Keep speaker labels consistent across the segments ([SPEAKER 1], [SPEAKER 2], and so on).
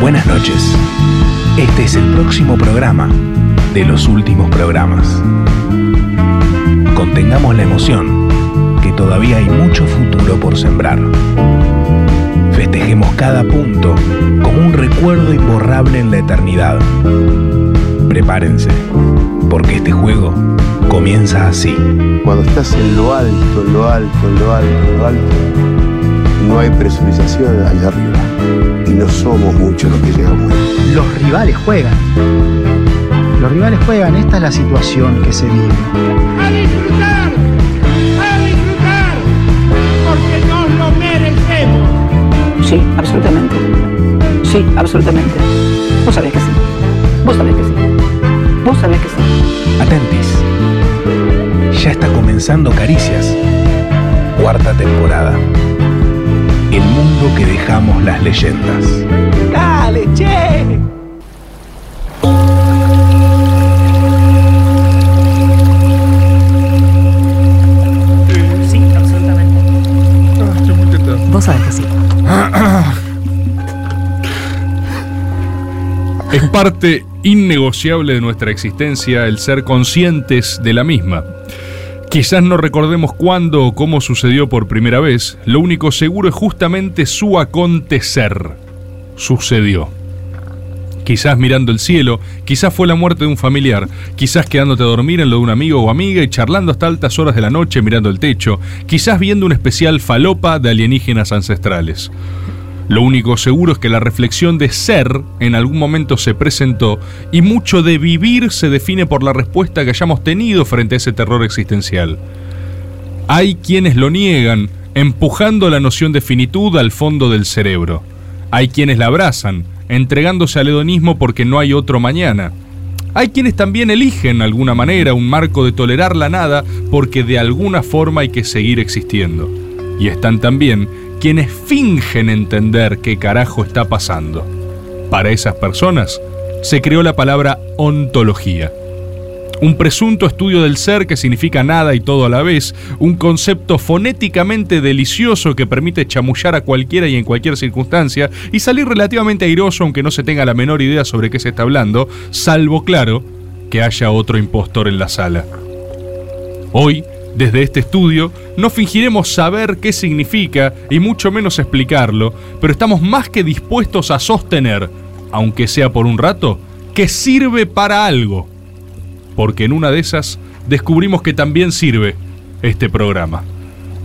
[SPEAKER 1] Buenas noches. Este es el próximo programa de los últimos programas. Contengamos la emoción, que todavía hay mucho futuro por sembrar. Festejemos cada punto como un recuerdo imborrable en la eternidad. Prepárense, porque este juego comienza así.
[SPEAKER 2] Cuando estás en lo alto, en lo alto, en lo alto, en lo alto, no hay presurización allá arriba. Y no somos muchos los que llegamos. ahí.
[SPEAKER 3] los rivales juegan. Los rivales juegan, esta es la situación que se vive.
[SPEAKER 4] a disfrutar, a disfrutar, porque nos lo merecemos.
[SPEAKER 5] Sí, absolutamente. Sí, absolutamente. Vos sabés que sí. Vos sabés que sí. Vos sabés que sí.
[SPEAKER 1] Atentis. Ya está comenzando Caricias, cuarta temporada. El mundo que dejamos las leyendas.
[SPEAKER 6] Sí, absolutamente.
[SPEAKER 7] Ah,
[SPEAKER 6] Vos sabés que sí.
[SPEAKER 7] Es parte innegociable de nuestra existencia el ser conscientes de la misma. Quizás no recordemos cuándo o cómo sucedió por primera vez, lo único seguro es justamente su acontecer. Sucedió. Quizás mirando el cielo, quizás fue la muerte de un familiar, quizás quedándote a dormir en lo de un amigo o amiga y charlando hasta altas horas de la noche mirando el techo, quizás viendo un especial falopa de alienígenas ancestrales. Lo único seguro es que la reflexión de ser en algún momento se presentó y mucho de vivir se define por la respuesta que hayamos tenido frente a ese terror existencial. Hay quienes lo niegan, empujando la noción de finitud al fondo del cerebro. Hay quienes la abrazan, entregándose al hedonismo porque no hay otro mañana. Hay quienes también eligen, de alguna manera, un marco de tolerar la nada porque de alguna forma hay que seguir existiendo. Y están también quienes fingen entender qué carajo está pasando. Para esas personas se creó la palabra ontología. Un presunto estudio del ser que significa nada y todo a la vez, un concepto fonéticamente delicioso que permite chamullar a cualquiera y en cualquier circunstancia y salir relativamente airoso aunque no se tenga la menor idea sobre qué se está hablando, salvo claro que haya otro impostor en la sala. Hoy, desde este estudio, no fingiremos saber qué significa y mucho menos explicarlo, pero estamos más que dispuestos a sostener, aunque sea por un rato, que sirve para algo porque en una de esas descubrimos que también sirve este programa.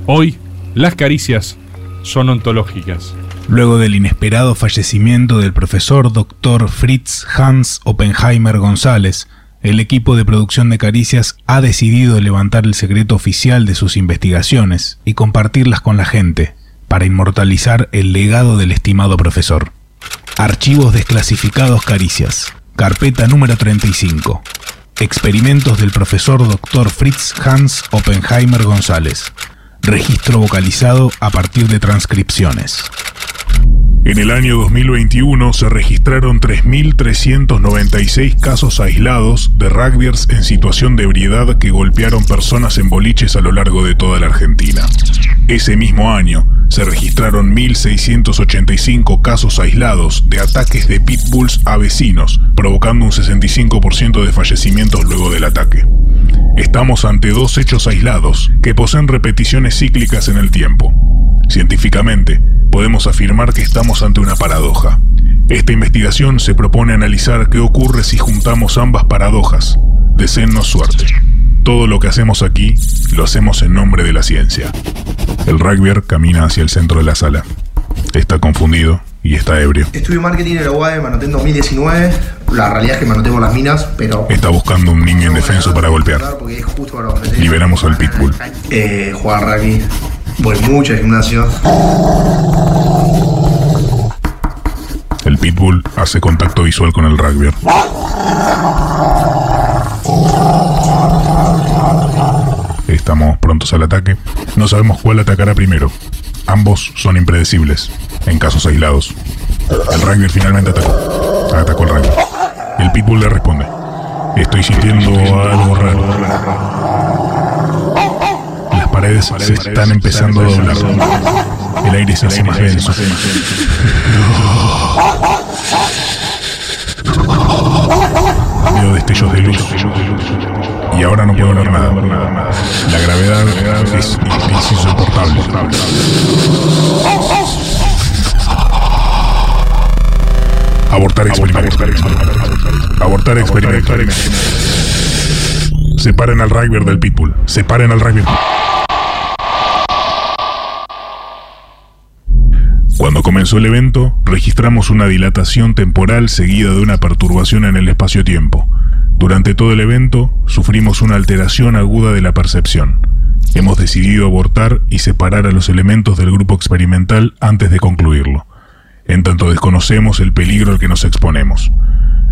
[SPEAKER 7] Hoy, las caricias son ontológicas.
[SPEAKER 1] Luego del inesperado fallecimiento del profesor Dr. Fritz Hans Oppenheimer González, el equipo de producción de Caricias ha decidido levantar el secreto oficial de sus investigaciones y compartirlas con la gente para inmortalizar el legado del estimado profesor. Archivos desclasificados Caricias. Carpeta número 35. Experimentos del profesor Dr. Fritz Hans Oppenheimer González. Registro vocalizado a partir de transcripciones.
[SPEAKER 8] En el año 2021 se registraron 3.396 casos aislados de rugbyers en situación de ebriedad que golpearon personas en boliches a lo largo de toda la Argentina. Ese mismo año se registraron 1.685 casos aislados de ataques de pitbulls a vecinos, provocando un 65% de fallecimientos luego del ataque. Estamos ante dos hechos aislados que poseen repeticiones cíclicas en el tiempo. Científicamente, podemos afirmar que estamos ante una paradoja. Esta investigación se propone analizar qué ocurre si juntamos ambas paradojas. Deseennos suerte. Todo lo que hacemos aquí lo hacemos en nombre de la ciencia. El rugbyer camina hacia el centro de la sala. Está confundido y está ebrio.
[SPEAKER 2] Estudio marketing en la E, UAE, me anoté en 2019. La realidad es que me anoté por las minas, pero.
[SPEAKER 8] Está buscando un niño indefenso para golpear.
[SPEAKER 2] Porque es justo para ofrecer.
[SPEAKER 8] Liberamos al pitbull.
[SPEAKER 2] Eh, jugar rugby. Voy mucho al gimnasio.
[SPEAKER 8] El pitbull hace contacto visual con el rugbyer. Estamos prontos al ataque. No sabemos cuál atacará primero. Ambos son impredecibles, en casos aislados. El rugbyer finalmente atacó. Atacó el rugbyer. El pitbull le responde. Estoy sintiendo algo raro. Las paredes se están empezando a doblar. El aire se hace más denso. Veo destellos de luz. Y ahora no puedo ver nada. La gravedad es, es insoportable. Abortar experimento. Abortar experimento. Separen al rugby del pitbull. Separen al rugby. Cuando comenzó el evento, registramos una dilatación temporal seguida de una perturbación en el espacio-tiempo. Durante todo el evento, sufrimos una alteración aguda de la percepción. Hemos decidido abortar y separar a los elementos del grupo experimental antes de concluirlo. En tanto desconocemos el peligro al que nos exponemos.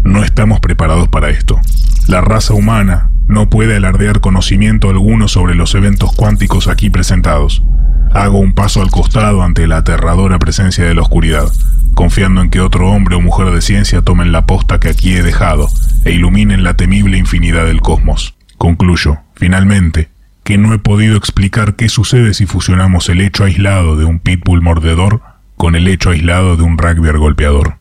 [SPEAKER 8] No estamos preparados para esto. La raza humana no puede alardear conocimiento alguno sobre los eventos cuánticos aquí presentados. Hago un paso al costado ante la aterradora presencia de la oscuridad, confiando en que otro hombre o mujer de ciencia tomen la posta que aquí he dejado e iluminen la temible infinidad del cosmos. Concluyo, finalmente, que no he podido explicar qué sucede si fusionamos el hecho aislado de un pitbull mordedor con el hecho aislado de un rugby golpeador.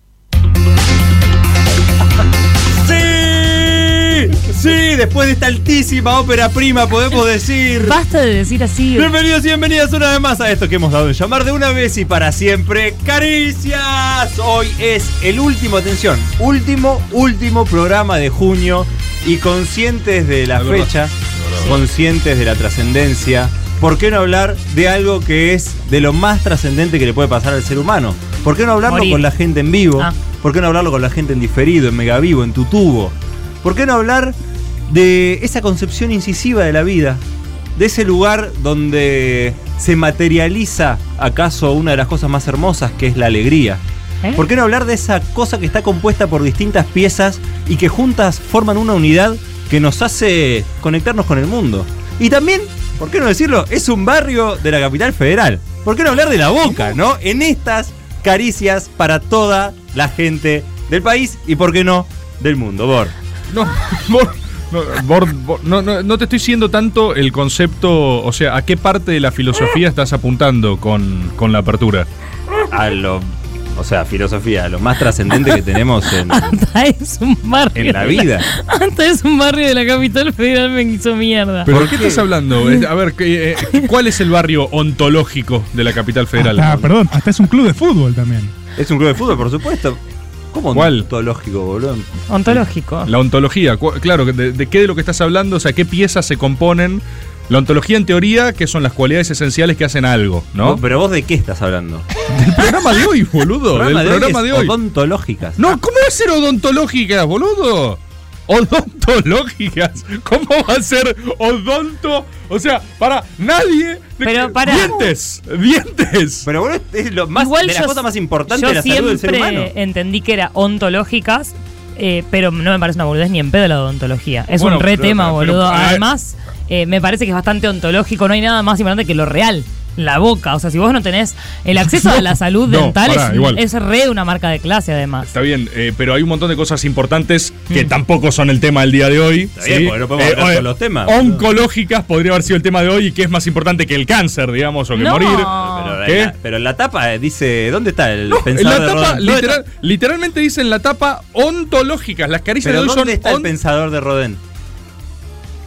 [SPEAKER 9] ¡Sí! Sí, después de esta altísima ópera prima podemos decir...
[SPEAKER 6] Basta de decir así.
[SPEAKER 9] Bienvenidos y bienvenidas una vez más a esto que hemos dado en llamar de una vez y para siempre Caricias. Hoy es el último, atención, último, último programa de junio y conscientes de la
[SPEAKER 7] Es verdad,
[SPEAKER 9] fecha, conscientes de la trascendencia, ¿por qué no hablar de algo que es de lo más trascendente que le puede pasar al ser humano? ¿Por qué no hablarlo
[SPEAKER 6] Morir.
[SPEAKER 9] con la gente en vivo?
[SPEAKER 6] Ah.
[SPEAKER 9] ¿Por qué no hablarlo con la gente en diferido, en megavivo, en tu tubo? ¿Por qué no hablar de esa concepción incisiva de la vida? De ese lugar donde se materializa acaso una de las cosas más hermosas que es la alegría.
[SPEAKER 6] ¿Eh?
[SPEAKER 9] ¿Por qué no hablar de esa cosa que está compuesta por distintas piezas y que juntas forman una unidad que nos hace conectarnos con el mundo? Y también, ¿por qué no decirlo? Es un barrio de la capital federal. ¿Por qué no hablar de la boca, no? En estas caricias para toda la gente del país y, ¿por qué no, del mundo, Bor?
[SPEAKER 7] No, Bor- no, Bor- Bor- no, no, no te estoy siendo tanto el concepto, o sea, ¿a qué parte de la filosofía estás apuntando con, con la apertura?
[SPEAKER 9] A lo. O sea, filosofía, lo más trascendente que tenemos en,
[SPEAKER 6] Anta es un barrio.
[SPEAKER 9] en la
[SPEAKER 6] de
[SPEAKER 9] vida.
[SPEAKER 6] Anta es un barrio de la capital federal, me hizo mierda.
[SPEAKER 7] ¿Pero qué, estás hablando? Es- A ver, ¿qué, eh, ¿cuál es el barrio ontológico de la capital federal?
[SPEAKER 1] Ah,
[SPEAKER 10] Hasta- Ah, perdón, hasta es un club de fútbol también.
[SPEAKER 9] Es un club de fútbol, por supuesto. ¿Cómo
[SPEAKER 7] ¿Cuál? Ah,
[SPEAKER 9] ontológico, boludo?
[SPEAKER 6] Ontológico.
[SPEAKER 7] La ontología, cu- claro, de, de qué de lo que estás hablando? O sea, ¿qué piezas se componen? La ontología en teoría, que son las cualidades esenciales que hacen algo, ¿no?
[SPEAKER 9] Vos- Pero vos de qué estás hablando?
[SPEAKER 7] Del programa de hoy, boludo. del programa de hoy.
[SPEAKER 9] Odontológicas.
[SPEAKER 7] No, ¿cómo va a ser odontológicas, boludo? Odontológicas. ¿Cómo va a ser odonto? O sea, para nadie.
[SPEAKER 6] Pero para-
[SPEAKER 7] Dientes. Dientes.
[SPEAKER 9] Pero bueno, es lo más,
[SPEAKER 6] Igual
[SPEAKER 9] de las
[SPEAKER 6] yo-
[SPEAKER 9] cosas más importantes
[SPEAKER 6] yo
[SPEAKER 9] de la salud del ser humano.
[SPEAKER 6] siempre entendí que era ontológicas, eh, pero no me parece una boludez ni en pedo la odontología. Es
[SPEAKER 7] Bueno,
[SPEAKER 6] un re
[SPEAKER 7] pero-
[SPEAKER 6] tema,
[SPEAKER 7] pero-
[SPEAKER 6] boludo.
[SPEAKER 7] pero-
[SPEAKER 6] Además, eh, me parece que es bastante ontológico. No hay nada más importante que lo real. La boca. O sea, si vos no tenés el acceso a la salud
[SPEAKER 7] No,
[SPEAKER 6] dental,
[SPEAKER 7] pará,
[SPEAKER 6] es-
[SPEAKER 7] igual.
[SPEAKER 6] es, re una marca de clase, además.
[SPEAKER 7] Está bien, eh, pero hay un montón de cosas importantes que tampoco son el tema del día de hoy. Eh,
[SPEAKER 9] Está bien, porque no podemos hablar
[SPEAKER 7] oye,
[SPEAKER 9] todos los temas.
[SPEAKER 7] Oncológicas podría haber sido el tema de hoy y que es más importante que el cáncer, digamos, o que
[SPEAKER 6] No.
[SPEAKER 7] morir.
[SPEAKER 9] Pero,
[SPEAKER 7] ¿Qué?
[SPEAKER 9] En la, pero en la tapa eh, dice, ¿dónde está el
[SPEAKER 7] No, en
[SPEAKER 9] pensador
[SPEAKER 7] la
[SPEAKER 9] de
[SPEAKER 7] tapa,
[SPEAKER 9] Rodin? ¿Dónde
[SPEAKER 7] literal-
[SPEAKER 9] está-
[SPEAKER 7] literalmente dice en la tapa ontológicas. Las caricias
[SPEAKER 9] pero
[SPEAKER 7] de hoy son
[SPEAKER 9] ¿dónde está el
[SPEAKER 7] on-
[SPEAKER 9] pensador de Rodin?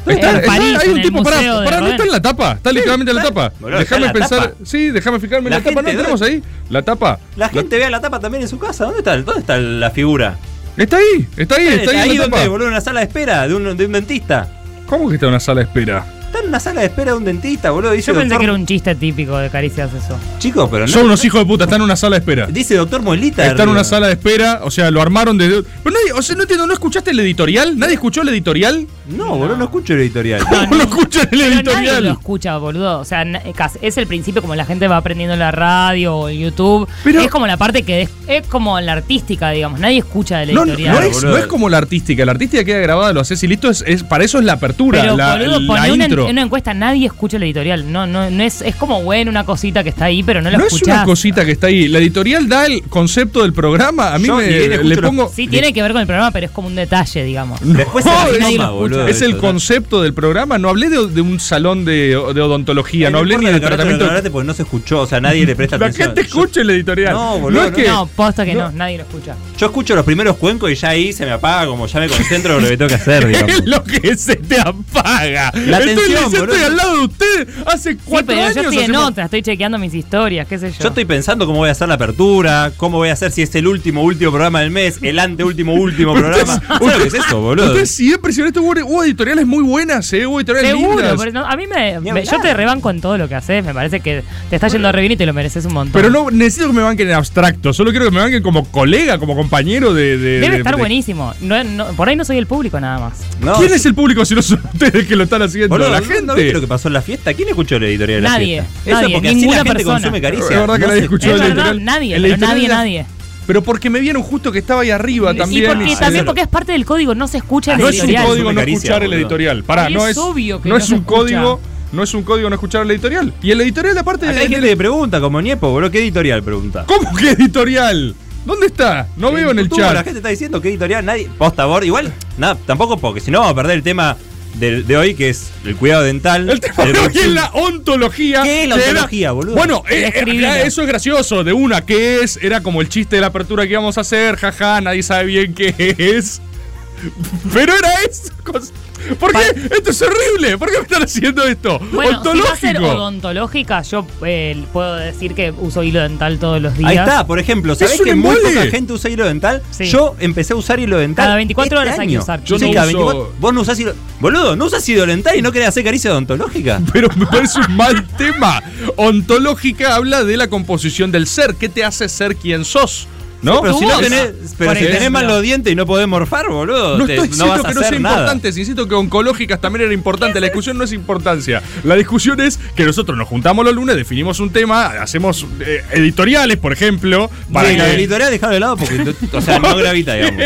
[SPEAKER 7] Está-
[SPEAKER 6] En
[SPEAKER 7] está-
[SPEAKER 6] París,
[SPEAKER 7] hay
[SPEAKER 6] en
[SPEAKER 7] un
[SPEAKER 6] el
[SPEAKER 7] tipo
[SPEAKER 6] museo
[SPEAKER 7] para,
[SPEAKER 6] de
[SPEAKER 7] para no
[SPEAKER 6] Rodin.
[SPEAKER 7] está en la tapa, está literalmente en la
[SPEAKER 9] está-
[SPEAKER 7] tapa.
[SPEAKER 9] boludo, está
[SPEAKER 7] déjame
[SPEAKER 9] en la
[SPEAKER 7] pensar,
[SPEAKER 9] tapa.
[SPEAKER 7] sí, déjame fijarme en
[SPEAKER 9] La
[SPEAKER 7] la, tapa, no
[SPEAKER 9] gente,
[SPEAKER 7] tenemos ahí la tapa.
[SPEAKER 9] La gente ve a la tapa también en su casa. ¿Dónde está, dónde está la figura?
[SPEAKER 7] Está ahí, está ahí, está ahí, en la
[SPEAKER 9] donde,
[SPEAKER 7] tapa.
[SPEAKER 9] boludo, en una sala de espera de un, de un dentista.
[SPEAKER 7] ¿Cómo que está en una sala de espera?
[SPEAKER 9] Está en una sala de espera de un dentista, boludo. Dice
[SPEAKER 6] Yo pensé
[SPEAKER 9] doctor-
[SPEAKER 6] que era un chiste típico de caricias eso.
[SPEAKER 9] Chicos, pero no.
[SPEAKER 7] Son unos hijos de puta, están en una sala de espera.
[SPEAKER 9] Dice doctor Molita.
[SPEAKER 7] Está en
[SPEAKER 9] arriba.
[SPEAKER 7] una sala de espera, o sea, lo armaron desde. Pero nadie, o sea, no entiendo, ¿no escuchaste el editorial? ¿Nadie escuchó el editorial?
[SPEAKER 9] No, boludo, no escucho el editorial.
[SPEAKER 7] ¿Cómo no, escuchan el
[SPEAKER 6] Pero nadie lo
[SPEAKER 7] editorial?
[SPEAKER 6] escucha, boludo. O sea, na- eh, cas- es el principio como la gente va aprendiendo en la radio o en YouTube.
[SPEAKER 7] Pero-
[SPEAKER 6] es como la parte que es, es como la artística, digamos. Nadie escucha del
[SPEAKER 7] No, no,
[SPEAKER 6] editorial.
[SPEAKER 7] no es,
[SPEAKER 9] boludo.
[SPEAKER 7] no es como la artística. La artística queda grabada, lo haces y listo. Es, es- para eso es la apertura,
[SPEAKER 6] pero,
[SPEAKER 7] la,
[SPEAKER 6] boludo,
[SPEAKER 7] la
[SPEAKER 6] poné una
[SPEAKER 7] intro. Claro.
[SPEAKER 6] en una encuesta nadie escucha el editorial. No, no, no es, es como bueno una cosita que está ahí, pero no la
[SPEAKER 7] No es
[SPEAKER 6] escuchás.
[SPEAKER 7] una cosita que está ahí. La editorial da el concepto del programa. A mí
[SPEAKER 9] Yo
[SPEAKER 7] me,
[SPEAKER 9] ni bien escucho
[SPEAKER 7] le
[SPEAKER 9] los-
[SPEAKER 7] pongo.
[SPEAKER 6] Sí, tiene que ver con el programa, pero es como un detalle, digamos.
[SPEAKER 9] Después se
[SPEAKER 7] No,
[SPEAKER 9] la
[SPEAKER 7] es-
[SPEAKER 9] toma,
[SPEAKER 6] es-
[SPEAKER 9] boludo.
[SPEAKER 7] Es el
[SPEAKER 9] esto,
[SPEAKER 7] concepto del programa. No hablé de, de un salón de, de odontología. No hablé ni
[SPEAKER 9] importa la
[SPEAKER 7] de
[SPEAKER 9] carátula,
[SPEAKER 7] tratamiento.
[SPEAKER 9] la carátula, porque no se escuchó, o sea, nadie le presta
[SPEAKER 7] La
[SPEAKER 9] atención.
[SPEAKER 7] gente
[SPEAKER 9] Yo-
[SPEAKER 7] escucha el editorial.
[SPEAKER 9] No, boludo,
[SPEAKER 7] es
[SPEAKER 9] no.
[SPEAKER 7] que-
[SPEAKER 6] No, posta que no, nadie lo escucha.
[SPEAKER 9] Yo, escucho los primeros cuencos y ya ahí se me apaga, como ya me concentro en lo que tengo que hacer, digamos.
[SPEAKER 7] Es lo que se te apaga.
[SPEAKER 9] La
[SPEAKER 7] Estoy-
[SPEAKER 9] atención,
[SPEAKER 7] estoy,
[SPEAKER 9] boludo.
[SPEAKER 7] al lado de usted hace
[SPEAKER 6] Sí,
[SPEAKER 7] cuatro
[SPEAKER 6] pero
[SPEAKER 7] años.
[SPEAKER 6] yo estoy en
[SPEAKER 7] hacemos-
[SPEAKER 6] otra, estoy chequeando mis historias, qué sé yo.
[SPEAKER 9] Yo estoy pensando cómo voy a hacer la apertura, cómo voy a hacer si es el último, último programa del mes, el anteúltimo, último programa. ¿Sabes lo que es eso, boludo?
[SPEAKER 7] Usted siempre se esto hubo, hubo editoriales muy buenas, eh, hubo editoriales
[SPEAKER 6] Seguro,
[SPEAKER 7] lindas.
[SPEAKER 6] pero no- a mí me,
[SPEAKER 9] Ni
[SPEAKER 6] me-
[SPEAKER 9] hablar.
[SPEAKER 6] yo te rebanco en todo lo que haces, me parece que te está yendo re bien y te lo mereces un montón.
[SPEAKER 7] Pero no necesito que me banquen en abstracto, solo quiero que me banquen como colega, como compañero de. de-
[SPEAKER 6] Debe
[SPEAKER 7] de-
[SPEAKER 6] estar
[SPEAKER 7] de-
[SPEAKER 6] buenísimo. No- no- por ahí no soy el público nada más.
[SPEAKER 9] No,
[SPEAKER 7] ¿Quién
[SPEAKER 9] sí,
[SPEAKER 7] es el público si no son ustedes que lo están haciendo?
[SPEAKER 9] boludo,
[SPEAKER 7] la
[SPEAKER 9] ¿no-
[SPEAKER 7] gente.
[SPEAKER 9] ¿No viste lo que pasó en la fiesta? ¿Quién escuchó el editorial de la
[SPEAKER 6] Nadie,
[SPEAKER 9] fiesta? Eso
[SPEAKER 6] nadie,
[SPEAKER 9] porque así
[SPEAKER 6] ninguna
[SPEAKER 9] la gente
[SPEAKER 6] persona.
[SPEAKER 9] consume caricia.
[SPEAKER 7] Es verdad que
[SPEAKER 9] No
[SPEAKER 7] nadie
[SPEAKER 9] se-
[SPEAKER 7] escuchó
[SPEAKER 6] Es
[SPEAKER 7] el
[SPEAKER 6] verdad,
[SPEAKER 7] editorial.
[SPEAKER 6] nadie,
[SPEAKER 7] el
[SPEAKER 6] pero
[SPEAKER 7] editorial
[SPEAKER 6] nadie,
[SPEAKER 7] era-
[SPEAKER 6] nadie.
[SPEAKER 7] Pero porque me vieron justo que estaba ahí arriba
[SPEAKER 6] y
[SPEAKER 7] también. Ah,
[SPEAKER 6] porque,
[SPEAKER 9] Ah,
[SPEAKER 6] también
[SPEAKER 9] claro.
[SPEAKER 6] porque es parte del código, no se escucha el
[SPEAKER 7] No es un
[SPEAKER 6] editorial.
[SPEAKER 7] código no
[SPEAKER 9] Caricia,
[SPEAKER 7] escuchar el
[SPEAKER 9] boludo.
[SPEAKER 7] editorial. Pará,
[SPEAKER 6] Y
[SPEAKER 7] no
[SPEAKER 6] es
[SPEAKER 7] es.
[SPEAKER 6] obvio que
[SPEAKER 7] no
[SPEAKER 6] no
[SPEAKER 7] es
[SPEAKER 6] se
[SPEAKER 7] un
[SPEAKER 6] escucha.
[SPEAKER 7] código. No es un código no escuchar el editorial. Y el editorial, aparte
[SPEAKER 9] Acá
[SPEAKER 7] de.
[SPEAKER 9] hay gente que pregunta, como Niepo, boludo, ¿qué editorial pregunta?
[SPEAKER 7] ¿Cómo que editorial? ¿Dónde está? No veo en el
[SPEAKER 9] YouTube, La
[SPEAKER 7] chat.
[SPEAKER 9] gente está diciendo que editorial, nadie. Posta, bor, igual, nada, tampoco porque si no vamos a perder el tema del- de, hoy que es el cuidado dental.
[SPEAKER 7] El tema de
[SPEAKER 9] El-
[SPEAKER 7] hoy es la ontología.
[SPEAKER 9] ¿Qué es la
[SPEAKER 7] que era-
[SPEAKER 9] ontología, boludo?
[SPEAKER 7] Bueno, eh, eh,
[SPEAKER 6] Escribilo.
[SPEAKER 7] ya, eso es gracioso. De una, ¿qué es? Era como el chiste de la apertura que íbamos a hacer. Jaja, nadie sabe bien qué es. Pero era eso. cos- ¿Por qué? Esto es horrible. ¿Por qué me están haciendo esto?
[SPEAKER 6] Bueno, si va a ser
[SPEAKER 7] Ontológico.
[SPEAKER 6] odontológica, yo eh, puedo decir que uso hilo dental todos los días.
[SPEAKER 9] Ahí está, por ejemplo, ¿sabés
[SPEAKER 7] Es un
[SPEAKER 9] que muy
[SPEAKER 7] embole.
[SPEAKER 9] poca gente usa hilo dental?
[SPEAKER 6] Sí.
[SPEAKER 9] Yo empecé a usar hilo dental.
[SPEAKER 6] Cada 24 horas hay que usar.
[SPEAKER 7] Yo
[SPEAKER 9] Yo sí,
[SPEAKER 7] no
[SPEAKER 9] cada
[SPEAKER 7] uso-
[SPEAKER 9] 24. Vos no usás hilo. Boludo, no usás hilo dental y no querés hacer caricia odontológica.
[SPEAKER 7] Pero me parece un mal tema. Ontológica habla de la composición del ser. ¿Qué te hace ser quien sos? ¿No?
[SPEAKER 9] Pero si
[SPEAKER 6] voz.
[SPEAKER 9] no tenés, pero
[SPEAKER 6] Por
[SPEAKER 9] si tenés
[SPEAKER 6] ejemplo.
[SPEAKER 9] mal los dientes y no podés morfar, boludo.
[SPEAKER 7] No
[SPEAKER 9] te-
[SPEAKER 7] estoy diciendo
[SPEAKER 9] vas a
[SPEAKER 7] que no
[SPEAKER 9] hacer
[SPEAKER 7] sea
[SPEAKER 9] nada.
[SPEAKER 7] importante, insisto que oncológicas también era importante. La discusión no es importancia. La discusión es que nosotros nos juntamos los lunes, definimos un tema, hacemos eh, editoriales, por ejemplo, para
[SPEAKER 9] Para
[SPEAKER 7] que-
[SPEAKER 9] la editorial dejarlo de lado porque o sea, no gravita, digamos.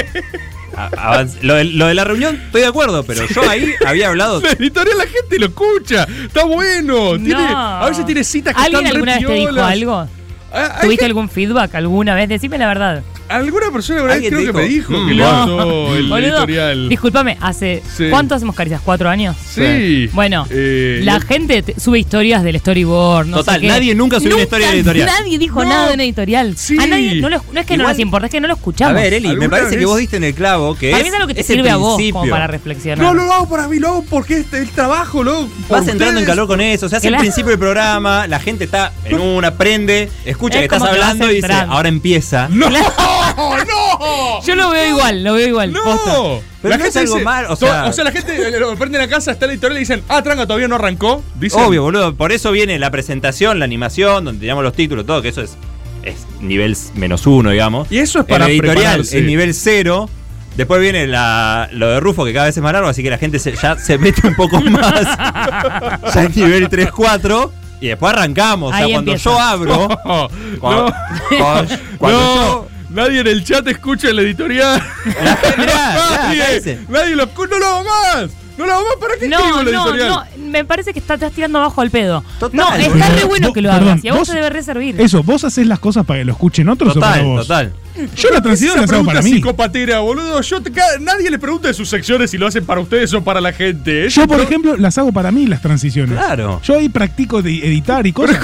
[SPEAKER 9] A- avanz- Lo de, lo de la reunión, estoy de acuerdo, pero yo ahí había hablado.
[SPEAKER 7] La editorial la gente lo escucha. Está bueno. Tiene,
[SPEAKER 6] No.
[SPEAKER 7] a veces tiene citas que
[SPEAKER 6] ¿Alguien
[SPEAKER 7] están re
[SPEAKER 6] alguna vez te dijo
[SPEAKER 7] piolas.
[SPEAKER 6] algo?
[SPEAKER 7] Ah, hay
[SPEAKER 6] ¿Tuviste
[SPEAKER 7] gente-
[SPEAKER 6] algún feedback alguna vez? Decime la verdad.
[SPEAKER 7] alguna persona alguna vez
[SPEAKER 9] ¿Alguien
[SPEAKER 7] creo que
[SPEAKER 9] te
[SPEAKER 7] me
[SPEAKER 9] dijo?
[SPEAKER 7] dijo que
[SPEAKER 9] Mm,
[SPEAKER 7] le
[SPEAKER 9] no.
[SPEAKER 7] gustó el editorial.
[SPEAKER 6] Disculpame, hace
[SPEAKER 7] Sí.
[SPEAKER 6] ¿cuánto hacemos caricias? ¿Cuatro años?
[SPEAKER 7] Sí.
[SPEAKER 6] Bueno,
[SPEAKER 7] Eh,
[SPEAKER 6] la
[SPEAKER 7] y-
[SPEAKER 6] gente te- sube historias del storyboard. No
[SPEAKER 9] Total,
[SPEAKER 6] sé qué.
[SPEAKER 9] nadie nunca subió una historia de editorial.
[SPEAKER 6] Nadie dijo
[SPEAKER 7] No.
[SPEAKER 6] nada de un editorial.
[SPEAKER 7] Sí.
[SPEAKER 6] A nadie, no, lo- no es que no
[SPEAKER 9] Igual-
[SPEAKER 6] nos importa, es que no lo
[SPEAKER 9] A
[SPEAKER 6] escuchamos.
[SPEAKER 9] ver, Eli, me
[SPEAKER 7] ¿Alguna
[SPEAKER 9] parece que
[SPEAKER 7] vez?
[SPEAKER 9] vos diste en el clavo que
[SPEAKER 6] Para
[SPEAKER 9] es.
[SPEAKER 6] mí es algo que te
[SPEAKER 9] es el
[SPEAKER 6] sirve a vos como
[SPEAKER 9] principio.
[SPEAKER 6] para reflexionar.
[SPEAKER 7] No, no lo hago para mí, lo hago porque este el trabajo, lo hago por
[SPEAKER 9] Vas entrando en
[SPEAKER 7] ustedes.
[SPEAKER 9] calor con eso, se hace el
[SPEAKER 6] Claro.
[SPEAKER 9] principio del programa, la gente está en una, aprende, escucha
[SPEAKER 6] Es
[SPEAKER 9] que estás
[SPEAKER 6] como que vas
[SPEAKER 9] hablando y dice,
[SPEAKER 6] entrando.
[SPEAKER 9] ahora empieza.
[SPEAKER 7] ¡No! ¡No!
[SPEAKER 6] Yo lo veo igual, lo veo igual. posta.
[SPEAKER 7] ¡No!
[SPEAKER 9] Pero no es algo malo, o sea-
[SPEAKER 7] o sea, la gente eh, lo prende la casa, está el editorial y dicen, ah, tranca, todavía no arrancó. Dicen,
[SPEAKER 9] Obvio, boludo, por eso viene la presentación, la animación, donde teníamos los títulos, todo, que eso es, es nivel menos uno, digamos.
[SPEAKER 7] Y eso es para
[SPEAKER 9] el editorial
[SPEAKER 7] prepararse.
[SPEAKER 9] es nivel cero. Después viene la- lo de Rufo, que cada vez es más largo, así que la gente se- ya se mete un poco más. ya es nivel 3-4. Y después arrancamos. o sea,
[SPEAKER 6] Ahí
[SPEAKER 9] cuando
[SPEAKER 6] empieza.
[SPEAKER 9] yo abro.
[SPEAKER 7] No,
[SPEAKER 9] cuando, cuando- cuando
[SPEAKER 7] no, nadie en el chat escucha el editorial.
[SPEAKER 9] yo. Mirá, mirá, acá
[SPEAKER 7] nadie,
[SPEAKER 9] dice.
[SPEAKER 7] nadie lo escucha. No lo hago más. No lo hago más. ¿Para qué escribo
[SPEAKER 6] No,
[SPEAKER 7] el
[SPEAKER 6] no,
[SPEAKER 7] editorial?
[SPEAKER 6] no, me parece que está- estás tirando abajo al pedo.
[SPEAKER 9] Total.
[SPEAKER 6] no, está re
[SPEAKER 10] Vos-
[SPEAKER 6] bueno que lo
[SPEAKER 10] perdón,
[SPEAKER 6] hagas y a vos
[SPEAKER 10] vos-
[SPEAKER 6] te debe re servir.
[SPEAKER 10] Eso, vos haces las cosas para que lo escuchen otros o para
[SPEAKER 9] Total,
[SPEAKER 10] vos.
[SPEAKER 9] total.
[SPEAKER 10] Yo la
[SPEAKER 7] Es
[SPEAKER 10] transición
[SPEAKER 7] una
[SPEAKER 10] la hago
[SPEAKER 7] pregunta
[SPEAKER 10] para mí.
[SPEAKER 7] psicopatera, boludo. Yo te- cada- nadie les pregunta de sus secciones si lo hacen para ustedes o para la gente. Es-
[SPEAKER 10] Yo, por ejemplo, las hago para mí las transiciones.
[SPEAKER 9] Claro.
[SPEAKER 10] Yo ahí practico de editar y cosas.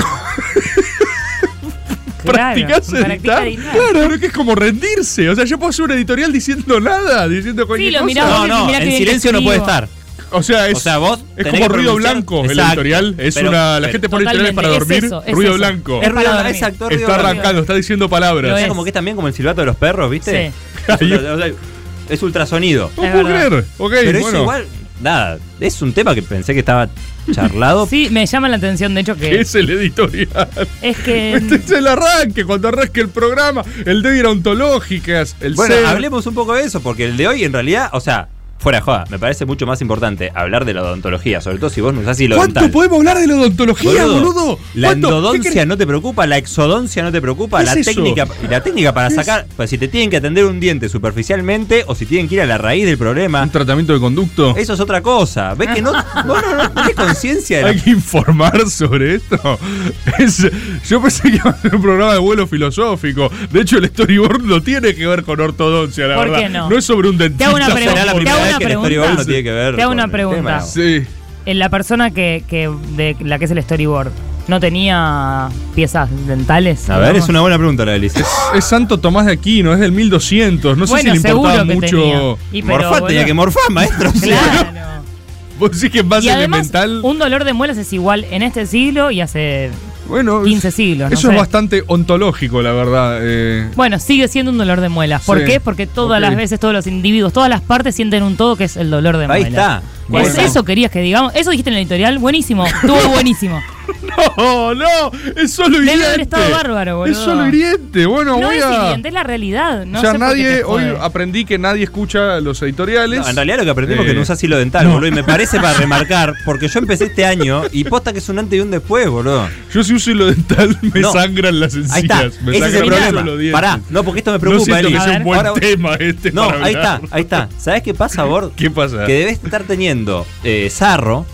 [SPEAKER 6] Claro,
[SPEAKER 7] practicás
[SPEAKER 6] practica
[SPEAKER 7] editar.
[SPEAKER 6] editar.
[SPEAKER 7] Claro, pero que es como rendirse. O sea, yo puedo hacer un editorial diciendo nada, diciendo cualquier
[SPEAKER 6] lo
[SPEAKER 7] cosa.
[SPEAKER 6] mirás vos
[SPEAKER 9] No,
[SPEAKER 6] y
[SPEAKER 9] no,
[SPEAKER 6] mirá qué
[SPEAKER 9] en
[SPEAKER 6] bien que
[SPEAKER 9] silencio no puede
[SPEAKER 6] escribo.
[SPEAKER 9] estar.
[SPEAKER 7] O sea, es,
[SPEAKER 9] O sea, vos
[SPEAKER 7] es
[SPEAKER 9] tenés
[SPEAKER 7] como
[SPEAKER 9] que
[SPEAKER 7] ruido
[SPEAKER 9] pronunciar-
[SPEAKER 7] blanco el
[SPEAKER 9] Exacto.
[SPEAKER 7] editorial. Es
[SPEAKER 9] Pero-
[SPEAKER 7] una. La
[SPEAKER 9] pero-
[SPEAKER 7] gente pone editoriales para
[SPEAKER 6] Totalmente, es
[SPEAKER 7] dormir.
[SPEAKER 6] eso, es
[SPEAKER 7] ruido
[SPEAKER 6] eso.
[SPEAKER 7] blanco.
[SPEAKER 9] Es
[SPEAKER 6] Es para
[SPEAKER 9] ruido-
[SPEAKER 6] dormir.
[SPEAKER 9] exacto, ruido
[SPEAKER 7] Está
[SPEAKER 9] blanco.
[SPEAKER 7] arrancando, está diciendo
[SPEAKER 6] Lo
[SPEAKER 9] O
[SPEAKER 7] palabras.
[SPEAKER 9] sea,
[SPEAKER 6] es.
[SPEAKER 9] como que es también como el silbato de los perros, ¿viste?
[SPEAKER 6] Sí.
[SPEAKER 9] Es ultra- o sea, Es ultrasonido.
[SPEAKER 7] No
[SPEAKER 6] Es
[SPEAKER 7] puedo
[SPEAKER 6] verdad.
[SPEAKER 7] creer. Ok,
[SPEAKER 9] Pero
[SPEAKER 7] bueno.
[SPEAKER 9] es igual, nada, es un tema que pensé que estaba charlado.
[SPEAKER 6] Sí, me llama la atención, de hecho,
[SPEAKER 7] ¿Qué
[SPEAKER 6] que
[SPEAKER 7] es el editorial?
[SPEAKER 6] es que
[SPEAKER 7] Este es el arranque, cuando arranque el programa, el de ir a ontológicas, el
[SPEAKER 9] Bueno,
[SPEAKER 7] ser.
[SPEAKER 9] hablemos un poco de eso, porque el de hoy en realidad, o sea, fuera de joda, me parece mucho más importante hablar de la odontología, sobre todo si vos no usás hilo
[SPEAKER 7] ¿Cuánto
[SPEAKER 9] dental.
[SPEAKER 7] podemos hablar de la odontología, boludo?
[SPEAKER 9] La
[SPEAKER 7] ¿Cuánto? ¿Qué
[SPEAKER 9] endodoncia
[SPEAKER 7] querés?
[SPEAKER 9] no te preocupa, la exodoncia no te preocupa,
[SPEAKER 7] ¿Qué
[SPEAKER 9] la
[SPEAKER 7] es eso?
[SPEAKER 9] técnica y la técnica para
[SPEAKER 7] ¿Qué es?
[SPEAKER 9] sacar, pues, si te tienen que atender un diente superficialmente o si tienen que ir a la raíz del
[SPEAKER 7] ¿Un
[SPEAKER 9] problema,
[SPEAKER 7] tratamiento de conducto?
[SPEAKER 9] eso es otra cosa. ¿Ves que no no no, no tenés conciencia de la
[SPEAKER 7] Hay que informar sobre esto. Es- yo pensé que iba a ser un programa de vuelo filosófico. De hecho, el storyboard no tiene que ver con ortodoncia, la
[SPEAKER 6] ¿Por
[SPEAKER 7] verdad.
[SPEAKER 6] qué no?
[SPEAKER 7] es sobre un dentista.
[SPEAKER 6] Te hago una
[SPEAKER 7] por
[SPEAKER 6] pregunta,
[SPEAKER 9] Será la
[SPEAKER 7] favor.
[SPEAKER 6] te
[SPEAKER 9] primera
[SPEAKER 6] hago
[SPEAKER 9] vez
[SPEAKER 6] una
[SPEAKER 9] que el storyboard
[SPEAKER 6] pregunta.
[SPEAKER 9] no tiene que ver.
[SPEAKER 6] Te hago
[SPEAKER 9] con
[SPEAKER 6] una
[SPEAKER 9] el
[SPEAKER 6] pregunta.
[SPEAKER 9] tema.
[SPEAKER 7] Sí.
[SPEAKER 6] Eh, La persona que, que- de la que es el storyboard, ¿no tenía piezas dentales?
[SPEAKER 9] A ver,
[SPEAKER 6] digamos?
[SPEAKER 9] es una buena pregunta la de Alicia.
[SPEAKER 7] Es Santo Tomás de Aquino, es del 1200. No
[SPEAKER 6] bueno,
[SPEAKER 7] sé si le importaba
[SPEAKER 6] seguro que
[SPEAKER 7] mucho.
[SPEAKER 6] tenía. Y pero,
[SPEAKER 9] Morfá tenía
[SPEAKER 6] boludo,
[SPEAKER 9] que morfar, maestro. o sea.
[SPEAKER 6] Claro.
[SPEAKER 7] Vos decís que es más
[SPEAKER 6] Y además,
[SPEAKER 7] elemental.
[SPEAKER 6] un dolor de muelas es igual en este siglo y hace
[SPEAKER 7] Bueno,
[SPEAKER 6] 15 siglos. no
[SPEAKER 7] eso
[SPEAKER 6] sé.
[SPEAKER 7] es bastante ontológico, la verdad. eh.
[SPEAKER 6] Bueno, sigue siendo un dolor de muelas. ¿Por
[SPEAKER 7] Sí.
[SPEAKER 6] qué? Porque todas
[SPEAKER 7] Ok.
[SPEAKER 6] las veces, todos los individuos, todas las partes sienten un todo que es el dolor de
[SPEAKER 9] Ahí
[SPEAKER 6] muelas.
[SPEAKER 9] está.
[SPEAKER 6] Es-
[SPEAKER 9] Bueno.
[SPEAKER 6] Eso querías que digamos. Eso dijiste en el editorial. Buenísimo. Estuvo buenísimo.
[SPEAKER 7] No, no, es solo
[SPEAKER 6] Debe
[SPEAKER 7] hiriente.
[SPEAKER 6] haber estado bárbaro,
[SPEAKER 7] Es
[SPEAKER 6] boludo.
[SPEAKER 7] solo hiriente. Bueno,
[SPEAKER 6] no
[SPEAKER 7] voy
[SPEAKER 6] es
[SPEAKER 7] a.
[SPEAKER 6] evidente, es la realidad.
[SPEAKER 7] ya
[SPEAKER 6] No sé por qué
[SPEAKER 7] nadie,
[SPEAKER 6] te
[SPEAKER 7] hoy
[SPEAKER 6] jode.
[SPEAKER 7] aprendí que nadie escucha los editoriales.
[SPEAKER 9] No, en realidad lo que aprendimos es que
[SPEAKER 7] Eh,
[SPEAKER 9] no usas hilo dental, boludo. Y me parece para remarcar, porque yo empecé este año y posta que es un antes y un después, boludo.
[SPEAKER 7] Yo si uso hilo dental me
[SPEAKER 9] No.
[SPEAKER 7] sangran las encías.
[SPEAKER 9] Ahí está. Ese es
[SPEAKER 7] Me
[SPEAKER 9] el
[SPEAKER 7] sangran mucho
[SPEAKER 9] problema.
[SPEAKER 7] los dientes.
[SPEAKER 9] Pará. No, porque esto me
[SPEAKER 7] no
[SPEAKER 9] preocupa,
[SPEAKER 7] siento
[SPEAKER 9] Eli.
[SPEAKER 7] que sea un
[SPEAKER 6] A ver.
[SPEAKER 7] buen
[SPEAKER 9] Ahora-
[SPEAKER 7] tema este
[SPEAKER 9] No,
[SPEAKER 7] para
[SPEAKER 9] ahí está,
[SPEAKER 7] hablar.
[SPEAKER 9] ahí está. ¿Sabés qué pasa, Bor?
[SPEAKER 7] ¿Qué pasa?
[SPEAKER 9] Que debes estar teniendo eh, sarro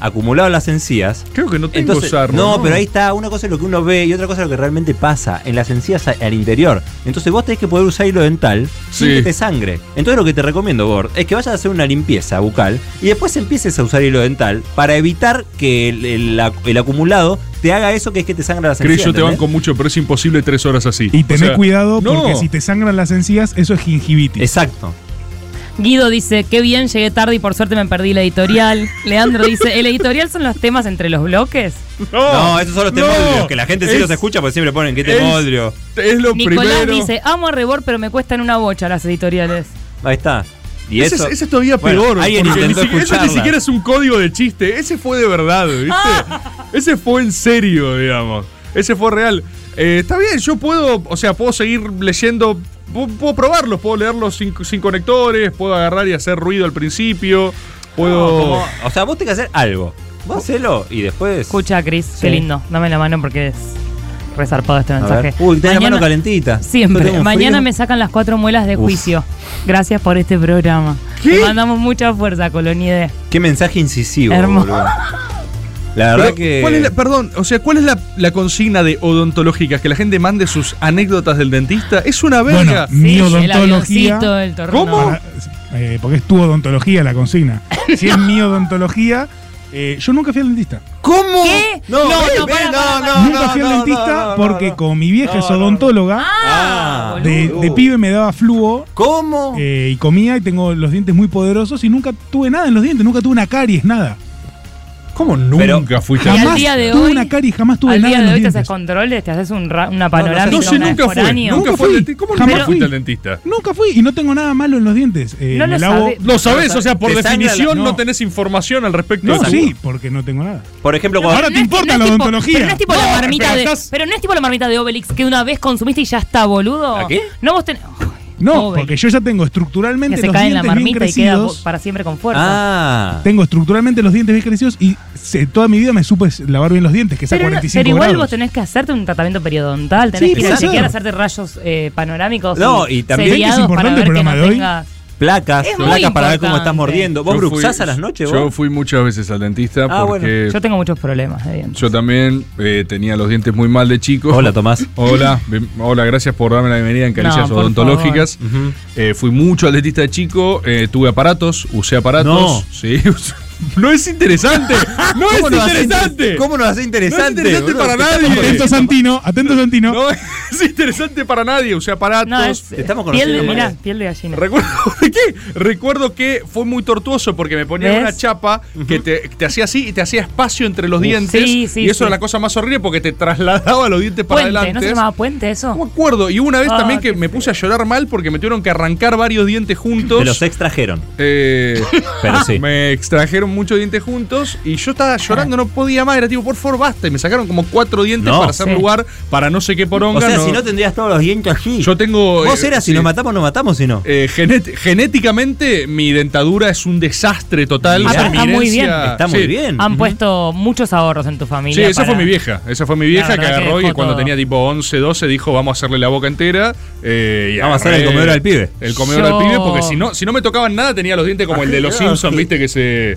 [SPEAKER 9] acumulado en las encías.
[SPEAKER 7] Creo que no tengo
[SPEAKER 9] Entonces,
[SPEAKER 7] sarro.
[SPEAKER 9] no, pero ahí está, una cosa es lo que uno ve y otra cosa es lo que realmente pasa en las encías a- al interior. Entonces vos tenés que poder usar hilo dental sin
[SPEAKER 7] Sí.
[SPEAKER 9] que te sangre. Entonces lo que te recomiendo, Bord, es que vayas a hacer una limpieza bucal y después empieces a usar hilo dental para evitar que el, el ac- el acumulado te haga eso que es que te sangra las
[SPEAKER 7] Creo
[SPEAKER 9] encías.
[SPEAKER 7] yo te
[SPEAKER 9] ¿entendés?
[SPEAKER 7] banco mucho, pero es imposible tres horas así.
[SPEAKER 10] Y tené
[SPEAKER 7] O sea,
[SPEAKER 10] cuidado porque
[SPEAKER 7] no.
[SPEAKER 10] si te sangran las encías, eso es gingivitis.
[SPEAKER 9] Exacto.
[SPEAKER 6] Guido dice, qué bien, llegué tarde y por suerte me perdí la editorial. Leandro dice, ¿el editorial son los temas entre los bloques?
[SPEAKER 7] No,
[SPEAKER 9] No, esos son los
[SPEAKER 7] no.
[SPEAKER 9] temodrios, que la gente sí
[SPEAKER 7] Es-
[SPEAKER 9] los escucha porque siempre ponen, qué
[SPEAKER 7] es-
[SPEAKER 9] temodrio.
[SPEAKER 7] Es lo
[SPEAKER 6] Nicolás
[SPEAKER 7] primero.
[SPEAKER 6] dice, amo a Rebor, pero me cuestan una bocha las editoriales.
[SPEAKER 9] Ahí está. Y
[SPEAKER 7] ese,
[SPEAKER 9] eso...
[SPEAKER 7] es, ese es todavía
[SPEAKER 9] Bueno,
[SPEAKER 7] peor.
[SPEAKER 9] alguien
[SPEAKER 7] porque ni
[SPEAKER 9] intentó
[SPEAKER 7] si- ese ni
[SPEAKER 9] escucharla.
[SPEAKER 7] siquiera es un código de chiste. Ese fue de verdad,
[SPEAKER 6] Ah.
[SPEAKER 7] ¿viste? ese fue en serio, digamos. Ese fue real. Eh, está bien, yo puedo, o sea, puedo seguir leyendo. pu- Puedo probarlos, puedo leerlos sin, sin conectores, puedo agarrar y hacer ruido al principio. Puedo.
[SPEAKER 9] como- o sea, vos tenés que hacer algo. Vos hacelo y después...
[SPEAKER 6] Escucha, Cris, qué
[SPEAKER 9] Pues. Sí.
[SPEAKER 6] lindo. Dame la mano porque es resarpado este
[SPEAKER 9] A
[SPEAKER 6] mensaje.
[SPEAKER 9] ver. Uy, tenés la mano
[SPEAKER 6] Mañana-
[SPEAKER 9] calentita. Yo
[SPEAKER 6] Siempre.
[SPEAKER 9] tengo
[SPEAKER 6] Mañana
[SPEAKER 9] frío.
[SPEAKER 6] me sacan las cuatro muelas de
[SPEAKER 9] Uf.
[SPEAKER 6] juicio. Gracias por este programa.
[SPEAKER 7] ¿Qué?
[SPEAKER 6] Te mandamos mucha fuerza, Colonide.
[SPEAKER 9] Qué mensaje incisivo,
[SPEAKER 6] Hermoso.
[SPEAKER 9] boludo. La verdad
[SPEAKER 7] Pero,
[SPEAKER 9] que.
[SPEAKER 7] ¿cuál es la- perdón, o sea, ¿cuál es la, la consigna de odontológicas? Que la gente mande sus anécdotas del dentista. Es una
[SPEAKER 10] Bueno,
[SPEAKER 7] verga.
[SPEAKER 10] mi
[SPEAKER 6] el
[SPEAKER 10] odontología.
[SPEAKER 6] avioncito, el torno.
[SPEAKER 10] Para- eh, porque es tu odontología la consigna. Si es mi odontología, eh, yo nunca fui al dentista.
[SPEAKER 9] ¿Cómo?
[SPEAKER 6] ¿Qué?
[SPEAKER 9] No,
[SPEAKER 6] No,
[SPEAKER 9] ven,
[SPEAKER 6] no,
[SPEAKER 9] ven,
[SPEAKER 6] para, para,
[SPEAKER 9] no,
[SPEAKER 6] para.
[SPEAKER 9] no,
[SPEAKER 10] nunca
[SPEAKER 9] no,
[SPEAKER 10] fui al
[SPEAKER 9] no,
[SPEAKER 10] dentista
[SPEAKER 9] no, no,
[SPEAKER 10] porque
[SPEAKER 9] no.
[SPEAKER 10] con mi vieja
[SPEAKER 9] No,
[SPEAKER 10] es
[SPEAKER 9] no, no.
[SPEAKER 10] odontóloga,
[SPEAKER 9] Ah,
[SPEAKER 6] boludo.
[SPEAKER 10] de, de pibe me daba fluo.
[SPEAKER 9] ¿Cómo?
[SPEAKER 10] eh, y comía y tengo los dientes muy poderosos y nunca tuve nada en los dientes, nunca tuve una caries, nada.
[SPEAKER 7] ¿Cómo
[SPEAKER 9] Pero-
[SPEAKER 7] nunca fuiste
[SPEAKER 6] Y al
[SPEAKER 7] a-
[SPEAKER 10] Jamás
[SPEAKER 6] día de
[SPEAKER 10] tuve
[SPEAKER 6] hoy-
[SPEAKER 10] una caries, jamás tuve
[SPEAKER 6] Al
[SPEAKER 10] nada
[SPEAKER 6] día
[SPEAKER 10] en
[SPEAKER 6] de
[SPEAKER 10] los
[SPEAKER 6] hoy te
[SPEAKER 10] dientes.
[SPEAKER 6] haces controles, te haces un ra- una
[SPEAKER 9] no,
[SPEAKER 6] panorámica,
[SPEAKER 7] No, sí,
[SPEAKER 6] una
[SPEAKER 7] nunca
[SPEAKER 6] vez por
[SPEAKER 7] fue. Nunca
[SPEAKER 6] año.
[SPEAKER 10] Nunca
[SPEAKER 7] fue.
[SPEAKER 10] fui.
[SPEAKER 7] al denti- ¿Cómo
[SPEAKER 10] Jamás
[SPEAKER 7] nunca
[SPEAKER 10] fui.
[SPEAKER 7] fuiste al dentista?
[SPEAKER 10] Nunca fui y no tengo nada malo en los dientes. Eh,
[SPEAKER 6] No
[SPEAKER 10] me
[SPEAKER 6] lo
[SPEAKER 10] lavo-
[SPEAKER 6] sabe.
[SPEAKER 7] Lo sabes, o sea, por
[SPEAKER 9] Te sangra
[SPEAKER 7] definición
[SPEAKER 10] la-
[SPEAKER 7] no.
[SPEAKER 10] no.
[SPEAKER 7] tenés información al respecto.
[SPEAKER 10] No,
[SPEAKER 7] de tu-
[SPEAKER 10] sí, porque no tengo nada.
[SPEAKER 9] Por ejemplo,
[SPEAKER 6] No,
[SPEAKER 9] cuando.
[SPEAKER 10] Ahora
[SPEAKER 6] pero
[SPEAKER 10] te
[SPEAKER 6] no es-
[SPEAKER 10] importa
[SPEAKER 6] no es
[SPEAKER 10] la
[SPEAKER 6] tipo-
[SPEAKER 10] odontología.
[SPEAKER 6] Pero no es tipo
[SPEAKER 7] No,
[SPEAKER 6] la marmita
[SPEAKER 7] pero
[SPEAKER 6] de.
[SPEAKER 7] estás-
[SPEAKER 6] Pero no es tipo la marmita de Obelix que una vez consumiste y ya está, boludo.
[SPEAKER 9] ¿A qué?
[SPEAKER 6] No vos tenés. Ay,
[SPEAKER 10] No,
[SPEAKER 6] Obelix,
[SPEAKER 10] porque yo ya tengo estructuralmente
[SPEAKER 6] que se
[SPEAKER 10] los
[SPEAKER 6] cae en la
[SPEAKER 10] dientes bien
[SPEAKER 6] marmita y queda bo-
[SPEAKER 10] crecidos.
[SPEAKER 6] para siempre con fuerza.
[SPEAKER 9] Ah.
[SPEAKER 10] Tengo estructuralmente los dientes bien crecidos y se- toda mi vida me supe lavar bien los dientes, que es a
[SPEAKER 6] Pero, no-
[SPEAKER 10] 45
[SPEAKER 6] pero igual
[SPEAKER 10] grados.
[SPEAKER 6] vos tenés que hacerte un tratamiento periodontal, tenés
[SPEAKER 10] Sí,
[SPEAKER 6] que ir a
[SPEAKER 10] puede ser.
[SPEAKER 6] chequear, hacerte rayos eh, panorámicos.
[SPEAKER 9] No, y también-
[SPEAKER 6] seriados
[SPEAKER 10] ¿Ves que es
[SPEAKER 6] para
[SPEAKER 10] importante el
[SPEAKER 6] ver que no
[SPEAKER 10] programa de hoy?
[SPEAKER 6] tengas-
[SPEAKER 9] Placas,
[SPEAKER 6] Es muy
[SPEAKER 9] placas para ver cómo estás
[SPEAKER 6] importante.
[SPEAKER 9] mordiendo. ¿Vos
[SPEAKER 7] Yo fui-
[SPEAKER 9] bruxás a las noches,
[SPEAKER 7] Yo
[SPEAKER 9] vos?
[SPEAKER 7] fui muchas veces al dentista
[SPEAKER 9] Ah,
[SPEAKER 7] porque
[SPEAKER 6] Yo tengo muchos problemas de dientes.
[SPEAKER 7] yo también eh, tenía los dientes muy mal de chico.
[SPEAKER 9] Hola, Tomás.
[SPEAKER 7] Hola, bien- hola, gracias por darme la bienvenida en Caricias
[SPEAKER 6] No, por
[SPEAKER 7] Odontológicas.
[SPEAKER 9] Ujú.
[SPEAKER 7] Eh, fui mucho al dentista de chico, eh, tuve aparatos, usé aparatos.
[SPEAKER 9] No.
[SPEAKER 7] Sí, usé- no es interesante. No es
[SPEAKER 9] ¿Cómo nos hace
[SPEAKER 7] interesante.
[SPEAKER 9] inter- ¿Cómo nos hace interesante?
[SPEAKER 7] interesante
[SPEAKER 9] boludo?
[SPEAKER 7] para
[SPEAKER 9] Te estamos
[SPEAKER 7] nadie.
[SPEAKER 9] conociendo-
[SPEAKER 10] Atento Santino, atento Santino.
[SPEAKER 7] No es interesante para nadie, usé aparatos.
[SPEAKER 6] No, es
[SPEAKER 9] te estamos
[SPEAKER 6] piel de,
[SPEAKER 9] conociendo
[SPEAKER 6] mirá,
[SPEAKER 9] mal.
[SPEAKER 6] piel de gallina.
[SPEAKER 7] Recuerdo ¿de qué? Recuerdo que fue muy tortuoso porque me ponían
[SPEAKER 6] ¿Ves?
[SPEAKER 7] una chapa que te, te hacía así y te hacía espacio entre los dientes.
[SPEAKER 6] sí, sí,
[SPEAKER 7] y eso
[SPEAKER 6] sí.
[SPEAKER 7] era la cosa más horrible porque te trasladaba los dientes para
[SPEAKER 6] puente, ¿no
[SPEAKER 7] adelante.
[SPEAKER 6] se llamaba puente eso?
[SPEAKER 7] No me acuerdo. Y hubo una vez
[SPEAKER 6] Ah,
[SPEAKER 7] también que
[SPEAKER 6] qué
[SPEAKER 7] me puse a llorar mal porque me tuvieron que arrancar varios dientes
[SPEAKER 9] Te
[SPEAKER 7] juntos.
[SPEAKER 9] los extrajeron.
[SPEAKER 7] Eh,
[SPEAKER 9] Pero sí.
[SPEAKER 7] Me extrajeron sacaron muchos dientes juntos y yo estaba llorando, no podía más. Era tipo, por favor, basta. Y me sacaron como cuatro dientes
[SPEAKER 9] No.
[SPEAKER 7] para hacer
[SPEAKER 9] Sí.
[SPEAKER 7] lugar para no sé qué
[SPEAKER 9] O
[SPEAKER 7] poronga.
[SPEAKER 9] sea, si no tendrías todos los dientes así.
[SPEAKER 7] Yo tengo.
[SPEAKER 9] Vos
[SPEAKER 7] eh,
[SPEAKER 9] eras si
[SPEAKER 7] sí.
[SPEAKER 9] nos matamos, nos matamos, si no.
[SPEAKER 7] Eh, genet- genéticamente, mi dentadura es un desastre total.
[SPEAKER 6] Ah,
[SPEAKER 7] O sea,
[SPEAKER 6] pero está
[SPEAKER 7] mi
[SPEAKER 6] muy
[SPEAKER 7] herencia-
[SPEAKER 6] bien.
[SPEAKER 9] Está muy
[SPEAKER 7] Sí.
[SPEAKER 9] bien.
[SPEAKER 6] Han puesto muchos ahorros en tu
[SPEAKER 7] Sí,
[SPEAKER 6] familia.
[SPEAKER 7] esa
[SPEAKER 6] para-
[SPEAKER 7] fue mi vieja. Esa fue mi
[SPEAKER 6] La
[SPEAKER 7] vieja que
[SPEAKER 6] verdad que
[SPEAKER 7] agarró y
[SPEAKER 6] dejó
[SPEAKER 7] cuando
[SPEAKER 6] todo.
[SPEAKER 7] tenía tipo 11, 12 dijo vamos a hacerle la boca entera. eh, y
[SPEAKER 9] Vamos a hacer
[SPEAKER 7] agarré
[SPEAKER 9] el comedor al pibe.
[SPEAKER 7] El comedor
[SPEAKER 6] Yo-
[SPEAKER 7] al pibe porque si no, si no me tocaban nada tenía los dientes como el de los
[SPEAKER 9] Ajá,
[SPEAKER 7] Simpsons,
[SPEAKER 9] Ah, sí.
[SPEAKER 7] viste que se...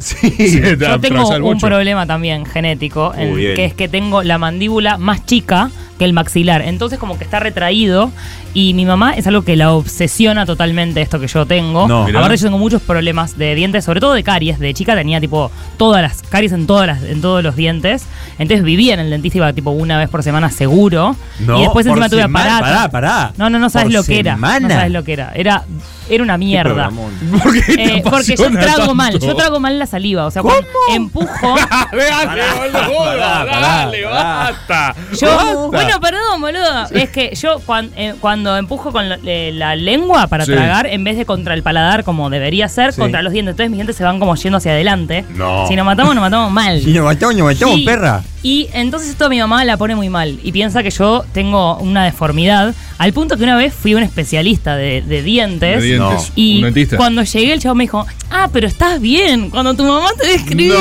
[SPEAKER 6] Yo tengo un problema también genético, en-
[SPEAKER 9] Uy, bien.
[SPEAKER 6] que es que tengo la mandíbula más chica que el maxilar. Entonces como que está retraído y mi mamá es algo que la obsesiona totalmente esto que yo tengo.
[SPEAKER 9] No. Mirá.
[SPEAKER 6] Aparte yo tengo muchos problemas de dientes, sobre todo de caries. De chica tenía tipo todas las caries en todas las, en todos los dientes. Entonces vivía en el dentista iba tipo una vez por semana seguro. y después
[SPEAKER 9] por
[SPEAKER 6] encima tuve
[SPEAKER 9] semana- Pará,
[SPEAKER 6] aparato.
[SPEAKER 9] pará.
[SPEAKER 6] No, no, no sabes
[SPEAKER 9] Por
[SPEAKER 6] lo que era. No
[SPEAKER 9] semana.
[SPEAKER 6] sabes lo que era. Era, era una mierda.
[SPEAKER 9] programón.
[SPEAKER 7] ¿Por qué te
[SPEAKER 6] Eh, porque yo
[SPEAKER 7] apasiona
[SPEAKER 6] trago
[SPEAKER 7] tanto?
[SPEAKER 6] mal, yo trago mal la saliva. O sea, cuando empujo.
[SPEAKER 7] Dale, boludo,
[SPEAKER 9] Ah, pará,
[SPEAKER 7] dale,
[SPEAKER 9] pará.
[SPEAKER 7] basta.
[SPEAKER 6] Yo,
[SPEAKER 7] Basta.
[SPEAKER 6] bueno, perdón, boludo. Es que yo cuan- eh, cuando empujo con la, eh, la lengua para
[SPEAKER 7] Sí.
[SPEAKER 6] tragar, en vez de contra el paladar, como debería ser,
[SPEAKER 9] Sí.
[SPEAKER 6] contra los dientes. Entonces mis dientes se van como yendo hacia adelante.
[SPEAKER 7] No.
[SPEAKER 6] Si nos matamos, nos matamos mal.
[SPEAKER 9] Si nos matamos, nos matamos,
[SPEAKER 6] Sí.
[SPEAKER 9] perra.
[SPEAKER 6] Y entonces esto a mi mamá la pone muy mal y piensa que yo tengo una deformidad, al punto que una vez fui a un especialista de, de dientes.
[SPEAKER 7] De dientes.
[SPEAKER 6] No. Y
[SPEAKER 7] Un dentista.
[SPEAKER 6] cuando llegué el chavo me dijo, ah, pero estás bien, cuando tu mamá te describía.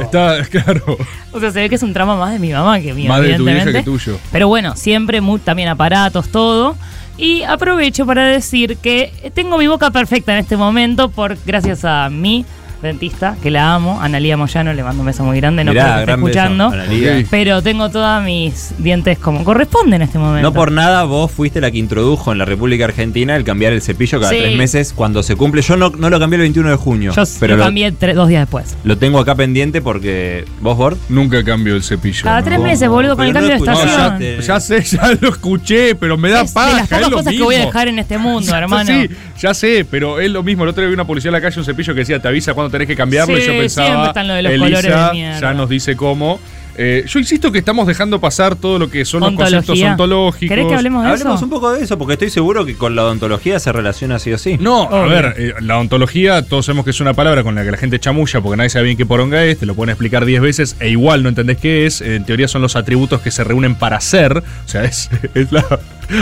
[SPEAKER 7] Está, claro.
[SPEAKER 6] O sea, se ve que es un trama más de mi mamá que mío,
[SPEAKER 7] Más de tu
[SPEAKER 6] evidentemente.
[SPEAKER 7] vieja que tuyo.
[SPEAKER 6] Pero bueno, siempre mu- también aparatos, todo. Y aprovecho para decir que tengo mi boca perfecta en este momento por gracias a mi dentista, que la amo, Analía Moyano, le mando un beso muy grande, no
[SPEAKER 9] Mirá,
[SPEAKER 6] creo que esté
[SPEAKER 9] gran beso,
[SPEAKER 6] escuchando.
[SPEAKER 9] Analía.
[SPEAKER 7] Ok.
[SPEAKER 6] Pero tengo todas mis dientes como corresponde en este momento.
[SPEAKER 9] No por nada vos fuiste la que introdujo en la República Argentina el cambiar el cepillo cada
[SPEAKER 6] Sí.
[SPEAKER 9] tres meses cuando se cumple. Yo no, no lo cambié el 21 de junio.
[SPEAKER 6] Yo
[SPEAKER 9] pero
[SPEAKER 6] lo
[SPEAKER 9] lo,
[SPEAKER 6] cambié tres- dos días después.
[SPEAKER 9] lo tengo acá pendiente porque. ¿Vos, Bord?
[SPEAKER 7] Nunca cambio el cepillo.
[SPEAKER 6] Cada
[SPEAKER 7] ¿no?
[SPEAKER 6] tres meses, boludo, con
[SPEAKER 9] Pero
[SPEAKER 6] el
[SPEAKER 9] no
[SPEAKER 6] cambio de
[SPEAKER 9] escuchás.
[SPEAKER 7] No,
[SPEAKER 6] estación.
[SPEAKER 7] ya, ya sé, ya lo escuché, pero me da
[SPEAKER 6] es de
[SPEAKER 7] paja.
[SPEAKER 6] las pocas
[SPEAKER 7] Ah, es lo
[SPEAKER 6] cosas que voy a
[SPEAKER 7] mismo.
[SPEAKER 6] dejar en este mundo, hermano.
[SPEAKER 7] Sí, ya sé, pero es lo mismo. El otro día vi una policía en la calle, un cepillo que decía, te avisa cuando tenés que cambiarlo. y
[SPEAKER 6] Sí,
[SPEAKER 7] yo
[SPEAKER 6] siempre
[SPEAKER 7] pensaba,
[SPEAKER 6] están lo de los
[SPEAKER 7] Elisa
[SPEAKER 6] colores de mierda".
[SPEAKER 7] ya nos dice cómo. Eh, yo insisto que estamos dejando pasar todo lo que son los conceptos
[SPEAKER 6] Ontología.
[SPEAKER 7] ontológicos.
[SPEAKER 6] ¿Querés que hablemos de
[SPEAKER 9] Hablemos
[SPEAKER 6] eso?
[SPEAKER 9] un poco de eso porque estoy seguro que con la odontología se relaciona sí o sí.
[SPEAKER 7] No, a
[SPEAKER 6] Obvio.
[SPEAKER 7] ver, eh, la ontología, todos sabemos que es una palabra con la que la gente chamulla porque nadie sabe bien qué poronga es, te lo pueden explicar 10 veces e igual no entendés qué es. En teoría son los atributos que se reúnen para ser. O sea, es, es la.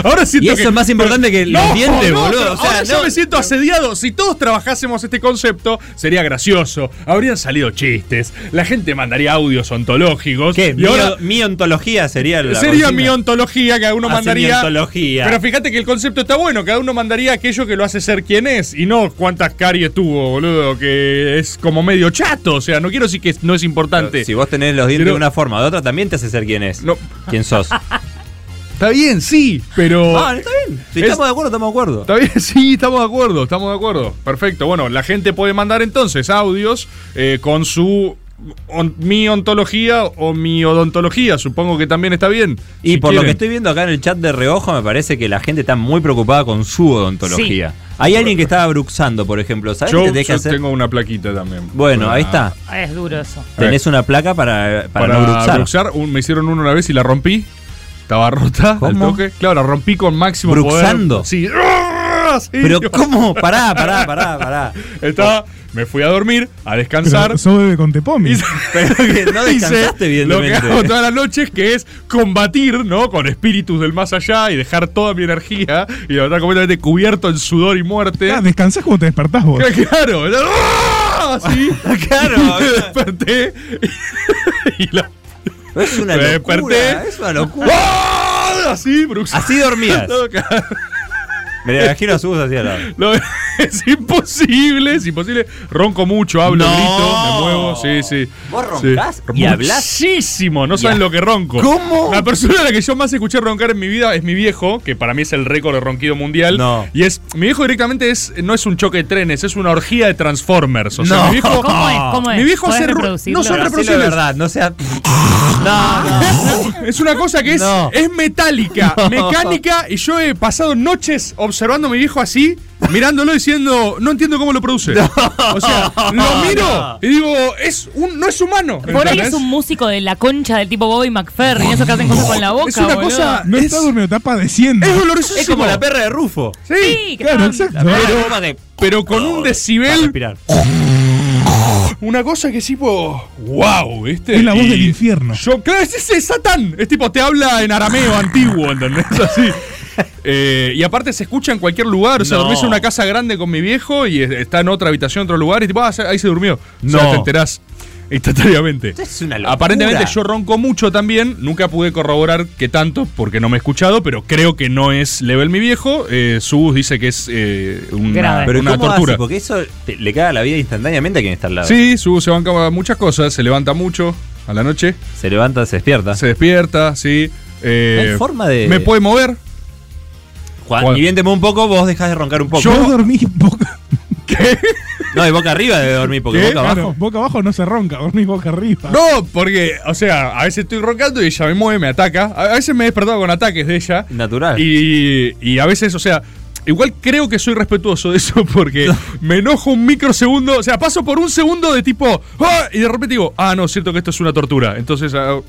[SPEAKER 7] Ahora siento
[SPEAKER 9] Y eso
[SPEAKER 7] que-
[SPEAKER 9] es más importante que los dientes,
[SPEAKER 7] no,
[SPEAKER 9] boludo.
[SPEAKER 7] pero
[SPEAKER 9] O sea,
[SPEAKER 7] ahora yo
[SPEAKER 9] no-
[SPEAKER 7] me siento asediado. Si todos trabajásemos este concepto, sería gracioso. Habrían salido chistes. La gente mandaría audios ontológicos.
[SPEAKER 9] ¿Qué?
[SPEAKER 7] Y
[SPEAKER 9] Mi,
[SPEAKER 7] ahora.
[SPEAKER 9] mi ontología sería la.
[SPEAKER 7] Sería
[SPEAKER 9] consigna.
[SPEAKER 7] mi ontología, cada uno
[SPEAKER 9] Hace mi
[SPEAKER 7] mandaría.
[SPEAKER 9] Ah, ontología.
[SPEAKER 7] Ah, Pero fíjate que el concepto está bueno, cada uno mandaría aquello que lo hace ser quien es y no cuántas caries tuvo, boludo, que es como medio chato, o sea, no quiero decir que no es importante.
[SPEAKER 9] Si vos tenés los dientes
[SPEAKER 7] Pero-
[SPEAKER 9] de una forma o de otra, también te hace ser quién es.
[SPEAKER 7] No.
[SPEAKER 9] ¿Quién sos?
[SPEAKER 7] Está bien, sí, pero
[SPEAKER 9] Ah, está bien. Si
[SPEAKER 7] Es-
[SPEAKER 9] estamos de acuerdo, estamos de acuerdo.
[SPEAKER 7] Está bien, sí, estamos de acuerdo, estamos de acuerdo. Perfecto. Bueno, la gente puede mandar entonces audios eh, con su on- mi ontología o mi odontología, supongo que también está bien.
[SPEAKER 9] Y
[SPEAKER 7] Si
[SPEAKER 9] por lo que
[SPEAKER 7] quieren.
[SPEAKER 9] estoy viendo acá en el chat de reojo, me parece que la gente está muy preocupada con su odontología. Hay alguien que estaba bruxando, por ejemplo. ¿Sabes qué
[SPEAKER 7] yo,
[SPEAKER 9] tenés que
[SPEAKER 7] yo
[SPEAKER 9] hacer?
[SPEAKER 7] tengo una plaquita también.
[SPEAKER 9] Bueno,
[SPEAKER 7] Para-
[SPEAKER 9] ahí está.
[SPEAKER 6] Ah, Es duro eso.
[SPEAKER 9] Tenés una placa para, para,
[SPEAKER 7] Para,
[SPEAKER 9] no bruxar.
[SPEAKER 7] bruxar, un- me hicieron uno una vez y la rompí. Estaba rota al
[SPEAKER 9] ¿Cómo?
[SPEAKER 7] toque. Claro, la rompí con máximo
[SPEAKER 9] ¿Bruxando?
[SPEAKER 7] poder. Sí. Sí,
[SPEAKER 9] Pero
[SPEAKER 7] yo-
[SPEAKER 9] ¿cómo? Pará, pará, pará, pará.
[SPEAKER 7] Estaba, me fui a dormir, a descansar.
[SPEAKER 10] Pero Eso bebe con tepomi.
[SPEAKER 7] Hice-
[SPEAKER 9] Pero que no
[SPEAKER 7] hice
[SPEAKER 9] descansaste,
[SPEAKER 7] Lo que
[SPEAKER 9] evidentemente.
[SPEAKER 7] hago todas las noches, que es combatir, ¿no? Con espíritus del más allá y dejar toda mi energía y estar completamente cubierto en sudor y muerte.
[SPEAKER 10] Ah, descansás como te despertás vos.
[SPEAKER 7] Claro, ¡Ah! así.
[SPEAKER 9] Claro.
[SPEAKER 7] Me desperté y la-
[SPEAKER 9] Es una
[SPEAKER 7] me
[SPEAKER 9] locura.
[SPEAKER 7] desperté.
[SPEAKER 9] Es una locura.
[SPEAKER 7] ¡Ah! Así, Brooks.
[SPEAKER 9] Así dormías.
[SPEAKER 7] No, claro.
[SPEAKER 9] Me la imagino a Sus así al lado.
[SPEAKER 7] No, es imposible, es imposible. Ronco mucho, hablo,
[SPEAKER 9] No.
[SPEAKER 7] grito, me muevo, sí, sí.
[SPEAKER 9] ¿Vos roncás y hablás?
[SPEAKER 7] Muchísimo, no saben
[SPEAKER 9] Y-
[SPEAKER 7] lo que ronco.
[SPEAKER 9] ¿Cómo?
[SPEAKER 7] La persona a la que yo más escuché roncar en mi vida es mi viejo, que para mí es el récord de ronquido mundial.
[SPEAKER 9] No.
[SPEAKER 7] Y es, mi viejo directamente es, no es un choque de trenes, es una orgía de Transformers. O sea,
[SPEAKER 9] No.
[SPEAKER 7] mi viejo.
[SPEAKER 6] ¿Cómo es? ¿Cómo es?
[SPEAKER 7] Mi viejo
[SPEAKER 6] ¿Podés
[SPEAKER 7] se ru-
[SPEAKER 6] reproducirlo?
[SPEAKER 7] no son
[SPEAKER 9] Pero hacelo de
[SPEAKER 7] reproducibles.
[SPEAKER 9] verdad, no sea. No, no.
[SPEAKER 7] Es una cosa que es,
[SPEAKER 9] No.
[SPEAKER 7] es metálica, mecánica, y yo he pasado noches observando a mi viejo así, mirándolo diciendo, no entiendo cómo lo produce. O sea, lo miro
[SPEAKER 9] No.
[SPEAKER 7] y digo, es un, no es humano.
[SPEAKER 6] Por ahí
[SPEAKER 7] ¿entendés?
[SPEAKER 6] es un músico de la concha del tipo Bobby McFerrin, eso que hacen cosas con la boca.
[SPEAKER 7] Es una
[SPEAKER 6] boludo.
[SPEAKER 7] cosa-
[SPEAKER 10] No
[SPEAKER 7] Es-
[SPEAKER 10] está durmiendo, está padeciendo.
[SPEAKER 7] Es dolorosísimo.
[SPEAKER 9] Es como la perra de Rufo.
[SPEAKER 6] Sí, que
[SPEAKER 10] Claro,
[SPEAKER 6] están-
[SPEAKER 10] exacto.
[SPEAKER 9] La perra de Rufo hace-
[SPEAKER 7] Pero con un
[SPEAKER 9] eh, para
[SPEAKER 7] decibel
[SPEAKER 9] respirar.
[SPEAKER 7] una cosa que es tipo. ¡Wow! ¿Viste?
[SPEAKER 10] Es la voz
[SPEAKER 7] Y
[SPEAKER 10] del infierno.
[SPEAKER 7] Yo, claro, es ese Satán. Es tipo, te habla en arameo antiguo, ¿entendés? Así. Eh, y aparte se escucha en cualquier lugar. O sea,
[SPEAKER 9] No.
[SPEAKER 7] dormís en una casa grande con mi viejo y eh, está en otra habitación, en otro lugar. Y tipo, ah, ahí se durmió. O sea,
[SPEAKER 9] No.
[SPEAKER 7] te enterás instantáneamente.
[SPEAKER 9] Es una locura.
[SPEAKER 7] Aparentemente yo ronco mucho también, nunca pude corroborar que tanto, porque no me he escuchado, pero creo que no es level mi viejo. Eh, Subus dice que es eh, una,
[SPEAKER 6] Grave.
[SPEAKER 9] Pero
[SPEAKER 7] una
[SPEAKER 9] ¿cómo
[SPEAKER 7] tortura.
[SPEAKER 9] hace? Porque eso te- le caga la vida instantáneamente a quien está al lado.
[SPEAKER 7] Sí, Subus se banca muchas cosas, se levanta mucho a la noche,
[SPEAKER 9] Se levanta, se despierta.
[SPEAKER 7] se despierta, sí. eh,
[SPEAKER 9] No hay forma de-
[SPEAKER 7] Me puede mover.
[SPEAKER 9] Juan,
[SPEAKER 7] Juan.
[SPEAKER 9] y bien te mueve un poco, vos dejás de roncar un poco.
[SPEAKER 10] Yo dormí boca,
[SPEAKER 9] No, de boca arriba debe dormir, porque
[SPEAKER 7] ¿Qué?
[SPEAKER 9] boca
[SPEAKER 10] claro,
[SPEAKER 9] abajo.
[SPEAKER 10] boca abajo no se ronca, dormí boca arriba.
[SPEAKER 7] No, porque, o sea, a veces estoy roncando y ella me mueve, me ataca. A a veces me he despertado con ataques de ella.
[SPEAKER 9] Natural.
[SPEAKER 7] Y, y a veces, o sea, igual creo que soy respetuoso de eso porque me enojo un microsegundo. O sea, paso por un segundo de tipo. "Ah", Y de repente digo, ah, no, es cierto que esto es una tortura. Entonces, ah,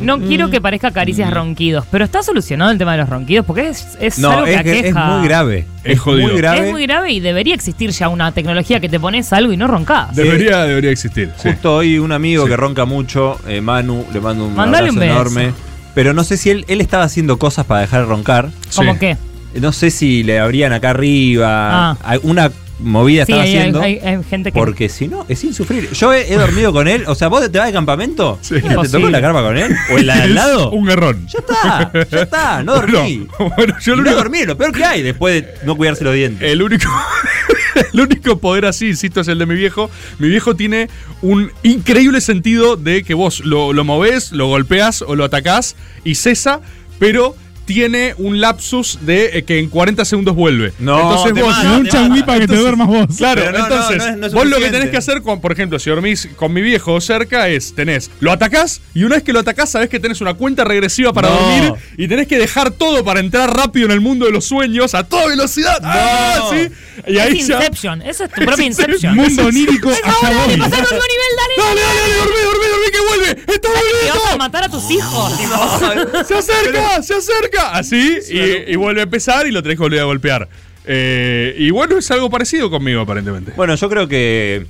[SPEAKER 6] No quiero que parezca
[SPEAKER 7] Mm.
[SPEAKER 6] caricias ronquidos, pero está solucionado el tema de los ronquidos porque es, es
[SPEAKER 9] No,
[SPEAKER 6] algo que
[SPEAKER 9] es,
[SPEAKER 6] aqueja.
[SPEAKER 9] es muy grave.
[SPEAKER 7] Es jodido.
[SPEAKER 9] Muy grave.
[SPEAKER 6] Es muy grave y debería existir ya una tecnología que te pones algo y no roncás.
[SPEAKER 7] debería, debería existir. sí.
[SPEAKER 9] Justo hoy un amigo
[SPEAKER 7] Sí.
[SPEAKER 9] que ronca mucho, eh, Manu, le mando un
[SPEAKER 6] Mandale
[SPEAKER 9] abrazo
[SPEAKER 6] un beso.
[SPEAKER 9] enorme. Pero no sé si él, él estaba haciendo cosas para dejar de roncar. Eh,
[SPEAKER 6] ¿Cómo
[SPEAKER 7] Sí.
[SPEAKER 6] qué?
[SPEAKER 9] No sé si le abrían acá arriba.
[SPEAKER 6] Ah.
[SPEAKER 9] Alguna movida
[SPEAKER 6] Sí,
[SPEAKER 9] estaba
[SPEAKER 6] hay,
[SPEAKER 9] haciendo.
[SPEAKER 6] hay- hay gente que.
[SPEAKER 9] Porque si no, es insufrible. Yo he, he dormido con él. O sea, vos te vas de campamento.
[SPEAKER 7] Sí.
[SPEAKER 9] Mira, ¿Te tocó
[SPEAKER 6] Imposible.
[SPEAKER 9] la carpa con él? ¿O el al lado?
[SPEAKER 7] Es Un garrón.
[SPEAKER 9] Ya está, ya está. No dormí.
[SPEAKER 7] Bueno, bueno, yo lo
[SPEAKER 9] no
[SPEAKER 7] único,
[SPEAKER 9] dormí, lo peor que hay después de no cuidarse los dientes.
[SPEAKER 7] El único, el único poder así, insisto, es el de mi viejo. Mi viejo tiene un increíble sentido de que vos lo, lo movés, lo golpeás o lo atacás y cesa, pero tiene un lapsus de eh, que en 40 segundos vuelve.
[SPEAKER 9] No,
[SPEAKER 7] Entonces
[SPEAKER 9] te
[SPEAKER 7] vos.
[SPEAKER 9] mata,
[SPEAKER 10] Te da un
[SPEAKER 9] te mata.
[SPEAKER 10] changui para que te
[SPEAKER 9] Entonces-
[SPEAKER 10] duermas vos.
[SPEAKER 7] Claro,
[SPEAKER 9] Pero no, no,
[SPEAKER 7] entonces,
[SPEAKER 9] no es- no es
[SPEAKER 7] vos lo que
[SPEAKER 9] suficiente.
[SPEAKER 7] tenés que hacer, con, por ejemplo, si dormís con mi viejo cerca, es tenés, lo atacás y una vez que lo atacás, sabés que tenés una cuenta regresiva para
[SPEAKER 9] No.
[SPEAKER 7] dormir y tenés que dejar todo para entrar rápido en el mundo de los sueños a toda velocidad. ¡Ah, sí! Y
[SPEAKER 6] Es
[SPEAKER 7] ahí ya.
[SPEAKER 6] Inception. Eso es tu propia Inception.
[SPEAKER 10] Mundo onírico allá
[SPEAKER 6] Ahora,
[SPEAKER 10] voy.
[SPEAKER 6] dale, pasa el último nivel, dale.
[SPEAKER 7] Dale, dale, dale, dormí, dormí, dormí, que vuelve. ¡Está
[SPEAKER 6] Te vas a
[SPEAKER 7] volviendo!
[SPEAKER 6] matar a tus hijos. tipo.
[SPEAKER 7] ¡Se acerca! ¡Se acerca! Así, y, y vuelve a empezar y lo tenés que volver a golpear. Eh, y bueno, es algo parecido conmigo, aparentemente.
[SPEAKER 9] Bueno, yo creo que,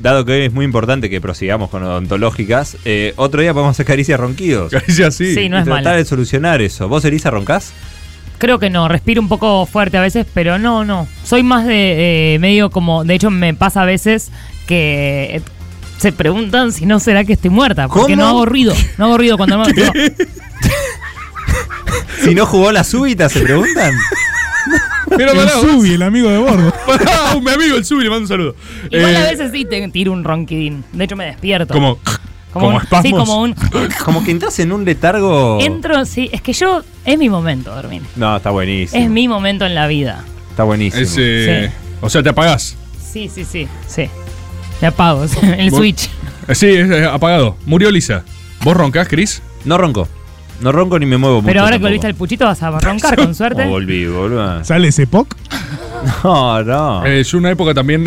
[SPEAKER 9] dado que hoy es muy importante que prosigamos con odontológicas, eh, otro día podemos hacer caricias ronquidos.
[SPEAKER 7] Casi así.
[SPEAKER 6] Sí, no
[SPEAKER 9] y
[SPEAKER 6] es
[SPEAKER 9] tratar
[SPEAKER 6] malo.
[SPEAKER 9] de solucionar eso. ¿Vos, Elisa, roncás?
[SPEAKER 6] Creo que no, respiro un poco fuerte a veces, pero no, no. Soy más de eh, medio como, de hecho me pasa a veces que eh, se preguntan si no será que estoy muerta, porque
[SPEAKER 9] ¿Cómo?
[SPEAKER 6] no hago ruido, no hago ruido cuando me no.
[SPEAKER 9] Si no jugó la súbita, ¿se preguntan?
[SPEAKER 7] Pero
[SPEAKER 10] El
[SPEAKER 7] pará, vos-
[SPEAKER 10] Subi, el amigo de bordo.
[SPEAKER 7] pará, mi amigo el Subi, le mando un saludo.
[SPEAKER 6] Igual
[SPEAKER 7] Eh,
[SPEAKER 6] a veces sí te tiro un ronquidín, de hecho me despierto.
[SPEAKER 7] Como, como
[SPEAKER 6] un-
[SPEAKER 7] espasmos. Oh.
[SPEAKER 6] Sí, como un...
[SPEAKER 9] Como que entras en un letargo.
[SPEAKER 6] Entro, sí, es que yo, es mi momento dormir,
[SPEAKER 9] No, está buenísimo.
[SPEAKER 6] es mi momento en la vida.
[SPEAKER 9] Está buenísimo.
[SPEAKER 7] Es, eh, O sea, te apagás.
[SPEAKER 6] Sí, sí, sí, sí. Me apago, el
[SPEAKER 7] Vos-
[SPEAKER 6] switch.
[SPEAKER 7] Eh, Sí, es eh, apagado. Murió Lisa. ¿Vos roncás, Chris?
[SPEAKER 9] No ronco. No ronco ni me muevo mucho.
[SPEAKER 6] Pero ahora que
[SPEAKER 9] tampoco.
[SPEAKER 6] volviste al puchito vas a roncar con
[SPEAKER 9] No,
[SPEAKER 6] suerte.
[SPEAKER 9] volví, boludo.
[SPEAKER 10] Sale ese POC.
[SPEAKER 9] No, no.
[SPEAKER 7] Eh, yo una época también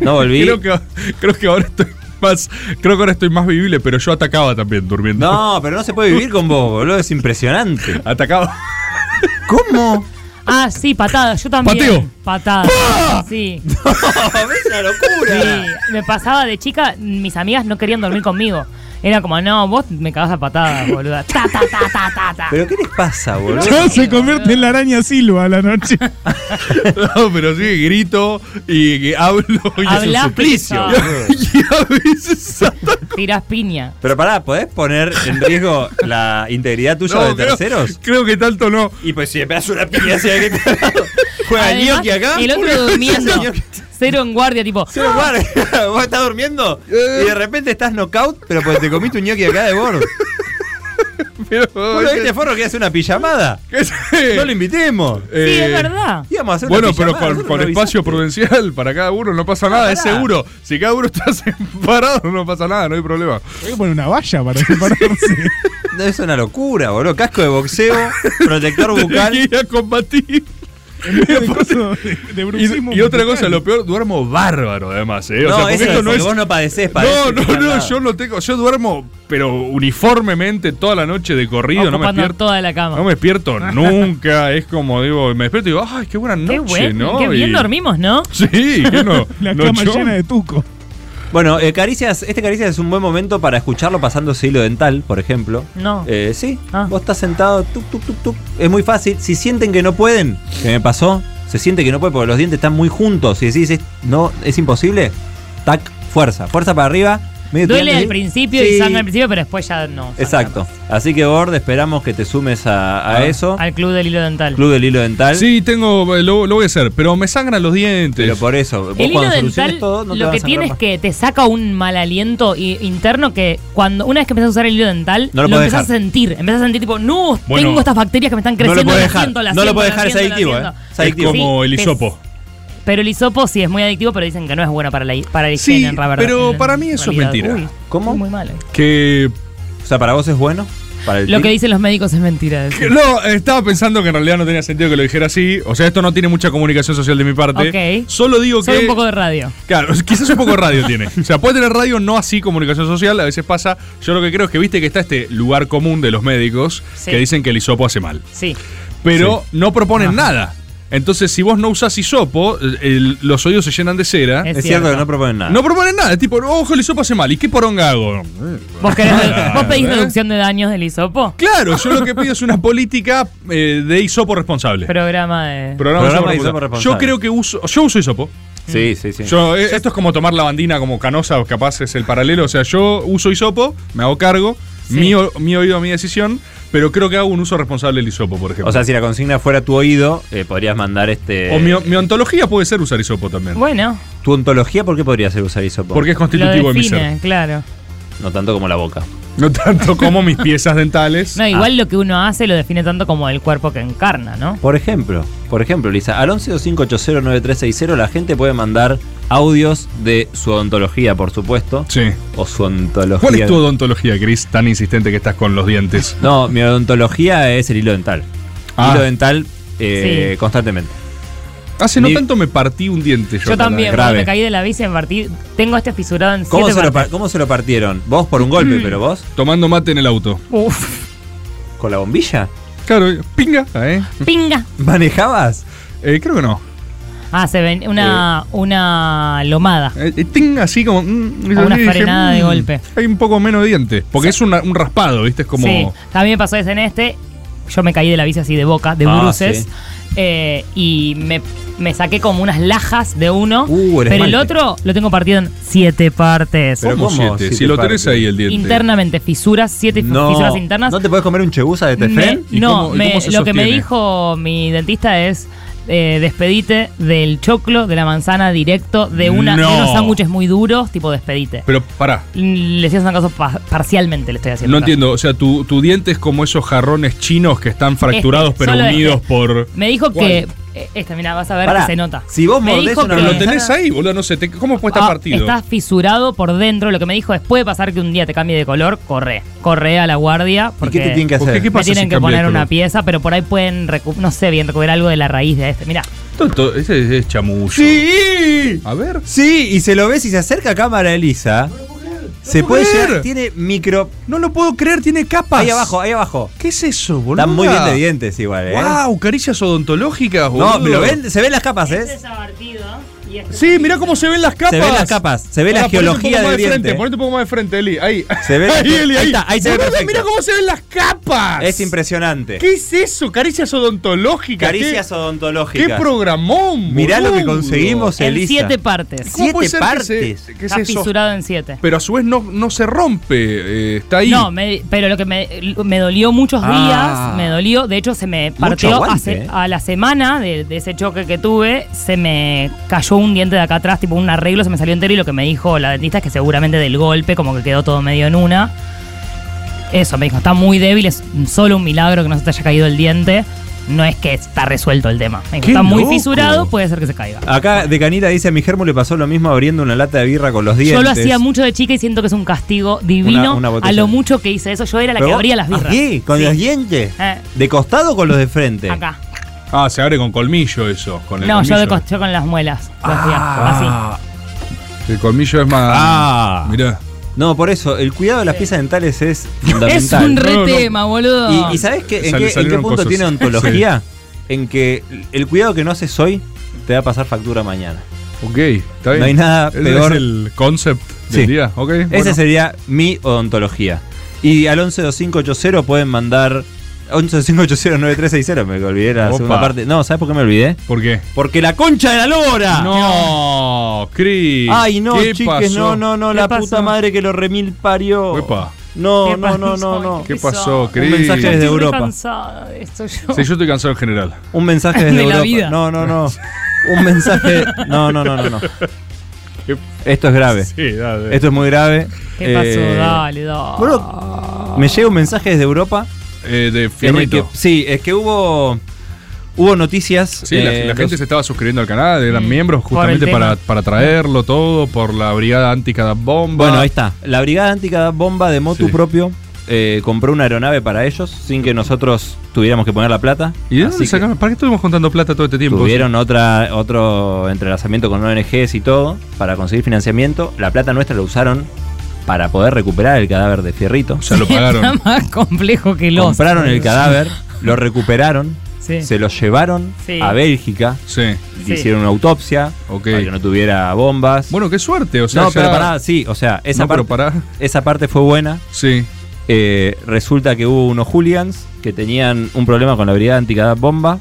[SPEAKER 9] No volví.
[SPEAKER 7] Creo que, creo que ahora estoy más. Creo que ahora estoy más vivible, pero yo atacaba también durmiendo.
[SPEAKER 9] No, pero no se puede vivir con vos, boludo. Es impresionante.
[SPEAKER 7] Atacaba.
[SPEAKER 9] ¿Cómo?
[SPEAKER 6] Ah, sí, patada, yo también.
[SPEAKER 7] Pateo.
[SPEAKER 6] Patada. Sí.
[SPEAKER 9] es una
[SPEAKER 6] sí.
[SPEAKER 9] locura.
[SPEAKER 6] Me pasaba de chica, mis amigas no querían dormir conmigo. Era como, no, vos me cagás a patadas, boluda. Ta, ta, ta, ta, ta, ta.
[SPEAKER 9] ¿Pero qué les pasa, boludo?
[SPEAKER 10] Ya se convierte en la araña Silva a la noche.
[SPEAKER 7] No, pero sí, grito y que hablo y
[SPEAKER 6] Hablás,
[SPEAKER 7] es un suplicio.
[SPEAKER 6] pero
[SPEAKER 7] Y a veces ataco.
[SPEAKER 6] Tirás piña.
[SPEAKER 9] Pero pará, ¿podés poner en riesgo la integridad tuya
[SPEAKER 7] No,
[SPEAKER 9] de
[SPEAKER 7] creo-
[SPEAKER 9] terceros?
[SPEAKER 7] Creo, que tanto no.
[SPEAKER 9] Y pues si me pegas una piña hacia que te juega el
[SPEAKER 6] Además,
[SPEAKER 9] ñoqui acá.
[SPEAKER 6] El otro durmiendo.
[SPEAKER 9] Ñoqui.
[SPEAKER 6] Cero en guardia, tipo. "Ah".
[SPEAKER 9] Sí, guarda, vos estás durmiendo y de repente estás knockout, pero pues te comiste un ñoqui acá de bordo.
[SPEAKER 7] Pero.
[SPEAKER 9] ¿Vos lo viste este forro que hace una pijamada?
[SPEAKER 7] ¿Qué sé?
[SPEAKER 9] No lo invitemos.
[SPEAKER 6] Sí,
[SPEAKER 7] Eh,
[SPEAKER 6] es verdad.
[SPEAKER 9] Íbamos a hacer
[SPEAKER 7] Bueno,
[SPEAKER 9] una
[SPEAKER 7] pero
[SPEAKER 9] pijamada,
[SPEAKER 7] con,
[SPEAKER 9] nosotros
[SPEAKER 7] con
[SPEAKER 9] no
[SPEAKER 7] espacio
[SPEAKER 9] avisamos.
[SPEAKER 7] prudencial para cada uno no pasa nada, es
[SPEAKER 9] pará.
[SPEAKER 7] seguro. Si cada uno está separado, no pasa nada, no hay problema.
[SPEAKER 10] Voy a poner una valla para separarse.
[SPEAKER 9] No, es una locura, boludo. Casco de boxeo, protector
[SPEAKER 7] Tenés que
[SPEAKER 9] bucal.
[SPEAKER 7] ir a combatir.
[SPEAKER 10] de, coso de- de bruxismo
[SPEAKER 7] Y, y otra
[SPEAKER 10] musical.
[SPEAKER 7] cosa, lo peor, duermo bárbaro además, ¿eh?
[SPEAKER 9] No,
[SPEAKER 7] o sea, porque
[SPEAKER 9] eso
[SPEAKER 7] esto
[SPEAKER 9] es,
[SPEAKER 7] no
[SPEAKER 9] porque
[SPEAKER 7] es.
[SPEAKER 9] vos no padecés,
[SPEAKER 7] No,
[SPEAKER 9] padecés
[SPEAKER 7] no,
[SPEAKER 9] pijamada.
[SPEAKER 7] no, yo no tengo. Yo duermo, pero uniformemente toda la noche de corrido, no me
[SPEAKER 6] ocupando
[SPEAKER 7] despierto.
[SPEAKER 6] toda la cama.
[SPEAKER 7] No me despierto nunca. Es como digo, me despierto y digo, ay, qué buena noche,
[SPEAKER 6] qué bueno,
[SPEAKER 7] ¿no?
[SPEAKER 6] qué bien
[SPEAKER 7] Y-
[SPEAKER 6] dormimos, ¿no?
[SPEAKER 7] Sí, que no.
[SPEAKER 10] La
[SPEAKER 7] no
[SPEAKER 10] cama
[SPEAKER 7] yo-
[SPEAKER 10] llena de tuco.
[SPEAKER 9] Bueno, eh, Caricias, este Caricias es un buen momento para escucharlo pasándose hilo dental, por ejemplo.
[SPEAKER 6] No.
[SPEAKER 9] Eh, sí,
[SPEAKER 6] Ah.
[SPEAKER 9] vos estás sentado, tuk, tuk, tuk, tuk. Es muy fácil. Si sienten que no pueden, que me pasó, se siente que no puede porque los dientes están muy juntos. Y decís, es- no, es imposible, tac, fuerza. Fuerza para arriba. medio
[SPEAKER 6] Duele
[SPEAKER 9] tirando
[SPEAKER 6] al
[SPEAKER 9] así.
[SPEAKER 6] principio
[SPEAKER 9] Sí.
[SPEAKER 6] y sangra al principio, pero después ya no. sangra
[SPEAKER 9] Exacto. Así que, Bord, esperamos que te sumes a,
[SPEAKER 6] Ah.
[SPEAKER 9] a eso.
[SPEAKER 6] más. Al club del hilo dental.
[SPEAKER 9] Club del hilo dental.
[SPEAKER 7] Sí, tengo, eh, lo, lo voy a hacer, pero me sangran los dientes.
[SPEAKER 9] Pero por eso, vos
[SPEAKER 6] El hilo
[SPEAKER 9] cuando soluciones
[SPEAKER 6] dental
[SPEAKER 9] todo, no te
[SPEAKER 6] lo
[SPEAKER 9] vas a
[SPEAKER 6] que
[SPEAKER 9] sangrar
[SPEAKER 6] tiene es
[SPEAKER 9] más.
[SPEAKER 6] que te saca un mal aliento i- interno que cuando una vez que empezás a usar el hilo dental,
[SPEAKER 9] No lo podés
[SPEAKER 6] empezás a
[SPEAKER 9] dejar.
[SPEAKER 6] sentir. Empezás a sentir tipo, no,
[SPEAKER 7] Bueno,
[SPEAKER 6] tengo estas bacterias que me están
[SPEAKER 9] no
[SPEAKER 6] creciendo.
[SPEAKER 9] lo podés
[SPEAKER 6] la
[SPEAKER 9] dejar.
[SPEAKER 6] siento, la
[SPEAKER 9] No lo
[SPEAKER 6] siento,
[SPEAKER 9] podés
[SPEAKER 6] la
[SPEAKER 9] dejar, es
[SPEAKER 6] siento, la
[SPEAKER 9] adictivo,
[SPEAKER 6] siento.
[SPEAKER 9] ¿eh? Es
[SPEAKER 7] es
[SPEAKER 9] adictivo.
[SPEAKER 7] como
[SPEAKER 6] Sí,
[SPEAKER 7] el
[SPEAKER 6] te-
[SPEAKER 7] hisopo.
[SPEAKER 6] Pero el hisopo sí es muy adictivo, pero dicen que no es bueno para la, hi- para la
[SPEAKER 7] Sí,
[SPEAKER 6] higiene, en ra- verdad-
[SPEAKER 7] pero
[SPEAKER 6] en
[SPEAKER 7] para mí eso es
[SPEAKER 6] realidad.
[SPEAKER 7] mentira.
[SPEAKER 6] Uy,
[SPEAKER 9] ¿Cómo?
[SPEAKER 6] es Muy eh. malo.
[SPEAKER 7] Que
[SPEAKER 9] O sea, para vos es bueno. Para el
[SPEAKER 6] Lo que
[SPEAKER 9] tic?
[SPEAKER 6] dicen los médicos es mentira. decís.
[SPEAKER 7] No, estaba pensando que en realidad no tenía sentido que lo dijera así. O sea, esto no tiene mucha comunicación social de mi parte.
[SPEAKER 6] Ok.
[SPEAKER 7] Solo digo
[SPEAKER 6] Solo
[SPEAKER 7] que.
[SPEAKER 6] un poco de radio.
[SPEAKER 7] Claro, quizás un poco de radio tiene. O sea, puede tener radio, no así comunicación social. A veces pasa. Yo lo que creo es que viste que está este lugar común de los médicos
[SPEAKER 6] Sí.
[SPEAKER 7] que dicen que el hisopo hace mal.
[SPEAKER 6] Sí.
[SPEAKER 7] Pero no proponen nada. Entonces, si vos no usás hisopo, eh, el- los oídos se llenan de cera.
[SPEAKER 6] Es
[SPEAKER 9] Es cierto que
[SPEAKER 6] cierto.
[SPEAKER 9] no proponen nada.
[SPEAKER 7] No proponen nada. Es tipo, ojo, el hisopo hace mal. ¿Y qué poronga hago?
[SPEAKER 6] ¿Vos, querés-
[SPEAKER 9] ah,
[SPEAKER 7] Claro,
[SPEAKER 6] ¿Vos pedís
[SPEAKER 7] ¿eh?
[SPEAKER 6] reducción de daños del hisopo?
[SPEAKER 7] Claro, yo lo que pido es una política eh, de hisopo responsable.
[SPEAKER 6] Programa de.
[SPEAKER 7] Programa,
[SPEAKER 9] Programa
[SPEAKER 7] de
[SPEAKER 9] de
[SPEAKER 7] hisopo
[SPEAKER 9] hisopo
[SPEAKER 7] responsable. Yo
[SPEAKER 9] responsable.
[SPEAKER 7] creo que uso. Yo uso hisopo.
[SPEAKER 9] Sí, sí, sí.
[SPEAKER 7] Yo, eh, esto es como tomar la bandina como canosa, capaz es el paralelo. O sea, yo uso hisopo, me hago cargo,
[SPEAKER 6] Sí.
[SPEAKER 7] mi, o- mi oído a mi decisión, pero creo que hago un uso responsable del hisopo, por ejemplo.
[SPEAKER 9] O sea, si la consigna fuera tu oído, eh, podrías mandar este.
[SPEAKER 7] O mi, mi ontología puede ser usar hisopo también.
[SPEAKER 6] bueno,
[SPEAKER 9] ¿Tu ontología por qué podría ser usar hisopo?
[SPEAKER 7] Porque es
[SPEAKER 6] lo
[SPEAKER 7] constitutivo de mi ser.
[SPEAKER 6] define, claro.
[SPEAKER 9] No tanto como la boca.
[SPEAKER 7] No tanto como mis piezas dentales.
[SPEAKER 9] Ah.
[SPEAKER 6] No, igual lo que uno hace lo define tanto como el cuerpo que encarna, ¿no?
[SPEAKER 9] Ah, Por ejemplo, por ejemplo, Lisa, al 1125809360 la gente puede mandar audios de su odontología, por supuesto.
[SPEAKER 7] Sí.
[SPEAKER 9] O su ontología.
[SPEAKER 7] ¿Cuál es tu odontología, Chris, tan insistente que estás con los dientes?
[SPEAKER 9] No, mi odontología es el hilo dental.
[SPEAKER 7] Ah.
[SPEAKER 9] Hilo dental eh,
[SPEAKER 6] Sí.
[SPEAKER 9] constantemente.
[SPEAKER 7] Hace no
[SPEAKER 9] Mi-
[SPEAKER 7] tanto me partí un diente. Yo,
[SPEAKER 6] Yo también,
[SPEAKER 9] grave.
[SPEAKER 6] cuando me caí de la bici, me partí. Tengo este fisurado en
[SPEAKER 9] ¿Cómo
[SPEAKER 6] siete
[SPEAKER 9] se, lo
[SPEAKER 6] partes. Mm.
[SPEAKER 9] par- ¿Cómo se lo partieron? Vos por un golpe, pero vos
[SPEAKER 7] Tomando mate en el auto.
[SPEAKER 6] Uf,
[SPEAKER 9] con la bombilla.
[SPEAKER 7] Claro, pinga, ¿eh?
[SPEAKER 6] pinga.
[SPEAKER 9] ¿Manejabas?
[SPEAKER 7] Eh, creo que no.
[SPEAKER 6] Ah, se ven una,
[SPEAKER 9] Eh.
[SPEAKER 6] una lomada.
[SPEAKER 7] Eh, eh, ting, así como. mm,
[SPEAKER 6] Como una
[SPEAKER 7] dije,
[SPEAKER 6] frenada de
[SPEAKER 7] mm,
[SPEAKER 6] golpe.
[SPEAKER 7] Hay un poco menos de diente. Porque es una- un raspado, ¿viste? Es como.
[SPEAKER 6] Sí, también me pasó eso en este. Yo me caí de la bici así de boca, de
[SPEAKER 9] Ah,
[SPEAKER 6] bruces.
[SPEAKER 9] sí.
[SPEAKER 6] eh, y me, me saqué como unas lajas de uno.
[SPEAKER 9] Uh, el
[SPEAKER 6] pero el
[SPEAKER 9] esmalte.
[SPEAKER 6] otro lo tengo partido en siete partes.
[SPEAKER 9] Pero
[SPEAKER 7] ¿Cómo
[SPEAKER 9] ¿cómo?
[SPEAKER 7] siete?
[SPEAKER 9] Si
[SPEAKER 7] Si
[SPEAKER 9] te
[SPEAKER 7] lo
[SPEAKER 9] parte.
[SPEAKER 7] tenés ahí el diente.
[SPEAKER 6] Internamente, fisuras, siete fisuras internas.
[SPEAKER 9] ¿No te podés comer un chebusa de Tefen?
[SPEAKER 6] Me-
[SPEAKER 7] ¿Y
[SPEAKER 6] no,
[SPEAKER 7] cómo- y
[SPEAKER 6] me-
[SPEAKER 7] cómo se
[SPEAKER 6] lo que me
[SPEAKER 7] sostiene?
[SPEAKER 6] dijo mi dentista es eh, despedite del choclo, de la manzana directo, de, una, de
[SPEAKER 7] No.
[SPEAKER 6] unos sándwiches muy duros, tipo despedite.
[SPEAKER 7] Pero pará.
[SPEAKER 6] Le estoy haciendo caso pa- parcialmente, le estoy haciendo
[SPEAKER 7] No
[SPEAKER 6] caso.
[SPEAKER 7] entiendo, o sea, tu, tu diente es como esos jarrones chinos que están fracturados
[SPEAKER 6] Este,
[SPEAKER 7] pero
[SPEAKER 6] solo
[SPEAKER 7] unidos
[SPEAKER 6] este.
[SPEAKER 7] por.
[SPEAKER 6] Me dijo
[SPEAKER 7] ¿Cuál?
[SPEAKER 6] que. eh, Esta, mira, vas a ver
[SPEAKER 9] Pará,
[SPEAKER 6] que se nota.
[SPEAKER 9] si vos
[SPEAKER 6] me
[SPEAKER 9] mordés
[SPEAKER 6] dijo
[SPEAKER 9] una
[SPEAKER 6] que-
[SPEAKER 7] Lo tenés ahí, boludo, no sé. te- ¿Cómo puede estar
[SPEAKER 6] Ah,
[SPEAKER 7] partido?
[SPEAKER 6] Está fisurado por dentro. Lo que me dijo es: puede pasar que un día te cambie de color, corre. Corre a la guardia.
[SPEAKER 9] ¿Y
[SPEAKER 6] Porque
[SPEAKER 9] qué te tienen que
[SPEAKER 7] ¿Por qué?
[SPEAKER 9] hacer?
[SPEAKER 7] ¿Qué
[SPEAKER 6] me
[SPEAKER 7] pasa
[SPEAKER 6] tienen
[SPEAKER 7] si
[SPEAKER 6] que
[SPEAKER 7] cambia de
[SPEAKER 6] poner
[SPEAKER 7] color?
[SPEAKER 6] una pieza, pero por ahí pueden, recu- no sé bien, recuperar algo de la raíz de este. Mira,
[SPEAKER 7] Tonto, ese es, es chamullo.
[SPEAKER 9] ¡Sí!
[SPEAKER 7] A ver.
[SPEAKER 9] Sí, y se lo ves y se acerca a cámara Elisa. se
[SPEAKER 7] puedo
[SPEAKER 9] puede
[SPEAKER 7] creer.
[SPEAKER 9] llegar. Tiene micro.
[SPEAKER 7] No lo puedo creer, tiene capas.
[SPEAKER 9] Ahí abajo, ahí abajo.
[SPEAKER 7] ¿Qué es eso, boludo?
[SPEAKER 9] Están muy bien de dientes igual, ¿eh?
[SPEAKER 7] ¡Wow! Caricias odontológicas, boludo.
[SPEAKER 9] No, lo ven, se ven las capas, ¿eh?
[SPEAKER 7] Sí, mirá cómo se ven las capas.
[SPEAKER 9] Se ven las capas, se ve la
[SPEAKER 7] Ahora, ponete un
[SPEAKER 9] geología
[SPEAKER 7] poco más
[SPEAKER 9] del
[SPEAKER 7] frente,
[SPEAKER 9] diente.
[SPEAKER 7] Ponete un poco más de frente, Eli. Ahí.
[SPEAKER 9] Se ve la-
[SPEAKER 7] ahí, Eli, ahí.
[SPEAKER 9] Ahí está, ahí se ve
[SPEAKER 7] Boludo,
[SPEAKER 9] perfecto.
[SPEAKER 7] Mirá cómo se ven las capas.
[SPEAKER 9] Es impresionante.
[SPEAKER 7] ¿Qué es eso? Caricias odontológicas.
[SPEAKER 9] Caricias
[SPEAKER 7] ¿Qué-
[SPEAKER 9] odontológicas.
[SPEAKER 7] Qué programón,
[SPEAKER 9] Mirá lo que
[SPEAKER 7] boludo.
[SPEAKER 9] conseguimos,
[SPEAKER 6] en
[SPEAKER 9] Elisa.
[SPEAKER 6] siete partes.
[SPEAKER 7] ¿Cómo
[SPEAKER 9] Siete
[SPEAKER 7] puede ser que se-
[SPEAKER 9] partes.
[SPEAKER 7] que es
[SPEAKER 6] está
[SPEAKER 7] eso?
[SPEAKER 6] fisurado en siete.
[SPEAKER 7] Pero a su vez no, no se rompe. eh, está ahí.
[SPEAKER 6] No, me- pero lo que me, me dolió muchos
[SPEAKER 9] Ah.
[SPEAKER 6] días, me dolió, de hecho se me
[SPEAKER 9] Mucho
[SPEAKER 6] partió
[SPEAKER 9] aguante,
[SPEAKER 6] hace-
[SPEAKER 9] eh.
[SPEAKER 6] a la semana de, de ese choque que tuve, se me cayó un diente de acá atrás, tipo un arreglo, se me salió entero y lo que me dijo la dentista es que seguramente del golpe, como que quedó todo medio en una. Eso, me dijo, está muy débil, es solo un milagro que no se te haya caído el diente, no es que está resuelto el tema. Me dijo,
[SPEAKER 7] ¡Qué
[SPEAKER 6] está muy
[SPEAKER 7] loco!
[SPEAKER 6] fisurado, puede ser que se caiga.
[SPEAKER 9] Acá de Canita dice a mi germo le pasó lo mismo abriendo una lata de birra con los dientes.
[SPEAKER 6] Yo lo hacía mucho de chica y siento que es un castigo divino
[SPEAKER 9] una botella.
[SPEAKER 6] a lo mucho que hice eso. Yo era la que
[SPEAKER 9] Pero-
[SPEAKER 6] abría las birras.
[SPEAKER 9] Aquí, con
[SPEAKER 6] Sí.
[SPEAKER 9] los dientes.
[SPEAKER 6] Eh,
[SPEAKER 9] ¿De costado o con los de frente?
[SPEAKER 6] acá.
[SPEAKER 7] Ah, se abre con colmillo eso. Con el
[SPEAKER 6] No, yo,
[SPEAKER 7] colmillo.
[SPEAKER 6] de cost- yo con las muelas. lo hacía,
[SPEAKER 7] Ah. El colmillo es más.
[SPEAKER 9] Ah.
[SPEAKER 7] Mirá.
[SPEAKER 9] No, por eso, el cuidado de las piezas dentales es
[SPEAKER 6] así. Es
[SPEAKER 9] fundamental.
[SPEAKER 6] un
[SPEAKER 7] No, no.
[SPEAKER 6] re tema, boludo.
[SPEAKER 9] ¿Y, y sabes qué, en, qué,
[SPEAKER 7] Sal-
[SPEAKER 9] en qué
[SPEAKER 7] salieron
[SPEAKER 9] punto
[SPEAKER 7] cosas.
[SPEAKER 9] tiene ontología? En que el cuidado que no haces hoy te va a pasar factura mañana.
[SPEAKER 7] Ok, está bien.
[SPEAKER 9] No hay nada
[SPEAKER 7] Ese
[SPEAKER 9] peor.
[SPEAKER 7] Es el concept. del
[SPEAKER 9] Sí.
[SPEAKER 7] día, ¿ok?
[SPEAKER 9] Esa
[SPEAKER 7] bueno.
[SPEAKER 9] sería mi odontología. Y al 112580 pueden mandar. 1125809360, me olvidé la
[SPEAKER 7] Opa.
[SPEAKER 9] segunda parte. No, ¿sabes por qué me olvidé?
[SPEAKER 7] ¿Por qué?
[SPEAKER 9] Porque la concha de la lora.
[SPEAKER 7] No, Cris.
[SPEAKER 9] Ay, no,
[SPEAKER 7] ¿qué
[SPEAKER 9] chiques,
[SPEAKER 7] pasó?
[SPEAKER 9] no, no, no,
[SPEAKER 6] ¿Qué
[SPEAKER 9] la
[SPEAKER 6] pasó?
[SPEAKER 9] puta madre que lo remil parió.
[SPEAKER 7] Uepa.
[SPEAKER 9] No,
[SPEAKER 6] ¿Qué
[SPEAKER 9] no, no, no,
[SPEAKER 6] pasó?
[SPEAKER 9] no.
[SPEAKER 7] ¿Qué
[SPEAKER 6] Eso.
[SPEAKER 7] pasó,
[SPEAKER 6] Un
[SPEAKER 7] Cris?
[SPEAKER 9] mensaje desde
[SPEAKER 6] Estoy
[SPEAKER 9] Europa.
[SPEAKER 6] cansada de esto yo.
[SPEAKER 7] Sí, yo estoy cansado en general.
[SPEAKER 9] Un mensaje desde
[SPEAKER 6] De la
[SPEAKER 9] Europa.
[SPEAKER 6] vida.
[SPEAKER 9] No, no, no. Un mensaje. No, no, no, no, no.
[SPEAKER 7] ¿Qué-
[SPEAKER 9] Esto es grave.
[SPEAKER 7] Sí, dale.
[SPEAKER 9] Esto es muy grave.
[SPEAKER 6] ¿Qué pasó?
[SPEAKER 9] Eh,
[SPEAKER 7] Ah.
[SPEAKER 6] Dale, dale.
[SPEAKER 9] boludo, me llega un mensaje desde Europa.
[SPEAKER 7] Eh,
[SPEAKER 9] en
[SPEAKER 7] de
[SPEAKER 9] el
[SPEAKER 7] Fierrito.
[SPEAKER 9] que- sí, es que hubo. Hubo noticias.
[SPEAKER 7] Sí, la,
[SPEAKER 9] eh,
[SPEAKER 7] la gente
[SPEAKER 9] los-
[SPEAKER 7] se estaba suscribiendo al canal, eran
[SPEAKER 6] Mm.
[SPEAKER 7] miembros
[SPEAKER 6] Por el
[SPEAKER 7] justamente
[SPEAKER 6] tema.
[SPEAKER 7] para, para traerlo todo, por la brigada anti cada bomba.
[SPEAKER 9] Bueno, ahí está. La Brigada Antica Bomba de Motu
[SPEAKER 7] Sí.
[SPEAKER 9] propio eh, compró una aeronave para ellos sin que nosotros tuviéramos que poner la plata.
[SPEAKER 7] ¿Y de dónde
[SPEAKER 9] Así que
[SPEAKER 7] sacaron? ¿Para qué estuvimos contando plata todo este tiempo?
[SPEAKER 9] Tuvieron otra, otro entrelazamiento con ONGs y todo para conseguir financiamiento. La plata nuestra la usaron para poder recuperar el cadáver de Fierrito.
[SPEAKER 7] O sea, lo
[SPEAKER 6] Está
[SPEAKER 7] pagaron.
[SPEAKER 6] más complejo que los.
[SPEAKER 9] Compraron el cadáver, lo recuperaron,
[SPEAKER 6] Sí.
[SPEAKER 9] se lo llevaron
[SPEAKER 6] Sí.
[SPEAKER 9] a Bélgica,
[SPEAKER 7] sí.
[SPEAKER 9] le
[SPEAKER 6] Sí.
[SPEAKER 9] hicieron una autopsia
[SPEAKER 7] Ok.
[SPEAKER 9] para que no tuviera bombas.
[SPEAKER 7] Bueno, qué suerte, o sea,
[SPEAKER 9] no,
[SPEAKER 7] ya-
[SPEAKER 9] pero pará, sí, o sea, esa,
[SPEAKER 7] no,
[SPEAKER 9] parte,
[SPEAKER 7] pero pará.
[SPEAKER 9] esa parte fue buena.
[SPEAKER 7] Sí.
[SPEAKER 9] Eh, resulta que hubo unos hooligans que tenían un problema con la brigada anticadad bomba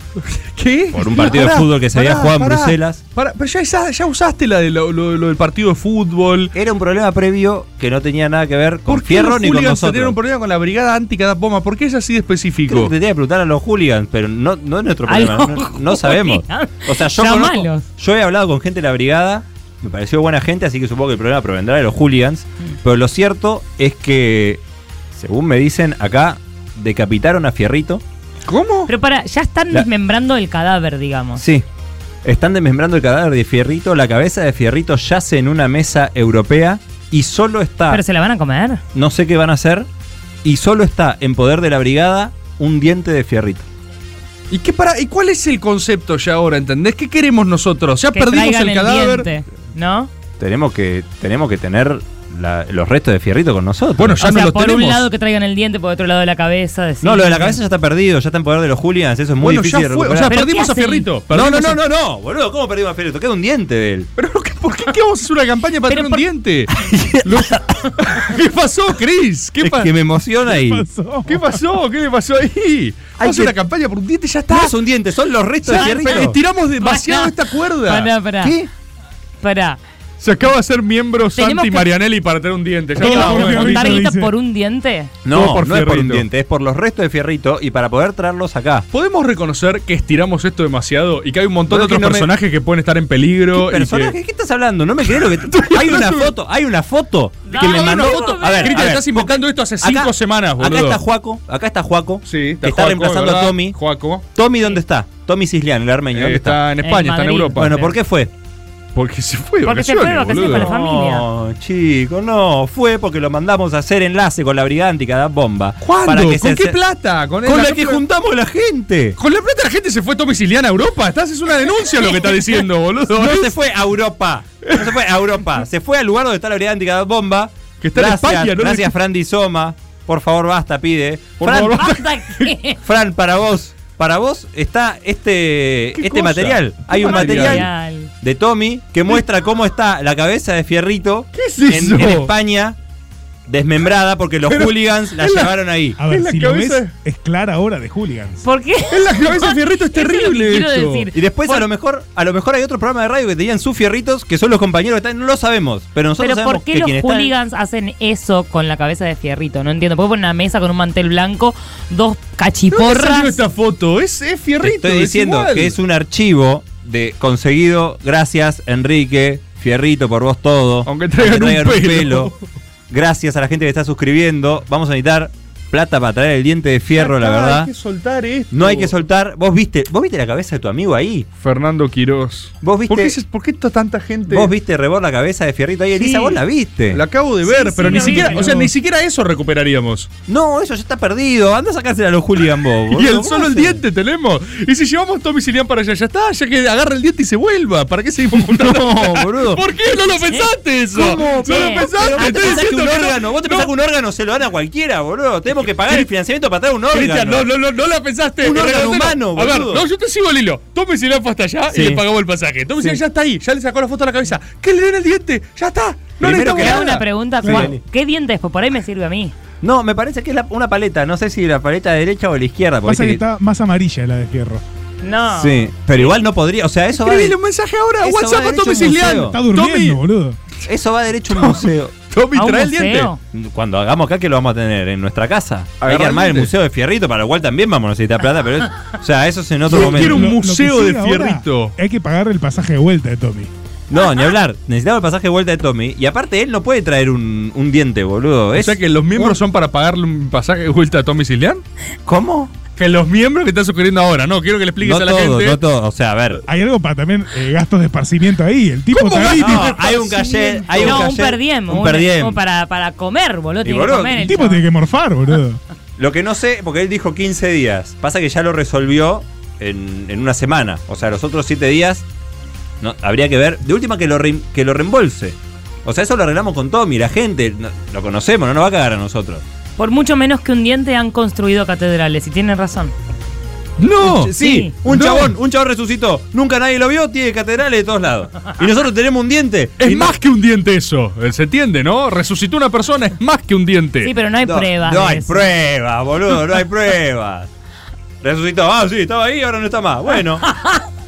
[SPEAKER 7] ¿Qué?
[SPEAKER 9] por un partido de fútbol que se había jugado en Bruselas.
[SPEAKER 7] Pará, pero ya, esa- ya usaste la de lo, lo- lo del partido de fútbol.
[SPEAKER 9] Era un problema previo que no tenía nada que ver con
[SPEAKER 7] ¿Por
[SPEAKER 9] Fierro
[SPEAKER 7] qué
[SPEAKER 9] ni con
[SPEAKER 7] hooligans
[SPEAKER 9] nosotros.
[SPEAKER 7] tuvieron un problema con la brigada anti cada bomba? ¿Por qué es así de
[SPEAKER 9] Creo
[SPEAKER 7] específico?
[SPEAKER 9] que te tenía que preguntar a los hooligans, pero no, no es nuestro
[SPEAKER 6] Ay,
[SPEAKER 9] problema,
[SPEAKER 6] no,
[SPEAKER 9] no, no sabemos.
[SPEAKER 6] hooligans.
[SPEAKER 9] O sea, yo,
[SPEAKER 6] Llamalos.
[SPEAKER 9] conozco- yo he hablado con gente de la brigada, me pareció buena gente, así que supongo que el problema provendrá de los hooligans.
[SPEAKER 6] Mm.
[SPEAKER 9] Pero lo cierto es que, según me dicen acá, decapitaron a Fierrito.
[SPEAKER 7] ¿Cómo?
[SPEAKER 6] Pero para, ya están
[SPEAKER 9] La-
[SPEAKER 6] desmembrando el cadáver, digamos.
[SPEAKER 9] Sí. Están desmembrando el cadáver de Fierrito. La cabeza de Fierrito yace en una mesa europea y solo está.
[SPEAKER 6] ¿Pero se la van a comer?
[SPEAKER 9] No sé qué van a hacer. Y solo está en poder de la brigada un diente de Fierrito.
[SPEAKER 7] ¿Y, qué para, ¿Y cuál es el concepto ya ahora? ¿Entendés? ¿Qué queremos nosotros? Ya
[SPEAKER 6] Que
[SPEAKER 7] perdimos
[SPEAKER 6] traigan
[SPEAKER 7] el cadáver.
[SPEAKER 6] diente, ¿no?
[SPEAKER 9] Tenemos que, tenemos que tener la- los restos de Fierrito con nosotros.
[SPEAKER 7] Bueno, ya
[SPEAKER 6] o
[SPEAKER 7] no
[SPEAKER 6] sea,
[SPEAKER 7] lo
[SPEAKER 6] por
[SPEAKER 7] tenemos.
[SPEAKER 6] un lado que traigan el diente, por otro lado la cabeza. decís.
[SPEAKER 9] no, lo de la cabeza ya está perdido. Ya está en poder de los Julians. Eso es muy
[SPEAKER 7] bueno,
[SPEAKER 9] difícil
[SPEAKER 7] ya
[SPEAKER 9] de
[SPEAKER 7] fue. O
[SPEAKER 9] recuperar.
[SPEAKER 7] sea,
[SPEAKER 6] ¿Pero
[SPEAKER 7] perdimos a
[SPEAKER 6] qué hacen?
[SPEAKER 7] Fierrito.
[SPEAKER 9] no, no,
[SPEAKER 7] perdimos
[SPEAKER 9] no,
[SPEAKER 7] a-
[SPEAKER 9] no, no, boludo. ¿Cómo perdimos a Fierrito? Queda un diente de él.
[SPEAKER 7] ¿Pero ¿qué- por qué, qué vamos a hacer una campaña para
[SPEAKER 6] Pero
[SPEAKER 7] tener un
[SPEAKER 6] por-
[SPEAKER 7] diente? Lo- ¿Qué pasó, Chris? ¿Qué,
[SPEAKER 9] Es
[SPEAKER 7] pa-
[SPEAKER 9] que me emociona y. No
[SPEAKER 10] Pasó.
[SPEAKER 7] ¿Qué pasó? ¿Qué le pasó ahí?
[SPEAKER 9] Hay
[SPEAKER 7] Vamos
[SPEAKER 9] que-
[SPEAKER 7] una campaña por un diente y ya está.
[SPEAKER 9] es un diente, son los restos de
[SPEAKER 7] Ya, pero
[SPEAKER 9] Fierrito.
[SPEAKER 7] estiramos demasiado
[SPEAKER 6] Pará.
[SPEAKER 7] esta cuerda.
[SPEAKER 6] Pará, pará.
[SPEAKER 9] ¿Qué?
[SPEAKER 6] Pará.
[SPEAKER 7] Se acaba de ser miembro
[SPEAKER 6] Tenemos
[SPEAKER 7] Santi
[SPEAKER 6] que-
[SPEAKER 7] Marianelli para tener un diente. Ya
[SPEAKER 10] Tenemos
[SPEAKER 7] está,
[SPEAKER 10] que
[SPEAKER 7] bueno.
[SPEAKER 10] preguntar-
[SPEAKER 6] ¿Juntar
[SPEAKER 10] Fierrito
[SPEAKER 6] guita
[SPEAKER 10] dice.
[SPEAKER 6] por un diente?
[SPEAKER 9] No,
[SPEAKER 7] Todo por
[SPEAKER 9] no es por un
[SPEAKER 7] Fierrito.
[SPEAKER 9] diente, es por los restos de Fierrito y para poder traerlos acá.
[SPEAKER 7] Podemos reconocer que estiramos esto demasiado y que hay un montón de
[SPEAKER 9] Bueno, que
[SPEAKER 7] otros
[SPEAKER 9] no me-
[SPEAKER 7] personajes que pueden estar en peligro.
[SPEAKER 9] ¿Qué
[SPEAKER 7] y
[SPEAKER 9] personaje?
[SPEAKER 7] que...
[SPEAKER 9] ¿Qué estás hablando? No me creo que. hay una foto, hay una foto que
[SPEAKER 6] No,
[SPEAKER 9] me
[SPEAKER 6] no,
[SPEAKER 9] mandó.
[SPEAKER 6] no, foto.
[SPEAKER 9] A ver,
[SPEAKER 7] Cristian,
[SPEAKER 9] a ver,
[SPEAKER 7] estás inventando esto hace
[SPEAKER 9] acá-
[SPEAKER 7] cinco semanas,
[SPEAKER 9] Acá
[SPEAKER 7] boludo.
[SPEAKER 9] está Juaco, acá está Juaco.
[SPEAKER 7] Sí,
[SPEAKER 9] que está
[SPEAKER 7] Joaco,
[SPEAKER 9] reemplazando
[SPEAKER 7] ¿verdad?
[SPEAKER 9] a Tommy.
[SPEAKER 7] Joaco.
[SPEAKER 9] Tommy, ¿dónde está? Tommy Cislián, el armenio.
[SPEAKER 7] Eh,
[SPEAKER 9] ¿Dónde está?
[SPEAKER 7] está en España, está en
[SPEAKER 6] Madrid.
[SPEAKER 7] Europa.
[SPEAKER 9] Bueno, ¿por qué fue?
[SPEAKER 7] Porque se fue de
[SPEAKER 6] Porque se fue de
[SPEAKER 7] vacaciones,
[SPEAKER 6] vacaciones
[SPEAKER 7] boludo.
[SPEAKER 6] con la familia.
[SPEAKER 9] No, chico, no. Fue porque lo mandamos a hacer enlace con la brigante y cada bomba.
[SPEAKER 7] ¿Cuándo?
[SPEAKER 9] Para que
[SPEAKER 7] ¿Con
[SPEAKER 9] se-
[SPEAKER 7] qué
[SPEAKER 9] se-
[SPEAKER 7] plata? Con,
[SPEAKER 9] Con la que
[SPEAKER 7] gente-
[SPEAKER 9] juntamos la gente.
[SPEAKER 7] Con la plata la gente se fue domiciliana a Europa. Estás es una denuncia lo que estás diciendo, boludo.
[SPEAKER 9] No se fue a Europa. No se fue a Europa. Se fue al lugar donde está la brigada anticadabomba.
[SPEAKER 7] Que está en
[SPEAKER 9] gracias,
[SPEAKER 7] España, ¿no?
[SPEAKER 9] Gracias, Fran Di Soma. Por favor, basta, pide.
[SPEAKER 7] Por
[SPEAKER 9] Fran,
[SPEAKER 7] favor, basta.
[SPEAKER 6] ¿Hasta qué?
[SPEAKER 9] Fran, para vos. Para vos está este,
[SPEAKER 7] ¿Qué
[SPEAKER 9] este
[SPEAKER 7] cosa?
[SPEAKER 9] material. Hay un
[SPEAKER 7] material?
[SPEAKER 9] material de Tommy que muestra cómo está la cabeza de Fierrito
[SPEAKER 7] ¿Qué es
[SPEAKER 9] en,
[SPEAKER 7] eso?
[SPEAKER 9] en España desmembrada porque los
[SPEAKER 7] Pero-
[SPEAKER 9] hooligans la
[SPEAKER 7] es la-
[SPEAKER 9] llevaron ahí.
[SPEAKER 10] A
[SPEAKER 7] Es
[SPEAKER 10] ver,
[SPEAKER 7] la
[SPEAKER 10] si
[SPEAKER 7] cabeza-
[SPEAKER 10] lo ves, es clara ahora de hooligans.
[SPEAKER 6] ¿Por qué?
[SPEAKER 7] En la cabeza de Fierrito es
[SPEAKER 6] Eso lo que
[SPEAKER 7] terrible
[SPEAKER 6] quiero
[SPEAKER 7] esto.
[SPEAKER 6] decir.
[SPEAKER 9] Y después a lo mejor a lo mejor hay otro programa de radio que tenían sus fierritos que son los compañeros que están, no lo sabemos, pero nosotros
[SPEAKER 6] Pero
[SPEAKER 9] sabemos
[SPEAKER 6] ¿por qué
[SPEAKER 9] que
[SPEAKER 6] los
[SPEAKER 9] quien está en-
[SPEAKER 6] hooligans hacen eso con la cabeza de fierrito? No entiendo. ¿Por qué ponen una mesa con un mantel blanco, dos
[SPEAKER 7] ¿Dónde salió
[SPEAKER 6] cachiporras?
[SPEAKER 7] esta foto? Es, es
[SPEAKER 9] Te
[SPEAKER 7] Fierrito.
[SPEAKER 9] estoy diciendo
[SPEAKER 7] igual.
[SPEAKER 9] que es un archivo de conseguido gracias Enrique Fierrito por vos todo.
[SPEAKER 7] Aunque traigan un pelo.
[SPEAKER 9] Gracias a la gente que está suscribiendo. Vamos a necesitar plata para traer el diente de fierro, la
[SPEAKER 7] Acá
[SPEAKER 9] verdad.
[SPEAKER 7] Hay que soltar esto.
[SPEAKER 9] No hay que soltar. Vos viste, vos viste la cabeza de tu amigo ahí.
[SPEAKER 7] Fernando Quirós.
[SPEAKER 9] Vos viste-
[SPEAKER 7] ¿Por qué, se- por qué está tanta gente?
[SPEAKER 9] Vos viste rebor la cabeza de fierrito ahí. Elisa,
[SPEAKER 7] Sí.
[SPEAKER 9] vos Este, la viste.
[SPEAKER 7] La acabo de ver,
[SPEAKER 6] Sí, sí,
[SPEAKER 7] pero ni
[SPEAKER 6] lo vi,
[SPEAKER 7] siquiera,
[SPEAKER 6] pero-
[SPEAKER 7] o sea, ni siquiera eso recuperaríamos.
[SPEAKER 9] No, eso ya está perdido. Anda a sacársela a los Julian vos.
[SPEAKER 7] y el
[SPEAKER 9] ¿Cómo
[SPEAKER 7] solo el
[SPEAKER 9] haces?
[SPEAKER 7] diente tenemos. Y si llevamos Tommy Silian para allá, ya está, ya que agarra el diente y se vuelva. ¿Para qué seguimos juntando?
[SPEAKER 9] No, boludo.
[SPEAKER 7] ¿Por qué no
[SPEAKER 9] ¿Eh?
[SPEAKER 7] lo pensaste eso?
[SPEAKER 6] ¿Cómo?
[SPEAKER 7] No lo
[SPEAKER 6] Pero-
[SPEAKER 7] pensaste,
[SPEAKER 9] Pero vos te pensás
[SPEAKER 7] estoy
[SPEAKER 9] que
[SPEAKER 7] diciendo
[SPEAKER 9] un
[SPEAKER 7] que no-
[SPEAKER 9] órgano, vos te
[SPEAKER 7] no-
[SPEAKER 9] pensás que un órgano se lo dan a cualquiera, boludo. Tenemos tenemos que pagar el financiamiento para traer un órgano.
[SPEAKER 11] Cristian, no, no, no, no la pensaste.
[SPEAKER 9] Un órgano
[SPEAKER 11] Regalátelo.
[SPEAKER 9] humano,
[SPEAKER 11] A ver,
[SPEAKER 9] boludo.
[SPEAKER 11] no, yo te sigo el hilo. Tómese la hasta allá
[SPEAKER 9] Sí.
[SPEAKER 11] y le pagamos el pasaje. Tómese,
[SPEAKER 9] Sí.
[SPEAKER 11] ya está ahí, ya le sacó la foto a la cabeza. ¿Qué le den el diente? Ya está. No
[SPEAKER 9] Primero
[SPEAKER 11] necesitamos
[SPEAKER 9] que
[SPEAKER 6] Te hago
[SPEAKER 11] nada.
[SPEAKER 9] nada.
[SPEAKER 6] una pregunta,
[SPEAKER 9] Sí.
[SPEAKER 6] Juan. ¿Qué dientes? Pues por ahí me sirve a mí.
[SPEAKER 9] No, me parece que es la- una paleta. No sé si la paleta derecha o la izquierda. porque
[SPEAKER 10] Pasa que
[SPEAKER 9] viste
[SPEAKER 10] está más amarilla la de Fierro.
[SPEAKER 6] No.
[SPEAKER 9] Sí, pero igual no podría. O sea, eso va,
[SPEAKER 11] Escribile
[SPEAKER 9] de-
[SPEAKER 11] un mensaje ahora,
[SPEAKER 9] Eso
[SPEAKER 11] WhatsApp
[SPEAKER 9] va
[SPEAKER 11] a Tommy
[SPEAKER 9] derecho a un
[SPEAKER 11] Cislián.
[SPEAKER 9] museo.
[SPEAKER 10] Está durmiendo,
[SPEAKER 11] Tommy,
[SPEAKER 10] boludo.
[SPEAKER 9] eso va derecho a un museo.
[SPEAKER 11] Tommy,
[SPEAKER 6] ¿A un
[SPEAKER 11] trae el diente.
[SPEAKER 6] museo?
[SPEAKER 9] Cuando hagamos acá, que lo vamos a tener en nuestra casa. Hay
[SPEAKER 11] Agarra
[SPEAKER 9] que
[SPEAKER 11] el
[SPEAKER 9] armar el
[SPEAKER 11] diente.
[SPEAKER 9] museo de fierrito, para lo cual también vamos a necesitar plata, pero es- o sea, eso es en otro
[SPEAKER 11] Yo
[SPEAKER 9] momento.
[SPEAKER 11] quiero un
[SPEAKER 10] que
[SPEAKER 11] museo de
[SPEAKER 10] sí ahora,
[SPEAKER 11] Fierrito.
[SPEAKER 10] Hay que pagar el pasaje de vuelta de Tommy.
[SPEAKER 9] No, ni hablar. Necesitamos el pasaje de vuelta de Tommy. Y aparte, él no puede traer un, un diente, boludo.
[SPEAKER 11] O
[SPEAKER 9] Es-
[SPEAKER 11] sea que los miembros son para pagarle un pasaje de vuelta a Tommy Cislián.
[SPEAKER 9] ¿Cómo?
[SPEAKER 11] Que los miembros que están suscribiendo ahora, no, quiero que le expliques
[SPEAKER 9] No
[SPEAKER 11] a la
[SPEAKER 9] todo,
[SPEAKER 11] gente.
[SPEAKER 9] no todo. O sea, a ver.
[SPEAKER 10] Hay algo para también eh, gastos de esparcimiento ahí. El tipo
[SPEAKER 11] ¿Cómo
[SPEAKER 10] está ahí,
[SPEAKER 11] gastos?
[SPEAKER 10] tipo-
[SPEAKER 9] No, hay un cachet. Hay un
[SPEAKER 6] no, un
[SPEAKER 9] cachet-
[SPEAKER 6] perdiem.
[SPEAKER 9] Un perdiem.
[SPEAKER 6] un- para, para comer, boludo.
[SPEAKER 9] Y
[SPEAKER 6] Tiene
[SPEAKER 9] boludo,
[SPEAKER 6] que comer
[SPEAKER 10] el
[SPEAKER 6] el
[SPEAKER 10] tipo
[SPEAKER 6] chabón.
[SPEAKER 10] tiene que morfar, boludo.
[SPEAKER 9] Lo que no sé, porque él dijo 15 días. Pasa que ya lo resolvió en, en una semana. O sea, los otros 7 días no, habría que ver. De última que lo, reim- que lo reembolse. O sea, eso lo arreglamos con Tommy, la gente. no- lo conocemos, no nos va a cagar a nosotros.
[SPEAKER 6] Por mucho menos que un diente han construido catedrales, y tienen razón.
[SPEAKER 11] No,
[SPEAKER 6] Sí, sí.
[SPEAKER 9] Un
[SPEAKER 11] No.
[SPEAKER 9] chabón, un chabón resucitó. Nunca nadie lo vio, tiene catedrales de todos lados. Y nosotros tenemos un diente.
[SPEAKER 11] Es
[SPEAKER 9] Y no-
[SPEAKER 11] más que un diente eso. Eh, ¿Se entiende, no? Resucitó una persona, es más que un diente.
[SPEAKER 6] Sí, pero no hay
[SPEAKER 9] no,
[SPEAKER 6] pruebas.
[SPEAKER 9] No
[SPEAKER 6] de
[SPEAKER 9] hay
[SPEAKER 6] eso.
[SPEAKER 9] pruebas, boludo, no hay pruebas. Resucitó, ah, sí, estaba ahí, ahora no está más. Bueno.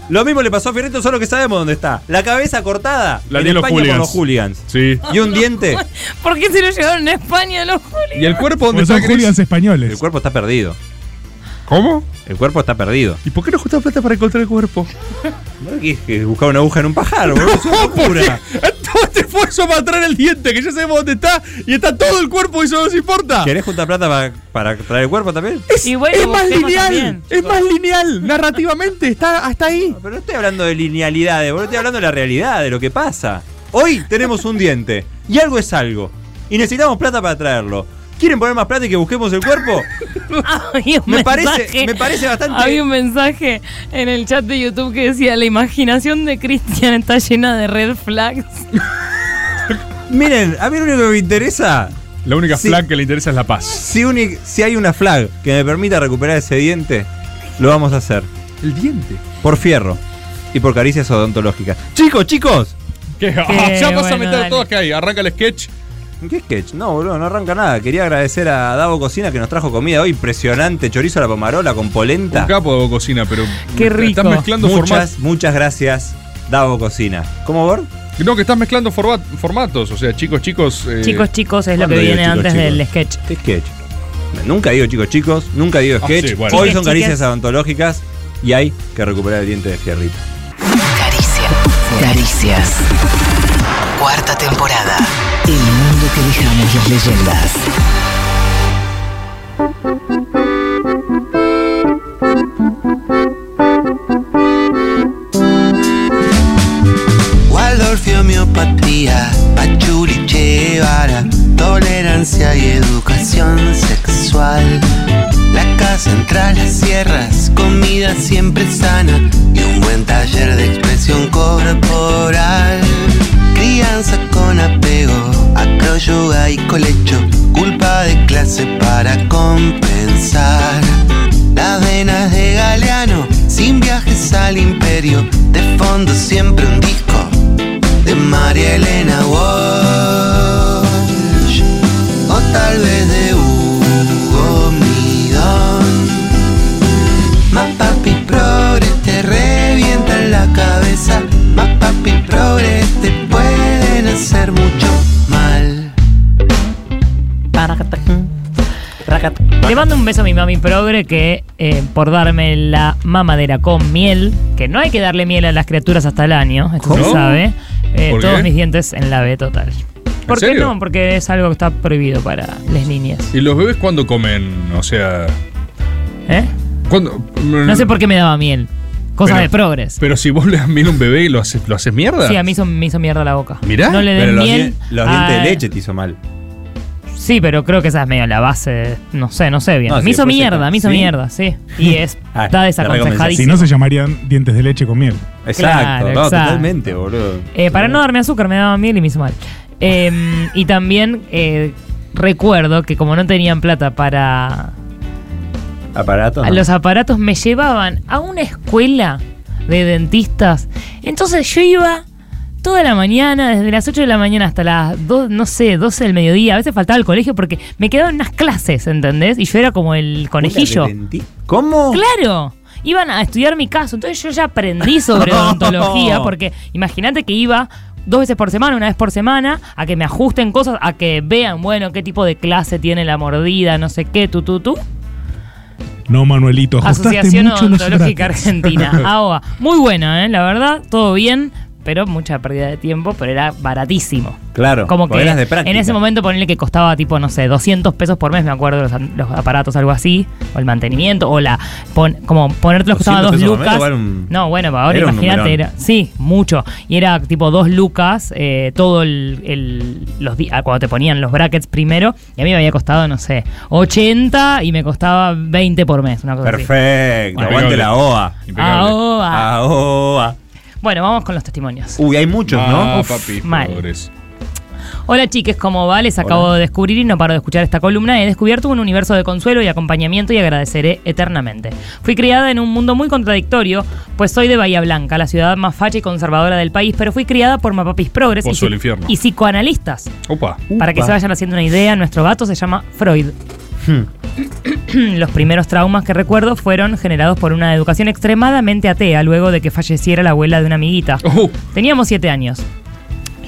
[SPEAKER 9] Lo mismo le pasó a Fierrito, solo que sabemos dónde está. La cabeza cortada
[SPEAKER 11] La
[SPEAKER 9] en
[SPEAKER 11] de los
[SPEAKER 9] España
[SPEAKER 11] hooligans.
[SPEAKER 9] por los hooligans.
[SPEAKER 11] Sí.
[SPEAKER 9] Y un diente.
[SPEAKER 6] ¿Por qué se lo llevaron a España los Juli?
[SPEAKER 11] ¿Y el cuerpo dónde
[SPEAKER 10] Porque
[SPEAKER 9] Pues
[SPEAKER 11] está
[SPEAKER 10] son
[SPEAKER 11] Cris?
[SPEAKER 10] Julians
[SPEAKER 9] El
[SPEAKER 10] españoles.
[SPEAKER 9] cuerpo está perdido.
[SPEAKER 11] ¿Cómo?
[SPEAKER 9] El cuerpo está perdido.
[SPEAKER 11] ¿Y por qué no juntas plata para encontrar el cuerpo?
[SPEAKER 9] ¿No es que buscar una aguja en un pajar, boludo? Es una
[SPEAKER 11] No, ¿por
[SPEAKER 9] locura.
[SPEAKER 11] qué? Todo este esfuerzo para traer el diente, que ya sabemos dónde está, y está todo el cuerpo y eso no nos importa.
[SPEAKER 9] ¿Querés juntar plata pa- para traer el cuerpo también?
[SPEAKER 11] Es,
[SPEAKER 6] Y bueno,
[SPEAKER 11] es más
[SPEAKER 6] busquemos
[SPEAKER 11] lineal,
[SPEAKER 6] también,
[SPEAKER 11] es más lineal, narrativamente, está hasta ahí.
[SPEAKER 9] No, Pero no estoy hablando de linealidades, boludo, estoy hablando de la realidad, de lo que pasa. Hoy tenemos un diente y algo es algo. Y necesitamos plata para traerlo. ¿Quieren poner más plata y que busquemos el cuerpo?
[SPEAKER 6] Había un
[SPEAKER 9] Me parece-
[SPEAKER 6] mensaje-
[SPEAKER 9] me parece bastante-
[SPEAKER 6] Había un mensaje en el chat de YouTube que decía: La imaginación de Cristian está llena de red flags.
[SPEAKER 9] Miren, a mí lo único que me interesa,
[SPEAKER 11] La única
[SPEAKER 9] Sí.
[SPEAKER 11] flag que le interesa es la paz.
[SPEAKER 9] si, uni- si hay una flag que me permita recuperar ese diente, lo vamos a hacer.
[SPEAKER 11] El diente.
[SPEAKER 9] Por fierro y por caricias odontológicas. Chicos, chicos.
[SPEAKER 11] Ah, ya vas a
[SPEAKER 6] bueno,
[SPEAKER 11] meter
[SPEAKER 6] dale.
[SPEAKER 11] todas que hay, arranca el sketch.
[SPEAKER 9] ¿Qué sketch? No, boludo, no arranca nada. Quería agradecer a Davo Cocina que nos trajo comida hoy impresionante. Chorizo a la pomarola con polenta.
[SPEAKER 11] Un capo de cocina, pero
[SPEAKER 6] Qué rico.
[SPEAKER 11] estás mezclando formatos.
[SPEAKER 9] Muchas, muchas gracias, Davo Cocina. ¿Cómo, Bor?
[SPEAKER 11] No, que estás mezclando format- formatos, o sea, chicos, chicos. eh,
[SPEAKER 6] chicos, chicos, es lo
[SPEAKER 9] ¿cuándo
[SPEAKER 6] que
[SPEAKER 9] digo
[SPEAKER 6] viene
[SPEAKER 9] chicos,
[SPEAKER 6] antes
[SPEAKER 9] chicos?
[SPEAKER 6] del sketch.
[SPEAKER 9] ¿Qué sketch? Nunca digo chicos, chicos, nunca digo
[SPEAKER 11] Ah,
[SPEAKER 9] sketch.
[SPEAKER 11] sí, bueno.
[SPEAKER 9] Hoy
[SPEAKER 6] Chiques,
[SPEAKER 9] son
[SPEAKER 6] chiques.
[SPEAKER 9] caricias odontológicas y hay que recuperar el diente de fierrito.
[SPEAKER 12] Caricias. Caricias. Cuarta temporada. El mundo que dejamos las leyendas.
[SPEAKER 2] Waldorf y homeopatía, Pachuli Che Guevara, tolerancia y educación sexual. La casa entre las sierras, comida siempre sana y un buen taller de expresión corporal. Crianza con apego, acroyoga y colecho, culpa de clase para compensar. Las venas de Galeano, sin viajes al imperio, de fondo siempre un disco de María Elena Walsh o tal vez de Hugo Midón. Más papi progre te revienta en la cabeza, más papi progre te pueden hacer mucho mal.
[SPEAKER 6] Le mando un beso a mi mami progre que eh, por darme la mamadera con miel, que no hay que darle miel a las criaturas hasta el año, esto se
[SPEAKER 11] ¿Cómo?
[SPEAKER 6] sabe. eh,
[SPEAKER 11] ¿Por
[SPEAKER 6] todos
[SPEAKER 11] qué?
[SPEAKER 6] mis dientes en la B total. ¿Por qué
[SPEAKER 11] serio?
[SPEAKER 6] no? Porque es algo que está prohibido para las niñas.
[SPEAKER 11] ¿Y los bebés cuándo comen? O sea.
[SPEAKER 6] ¿eh?
[SPEAKER 11] ¿cuándo?
[SPEAKER 6] No sé por qué me daba miel. Cosa
[SPEAKER 11] Pero-
[SPEAKER 6] de progres.
[SPEAKER 11] Pero si vos le das miel a un bebé y lo haces, lo haces mierda.
[SPEAKER 6] Sí, a mí hizo, me hizo mierda la boca.
[SPEAKER 11] Mirá,
[SPEAKER 6] no le
[SPEAKER 9] Pero
[SPEAKER 6] den
[SPEAKER 9] los, dien-
[SPEAKER 6] miel.
[SPEAKER 9] los dientes
[SPEAKER 6] a-
[SPEAKER 9] de leche te hizo mal.
[SPEAKER 6] Sí, pero creo que esa es medio la base. de- no sé, no sé bien.
[SPEAKER 9] No,
[SPEAKER 6] me
[SPEAKER 9] sí,
[SPEAKER 6] hizo
[SPEAKER 9] después se-
[SPEAKER 6] mierda, me hizo
[SPEAKER 9] ¿sí?
[SPEAKER 6] mierda, sí. Y es,
[SPEAKER 9] Ah,
[SPEAKER 6] está
[SPEAKER 9] la
[SPEAKER 10] Si
[SPEAKER 6] desaconsejadísimo.
[SPEAKER 10] no, se llamarían dientes de leche con miel.
[SPEAKER 9] Exacto, no,
[SPEAKER 6] exacto.
[SPEAKER 9] totalmente, boludo.
[SPEAKER 6] Eh, para no darme azúcar me daba miel y me hizo mal. Eh, y Em, también eh, recuerdo que como no tenían plata para
[SPEAKER 9] Aparatos.
[SPEAKER 6] a los aparatos, me llevaban a una escuela de dentistas. Entonces yo iba toda la mañana, desde las 8 de la mañana hasta las 2, no sé, 12 del mediodía. A veces faltaba el colegio porque me quedaban unas clases, ¿entendés? Y yo era como el conejillo.
[SPEAKER 9] ¿Cómo?
[SPEAKER 6] Claro. Iban a estudiar mi caso. Entonces yo ya aprendí sobre odontología porque imagínate que iba dos veces por semana, una vez por semana, a que me ajusten cosas, a que vean, bueno, qué tipo de clase tiene la mordida, no sé qué, tú, tú, tú.
[SPEAKER 10] No, Manuelito, ajustaste
[SPEAKER 6] Asociación
[SPEAKER 10] mucho los
[SPEAKER 6] Odontológica
[SPEAKER 10] horarios.
[SPEAKER 6] Argentina, Ah, AOA. Muy buena, ¿eh? la verdad, todo bien, pero mucha pérdida de tiempo, pero era baratísimo.
[SPEAKER 9] Claro.
[SPEAKER 6] Como que
[SPEAKER 9] porque eras de práctica.
[SPEAKER 6] en ese momento ponerle que costaba tipo, no sé, 200 pesos por mes, me acuerdo, los, los aparatos, algo así, o el mantenimiento, o la... pon- como ponértelos costaba
[SPEAKER 9] 200 pesos
[SPEAKER 6] dos
[SPEAKER 9] por mes,
[SPEAKER 6] lucas.
[SPEAKER 9] igual un-
[SPEAKER 6] no, bueno, ahora
[SPEAKER 9] era un
[SPEAKER 6] imagínate,
[SPEAKER 9] numerón.
[SPEAKER 6] era... Sí, mucho. Y era tipo dos lucas, eh, todo el... el- los di- ah, cuando te ponían los brackets primero, y a mí me había costado, no sé, 80 y me costaba 20 por mes, una cosa así.
[SPEAKER 9] Perfecto. Aguante la OA.
[SPEAKER 6] AOA.
[SPEAKER 9] AOA.
[SPEAKER 6] Bueno, vamos con los testimonios.
[SPEAKER 9] Uy, hay muchos,
[SPEAKER 6] Ah,
[SPEAKER 9] ¿no?
[SPEAKER 6] papi, mal. Hola chiques, ¿cómo va? Les acabo de descubrir y no paro de escuchar esta columna. He descubierto un universo de consuelo y acompañamiento y agradeceré eternamente. Fui criada en un mundo muy contradictorio, pues soy de Bahía Blanca, la ciudad más facha y conservadora del país, pero fui criada por mapapis progres y,
[SPEAKER 7] Pozo del
[SPEAKER 6] psi-
[SPEAKER 7] infierno.
[SPEAKER 6] y psicoanalistas.
[SPEAKER 7] Opa.
[SPEAKER 6] Para que se vayan haciendo una idea, nuestro gato se llama Freud. Los primeros traumas que recuerdo fueron generados por una educación extremadamente atea luego de que falleciera la abuela de una amiguita. Teníamos siete años.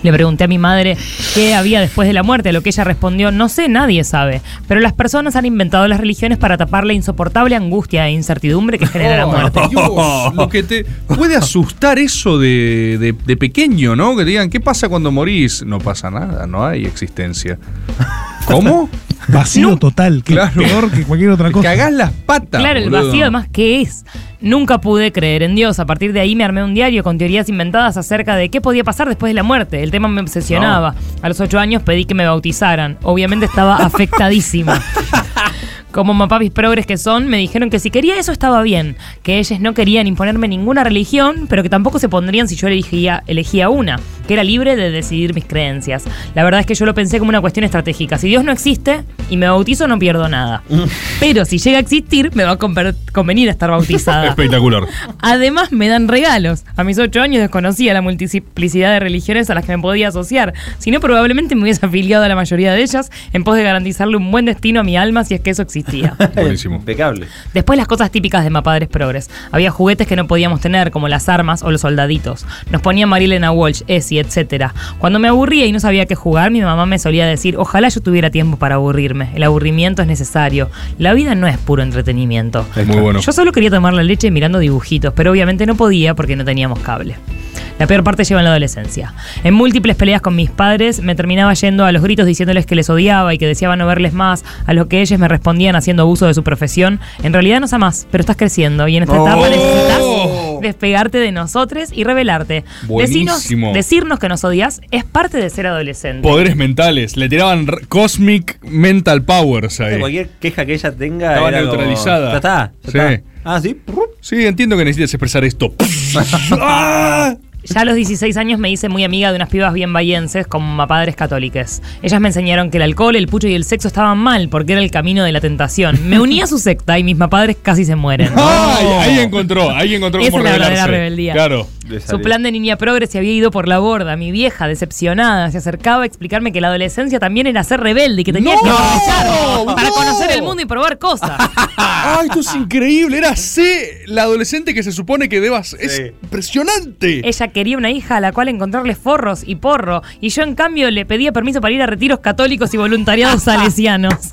[SPEAKER 6] Le pregunté a mi madre qué había después de la muerte, a lo que ella respondió, no sé, nadie sabe, pero las personas han inventado las religiones para tapar la insoportable angustia e incertidumbre que genera
[SPEAKER 7] Oh.
[SPEAKER 6] la muerte.
[SPEAKER 7] Dios, lo que te puede asustar eso de, de- de pequeño, ¿no? Que te digan, ¿qué pasa cuando morís? No pasa nada, no hay existencia. ¿Cómo?
[SPEAKER 10] Vacío total, que
[SPEAKER 7] Claro.
[SPEAKER 10] es peor que cualquier otra cosa.
[SPEAKER 7] Cagás las patas.
[SPEAKER 6] Claro, el
[SPEAKER 7] boludo.
[SPEAKER 6] vacío además, ¿qué es? Nunca pude creer en Dios. A partir de ahí me armé un diario con teorías inventadas acerca de qué podía pasar después de la muerte. El tema me obsesionaba. A los ocho años pedí que me bautizaran. Obviamente estaba afectadísima. Como mapapis progres que son, me dijeron que si quería eso estaba bien, que ellos no querían imponerme ninguna religión, pero que tampoco se pondrían si yo elegía, elegía una, que era libre de decidir mis creencias. La verdad es que yo lo pensé como una cuestión estratégica. Si Dios no existe y me bautizo, no pierdo nada. Pero si llega a existir, me va a conver- convenir estar bautizada.
[SPEAKER 7] Espectacular.
[SPEAKER 6] Además, me dan regalos. A mis ocho años desconocía la multiplicidad de religiones a las que me podía asociar. Si no, probablemente me hubiese afiliado a la mayoría de ellas en pos de garantizarle un buen destino a mi alma si es que eso existía.
[SPEAKER 9] Buenísimo. Impecable.
[SPEAKER 6] Después las cosas típicas de Mapadres Progres. Había juguetes que no podíamos tener, como las armas o los soldaditos. Nos ponía Marilena Walsh, Essie, etc. Cuando me aburría y no sabía qué jugar, mi mamá me solía decir, ojalá yo tuviera tiempo para aburrirme. El aburrimiento es necesario. La vida no es puro entretenimiento.
[SPEAKER 7] Es muy bueno.
[SPEAKER 6] Yo solo quería tomar la leche mirando dibujitos, pero obviamente no podía porque no teníamos cable. La peor parte lleva en la adolescencia. En múltiples peleas con mis padres me terminaba yendo a los gritos diciéndoles que les odiaba y que deseaba no verles más, a lo que ellos me respondían haciendo abuso de su profesión. En realidad nos amás, pero estás creciendo y en esta etapa necesitas despegarte de nosotros y revelarte. Decinos-
[SPEAKER 7] Buenísimo.
[SPEAKER 6] decirnos que nos odias es parte de ser adolescente.
[SPEAKER 7] Poderes mentales. Le tiraban r- Cosmic Mental Powers ahí.
[SPEAKER 9] Cualquier queja que ella tenga.
[SPEAKER 7] Estaba
[SPEAKER 9] era como-
[SPEAKER 7] neutralizada.
[SPEAKER 9] Ya está. ya
[SPEAKER 7] Sí.
[SPEAKER 9] está. Ah, sí.
[SPEAKER 7] Sí, entiendo que necesitas expresar esto.
[SPEAKER 6] Ya a los 16 años me hice muy amiga de unas pibas bien bayenses con mapadres católicas. Ellas me enseñaron que el alcohol, el pucho y el sexo estaban mal porque era el camino de la tentación. Me uní a su secta y mis mapadres casi se mueren.
[SPEAKER 7] Ay, ahí encontró, ahí encontró
[SPEAKER 6] Esa
[SPEAKER 7] cómo
[SPEAKER 6] es la verdadera
[SPEAKER 7] rebelarse.
[SPEAKER 6] rebeldía.
[SPEAKER 7] Claro.
[SPEAKER 6] Su plan de niña progres se había ido por la borda. Mi vieja, decepcionada, se acercaba a explicarme que la adolescencia también era ser rebelde y que tenía que aprovechar para conocer el mundo y probar cosas.
[SPEAKER 7] ¡Ay, esto es increíble! Era C, la adolescente que se supone que debas. ¡Es impresionante!
[SPEAKER 6] Ella quería una hija a la cual encontrarle forros y porro, y yo en cambio le pedía permiso para ir a retiros católicos y voluntariados salesianos.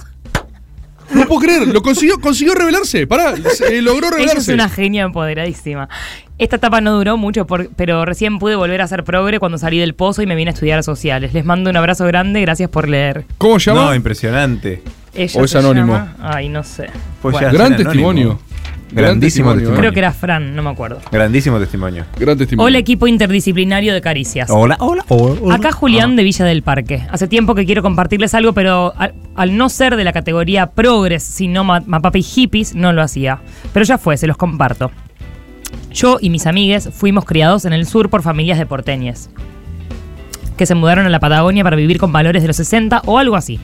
[SPEAKER 7] No puedo creer, lo consiguió, consiguió revelarse. Pará, se- eh, logró
[SPEAKER 6] Ella es
[SPEAKER 7] revelarse.
[SPEAKER 6] una genia empoderadísima. Esta etapa no duró mucho, por- pero recién pude volver a ser progre cuando salí del pozo y me vine a estudiar a sociales. Les mando un abrazo grande, gracias por leer.
[SPEAKER 7] ¿Cómo se llama?
[SPEAKER 9] No, impresionante.
[SPEAKER 6] Ella
[SPEAKER 7] O es
[SPEAKER 6] se
[SPEAKER 7] anónimo.
[SPEAKER 6] llama- Ay, no sé.
[SPEAKER 9] Pues
[SPEAKER 6] Bueno,
[SPEAKER 9] ya
[SPEAKER 7] Gran
[SPEAKER 9] es anónimo.
[SPEAKER 7] testimonio.
[SPEAKER 9] Grandísimo
[SPEAKER 7] Gran testimonio, ¿eh?
[SPEAKER 9] testimonio.
[SPEAKER 6] creo que era Fran, no me acuerdo.
[SPEAKER 9] Grandísimo testimonio.
[SPEAKER 7] Gran
[SPEAKER 6] Hola equipo interdisciplinario de Caricias.
[SPEAKER 9] Hola, hola, hola. hola.
[SPEAKER 6] Acá Julián de Villa del Parque. Hace tiempo que quiero compartirles algo, pero al, al no ser de la categoría progres, sino ma- mapapi hippies, no lo hacía. Pero ya fue, se los comparto. Yo y mis amigues fuimos criados en el sur por familias de porteñes. que se mudaron a la Patagonia para vivir con valores de los 60 o algo así.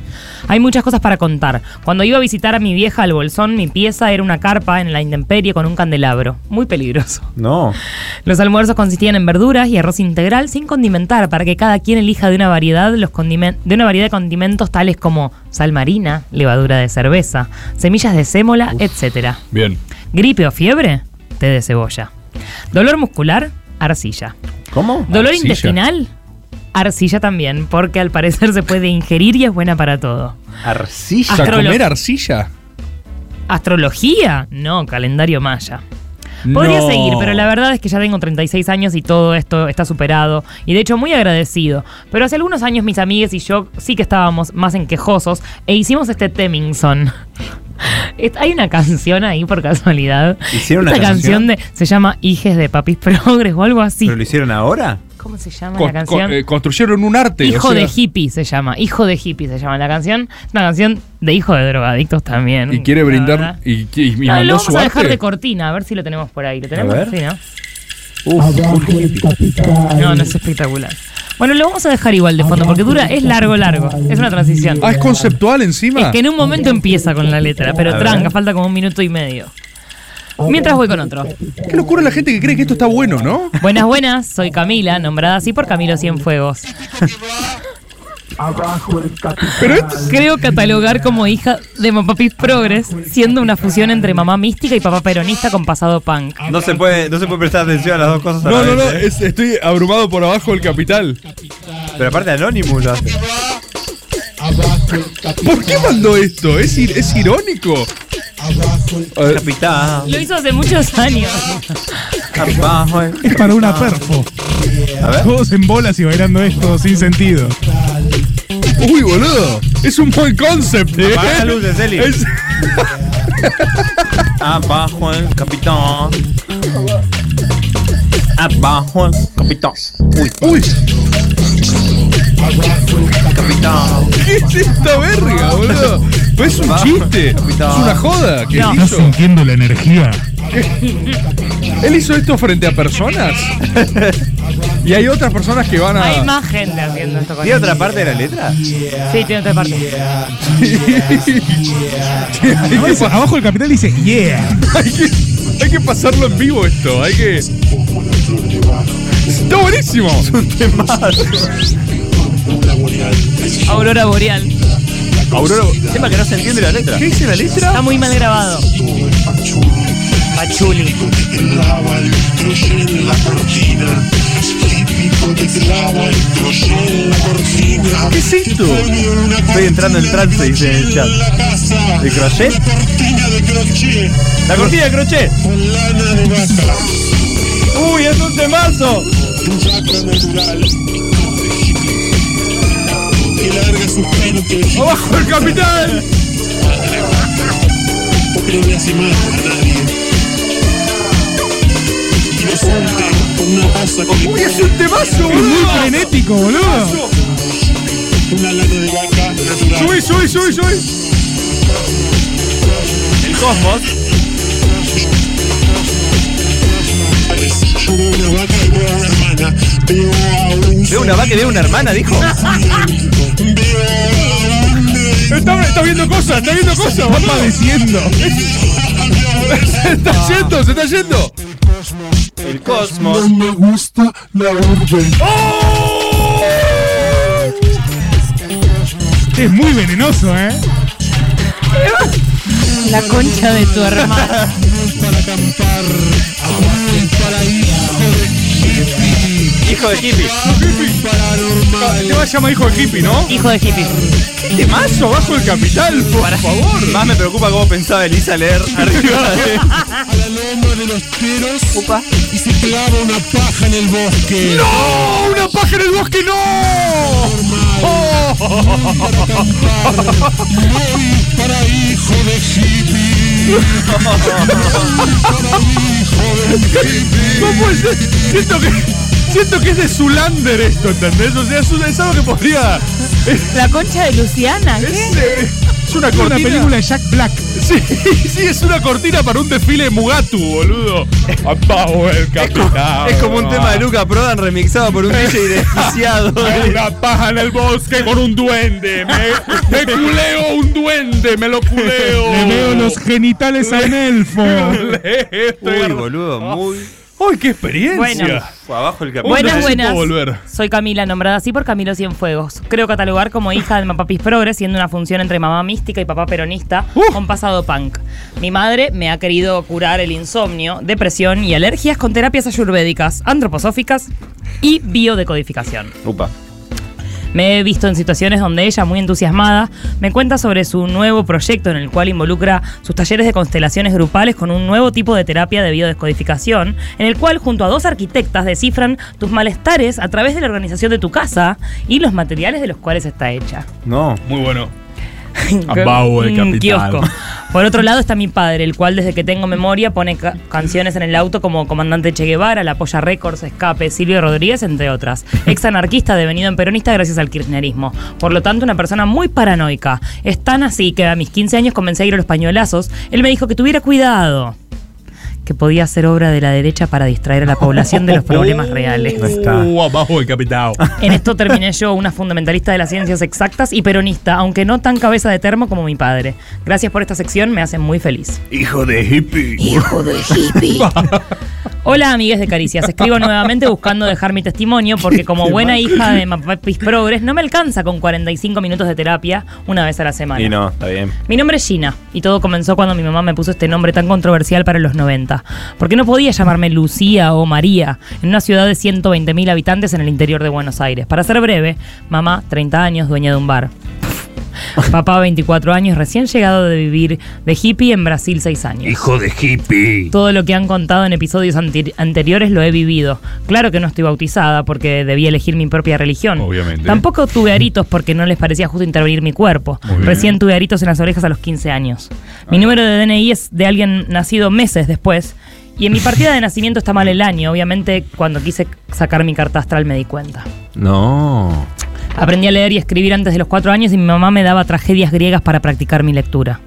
[SPEAKER 6] Hay muchas cosas para contar. Cuando iba a visitar a mi vieja al Bolsón, mi pieza era una carpa en la intemperie con un candelabro. Muy peligroso.
[SPEAKER 9] No.
[SPEAKER 6] Los almuerzos consistían en verduras y arroz integral sin condimentar para que cada quien elija de una variedad los condimen- de una variedad de condimentos tales como sal marina, levadura de cerveza, semillas de sémola, etcétera.
[SPEAKER 11] Bien.
[SPEAKER 6] Gripe o fiebre, té de cebolla. Dolor muscular, arcilla.
[SPEAKER 9] ¿Cómo?
[SPEAKER 6] Dolor
[SPEAKER 9] Arcilla.
[SPEAKER 6] intestinal, arcilla también, porque al parecer se puede ingerir y es buena para todo.
[SPEAKER 9] Arcilla.
[SPEAKER 6] O sea, Astrolo- comer
[SPEAKER 11] arcilla?
[SPEAKER 6] ¿Astrología? Ah, No, calendario maya. Podría
[SPEAKER 11] No.
[SPEAKER 6] seguir, pero la verdad es que ya tengo 36 años y todo esto está superado. Y de hecho, muy agradecido. Pero hace algunos años mis amigues y yo sí que estábamos más en quejosos e hicimos este Temmingson. Es- Hay una canción ahí por casualidad.
[SPEAKER 9] ¿Hicieron
[SPEAKER 6] Esta
[SPEAKER 9] una canción?
[SPEAKER 6] canción de- se llama Hijes de Papis Progres o algo así.
[SPEAKER 9] ¿Pero lo hicieron ahora?
[SPEAKER 6] ¿Cómo se llama
[SPEAKER 11] Con-
[SPEAKER 6] la canción?
[SPEAKER 11] con- eh, construyeron un arte. o
[SPEAKER 6] Hijo
[SPEAKER 11] sea,
[SPEAKER 6] de hippie se llama. Hijo de hippie se llama la canción. Es una canción de hijo de drogadictos también.
[SPEAKER 11] Y quiere
[SPEAKER 6] la
[SPEAKER 11] brindar.
[SPEAKER 6] verdad.
[SPEAKER 11] Y, y- y
[SPEAKER 6] Ah,
[SPEAKER 11] mandó
[SPEAKER 6] lo vamos
[SPEAKER 11] su
[SPEAKER 6] a dejar
[SPEAKER 11] arte.
[SPEAKER 6] de cortina, a ver si lo tenemos por ahí. ¿Lo tenemos?
[SPEAKER 11] ver.
[SPEAKER 6] Sí, ¿no?
[SPEAKER 11] Uf,
[SPEAKER 6] No, no es espectacular. Bueno, lo vamos a dejar igual de fondo porque dura, es largo, largo. Es una transición.
[SPEAKER 11] Ah, es conceptual encima.
[SPEAKER 6] Es que en un momento empieza con la letra,
[SPEAKER 11] A
[SPEAKER 6] pero
[SPEAKER 11] ver.
[SPEAKER 6] tranca, falta como un minuto y medio. Mientras voy con otro.
[SPEAKER 11] Qué locura la gente que cree que esto está bueno, ¿no?
[SPEAKER 6] Buenas, buenas, soy Camila, nombrada así por Camilo Cienfuegos. Creo catalogar como hija de Mapapis Progress, siendo una fusión entre mamá mística y papá peronista con pasado punk.
[SPEAKER 9] No se puede, no se puede prestar atención a ¿eh? las dos cosas.
[SPEAKER 11] No, no, no, es- estoy abrumado por abajo del capital.
[SPEAKER 9] Pero aparte Anonymous lo hace.
[SPEAKER 11] ¿Por qué mandó esto? Es, ir- es irónico. Eh,
[SPEAKER 9] Capital.
[SPEAKER 6] Lo hizo hace muchos años.
[SPEAKER 1] Es para una
[SPEAKER 11] Ah.
[SPEAKER 1] perfo. Todos en bolas y bailando esto sin sentido.
[SPEAKER 11] Uy, boludo. Es un buen concept, eh.
[SPEAKER 9] Apaga las luces, Eli.
[SPEAKER 11] Es-
[SPEAKER 9] Abajo el capitán. Abajo el capitán. Uy,
[SPEAKER 11] uy.
[SPEAKER 9] Capitán.
[SPEAKER 11] ¿Qué es esta verga, boludo? No es un chiste. Es una joda que
[SPEAKER 1] No,
[SPEAKER 11] él hizo.
[SPEAKER 1] sintiendo la energía.
[SPEAKER 11] Él hizo esto frente a personas. Y hay otras personas que van
[SPEAKER 6] Hay
[SPEAKER 11] a.
[SPEAKER 6] más gente haciendo esto con
[SPEAKER 9] ¿Tiene otra parte de la letra?
[SPEAKER 6] Sí, tiene otra parte.
[SPEAKER 1] Igual dice- abajo el capital dice, yeah.
[SPEAKER 11] Hay que, hay que pasarlo en vivo esto, hay que. Está buenísimo. Es un
[SPEAKER 6] Aurora Boreal.
[SPEAKER 9] Aurora. Tema que no se entiende la letra.
[SPEAKER 11] ¿Qué dice la letra?
[SPEAKER 6] Está muy mal grabado. Pachuli.
[SPEAKER 9] ¿Qué es esto? Estoy entrando en trance, dice en el chat. ¿De crochet? La cortina de crochet. ¡Uy, es un temazo!
[SPEAKER 11] ¡Abajo el capital! ¡Uy, es un temazo,
[SPEAKER 1] Es muy
[SPEAKER 11] boludo!
[SPEAKER 1] frenético, boludo.
[SPEAKER 11] ¡Subí, subí, subí, subí!
[SPEAKER 9] El cosmos. Veo una vaca y veo una hermana, dijo.
[SPEAKER 11] Está, está viendo cosas, está viendo cosas,
[SPEAKER 1] Va
[SPEAKER 11] boludo.
[SPEAKER 1] padeciendo.
[SPEAKER 11] Se está yendo, se está yendo.
[SPEAKER 9] El cosmos.
[SPEAKER 11] ¡Oh!
[SPEAKER 1] Es muy venenoso, ¿eh?
[SPEAKER 6] La concha de tu hermana.
[SPEAKER 9] Hijo de hippie.
[SPEAKER 11] Te va a llamar hijo de hippie, ¿no?
[SPEAKER 6] Hijo de hippie.
[SPEAKER 11] ¡Qué temazo, bajo el capital, por favor!
[SPEAKER 9] Más me preocupa cómo pensaba Elisa leer arriba de.
[SPEAKER 11] ¡No! ¡Una paja en el bosque, no! para hijo de hippie. ¿Cómo es? Siento que. siento que es de Zulander esto, ¿entendés? O sea, es, un- es algo que podría.
[SPEAKER 13] La concha de Luciana, ¿qué?
[SPEAKER 11] Es una cortina.
[SPEAKER 10] de Jack Black.
[SPEAKER 11] Sí, sí, es una cortina para un desfile de Mugatu, boludo. Apago el capitán.
[SPEAKER 9] Es como un tema de Luca Prodan remixado por un DJ desquiciado.
[SPEAKER 11] Una paja en el bosque con un duende. Me, me culeo un duende, me lo culeo.
[SPEAKER 10] Le veo los genitales a Nelfo.
[SPEAKER 9] Uy, boludo, muy.
[SPEAKER 11] ¡Uy, qué Ah. experiencia!
[SPEAKER 6] Bueno.
[SPEAKER 9] abajo el capitán.
[SPEAKER 6] Buenas, buenas.
[SPEAKER 11] volver.
[SPEAKER 6] Soy Camila, nombrada así por Camilo Cienfuegos. Creo catalogar como hija del Mapapis Progres, siendo una función entre mamá mística y papá peronista,
[SPEAKER 9] Uh.
[SPEAKER 6] con pasado punk. Mi madre me ha querido curar el insomnio, depresión y alergias con terapias ayurvédicas, antroposóficas y biodecodificación.
[SPEAKER 9] Upa.
[SPEAKER 6] Me he visto en situaciones donde ella, muy entusiasmada, me cuenta sobre su nuevo proyecto en el cual involucra sus talleres de constelaciones grupales con un nuevo tipo de terapia de biodescodificación, en el cual junto a dos arquitectas descifran tus malestares a través de la organización de tu casa y los materiales de los cuales está hecha.
[SPEAKER 9] No.
[SPEAKER 11] Muy bueno.
[SPEAKER 6] Abajo el Un capitán. kiosco. Por otro lado está mi padre, el cual desde que tengo memoria pone ca- canciones en el auto como Comandante Che Guevara, La Polla Records, Escape, Silvio Rodríguez, entre otras. Ex anarquista devenido en peronista gracias al kirchnerismo. Por lo tanto, una persona muy paranoica. Es tan así que a mis 15 años comencé a ir a los pañuelazos. Él me dijo que tuviera cuidado. Que podía ser obra de la derecha para distraer a la población de los problemas reales.
[SPEAKER 11] Uh, abajo el capitán.
[SPEAKER 6] En esto terminé yo, una fundamentalista de las ciencias exactas y peronista, aunque no tan cabeza de termo como mi padre. Gracias por esta sección, me hacen muy feliz.
[SPEAKER 11] Hijo de hippie.
[SPEAKER 6] Hijo de hippie. Hola amigues de Caricias, escribo nuevamente buscando dejar mi testimonio porque como
[SPEAKER 9] Qué
[SPEAKER 6] buena
[SPEAKER 9] mal.
[SPEAKER 6] hija de Mapapis Progres no me alcanza con 45 minutos de terapia una vez a la semana.
[SPEAKER 9] Y no, está bien.
[SPEAKER 6] Mi nombre es Gina y todo comenzó cuando mi mamá me puso este nombre tan controversial para los 90. Porque no podía llamarme Lucía o María en una ciudad de 120.000 habitantes en el interior de Buenos Aires. Para ser breve, mamá, 30 años, dueña de un bar. Papá, 24 años, recién llegado de vivir de hippie en Brasil, 6 años.
[SPEAKER 14] Hijo de hippie.
[SPEAKER 6] Todo lo que han contado en episodios anti- anteriores lo he vivido. Claro que no estoy bautizada porque debí elegir mi propia religión.
[SPEAKER 14] Obviamente.
[SPEAKER 6] Tampoco tuve aritos porque no les parecía justo intervenir mi cuerpo.
[SPEAKER 14] Muy bien. Ah.
[SPEAKER 6] Recién tuve aritos en las orejas a los 15 años. Mi número de DNI es de alguien nacido meses después. Y en mi partida de nacimiento está mal el año. Obviamente, cuando quise sacar mi carta astral me di cuenta.
[SPEAKER 9] No.
[SPEAKER 6] Aprendí a leer y escribir antes de los cuatro años y mi mamá me daba tragedias griegas para practicar mi lectura.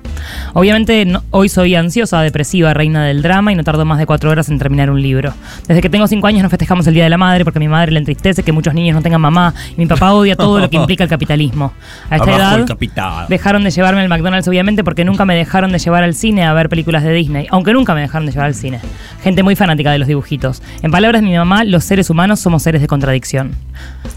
[SPEAKER 6] Obviamente no- hoy soy ansiosa, depresiva, reina del drama y no tardo más de cuatro horas en terminar un libro. Desde que tengo cinco años no festejamos el Día de la Madre porque a mi madre le entristece que muchos niños no tengan mamá y mi papá odia todo lo que implica el capitalismo. A esta
[SPEAKER 14] Abajo el
[SPEAKER 6] edad
[SPEAKER 14] capitán.
[SPEAKER 6] dejaron de llevarme al McDonald's obviamente porque nunca me dejaron de llevar al cine a ver películas de Disney, aunque nunca me dejaron de llevar al cine. Gente muy fanática de los dibujitos. En palabras de mi mamá, los seres humanos somos seres de contradicción.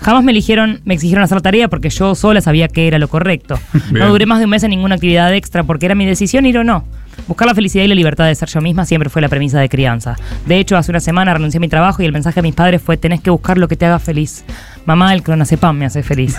[SPEAKER 6] Jamás me eligieron, me exigieron hacer tarea porque yo sola sabía que era lo correcto.
[SPEAKER 14] Bien.
[SPEAKER 6] No duré más de un mes en ninguna actividad extra porque era mi decisión ir o no. Buscar la felicidad y la libertad de ser yo misma siempre fue la premisa de crianza. De hecho, hace una semana renuncié a mi trabajo y el mensaje de mis padres fue tenés que buscar lo que te haga feliz. Mamá, el clonazepam me hace feliz.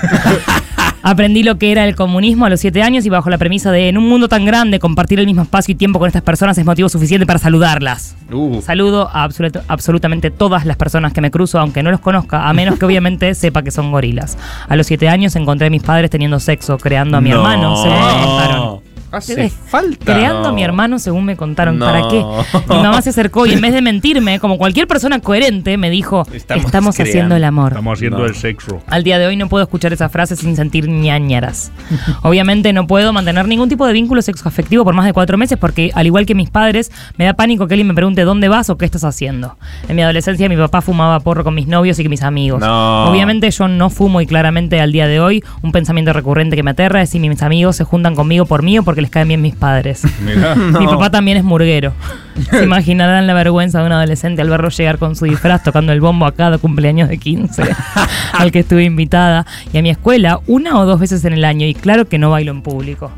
[SPEAKER 6] Aprendí lo que era el comunismo a los siete años y bajo la premisa de en un mundo tan grande compartir el mismo espacio y tiempo con estas personas es motivo suficiente para saludarlas. Saludo a absolut- absolutamente todas las personas que me cruzo, aunque no los conozca, a menos que obviamente sepa que son gorilas. A los siete años encontré a mis padres teniendo sexo, creando a mi
[SPEAKER 9] No. Ah,
[SPEAKER 6] hermano, según me
[SPEAKER 11] Ah.
[SPEAKER 6] contaron.
[SPEAKER 9] Hace
[SPEAKER 6] Eh,
[SPEAKER 9] falta.
[SPEAKER 6] Creando a
[SPEAKER 9] No.
[SPEAKER 6] mi hermano, según me contaron.
[SPEAKER 9] No.
[SPEAKER 6] ¿Para qué? Mi mamá se acercó y en vez de mentirme, como cualquier persona coherente, me dijo: Estamos, haciendo el amor.
[SPEAKER 7] Estamos haciendo
[SPEAKER 6] No.
[SPEAKER 7] el sexo.
[SPEAKER 6] Al día de hoy no puedo escuchar esa frase sin sentir ñañaras. Obviamente no puedo mantener ningún tipo de vínculo sexoafectivo por más de cuatro meses porque, al igual que mis padres, me da pánico que alguien me pregunte dónde vas o qué estás haciendo. En mi adolescencia mi papá fumaba porro con mis novios y mis amigos.
[SPEAKER 14] No.
[SPEAKER 6] Obviamente yo no fumo y claramente al día de hoy un pensamiento recurrente que me aterra es si mis amigos se juntan conmigo por mí o porque les caen bien mis padres.
[SPEAKER 14] Mirá.
[SPEAKER 6] Mi
[SPEAKER 14] No.
[SPEAKER 6] papá también es murguero. Se imaginarán la vergüenza de un adolescente al verlo llegar con su disfraz tocando el bombo a cada cumpleaños de 15 al que estuve invitada y a mi escuela una o dos veces en el año y claro que no bailo en público.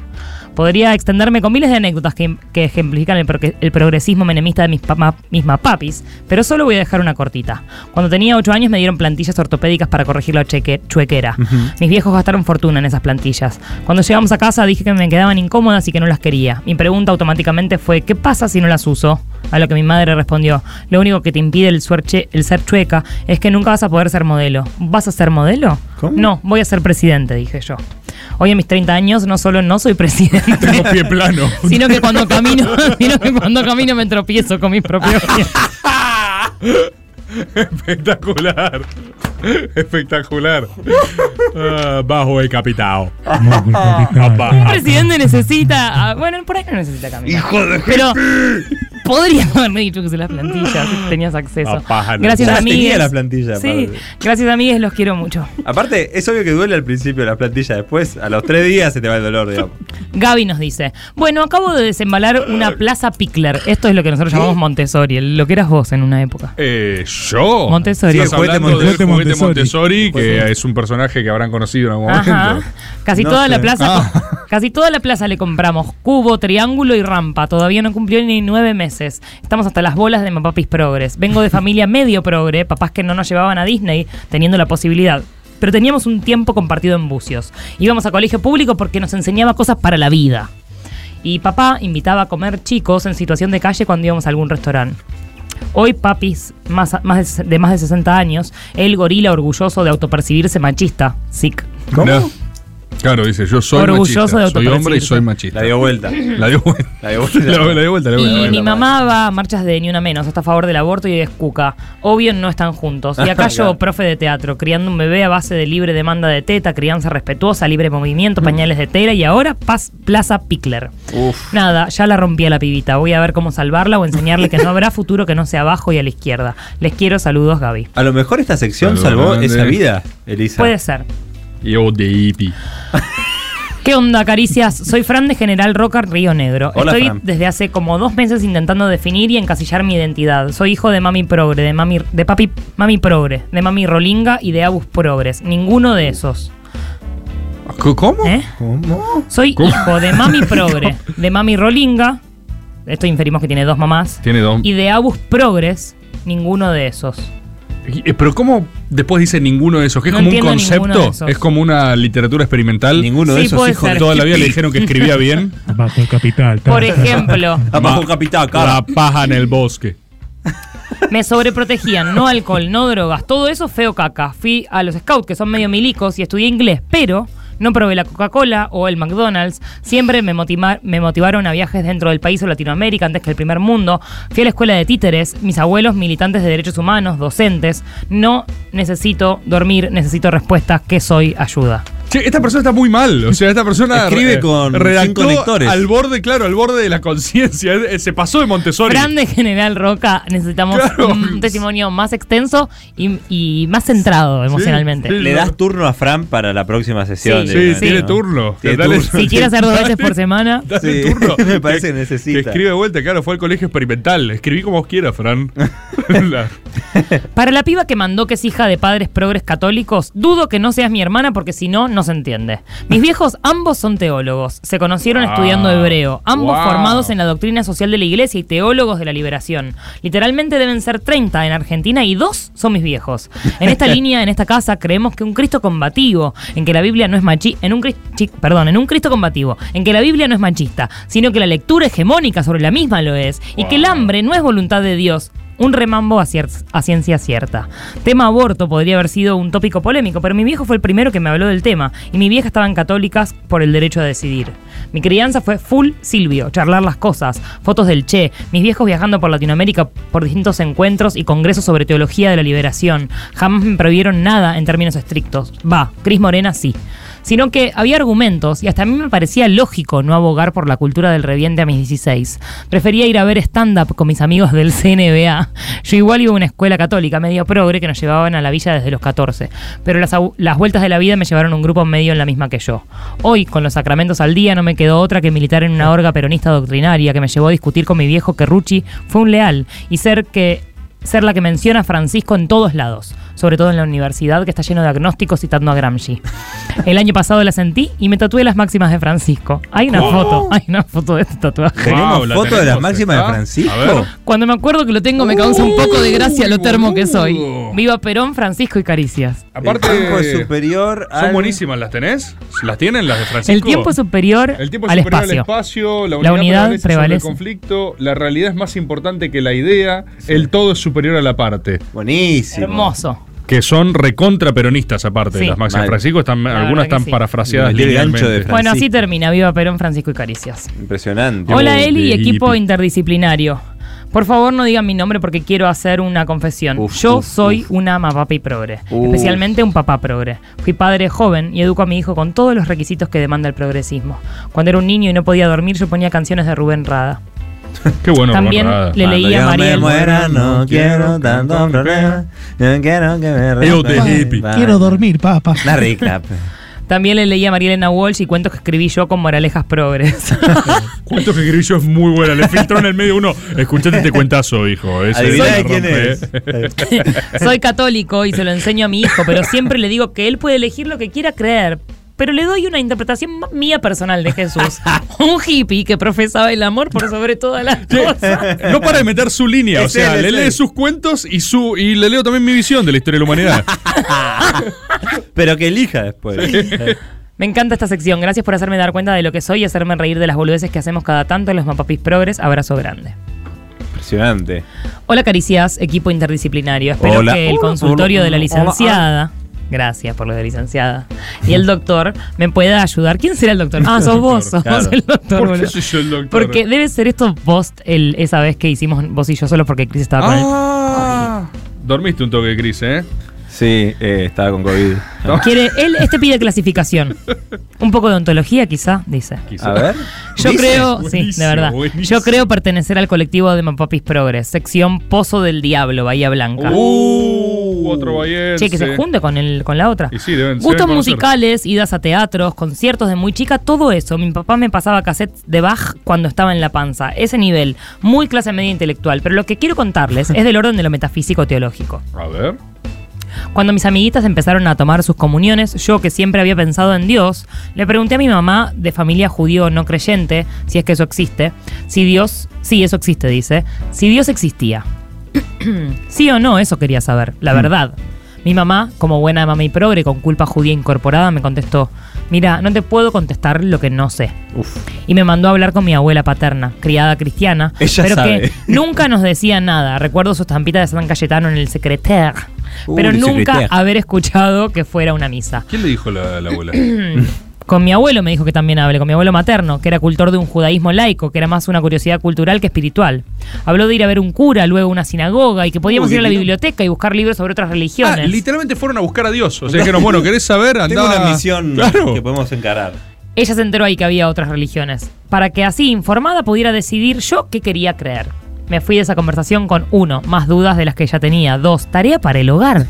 [SPEAKER 6] Podría extenderme con miles de anécdotas que, em, que ejemplifican el, proque- el progresismo menemista de mis, pa- ma- mis mapapis, pero solo voy a dejar una cortita. Cuando tenía 8 años me dieron plantillas ortopédicas para corregir la cheque- chuequera. Mis viejos gastaron fortuna en esas plantillas. Cuando llegamos a casa dije que me quedaban incómodas y que no las quería. Mi pregunta automáticamente fue, ¿qué pasa si no las uso? A lo que mi madre respondió, lo único que te impide el, suerche- el ser chueca es que nunca vas a poder ser modelo. ¿Vas a ser modelo? No, voy a ser presidente, dije yo. Hoy a mis 30 años no solo no soy presidente,
[SPEAKER 11] Pie plano.
[SPEAKER 6] sino que cuando camino, sino que cuando camino me tropiezo con mis propios pies.
[SPEAKER 11] Espectacular. Espectacular. Ah, bajo el capitao.
[SPEAKER 6] Un presidente necesita. ah, bueno, por ahí no necesita caminar.
[SPEAKER 11] Hijo de
[SPEAKER 6] Pero podría haberme dicho que se las plantillas si tenías acceso. Gracias,
[SPEAKER 9] Ya tenía
[SPEAKER 6] amigues.
[SPEAKER 9] la plantilla.
[SPEAKER 6] Sí,
[SPEAKER 9] aparte.
[SPEAKER 6] gracias, amigues. Los quiero mucho.
[SPEAKER 9] Aparte, es obvio que duele al principio la plantilla. Después, a los tres días se te va el dolor, digamos.
[SPEAKER 6] Gaby nos dice: Bueno, acabo de desembalar una plaza Pickler. Esto es lo que nosotros
[SPEAKER 11] ¿Eh?
[SPEAKER 6] llamamos Montessori, el- lo que eras vos en una época.
[SPEAKER 7] Eh, yo.
[SPEAKER 6] Montessori.
[SPEAKER 7] Estás
[SPEAKER 6] Sí, el juguete
[SPEAKER 7] hablando del
[SPEAKER 6] Montessori.
[SPEAKER 7] juguete Montessori,
[SPEAKER 6] Montessori,
[SPEAKER 7] que es un personaje que habrán conocido en algún momento.
[SPEAKER 6] Ajá. Casi
[SPEAKER 7] No
[SPEAKER 6] toda
[SPEAKER 7] sé.
[SPEAKER 6] la plaza,
[SPEAKER 7] Ah.
[SPEAKER 6] casi toda la plaza le compramos cubo, triángulo y rampa. Todavía no cumplió ni nueve meses. Estamos hasta las bolas de Mapapis Progres. Vengo de familia medio progre, papás que no nos llevaban a Disney teniendo la posibilidad. Pero teníamos un tiempo compartido en bucios. Íbamos a colegio público porque nos enseñaba cosas para la vida. Y papá invitaba a comer chicos en situación de calle cuando íbamos a algún restaurante. Hoy papis más, más de, de más de 60 años, el gorila orgulloso de autopercibirse machista, sic.
[SPEAKER 7] No. Claro, dice, yo soy
[SPEAKER 6] Orgulloso
[SPEAKER 7] machista.
[SPEAKER 6] de
[SPEAKER 7] soy hombre y
[SPEAKER 6] autopercibirse.
[SPEAKER 7] soy machista. La
[SPEAKER 9] dio vuelta.
[SPEAKER 7] La dio vuelta. La dio
[SPEAKER 9] vuelta.
[SPEAKER 7] La dio vuelta. la dio
[SPEAKER 6] Y mi
[SPEAKER 7] vuelta.
[SPEAKER 6] mamá va a marchas de Ni Una Menos, está a favor del aborto y es cuca. Obvio no están juntos. Y acá yo,
[SPEAKER 13] Claro.
[SPEAKER 6] profe de teatro, criando un bebé a base de libre demanda de teta, crianza respetuosa, libre movimiento, pañales de tela y ahora paz, Plaza Pickler.
[SPEAKER 9] Uf.
[SPEAKER 6] Nada, ya la rompí a la pibita. Voy a ver cómo salvarla o enseñarle que no habrá futuro que no sea abajo y a la izquierda. Les quiero saludos, Gaby.
[SPEAKER 9] A lo mejor esta sección
[SPEAKER 7] Saludos,
[SPEAKER 9] salvó
[SPEAKER 7] grande.
[SPEAKER 9] esa vida, Elisa.
[SPEAKER 6] Puede ser.
[SPEAKER 7] Yo de hippie.
[SPEAKER 6] ¿Qué onda, caricias? Soy Fran de General Roca, Río Negro.
[SPEAKER 7] Hola,
[SPEAKER 6] Estoy
[SPEAKER 7] Fran.
[SPEAKER 6] desde hace como dos meses intentando definir y encasillar mi identidad. Soy hijo de mami progre, de mami, de papi, mami progre, de mami rolinga y de abus progres. Ninguno de esos.
[SPEAKER 7] ¿Cómo?
[SPEAKER 6] ¿Eh? Soy hijo de mami progre, de mami rolinga. Esto inferimos que tiene dos mamás.
[SPEAKER 7] Tiene dos.
[SPEAKER 6] Y de abus progres. Ninguno de esos.
[SPEAKER 7] Eh, Pero ¿cómo después dice ninguno de esos? Que es
[SPEAKER 6] No
[SPEAKER 7] como un
[SPEAKER 6] entiendo ninguno de esos.
[SPEAKER 7] concepto, es como una literatura experimental. Ninguno
[SPEAKER 6] de Sí, esos puede hijos de- ser.
[SPEAKER 7] Toda la vida le dijeron que escribía bien.
[SPEAKER 10] Bajo el capital.
[SPEAKER 6] Por ejemplo.
[SPEAKER 7] Bajo el capital, La paja en el bosque.
[SPEAKER 6] Me sobreprotegían, no alcohol, no drogas, todo eso feo caca. Fui a los scouts, que son medio milicos, y estudié inglés, pero no probé la Coca-Cola o el McDonald's. Siempre me, motima- me motivaron a viajes dentro del país o Latinoamérica antes que el primer mundo. Fui a la escuela de títeres, mis abuelos militantes de derechos humanos, docentes. No necesito dormir, necesito respuestas, que soy ayuda.
[SPEAKER 7] Che, esta persona está muy mal. O sea, esta persona
[SPEAKER 9] Escribe
[SPEAKER 7] eh,
[SPEAKER 9] con
[SPEAKER 7] redactó
[SPEAKER 9] sin conectores.
[SPEAKER 7] al borde, claro, al borde de la conciencia. Eh, Se pasó de Montessori.
[SPEAKER 6] Grande General Roca, necesitamos un testimonio más extenso y, y más centrado emocionalmente.
[SPEAKER 9] Le das turno a Fran para la próxima sesión.
[SPEAKER 6] Sí,
[SPEAKER 9] de-
[SPEAKER 7] sí, tiene turno.
[SPEAKER 9] Tiene
[SPEAKER 7] Dale-
[SPEAKER 9] turno.
[SPEAKER 6] Si quiere hacer dos veces por semana.
[SPEAKER 7] Dale
[SPEAKER 9] Sí.
[SPEAKER 7] turno.
[SPEAKER 9] Me parece que necesita.
[SPEAKER 7] Te escribe de vuelta, claro, fue al colegio experimental. Escribí como vos quieras, Fran. La-
[SPEAKER 6] Para la piba que mandó que es hija de padres progres católicos, dudo que no seas mi hermana porque si no, no se entiende. Mis viejos ambos son teólogos. Se conocieron
[SPEAKER 13] Ah,
[SPEAKER 6] estudiando hebreo. Ambos
[SPEAKER 13] wow.
[SPEAKER 6] formados en la doctrina social de la iglesia y teólogos de la liberación. Literalmente deben ser 30 en Argentina y dos son mis viejos. En esta línea, en esta casa, creemos que un Cristo combativo, en que la Biblia no es machi, en un cris- chi- perdón, en un Cristo combativo, en que la Biblia no es machista, sino que la lectura hegemónica sobre la misma lo es, y que el hambre no es voluntad de Dios. Un remambo a, cier- a ciencia cierta. Tema aborto podría haber sido un tópico polémico, pero mi viejo fue el primero que me habló del tema, y mi vieja estaban católicas por el derecho a decidir. Mi crianza fue full Silvio, charlar las cosas, fotos del Che, mis viejos viajando por Latinoamérica por distintos encuentros y congresos sobre teología de la liberación. Jamás me prohibieron nada en términos estrictos. Va, Cris Morena sí. Sino que había argumentos y hasta a mí me parecía lógico no abogar por la cultura del reviente a mis 16. Prefería ir a ver stand-up con mis amigos del CNBA. Yo igual iba a una escuela católica medio progre que nos llevaban a la villa desde los 14. Pero las, au- las vueltas de la vida me llevaron a un grupo medio en la misma que yo. Hoy, con los sacramentos al día, no me quedó otra que militar en una orga peronista doctrinaria que me llevó a discutir con mi viejo que Rucci fue un leal y ser que ser la que menciona a Francisco en todos lados, sobre todo en la universidad que está lleno de agnósticos citando a Gramsci. El año pasado la sentí y me tatué las máximas de Francisco. Hay una
[SPEAKER 9] ¿Cómo?
[SPEAKER 6] foto, hay una foto de este tatuaje.
[SPEAKER 9] ¿Tenemos Wow, la foto de tenemos, las máximas de ¿está? Francisco? A ver.
[SPEAKER 6] Cuando me acuerdo que lo tengo me causa un poco de gracia lo termo que soy. Viva Perón, Francisco y Caricias.
[SPEAKER 7] Aparte,
[SPEAKER 9] tiempo es superior
[SPEAKER 7] Son
[SPEAKER 9] al-
[SPEAKER 7] buenísimas, ¿las tenés? ¿Las tienen las de Francisco?
[SPEAKER 6] El tiempo es superior,
[SPEAKER 7] El tiempo es
[SPEAKER 6] al,
[SPEAKER 7] superior al
[SPEAKER 6] espacio.
[SPEAKER 7] espacio, la
[SPEAKER 6] La
[SPEAKER 7] unidad, prevalece,
[SPEAKER 6] unidad
[SPEAKER 7] sobre
[SPEAKER 6] prevalece.
[SPEAKER 7] el conflicto, la realidad es más importante que la idea, el todo es superior a la parte.
[SPEAKER 9] Buenísimo.
[SPEAKER 6] Hermoso.
[SPEAKER 7] Que son recontra peronistas aparte
[SPEAKER 6] Sí.
[SPEAKER 7] las máximas de
[SPEAKER 9] Mal.
[SPEAKER 7] Francisco, están,
[SPEAKER 9] La verdad
[SPEAKER 7] algunas
[SPEAKER 9] que
[SPEAKER 7] están
[SPEAKER 9] sí.
[SPEAKER 7] parafraseadas
[SPEAKER 9] Me metí el gancho de
[SPEAKER 7] literalmente.
[SPEAKER 6] Bueno, así termina. Viva Perón, Francisco y Caricias.
[SPEAKER 9] Impresionante.
[SPEAKER 6] Hola Eli y equipo interdisciplinario. Por favor, no digan mi nombre porque quiero hacer una confesión. Yo soy una mapapa y progre,
[SPEAKER 14] Uf.
[SPEAKER 6] especialmente un papá progre. Fui padre joven y educo a mi hijo con todos los requisitos que demanda el progresismo. Cuando era un niño y no podía dormir, yo ponía canciones de Rubén Rada.
[SPEAKER 7] Qué bueno.
[SPEAKER 6] También
[SPEAKER 7] Rubén Rada.
[SPEAKER 6] le
[SPEAKER 7] Cuando
[SPEAKER 6] leía
[SPEAKER 7] yo
[SPEAKER 6] a
[SPEAKER 7] me
[SPEAKER 6] Mariel.
[SPEAKER 7] muera, no quiero
[SPEAKER 9] tanto problema. No quiero que me
[SPEAKER 7] Yo te rompan. hippie.
[SPEAKER 9] Ah.
[SPEAKER 10] Quiero dormir, papá.
[SPEAKER 9] La rica.
[SPEAKER 6] También le leía a Marielena Walsh y cuentos que escribí yo con moralejas progres.
[SPEAKER 7] Cuento que Grillo es muy buena. Le filtró en el medio uno. Escuchate este cuentazo, hijo. Ese
[SPEAKER 9] Adivina
[SPEAKER 7] la
[SPEAKER 9] de quién
[SPEAKER 7] rompe,
[SPEAKER 9] es.
[SPEAKER 7] ¿eh?
[SPEAKER 6] Soy católico y se lo enseño a mi hijo, pero siempre le digo que él puede elegir lo que quiera creer. Pero le doy una interpretación mía personal de Jesús. Un hippie que profesaba el amor por sobre todas las cosas.
[SPEAKER 7] No para de meter su línea. O
[SPEAKER 6] Es
[SPEAKER 7] sea,
[SPEAKER 6] él,
[SPEAKER 7] le
[SPEAKER 6] es
[SPEAKER 7] lee
[SPEAKER 6] él.
[SPEAKER 7] sus cuentos y su y le leo también mi visión de la historia de la humanidad.
[SPEAKER 9] Pero que elija después.
[SPEAKER 6] Me encanta esta sección. Gracias por hacerme dar cuenta de lo que soy y hacerme reír de las boludeces que hacemos cada tanto en los Mapapis Progres. Abrazo grande.
[SPEAKER 9] Impresionante.
[SPEAKER 6] Hola Caricias, equipo interdisciplinario. Espero
[SPEAKER 9] Hola.
[SPEAKER 6] que
[SPEAKER 9] Hola,
[SPEAKER 6] el consultorio
[SPEAKER 9] hola,
[SPEAKER 6] de la
[SPEAKER 9] hola.
[SPEAKER 6] licenciada, gracias por lo de licenciada, y el doctor me pueda ayudar. ¿Quién será el doctor? Ah, sos vos, sos
[SPEAKER 7] Claro.
[SPEAKER 6] vos el doctor.
[SPEAKER 7] ¿Por qué
[SPEAKER 6] boludo.
[SPEAKER 7] soy yo el doctor?
[SPEAKER 6] Porque debe ser esto post el, esa vez que hicimos vos y yo solo porque Chris estaba con él.
[SPEAKER 7] Ah. Dormiste un toque, Cris, ¿eh?
[SPEAKER 9] Sí, eh, estaba con COVID.
[SPEAKER 6] Quiere, él, este pide clasificación. Un poco de ontología, quizá, dice.
[SPEAKER 9] A ver.
[SPEAKER 6] Yo
[SPEAKER 9] Dice.
[SPEAKER 6] creo, sí,
[SPEAKER 9] Buenísimo,
[SPEAKER 6] de verdad. Yo creo pertenecer al colectivo de Mapapis Progres, sección Pozo del Diablo, Bahía Blanca.
[SPEAKER 7] Uh, otro bayense.
[SPEAKER 6] Che, que se junte con, el, con la otra.
[SPEAKER 7] Y sí, deben se
[SPEAKER 6] Gustos
[SPEAKER 7] deben conocer.
[SPEAKER 6] musicales, idas a teatros, conciertos de muy chica, todo eso. Mi papá me pasaba cassettes de Bach cuando estaba en la panza. Ese nivel, muy clase media intelectual. Pero lo que quiero contarles es del orden de lo metafísico-teológico.
[SPEAKER 7] A ver.
[SPEAKER 6] Cuando mis amiguitas empezaron a tomar sus comuniones, yo que siempre había pensado en Dios, le pregunté a mi mamá, de familia judío no creyente, si es que eso existe, si Dios, sí, eso existe, dice, si Dios existía. sí o no, eso quería saber, la
[SPEAKER 14] Mm.
[SPEAKER 6] verdad. Mi mamá, como buena mami progre con culpa judía incorporada, me contestó, mira, no te puedo contestar lo que no sé. Y me mandó a hablar con mi abuela paterna, criada cristiana,
[SPEAKER 14] Ella
[SPEAKER 6] pero
[SPEAKER 14] sabe.
[SPEAKER 6] que nunca nos decía nada. Recuerdo su estampita de San Cayetano en el secretaire,
[SPEAKER 7] Uh,
[SPEAKER 6] pero
[SPEAKER 7] el
[SPEAKER 6] nunca
[SPEAKER 7] secretaire.
[SPEAKER 6] haber escuchado que fuera una misa.
[SPEAKER 7] ¿Quién le dijo la, la abuela?
[SPEAKER 6] Con mi abuelo me dijo que también hable, con mi abuelo materno, que era cultor de un judaísmo laico, que era más una curiosidad cultural que espiritual. Habló de ir a ver un cura, luego una sinagoga, y que podíamos
[SPEAKER 7] Uy,
[SPEAKER 6] ir a la
[SPEAKER 7] qué-
[SPEAKER 6] biblioteca y buscar libros sobre otras
[SPEAKER 7] Ah,
[SPEAKER 6] religiones.
[SPEAKER 7] literalmente fueron a buscar a Dios. O sea, dijeron, bueno, ¿querés saber? Andá.
[SPEAKER 9] Tengo una misión
[SPEAKER 7] Claro.
[SPEAKER 9] que podemos encarar.
[SPEAKER 6] Ella se enteró ahí que había otras religiones, para que así informada pudiera decidir yo qué quería creer. Me fui de esa conversación con uno, más dudas de las que ya tenía, dos, tarea para el hogar.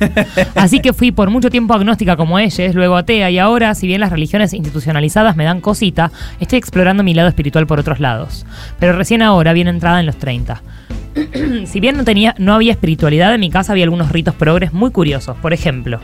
[SPEAKER 6] Así que fui por mucho tiempo agnóstica como ella, luego atea y ahora, si bien las religiones institucionalizadas me dan cosita, estoy explorando mi lado espiritual por otros lados. Pero recién ahora, bien entrada en los 30. si bien no tenía no había espiritualidad en mi casa, había algunos ritos progres muy curiosos. Por ejemplo,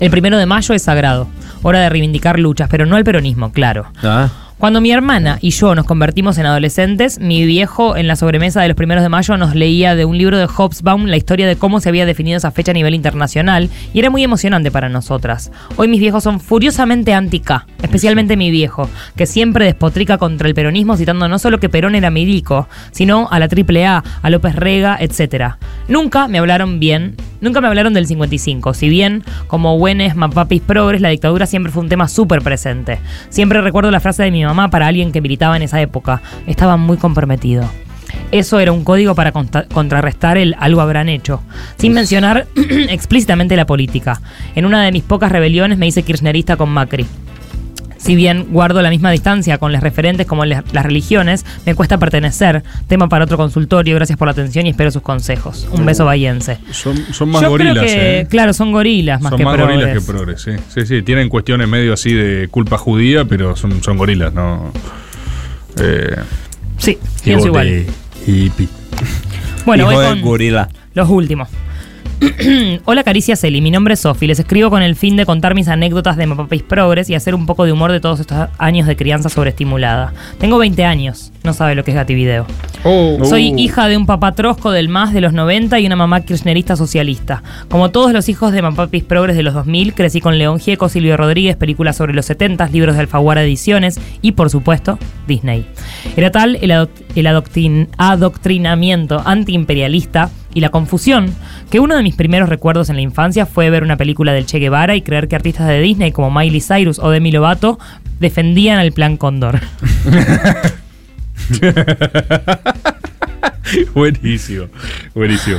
[SPEAKER 6] el primero de mayo es sagrado, hora de reivindicar luchas, pero no el peronismo, claro.
[SPEAKER 9] Ah.
[SPEAKER 6] Cuando mi hermana y yo nos convertimos en adolescentes, mi viejo en la sobremesa de los primeros de mayo nos leía de un libro de Hobsbawm la historia de cómo se había definido esa fecha a nivel internacional y era muy emocionante para nosotras. Hoy mis viejos son furiosamente anti-K, especialmente mi viejo, que siempre despotrica contra el peronismo citando no solo que Perón era milico, sino a la AAA, a López Rega, etc. Nunca me hablaron bien, nunca me hablaron del 55, si bien como buenos mapapis progres la dictadura siempre fue un tema súper presente. Siempre recuerdo la frase de mi mamá para alguien que militaba en esa época, estaba muy comprometido. Eso era un código para consta- contrarrestar el algo habrán hecho, sin mencionar explícitamente la política. En una de mis pocas rebeliones me hice kirchnerista con Macri. Si bien guardo la misma distancia con los referentes como les- las religiones, me cuesta pertenecer. Tema para otro consultorio. Gracias por la atención y espero sus consejos. Un beso bayense.
[SPEAKER 7] Son, son más
[SPEAKER 6] Yo
[SPEAKER 7] gorilas,
[SPEAKER 6] creo que,
[SPEAKER 7] ¿eh?
[SPEAKER 6] claro, son gorilas más
[SPEAKER 7] son
[SPEAKER 6] que
[SPEAKER 7] más gorilas que
[SPEAKER 6] progres.
[SPEAKER 7] progres, sí. Sí, sí, tienen cuestiones medio así de culpa judía, pero son, son gorilas, ¿no? Eh,
[SPEAKER 6] Sí,
[SPEAKER 7] qué
[SPEAKER 6] pienso
[SPEAKER 7] voz
[SPEAKER 6] igual.
[SPEAKER 7] de hippie.
[SPEAKER 6] Bueno, voy
[SPEAKER 7] Hijo de
[SPEAKER 6] con
[SPEAKER 9] gorila.
[SPEAKER 6] los últimos. Hola Caricia Celi, mi nombre es Sofi. Les escribo con el fin de contar mis anécdotas de Mapapis Progress y hacer un poco de humor de todos estos años de crianza sobreestimulada. Tengo 20 años, no sabe lo que es Gativideo. Soy
[SPEAKER 14] Oh.
[SPEAKER 6] hija de un papá trosco del MAS de los 90 y una mamá kirchnerista socialista. Como todos los hijos de Mapapis Progres de los 2000, crecí con León Gieco, Silvio Rodríguez, películas sobre los 70, libros de Alfaguara Ediciones y, por supuesto, Disney. Era tal el, adoc- el adoctrin- adoctrinamiento antiimperialista y la confusión que uno de mis primeros recuerdos en la infancia fue ver una película del Che Guevara y creer que artistas de Disney como Miley Cyrus o Demi Lovato defendían el plan Cóndor.
[SPEAKER 7] buenísimo, buenísimo.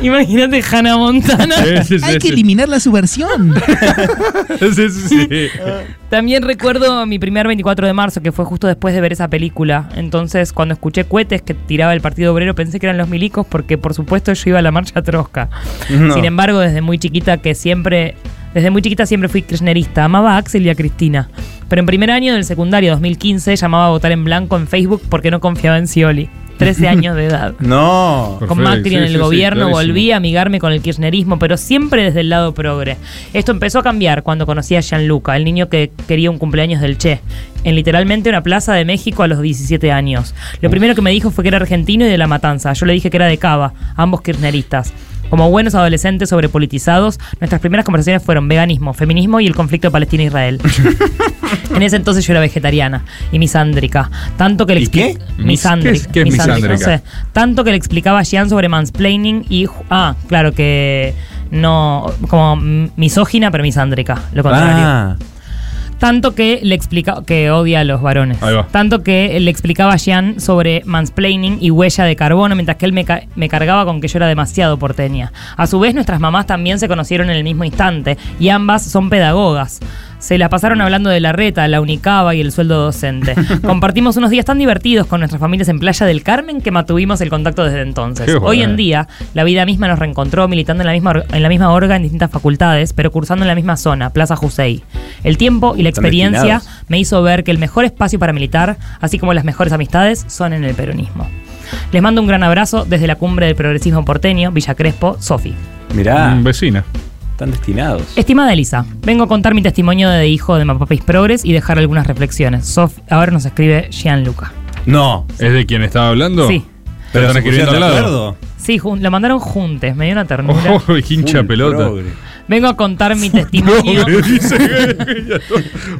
[SPEAKER 6] Imagínate Hannah Montana.
[SPEAKER 7] Sí, sí, sí, Hay que sí.
[SPEAKER 6] eliminar la subversión.
[SPEAKER 7] Sí, sí, sí.
[SPEAKER 6] También recuerdo mi primer 24 de marzo, que fue justo después de ver esa película. Entonces, cuando escuché cohetes que tiraba el Partido Obrero, pensé que eran los milicos, porque por supuesto yo iba a la marcha trosca.
[SPEAKER 14] No.
[SPEAKER 6] Sin embargo, desde muy chiquita que siempre. Desde muy chiquita siempre fui kirchnerista. Amaba a Axel y a Cristina. Pero en primer año del secundario 2015 llamaba a votar en blanco en Facebook porque no confiaba en Scioli. 13 años de edad.
[SPEAKER 9] No.
[SPEAKER 6] Con Macri en el gobierno volví
[SPEAKER 9] volvía
[SPEAKER 6] a amigarme con el kirchnerismo, pero siempre desde el lado progre. Esto empezó a cambiar cuando conocí a Gianluca, el niño que quería un cumpleaños del Che, en literalmente una plaza de México a los 17 años. Lo primero que me dijo fue que era argentino y de La Matanza. Yo le dije que era de Cava, ambos kirchneristas. Como buenos adolescentes sobrepolitizados, nuestras primeras conversaciones fueron veganismo, feminismo y el conflicto Palestina-Israel. en ese entonces yo era vegetariana y misándrica. Tanto que le
[SPEAKER 9] ¿Y qué?
[SPEAKER 6] expli- Misándrica.
[SPEAKER 9] ¿Qué es- qué es misándrica?
[SPEAKER 6] no sé. Tanto que le explicaba a Gian sobre mansplaining y. ju- Ah, claro que. No. Como mm, misógina, pero misándrica. Lo contrario.
[SPEAKER 9] Ah,
[SPEAKER 6] Tanto que le explicaba que odia a los varones.
[SPEAKER 9] Ahí va.
[SPEAKER 6] Tanto que le explicaba a Jean sobre mansplaining y huella de carbono, mientras que él me, ca- me cargaba con que yo era demasiado porteña. A su vez, nuestras mamás también se conocieron en el mismo instante y ambas son pedagogas. Se la pasaron hablando de la reta, la unicaba y el sueldo docente. Compartimos unos días tan divertidos con nuestras familias en Playa del Carmen que mantuvimos el contacto desde entonces.
[SPEAKER 14] Qué bueno.
[SPEAKER 6] Hoy en día, la vida misma nos reencontró militando en la misma, or- en la misma orga en distintas facultades, pero cursando en la misma zona, Plaza Jusei. El tiempo y la
[SPEAKER 14] Están
[SPEAKER 6] experiencia
[SPEAKER 14] destinados.
[SPEAKER 6] me hizo ver que el mejor espacio para militar, así como las mejores amistades, son en el peronismo. Les mando un gran abrazo desde la cumbre del progresismo porteño, Villa Crespo, Sofi.
[SPEAKER 9] mirá.
[SPEAKER 7] Mm, Vecina.
[SPEAKER 9] Están destinados.
[SPEAKER 6] Estimada Elisa, vengo a contar mi testimonio de hijo de Mapapis Progres y dejar algunas reflexiones. Sof, ahora nos escribe Gianluca.
[SPEAKER 9] No.
[SPEAKER 7] ¿Es de quien estaba hablando?
[SPEAKER 6] Sí.
[SPEAKER 7] Pero
[SPEAKER 9] ¿se
[SPEAKER 7] están escribiendo al
[SPEAKER 9] pusieron de
[SPEAKER 7] lado.
[SPEAKER 6] Sí, jun- lo mandaron juntes, me dio una ternura.
[SPEAKER 7] Oh, hincha
[SPEAKER 9] Full
[SPEAKER 7] pelota.
[SPEAKER 9] progre.
[SPEAKER 6] Vengo a contar mi testimonio.
[SPEAKER 7] Progre, dice.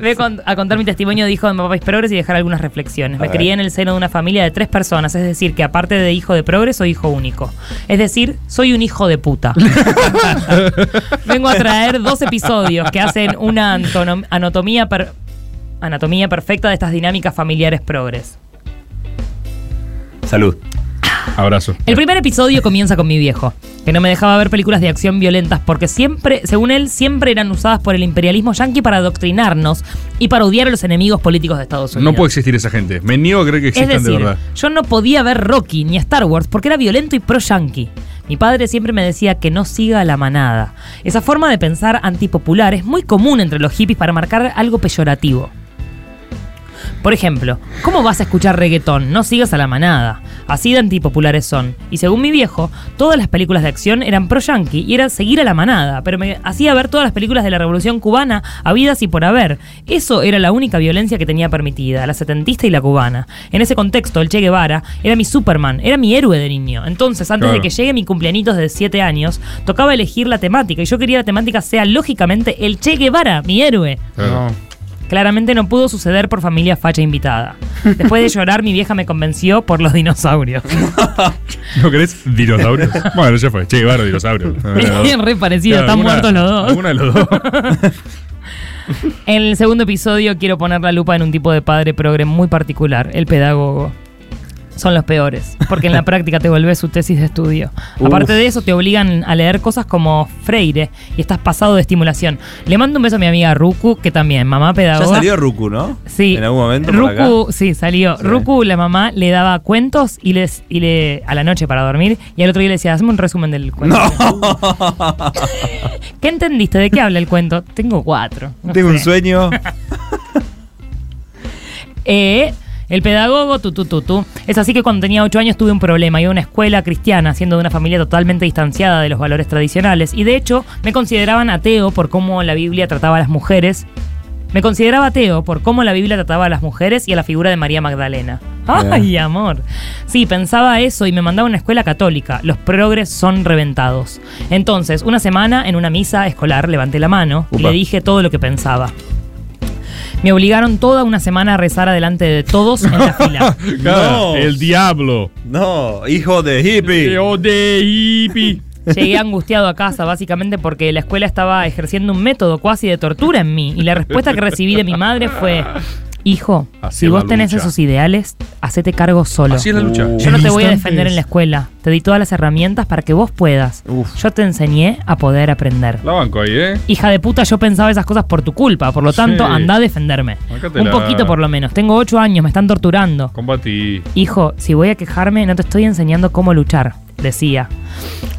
[SPEAKER 6] Ve con- a contar mi testimonio de hijo de papás progres y dejar algunas reflexiones. Me
[SPEAKER 14] A ver.
[SPEAKER 6] crié en el seno de una familia de tres personas, es decir, que aparte de hijo de progres, soy hijo único. Es decir, soy un hijo de puta. Vengo a traer dos episodios que hacen una antonom- anatomía, per- anatomía perfecta de estas dinámicas familiares progres.
[SPEAKER 9] Salud.
[SPEAKER 7] Abrazo.
[SPEAKER 6] El primer episodio comienza con mi viejo, que no me dejaba ver películas de acción violentas porque siempre, según él, siempre eran usadas por el imperialismo yanqui para adoctrinarnos y para odiar a los enemigos políticos de Estados Unidos.
[SPEAKER 7] No puede existir esa gente. Me niego a creer que
[SPEAKER 6] Es
[SPEAKER 7] existan
[SPEAKER 6] decir,
[SPEAKER 7] de verdad.
[SPEAKER 6] yo no podía ver Rocky ni Star Wars porque era violento y pro-yankee. Mi padre siempre me decía que no siga a la manada. Esa forma de pensar antipopular es muy común entre los hippies para marcar algo peyorativo. Por ejemplo, ¿cómo vas a escuchar reggaetón? No sigas a la manada. Así de antipopulares son. Y según mi viejo, todas las películas de acción eran pro-yankee y era seguir a la manada, pero me hacía ver todas las películas de la Revolución Cubana, habidas y por haber. Eso era la única violencia que tenía permitida, la setentista y la cubana. En ese contexto, el Che Guevara era mi Superman, era mi héroe de niño. Entonces, antes de
[SPEAKER 14] Claro.
[SPEAKER 6] que llegue mi cumpleañitos de 7 años, tocaba elegir la temática y yo quería la temática sea lógicamente el Che Guevara, mi héroe. Claramente no pudo suceder por familia facha invitada. Después de llorar, mi vieja me convenció por los dinosaurios.
[SPEAKER 7] ¿No crees? Dinosaurios. bueno, ya fue. Che, Guevara, dinosaurio.
[SPEAKER 6] Bien re parecido, están muertos los dos.
[SPEAKER 7] Alguna de los dos.
[SPEAKER 6] En el segundo episodio quiero poner la lupa en un tipo de padre progre muy particular, el pedagogo. Son los peores, porque en la práctica te volvés su tesis de estudio.
[SPEAKER 14] Uf.
[SPEAKER 6] Aparte de eso, te obligan a leer cosas como Freire y estás pasado de estimulación. Le mando un beso a mi amiga Ruku, que también, mamá
[SPEAKER 9] Ya
[SPEAKER 6] pedagoga.
[SPEAKER 9] salió Ruku, ¿no?
[SPEAKER 6] Sí.
[SPEAKER 9] En algún momento por acá.
[SPEAKER 6] Ruku, sí, salió. Ruku, la mamá, le daba cuentos y, les, y le, a la noche para dormir. Y al otro día le decía, hazme un resumen del cuento. ¿Qué entendiste? ¿De qué habla el cuento? Tengo cuatro. No
[SPEAKER 9] Tengo
[SPEAKER 6] sé.
[SPEAKER 9] un sueño.
[SPEAKER 6] Eh, el pedagogo, tu, tu, tu, tu. Es así que cuando tenía ocho años tuve un problema. Iba a una escuela cristiana, siendo de una familia totalmente distanciada de los valores tradicionales. Y de hecho, me consideraban ateo por cómo la Biblia trataba a las mujeres. Me consideraba ateo por cómo la Biblia trataba a las mujeres y a la figura de María Magdalena. ¡Ay,
[SPEAKER 14] Bien.
[SPEAKER 6] amor! Sí, pensaba eso y me mandaba a una escuela católica. Los progres son reventados. Entonces, una semana en una misa escolar levanté la mano y
[SPEAKER 14] Upa.
[SPEAKER 6] le dije todo lo que pensaba. Me obligaron toda una semana a rezar adelante de todos en la fila.
[SPEAKER 7] Cara, El diablo.
[SPEAKER 9] No, hijo de hippie.
[SPEAKER 7] Hijo de hippie.
[SPEAKER 6] Llegué angustiado a casa, básicamente porque la escuela estaba ejerciendo un método cuasi de tortura en mí. Y la respuesta que recibí de mi madre fue: hijo,
[SPEAKER 7] Así
[SPEAKER 6] si
[SPEAKER 7] es la
[SPEAKER 6] vos tenés
[SPEAKER 7] lucha.
[SPEAKER 6] esos ideales, hacete cargo solo.
[SPEAKER 7] Así es la lucha.
[SPEAKER 6] Yo no
[SPEAKER 7] En
[SPEAKER 6] te voy a
[SPEAKER 7] instantes-
[SPEAKER 6] defender en la escuela. Te di todas las herramientas para que vos puedas. Yo te enseñé a poder aprender.
[SPEAKER 7] La banco ahí, ¿eh?
[SPEAKER 6] Hija de puta, yo pensaba esas cosas por tu culpa. Por lo tanto,
[SPEAKER 7] Sí.
[SPEAKER 6] anda a defenderme.
[SPEAKER 7] Bancátela.
[SPEAKER 6] Un poquito por lo menos. Tengo ocho años, me están torturando.
[SPEAKER 7] Combatí.
[SPEAKER 6] Hijo, si voy a quejarme, no te estoy enseñando cómo luchar, decía.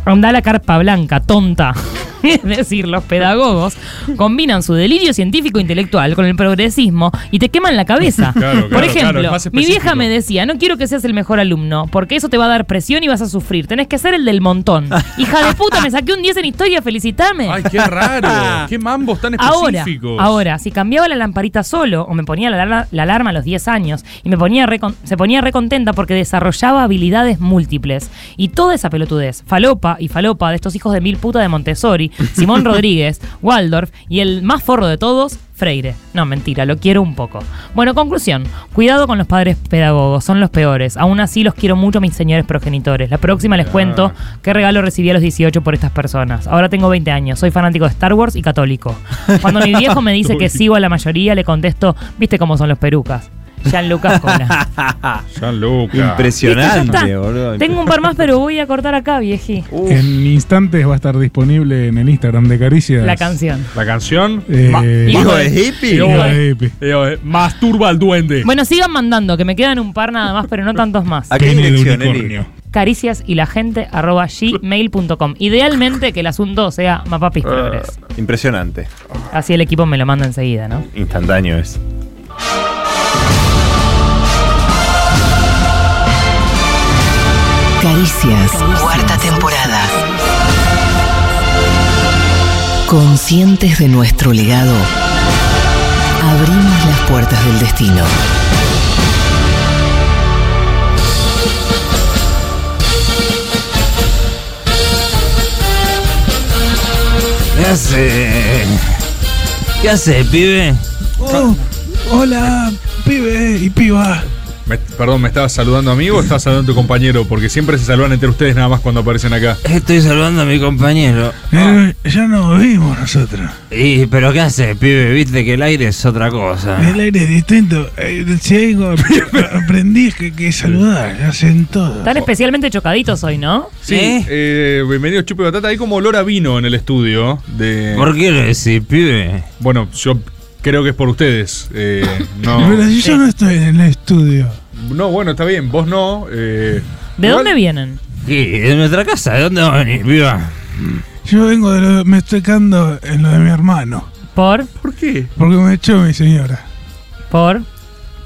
[SPEAKER 6] Anda a la carpa blanca, tonta. Es decir, los pedagogos combinan su delirio científico e intelectual con el progresismo y te queman la cabeza.
[SPEAKER 7] Claro,
[SPEAKER 6] Por
[SPEAKER 7] claro,
[SPEAKER 6] ejemplo,
[SPEAKER 7] claro, es más
[SPEAKER 6] mi vieja
[SPEAKER 7] específico.
[SPEAKER 6] me decía, no quiero que seas el mejor alumno, porque eso te va a dar presión y vas a sufrir. Tenés que ser el del montón. Hija de puta, me saqué un 10 en historia, felicitame.
[SPEAKER 7] Ay, qué raro. qué mambos tan
[SPEAKER 6] Ahora,
[SPEAKER 7] específicos.
[SPEAKER 6] ahora, si cambiaba la lamparita solo o me ponía la, alarma- la alarma a los 10 años y me ponía re con- se ponía recontenta porque desarrollaba habilidades múltiples y toda esa pelotudez, falopa y falopa de estos hijos de mil puta de Montessori, Simón Rodríguez, Waldorf y el más forro de todos, Freire. No, mentira, lo quiero un poco. Bueno, conclusión. Cuidado con los padres pedagogos, son los peores. Aún así los quiero mucho mis señores progenitores. La próxima les cuento qué regalo recibí a los 18 por estas personas. Ahora tengo 20 años, soy fanático de Star Wars y católico. Cuando mi viejo me dice que sigo a la mayoría, le contesto, viste cómo son los perucas. Gianluca Cola.
[SPEAKER 7] Gianluca.
[SPEAKER 9] Impresionante,
[SPEAKER 6] Listo, ya está.
[SPEAKER 9] boludo.
[SPEAKER 6] Tengo un par más, pero voy a cortar acá, vieji.
[SPEAKER 10] En instantes va a estar disponible en el Instagram de Caricias.
[SPEAKER 6] La canción.
[SPEAKER 7] La canción.
[SPEAKER 10] Eh,
[SPEAKER 7] Ma-
[SPEAKER 10] Hijo de
[SPEAKER 7] hippie.
[SPEAKER 10] Hijo de hippie.
[SPEAKER 7] Hijo de- Masturba al duende.
[SPEAKER 6] Bueno, sigan mandando, que me quedan un par nada más, pero no tantos más.
[SPEAKER 7] ¿A qué Pene de dirección,
[SPEAKER 10] unicornio.
[SPEAKER 6] Caricias y la gente arroba gmail.com. Idealmente que el asunto sea mapapis progres.
[SPEAKER 9] Impresionante.
[SPEAKER 7] Ah.
[SPEAKER 6] Así el equipo me lo manda enseguida, ¿no?
[SPEAKER 9] Instantáneo es.
[SPEAKER 12] Caricias. Cuarta temporada. Conscientes de nuestro legado, abrimos las puertas del destino.
[SPEAKER 9] ¿Qué hace? ¿Qué hace, pibe?
[SPEAKER 10] Oh, hola, pibe y piba.
[SPEAKER 7] Me- perdón, ¿me estabas saludando a mí o estabas saludando a tu compañero? Porque siempre se saludan entre ustedes nada más cuando aparecen acá.
[SPEAKER 9] Estoy saludando a mi compañero.
[SPEAKER 10] Eh, ya nos vimos nosotros.
[SPEAKER 9] Y, pero ¿qué hace, pibe? Viste que el aire es otra
[SPEAKER 7] Eh,
[SPEAKER 9] cosa.
[SPEAKER 10] El aire es distinto. Eh, Si algo ap- aprendí es que, que saludar, hacen todo.
[SPEAKER 6] Están especialmente chocaditos hoy, ¿no?
[SPEAKER 7] Oh. Sí, eh, bienvenido Chupe Batata. Hay como olor a vino en el estudio. De...
[SPEAKER 9] ¿Por qué lo decís, pibe?
[SPEAKER 7] Bueno, yo creo que es por ustedes. eh, no.
[SPEAKER 10] Pero si yo no estoy en el estudio.
[SPEAKER 7] No, bueno, está bien. Vos no. eh,
[SPEAKER 6] ¿De dónde vienen?
[SPEAKER 9] ¿Qué? ¿De nuestra casa? ¿De dónde va a venir, piba?
[SPEAKER 10] Yo vengo de lo, me estoy quedando en lo de mi hermano.
[SPEAKER 6] ¿Por?
[SPEAKER 7] ¿Por qué?
[SPEAKER 10] Porque me echó mi señora.
[SPEAKER 6] ¿Por?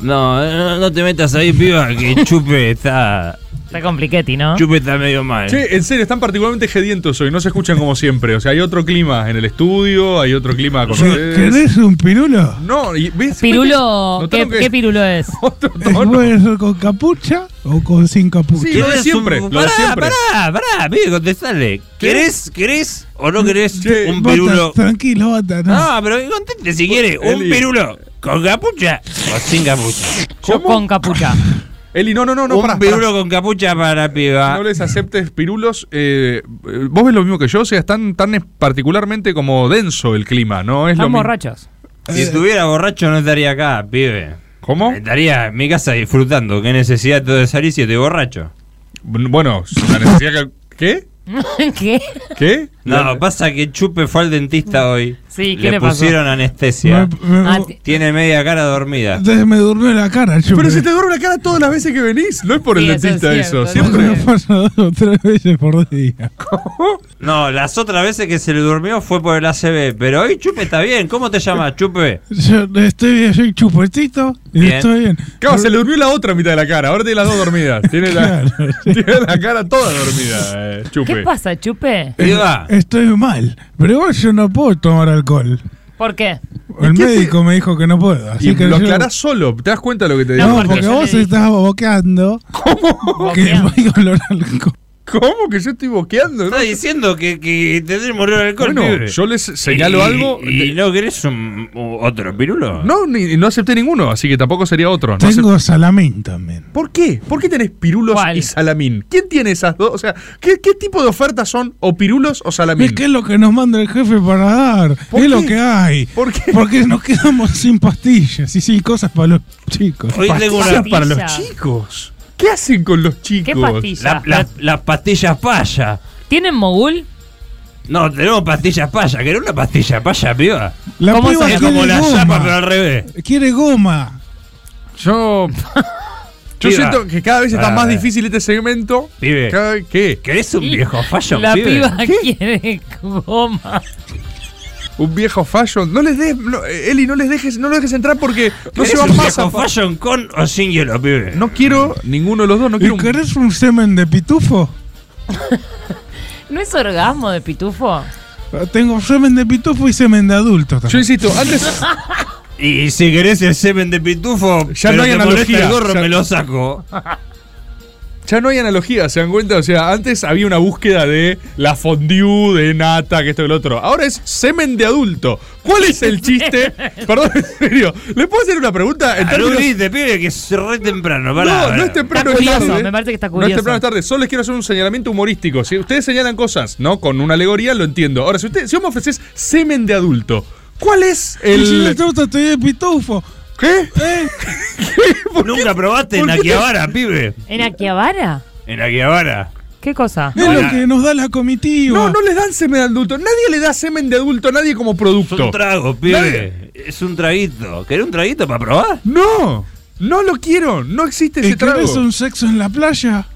[SPEAKER 9] No, no, no te metas ahí, piba, que Chupe está...
[SPEAKER 6] Está compliquetti, ¿no?
[SPEAKER 9] Chupe está medio mal.
[SPEAKER 7] Che, en serio, están particularmente gedientos hoy. No se escuchan como siempre. O sea, hay otro clima en el estudio, hay otro clima con ustedes.
[SPEAKER 10] ¿Querés un pirulo?
[SPEAKER 7] No, y, ¿ves?
[SPEAKER 6] Pirulo, ¿qué,
[SPEAKER 7] Notaron que-
[SPEAKER 6] qué pirulo es?
[SPEAKER 10] Eh, ¿Puede ser con capucha o con sin capucha?
[SPEAKER 7] Sí, lo de siempre, lo de
[SPEAKER 9] pará,
[SPEAKER 7] siempre.
[SPEAKER 9] pará, pará, pibe, contestale. ¿Querés, querés o no querés un
[SPEAKER 10] Bota,
[SPEAKER 9] pirulo?
[SPEAKER 10] Tranquilo, bata, no.
[SPEAKER 9] No, pero conteste si quiere un
[SPEAKER 7] Eli.
[SPEAKER 9] pirulo con capucha o sin capucha.
[SPEAKER 6] Yo Con capucha.
[SPEAKER 7] Eli, no, no, no, no,
[SPEAKER 9] un
[SPEAKER 7] pará, pará.
[SPEAKER 9] pirulo con capucha para piba.
[SPEAKER 7] No les aceptes pirulos. eh, vos ves lo mismo que yo, o sea, es tan, tan es- particularmente como denso el clima, ¿no? Es lo
[SPEAKER 6] Están
[SPEAKER 7] mi-
[SPEAKER 6] borrachos.
[SPEAKER 9] Si estuviera borracho no estaría acá, pibe. Eh,
[SPEAKER 7] ¿Cómo?
[SPEAKER 9] Estaría en mi casa disfrutando. ¿Qué necesidad tengo de salir si estoy borracho?
[SPEAKER 7] Bueno, la necesidad que. ¿Qué?
[SPEAKER 6] ¿Qué?
[SPEAKER 7] ¿Qué?
[SPEAKER 9] No, pasa que Chupe fue al dentista hoy.
[SPEAKER 6] Sí, ¿qué
[SPEAKER 9] le,
[SPEAKER 6] le pasó?
[SPEAKER 9] pusieron anestesia.
[SPEAKER 10] Me- me-
[SPEAKER 6] Ah, ti-
[SPEAKER 9] Tiene media cara dormida.
[SPEAKER 10] Entonces me durmió la cara, yo.
[SPEAKER 7] Pero se te duerme la cara todas las veces que venís. No es por el
[SPEAKER 6] Sí, eso es
[SPEAKER 7] dentista eso,
[SPEAKER 6] cierto,
[SPEAKER 7] siempre.
[SPEAKER 10] Me pasa dos o tres veces por día.
[SPEAKER 9] No, las otras veces que se le durmió fue por el ACB. Pero hoy Chupe está bien. ¿Cómo te llamas, Chupe?
[SPEAKER 10] Yo estoy bien, soy chupetito y
[SPEAKER 9] Bien.
[SPEAKER 10] estoy bien.
[SPEAKER 7] Claro, se le durmió la otra mitad de la cara. Ahora tiene las dos dormidas. Tiene la,
[SPEAKER 10] Claro,
[SPEAKER 7] tiene la cara toda dormida, eh, Chupe.
[SPEAKER 6] ¿Qué pasa, Chupe?
[SPEAKER 9] Piba.
[SPEAKER 10] Estoy mal. Pero igual yo no puedo tomar alcohol.
[SPEAKER 6] ¿Por qué?
[SPEAKER 10] El médico me dijo que no puedo. Así
[SPEAKER 7] Y
[SPEAKER 10] que
[SPEAKER 7] lo
[SPEAKER 10] yo-
[SPEAKER 7] aclarás solo. ¿Te das cuenta de lo que te
[SPEAKER 6] No,
[SPEAKER 7] digo?
[SPEAKER 10] No,
[SPEAKER 6] porque
[SPEAKER 10] porque
[SPEAKER 6] yo le
[SPEAKER 10] vos
[SPEAKER 6] dije-
[SPEAKER 10] estás boqueando que
[SPEAKER 6] Boqueando.
[SPEAKER 10] hay olor a alcohol.
[SPEAKER 7] ¿Cómo que yo estoy boqueando?
[SPEAKER 9] Está diciendo que, que te debe morir alcohol.
[SPEAKER 7] Bueno,
[SPEAKER 9] pibe.
[SPEAKER 7] yo les señalo
[SPEAKER 9] Y-
[SPEAKER 7] algo.
[SPEAKER 9] ¿Y no querés un- otro pirulo?
[SPEAKER 7] No, ni- no acepté ninguno, así que tampoco sería otro. No
[SPEAKER 10] Tengo salamín también.
[SPEAKER 7] acep- ¿Por qué? ¿Por qué tenés pirulos y salamín? ¿Quién tiene esas dos? O sea, ¿qué, qué tipo de ofertas son o pirulos o salamín?
[SPEAKER 10] Es que es lo que nos manda el jefe para dar. Es
[SPEAKER 7] ¿Por
[SPEAKER 10] lo
[SPEAKER 7] qué?
[SPEAKER 10] que hay.
[SPEAKER 7] ¿Por qué?
[SPEAKER 10] Porque nos quedamos sin pastillas y sin cosas para los chicos.
[SPEAKER 9] Hoy tengo una-
[SPEAKER 10] Pastillas
[SPEAKER 9] para los
[SPEAKER 7] chicos. ¿Qué hacen con los chicos?
[SPEAKER 6] ¿Qué pastillas?
[SPEAKER 9] La- la- las pastillas paya.
[SPEAKER 6] ¿Tienen mogul?
[SPEAKER 9] No, tenemos pastillas paya. ¿Querés una pastilla paya, piba?
[SPEAKER 10] La
[SPEAKER 9] ¿Cómo
[SPEAKER 10] piba
[SPEAKER 9] se- es
[SPEAKER 10] tiene
[SPEAKER 9] como la
[SPEAKER 10] goma.
[SPEAKER 9] llama, pero al revés.
[SPEAKER 10] Quiere goma.
[SPEAKER 7] Yo. Yo
[SPEAKER 9] Piba.
[SPEAKER 7] siento que cada vez está
[SPEAKER 9] Ah,
[SPEAKER 7] más
[SPEAKER 9] eh.
[SPEAKER 7] difícil este segmento.
[SPEAKER 9] Pibe.
[SPEAKER 7] Cada vez- ¿Qué?
[SPEAKER 9] ¿Querés un viejo fashion,
[SPEAKER 6] La
[SPEAKER 9] pibe?
[SPEAKER 6] piba quiere goma.
[SPEAKER 7] Un viejo fashion. No les des. no, eh, Eli, no les dejes, no lo dejes entrar porque no
[SPEAKER 9] ¿Querés
[SPEAKER 7] se van
[SPEAKER 9] un
[SPEAKER 7] más a
[SPEAKER 9] viejo fashion con o sin hielo, Oh, pibe?
[SPEAKER 7] No quiero ninguno de los dos, no
[SPEAKER 10] ¿Y
[SPEAKER 7] quiero un
[SPEAKER 10] querés un semen de pitufo?
[SPEAKER 6] ¿No es orgasmo de pitufo?
[SPEAKER 10] Tengo semen de pitufo y semen de adulto
[SPEAKER 7] Yo
[SPEAKER 10] también.
[SPEAKER 7] insisto, antes.
[SPEAKER 9] Y si querés el semen de pitufo,
[SPEAKER 7] Ya
[SPEAKER 9] pero
[SPEAKER 7] no hay
[SPEAKER 9] te
[SPEAKER 7] analogía.
[SPEAKER 9] molesta El gorro
[SPEAKER 7] Ya-
[SPEAKER 9] me lo saco.
[SPEAKER 7] Ya no hay analogía, ¿se dan cuenta? O sea, antes había una búsqueda de la fondue, de nata, que esto y lo otro. Ahora es semen de adulto. ¿Cuál es el chiste? Perdón, en serio. ¿Le puedo hacer una pregunta? En términos-
[SPEAKER 9] Aludí, te pibe que es re temprano. pará,
[SPEAKER 7] No,
[SPEAKER 9] pará.
[SPEAKER 7] no es temprano,
[SPEAKER 6] Está
[SPEAKER 7] es
[SPEAKER 6] curioso,
[SPEAKER 7] tarde.
[SPEAKER 6] me parece que está
[SPEAKER 7] No es
[SPEAKER 6] curioso.
[SPEAKER 7] temprano, es tarde. Solo les quiero hacer un señalamiento humorístico. Si ustedes señalan cosas, ¿no? Con una alegoría, lo entiendo. Ahora, si, usted, si vos me ofreces semen de adulto, ¿cuál es
[SPEAKER 10] Y si no
[SPEAKER 7] el...?
[SPEAKER 10] te gusta, te doy de pitufo.
[SPEAKER 7] ¿Qué?
[SPEAKER 10] ¿Eh?
[SPEAKER 9] Nunca probaste
[SPEAKER 7] por
[SPEAKER 9] en
[SPEAKER 7] qué te-
[SPEAKER 9] Akihabara, pibe.
[SPEAKER 6] ¿En Akihabara?
[SPEAKER 9] En Akihabara.
[SPEAKER 6] ¿Qué cosa?
[SPEAKER 10] Es
[SPEAKER 9] Hola.
[SPEAKER 10] lo que nos da la comitiva.
[SPEAKER 7] No, no les dan semen de adulto. Nadie le da semen de adulto a nadie como
[SPEAKER 9] Es un
[SPEAKER 7] producto.
[SPEAKER 9] trago,
[SPEAKER 7] Nadie.
[SPEAKER 9] pibe. Es un traguito. ¿Querés un traguito para probar?
[SPEAKER 7] No, no lo quiero. No existe
[SPEAKER 10] ¿Y
[SPEAKER 7] ese trago.
[SPEAKER 10] querés un sexo en la playa?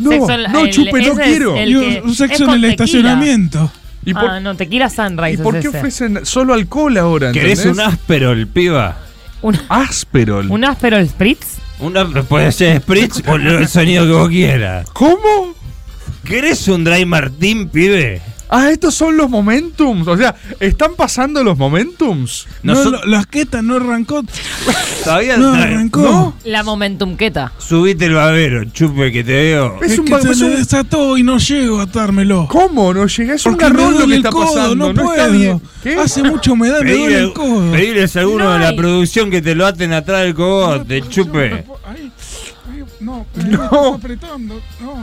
[SPEAKER 7] No,
[SPEAKER 6] Sexo en la-
[SPEAKER 7] no,
[SPEAKER 6] el-
[SPEAKER 7] chupe, no
[SPEAKER 6] ese es
[SPEAKER 7] quiero.
[SPEAKER 6] el-
[SPEAKER 10] Y
[SPEAKER 6] que
[SPEAKER 10] un, un
[SPEAKER 6] es
[SPEAKER 10] sexo en
[SPEAKER 6] con
[SPEAKER 10] el
[SPEAKER 6] tequila.
[SPEAKER 10] estacionamiento.
[SPEAKER 7] ¿Y por,
[SPEAKER 6] Ah, no, tequila
[SPEAKER 7] y
[SPEAKER 6] sunrise.
[SPEAKER 7] por
[SPEAKER 6] es
[SPEAKER 7] qué
[SPEAKER 6] ese.
[SPEAKER 7] ofrecen solo alcohol ahora?
[SPEAKER 9] ¿Querés un
[SPEAKER 7] ¿entendés?
[SPEAKER 9] Asperol, piba?
[SPEAKER 6] Un,
[SPEAKER 7] Asperol.
[SPEAKER 6] un áspero el spritz?
[SPEAKER 9] Una, puede ser Spritz o el sonido que vos quieras.
[SPEAKER 7] ¿Cómo?
[SPEAKER 9] ¿Querés un Dry Martín, pibe?
[SPEAKER 7] Ah, estos son los momentums. O sea, ¿están pasando los momentums?
[SPEAKER 9] No
[SPEAKER 10] No,
[SPEAKER 9] son-
[SPEAKER 10] lo- la asqueta no arrancó.
[SPEAKER 9] Todavía
[SPEAKER 10] No
[SPEAKER 9] tra-
[SPEAKER 10] arrancó.
[SPEAKER 9] ¿No?
[SPEAKER 6] La momentumqueta.
[SPEAKER 9] Subite el babero, chupe que te veo.
[SPEAKER 7] Es
[SPEAKER 10] Es,
[SPEAKER 7] un
[SPEAKER 10] que
[SPEAKER 7] ba-
[SPEAKER 10] se
[SPEAKER 7] es
[SPEAKER 10] le
[SPEAKER 7] un-
[SPEAKER 10] desató y no llego a atármelo.
[SPEAKER 7] ¿Cómo no llega? Es un
[SPEAKER 10] Porque me
[SPEAKER 7] garrón lo
[SPEAKER 10] duele
[SPEAKER 7] que
[SPEAKER 10] el
[SPEAKER 7] está
[SPEAKER 10] codo,
[SPEAKER 7] pasando.
[SPEAKER 10] no
[SPEAKER 7] está
[SPEAKER 10] puedo.
[SPEAKER 7] bien. ¿Qué?
[SPEAKER 10] Hace mucho me da, me duele
[SPEAKER 9] Pedile-
[SPEAKER 10] el codo.
[SPEAKER 9] Pediles a alguno
[SPEAKER 6] No
[SPEAKER 9] de la
[SPEAKER 6] hay.
[SPEAKER 9] producción que te lo aten atrás del cogote, chupe.
[SPEAKER 10] Ay, ay, No, pero ahí me estás apretando.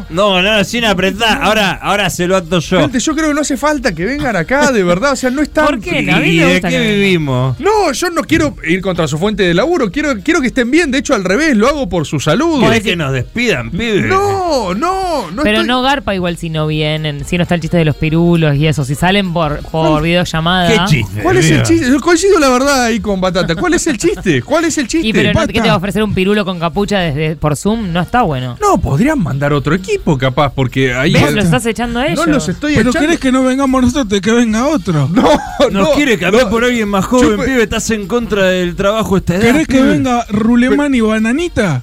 [SPEAKER 10] No.
[SPEAKER 9] No, no, sin apretar. Ahora, ahora se lo ato yo.
[SPEAKER 7] Gente, yo creo que no hace falta que vengan acá, de verdad. O sea, no están.
[SPEAKER 6] ¿Por qué?
[SPEAKER 9] ¿Y,
[SPEAKER 6] A mí
[SPEAKER 9] y
[SPEAKER 6] me
[SPEAKER 9] de
[SPEAKER 6] gusta
[SPEAKER 9] qué
[SPEAKER 6] que-
[SPEAKER 9] vivimos?
[SPEAKER 7] No, yo no quiero ir contra su fuente de laburo. Quiero, quiero que estén bien. De hecho, al revés, lo hago por su salud.
[SPEAKER 9] ¿Querés que nos despidan, pibe?
[SPEAKER 7] No, no, no
[SPEAKER 6] Pero
[SPEAKER 7] estoy-
[SPEAKER 6] no garpa igual si no vienen, si no está el chiste de los pirulos y eso, si salen por, por videollamada.
[SPEAKER 9] ¿Qué chiste?
[SPEAKER 7] ¿Cuál es el
[SPEAKER 9] pibe?
[SPEAKER 7] chiste? Yo coincido la verdad ahí con Batata. ¿Cuál es el chiste? ¿Cuál es el chiste?
[SPEAKER 6] Y pero no,
[SPEAKER 7] Pata.
[SPEAKER 6] ¿qué te va a ofrecer un pirulo con capucha desde por Zoom? No está bueno.
[SPEAKER 7] No, podrían mandar otro equipo capaz, porque ahí...
[SPEAKER 6] ¿Ves? Los estás echando a ellos.
[SPEAKER 7] no los estoy
[SPEAKER 10] Pero
[SPEAKER 7] echando.
[SPEAKER 10] querés que no vengamos nosotros, que venga otro.
[SPEAKER 7] No, no.
[SPEAKER 9] Nos quiere cambiar por alguien más joven,
[SPEAKER 7] Chupe.
[SPEAKER 9] pibe. Estás en contra del trabajo a esta edad.
[SPEAKER 10] ¿Querés que
[SPEAKER 9] pibe.
[SPEAKER 10] venga Rulemán y Bananita?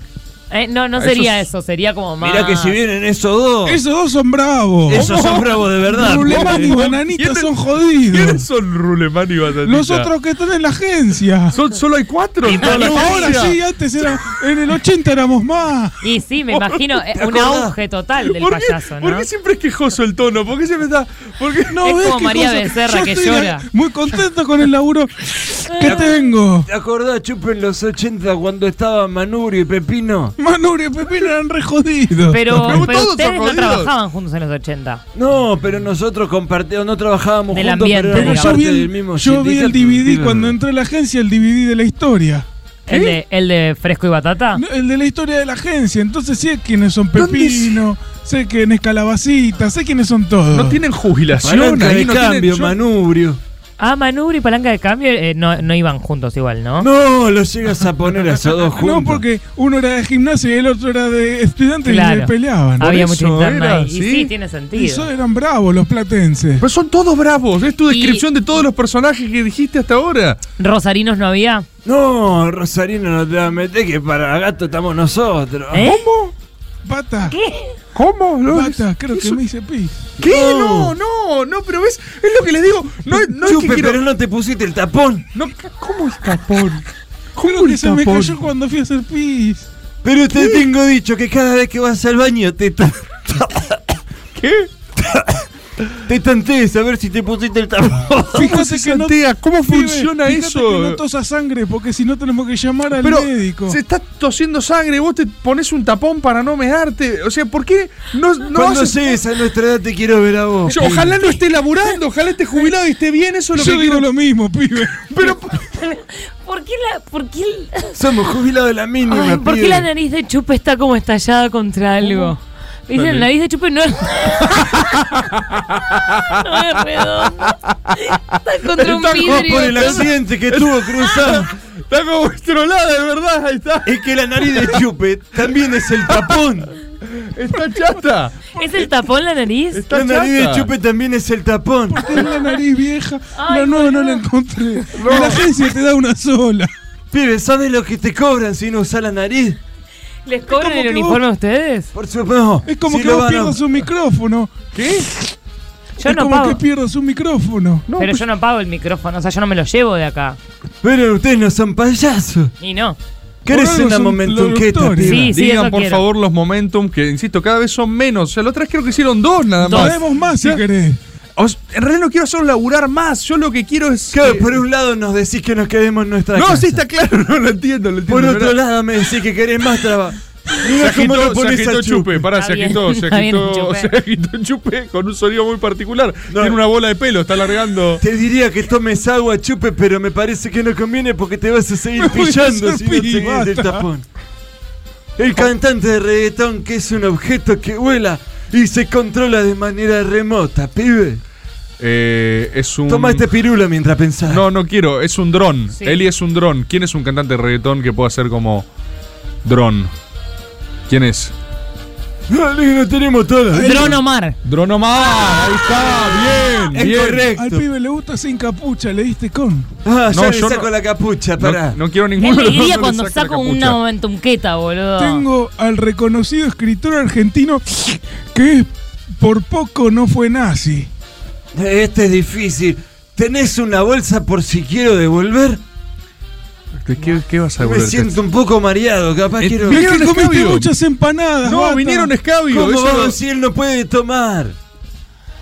[SPEAKER 6] Eh, no, no
[SPEAKER 7] Ah, Eso
[SPEAKER 6] sería
[SPEAKER 7] es-
[SPEAKER 6] eso, sería como más.
[SPEAKER 9] Mirá que si vienen esos dos,
[SPEAKER 10] Esos dos son bravos.
[SPEAKER 9] esos son bravos de verdad. este
[SPEAKER 10] Rulemán y
[SPEAKER 9] pibe.
[SPEAKER 10] Bananita
[SPEAKER 7] ¿Quiénes-
[SPEAKER 10] son
[SPEAKER 7] ¿Quiénes
[SPEAKER 10] jodidos.
[SPEAKER 7] son Rulemán y Batatita?
[SPEAKER 10] Los otros que están en la agencia.
[SPEAKER 7] Son- solo hay cuatro. en toda la
[SPEAKER 10] Ahora
[SPEAKER 7] agencia.
[SPEAKER 10] sí, antes era, en el 80 éramos más.
[SPEAKER 6] Y sí, me imagino eh, un
[SPEAKER 9] acordás?
[SPEAKER 6] auge total del
[SPEAKER 7] ¿Por qué,
[SPEAKER 6] payaso,
[SPEAKER 7] por
[SPEAKER 6] ¿no?
[SPEAKER 7] qué siempre es quejoso el tono? ¿Por qué siempre está...? ¿Por qué
[SPEAKER 10] No,
[SPEAKER 7] no?
[SPEAKER 6] Es
[SPEAKER 10] ¿ves
[SPEAKER 6] como
[SPEAKER 10] qué
[SPEAKER 6] María
[SPEAKER 10] cosa?
[SPEAKER 6] Becerra
[SPEAKER 10] Yo
[SPEAKER 6] que
[SPEAKER 10] estoy
[SPEAKER 6] llora.
[SPEAKER 10] a- Muy contento con el laburo que
[SPEAKER 6] Eh.
[SPEAKER 10] tengo.
[SPEAKER 9] ¿Te acordás, Chupe, en los 80 cuando estaba Manurio y Pepino?
[SPEAKER 10] Manure y Pepino eran re jodidos.
[SPEAKER 6] Pero,
[SPEAKER 7] Pero
[SPEAKER 6] pero
[SPEAKER 7] todos
[SPEAKER 6] ustedes no
[SPEAKER 7] jodidos.
[SPEAKER 6] trabajaban juntos en los 80
[SPEAKER 9] No, pero nosotros compartíamos, no trabajábamos
[SPEAKER 6] Del
[SPEAKER 9] juntos,
[SPEAKER 6] ambiente,
[SPEAKER 9] pero
[SPEAKER 10] Pero
[SPEAKER 9] éramos
[SPEAKER 6] digamos.
[SPEAKER 10] yo
[SPEAKER 9] parte
[SPEAKER 10] vi el,
[SPEAKER 9] del mismo
[SPEAKER 10] yo vi el
[SPEAKER 9] sindicato.
[SPEAKER 10] DVD
[SPEAKER 9] Pibe.
[SPEAKER 10] cuando entré a la agencia, el DVD de la historia.
[SPEAKER 6] ¿El de, ¿El de Fresco y Batata?
[SPEAKER 10] No, El de la historia de la agencia. Entonces sé quiénes son Pepino, sé quiénes Calabacita, sé quiénes son todos.
[SPEAKER 7] No tienen jubilación.
[SPEAKER 9] Palanca
[SPEAKER 7] ahí
[SPEAKER 9] de
[SPEAKER 7] no tienen-
[SPEAKER 9] cambio,
[SPEAKER 7] yo-
[SPEAKER 9] Manubrio.
[SPEAKER 6] Ah, Manubri y Palanca de Cambio eh, no, no iban juntos igual, ¿no?
[SPEAKER 9] No, los llegas a poner a esos dos juntos.
[SPEAKER 10] No, porque uno era de gimnasia y el otro era de estudiantes y
[SPEAKER 6] Claro.
[SPEAKER 10] se peleaban.
[SPEAKER 6] Había
[SPEAKER 7] eso
[SPEAKER 6] mucha interna
[SPEAKER 7] era,
[SPEAKER 6] ahí. Y
[SPEAKER 7] ¿sí?
[SPEAKER 6] sí, tiene
[SPEAKER 10] Y eso
[SPEAKER 6] sentido.
[SPEAKER 10] eran bravos los platenses.
[SPEAKER 7] Pero son todos bravos. Es tu
[SPEAKER 6] Y-
[SPEAKER 7] descripción de todos los personajes que dijiste hasta ahora.
[SPEAKER 6] ¿Rosarinos no había?
[SPEAKER 9] No, Rosarino, no te vas a meter que para gato estamos nosotros.
[SPEAKER 6] ¿Eh?
[SPEAKER 10] Pata,
[SPEAKER 7] ¿Cómo? No,
[SPEAKER 10] pata, creo que
[SPEAKER 7] eso-
[SPEAKER 10] me hice pis.
[SPEAKER 7] ¿Qué? No, no, no, pero ves, es lo que les digo. No, no es
[SPEAKER 9] Chupe,
[SPEAKER 7] que quiero-
[SPEAKER 9] pero no te pusiste el tapón.
[SPEAKER 7] no, ¿Cómo es tapón?
[SPEAKER 10] Creo que se me
[SPEAKER 7] tapón?
[SPEAKER 10] cayó cuando fui a hacer pis.
[SPEAKER 9] Pero te tengo dicho que cada vez que vas al baño te... ta-
[SPEAKER 7] ¿Qué?
[SPEAKER 3] Te tanté a ver si te pusiste el tapón.
[SPEAKER 10] Fíjate que no, ¿cómo
[SPEAKER 7] funciona eso?
[SPEAKER 10] Que no tosa sangre, porque si no tenemos que llamar al
[SPEAKER 11] Pero
[SPEAKER 10] médico.
[SPEAKER 11] se está tosiendo sangre, vos te pones un tapón para no mearte. O sea, ¿por qué no, no
[SPEAKER 3] Cuando
[SPEAKER 11] haces-
[SPEAKER 3] llegues a nuestra edad te quiero ver a vos.
[SPEAKER 11] Yo, ojalá no esté laburando, ojalá esté jubilado y esté bien, eso es lo
[SPEAKER 10] Yo
[SPEAKER 11] que
[SPEAKER 10] digo
[SPEAKER 11] quiero.
[SPEAKER 10] lo mismo, pibe.
[SPEAKER 6] ¿Por qué la, por qué el-
[SPEAKER 3] Somos jubilados de la mínima.
[SPEAKER 6] Ay, ¿por qué
[SPEAKER 3] pibe.
[SPEAKER 6] la nariz de chupe está como estallada contra algo? Dice,
[SPEAKER 3] Dale.
[SPEAKER 6] la nariz de chupe no es. no es redonda. Está Ah, contra un
[SPEAKER 3] Está como
[SPEAKER 6] vidrio.
[SPEAKER 3] por el accidente que tuvo cruzado.
[SPEAKER 11] Está como estrolada, de verdad, ahí está.
[SPEAKER 3] Es que la nariz de Chupet también es el tapón.
[SPEAKER 11] Está chata.
[SPEAKER 6] ¿Es el tapón la nariz?
[SPEAKER 3] La nariz de Chupet también es el tapón.
[SPEAKER 10] Tengo la nariz vieja.
[SPEAKER 6] Ay,
[SPEAKER 10] la nueva no la encontré.
[SPEAKER 11] No.
[SPEAKER 10] En La agencia te da una sola.
[SPEAKER 3] Pibe, ¿sabes lo que te cobran si no usas la nariz?
[SPEAKER 6] ¿Les cobran
[SPEAKER 10] como
[SPEAKER 6] el
[SPEAKER 10] que
[SPEAKER 6] uniforme a ustedes?
[SPEAKER 3] Por supuesto.
[SPEAKER 10] Es como
[SPEAKER 3] Si
[SPEAKER 10] que
[SPEAKER 3] lo
[SPEAKER 10] vos
[SPEAKER 3] van a-
[SPEAKER 10] pierdas un micrófono.
[SPEAKER 11] ¿Qué?
[SPEAKER 6] Yo
[SPEAKER 10] es
[SPEAKER 6] no
[SPEAKER 10] como
[SPEAKER 6] pago.
[SPEAKER 10] que pierdas un micrófono.
[SPEAKER 11] No,
[SPEAKER 6] Pero
[SPEAKER 11] pues-
[SPEAKER 6] yo no pago el micrófono, o sea, yo no me lo llevo de acá.
[SPEAKER 3] Pero ustedes no son payasos.
[SPEAKER 6] Y no.
[SPEAKER 3] ¿Querés
[SPEAKER 10] Por algo
[SPEAKER 3] una
[SPEAKER 10] son
[SPEAKER 3] momentum
[SPEAKER 10] los
[SPEAKER 3] que esta,
[SPEAKER 10] doctores.
[SPEAKER 3] piba?
[SPEAKER 6] Sí, sí,
[SPEAKER 7] Digan
[SPEAKER 6] eso
[SPEAKER 7] por
[SPEAKER 6] quiero.
[SPEAKER 7] favor los momentum que, insisto, cada vez son menos. O sea, la otra vez creo que hicieron dos nada
[SPEAKER 6] Dos.
[SPEAKER 7] más.
[SPEAKER 10] Sabemos más si
[SPEAKER 7] Ya.
[SPEAKER 10] querés.
[SPEAKER 7] O sea, en realidad no quiero solo laburar más. Yo lo que quiero es.
[SPEAKER 3] Claro,
[SPEAKER 7] que-
[SPEAKER 3] por un lado nos decís que nos quedemos en nuestra
[SPEAKER 7] no,
[SPEAKER 3] casa.
[SPEAKER 7] sí, está claro, no lo entiendo. Lo entiendo
[SPEAKER 3] Por
[SPEAKER 7] pero-
[SPEAKER 3] otro lado me decís que querés más trabajo.
[SPEAKER 7] Se
[SPEAKER 3] Mira cómo lo
[SPEAKER 7] agitó, se
[SPEAKER 3] pones
[SPEAKER 7] agitó
[SPEAKER 3] a
[SPEAKER 7] chupe,
[SPEAKER 3] chupe.
[SPEAKER 7] pará,
[SPEAKER 6] Está
[SPEAKER 7] se
[SPEAKER 6] bien,
[SPEAKER 7] agitó, se
[SPEAKER 6] está bien,
[SPEAKER 7] agitó, se
[SPEAKER 6] Chupe.
[SPEAKER 7] agitó chupe con un sonido muy particular.
[SPEAKER 3] No.
[SPEAKER 7] Tiene una bola de pelo, está alargando.
[SPEAKER 3] Te diría que tomes agua, chupe, pero me parece que no conviene porque te vas a seguir
[SPEAKER 10] Me voy a
[SPEAKER 3] pillando
[SPEAKER 10] hacer
[SPEAKER 3] si no
[SPEAKER 10] pis,
[SPEAKER 3] seguís el
[SPEAKER 10] basta.
[SPEAKER 3] tapón. El cantante de reggaetón que es un objeto que vuela y se controla de manera remota, pibe.
[SPEAKER 7] Eh, es un.
[SPEAKER 3] Toma este pirula mientras pensás.
[SPEAKER 7] No, no quiero, es un dron.
[SPEAKER 6] Sí.
[SPEAKER 7] Eli es un dron. ¿Quién es un cantante de reggaetón que pueda ser como dron? ¿Quién es?
[SPEAKER 3] Dale, no tenemos todo.
[SPEAKER 6] Dron Omar.
[SPEAKER 7] Dronomar, ahí está, bien,
[SPEAKER 3] Es
[SPEAKER 7] bien.
[SPEAKER 10] Al
[SPEAKER 3] correcto.
[SPEAKER 10] pibe le gusta sin capucha, le diste con.
[SPEAKER 3] Ah,
[SPEAKER 7] No,
[SPEAKER 3] ya le
[SPEAKER 7] yo no-
[SPEAKER 3] saco la capucha, pará.
[SPEAKER 7] No, no quiero
[SPEAKER 6] ¿Qué
[SPEAKER 7] ninguno de los
[SPEAKER 6] alegría
[SPEAKER 7] dos, no le
[SPEAKER 6] cuando
[SPEAKER 7] saca la
[SPEAKER 6] saco
[SPEAKER 7] capucha.
[SPEAKER 6] una momentumqueta, boludo?
[SPEAKER 10] Tengo al reconocido escritor argentino que es por poco no fue nazi.
[SPEAKER 3] Este es difícil. ¿Tenés una bolsa por si quiero devolver?
[SPEAKER 7] ¿De ¿Qué, qué vas a
[SPEAKER 3] Me
[SPEAKER 7] volver?
[SPEAKER 3] siento un poco mareado, capaz
[SPEAKER 7] Eh,
[SPEAKER 3] quiero...
[SPEAKER 7] mira
[SPEAKER 10] Es que
[SPEAKER 7] Vinieron
[SPEAKER 10] comiste
[SPEAKER 7] escabio.
[SPEAKER 10] muchas empanadas.
[SPEAKER 7] No,
[SPEAKER 10] bata.
[SPEAKER 7] vinieron escabio.
[SPEAKER 3] ¿Cómo
[SPEAKER 7] eso
[SPEAKER 3] vamos
[SPEAKER 7] no-
[SPEAKER 3] si él no puede tomar?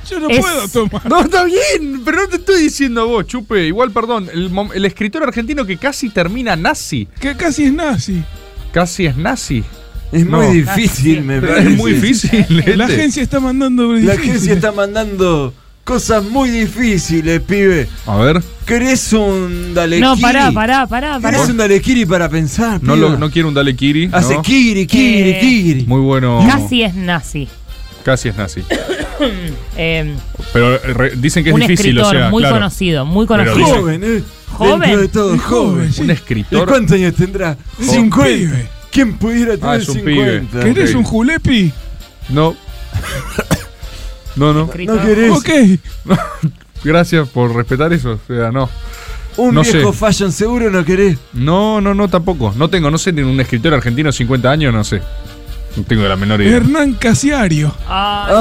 [SPEAKER 10] Yo no
[SPEAKER 6] Es-
[SPEAKER 10] puedo tomar.
[SPEAKER 7] No, está bien, pero no te estoy diciendo a vos, Chupe. Igual, perdón, el, mom- el escritor argentino que casi termina nazi,
[SPEAKER 10] Que casi es nazi.
[SPEAKER 7] casi es nazi.
[SPEAKER 3] Es
[SPEAKER 7] No.
[SPEAKER 3] muy difícil, me
[SPEAKER 7] Pero
[SPEAKER 3] parece.
[SPEAKER 7] es muy difícil.
[SPEAKER 10] La
[SPEAKER 7] este.
[SPEAKER 10] agencia está mandando
[SPEAKER 3] La
[SPEAKER 10] difíciles.
[SPEAKER 3] agencia está mandando cosas muy difíciles, pibe.
[SPEAKER 7] A ver,
[SPEAKER 3] ¿Querés un dalequiri?
[SPEAKER 6] No, pará, pará, pará, pará.
[SPEAKER 3] ¿Querés un dalequiri para pensar,
[SPEAKER 7] no,
[SPEAKER 3] piba?
[SPEAKER 7] lo- no quiero un Dalekiri. ¿no?
[SPEAKER 3] Hace kiri, kiri,
[SPEAKER 6] Eh,
[SPEAKER 3] kiri.
[SPEAKER 7] Muy bueno.
[SPEAKER 6] Casi es nazi.
[SPEAKER 7] Casi es nazi.
[SPEAKER 6] Eh,
[SPEAKER 7] Pero eh, re- dicen que es
[SPEAKER 6] un
[SPEAKER 7] difícil,
[SPEAKER 6] escritor
[SPEAKER 7] o sea,
[SPEAKER 6] muy
[SPEAKER 7] claro.
[SPEAKER 6] conocido, muy
[SPEAKER 7] Pero
[SPEAKER 6] conocido.
[SPEAKER 3] Joven, ¿eh?
[SPEAKER 6] Joven.
[SPEAKER 3] Dentro de todo,
[SPEAKER 10] Es
[SPEAKER 3] joven.
[SPEAKER 10] joven,
[SPEAKER 7] Un
[SPEAKER 10] sí.
[SPEAKER 3] ¿Y
[SPEAKER 7] escritor.
[SPEAKER 3] cuántos años tendrá?
[SPEAKER 10] Es un
[SPEAKER 3] 50.
[SPEAKER 10] pibe.
[SPEAKER 3] ¿Quién pudiera tener
[SPEAKER 7] Ah, es un pibe.
[SPEAKER 3] 50?
[SPEAKER 10] ¿Querés
[SPEAKER 7] Ok.
[SPEAKER 10] un julepi?
[SPEAKER 7] No. No, no.
[SPEAKER 6] escritor.
[SPEAKER 3] ¿No querés
[SPEAKER 10] Ok.
[SPEAKER 7] Gracias por respetar eso. O sea, no.
[SPEAKER 3] un
[SPEAKER 7] no
[SPEAKER 3] viejo
[SPEAKER 7] sé.
[SPEAKER 3] fashion seguro? ¿No querés?
[SPEAKER 7] No, no, no, tampoco. No tengo, no sé, tiene un escritor argentino de 50 años, no sé. No tengo la menor idea.
[SPEAKER 10] Hernán Casiario.
[SPEAKER 6] Ay,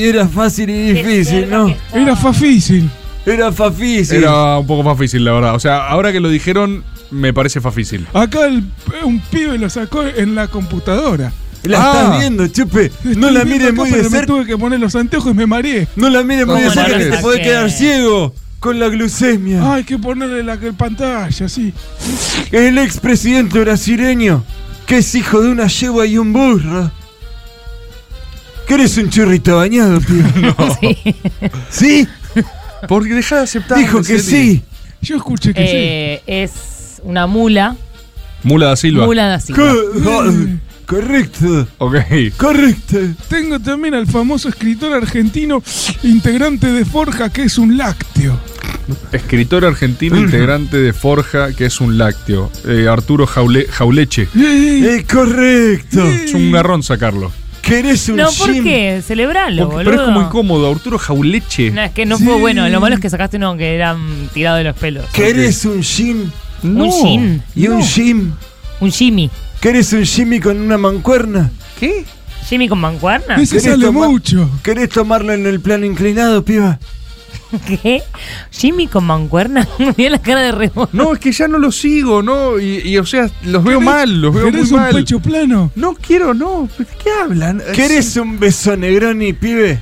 [SPEAKER 3] Ay, era fácil y
[SPEAKER 6] qué
[SPEAKER 3] difícil,
[SPEAKER 6] cerca
[SPEAKER 3] ¿no?
[SPEAKER 6] que está.
[SPEAKER 10] Era fácil.
[SPEAKER 3] Era fácil.
[SPEAKER 7] Era un poco más difícil, la verdad. O sea, ahora que lo dijeron, me parece fácil.
[SPEAKER 10] Acá el- un pibe lo sacó en la computadora.
[SPEAKER 3] La
[SPEAKER 7] Ah.
[SPEAKER 3] estás viendo, chupe. No
[SPEAKER 10] Estoy
[SPEAKER 3] la
[SPEAKER 10] viendo
[SPEAKER 3] mires
[SPEAKER 10] acá,
[SPEAKER 3] muy
[SPEAKER 10] pero
[SPEAKER 3] de
[SPEAKER 10] Me
[SPEAKER 3] cerca.
[SPEAKER 10] tuve que poner los anteojos y me mareé.
[SPEAKER 3] No la mires muy
[SPEAKER 7] ¿Cómo
[SPEAKER 3] de
[SPEAKER 7] la
[SPEAKER 3] cerca que te
[SPEAKER 7] saqué?
[SPEAKER 3] podés quedar ciego con la glucemia.
[SPEAKER 10] Ah, Hay que ponerle la que- pantalla, sí.
[SPEAKER 3] El expresidente brasileño, que es hijo de una yegua y un burro. ¿Querés un churrito bañado, tío?
[SPEAKER 6] Sí.
[SPEAKER 3] ¿Sí?
[SPEAKER 7] Porque deja de aceptar.
[SPEAKER 3] Dijo que sí.
[SPEAKER 10] Yo escuché que
[SPEAKER 6] Eh, es una mula,
[SPEAKER 7] Mula da Silva.
[SPEAKER 6] mula de así.
[SPEAKER 3] Co- Correcto,
[SPEAKER 7] Ok.
[SPEAKER 3] correcto.
[SPEAKER 10] sí. Tengo también al famoso escritor argentino, integrante de Forja, que es un lácteo.
[SPEAKER 7] Escritor argentino integrante de Forja, que es un lácteo. Eh, Arturo Jaule- Jauleche.
[SPEAKER 10] Eh,
[SPEAKER 3] Es correcto.
[SPEAKER 7] Es un garrón sacarlo.
[SPEAKER 3] ¿Querés un
[SPEAKER 6] No, ¿por
[SPEAKER 3] gym?
[SPEAKER 6] qué? Celebralo,
[SPEAKER 7] Porque-
[SPEAKER 6] boludo.
[SPEAKER 7] pero es como incómodo. Arturo Jauleche.
[SPEAKER 6] No, es que no
[SPEAKER 10] Sí.
[SPEAKER 6] fue bueno. Lo malo es que sacaste uno que era mm, tirado de los pelos.
[SPEAKER 3] ¿Querés un gym?
[SPEAKER 6] Un gin.
[SPEAKER 3] ¿Y un gym?
[SPEAKER 6] Un Jimmy.
[SPEAKER 3] ¿Querés un Jimmy con una mancuerna?
[SPEAKER 7] ¿Qué?
[SPEAKER 6] ¿Jimmy con mancuerna?
[SPEAKER 10] Ese
[SPEAKER 3] ¿Querés
[SPEAKER 10] sale
[SPEAKER 3] tomar-
[SPEAKER 10] mucho.
[SPEAKER 3] ¿Querés tomarlo en el plano inclinado, piba?
[SPEAKER 6] ¿Qué? ¿Jimmy con mancuerna? Mira la cara de Remo.
[SPEAKER 7] No, es que ya no los sigo, ¿no? Y, y, o sea, los veo mal, los veo muy
[SPEAKER 10] ¿Querés un
[SPEAKER 7] mal.
[SPEAKER 10] pecho plano?
[SPEAKER 7] No quiero, no. ¿De qué hablan?
[SPEAKER 3] ¿Querés un beso negroni, pibe?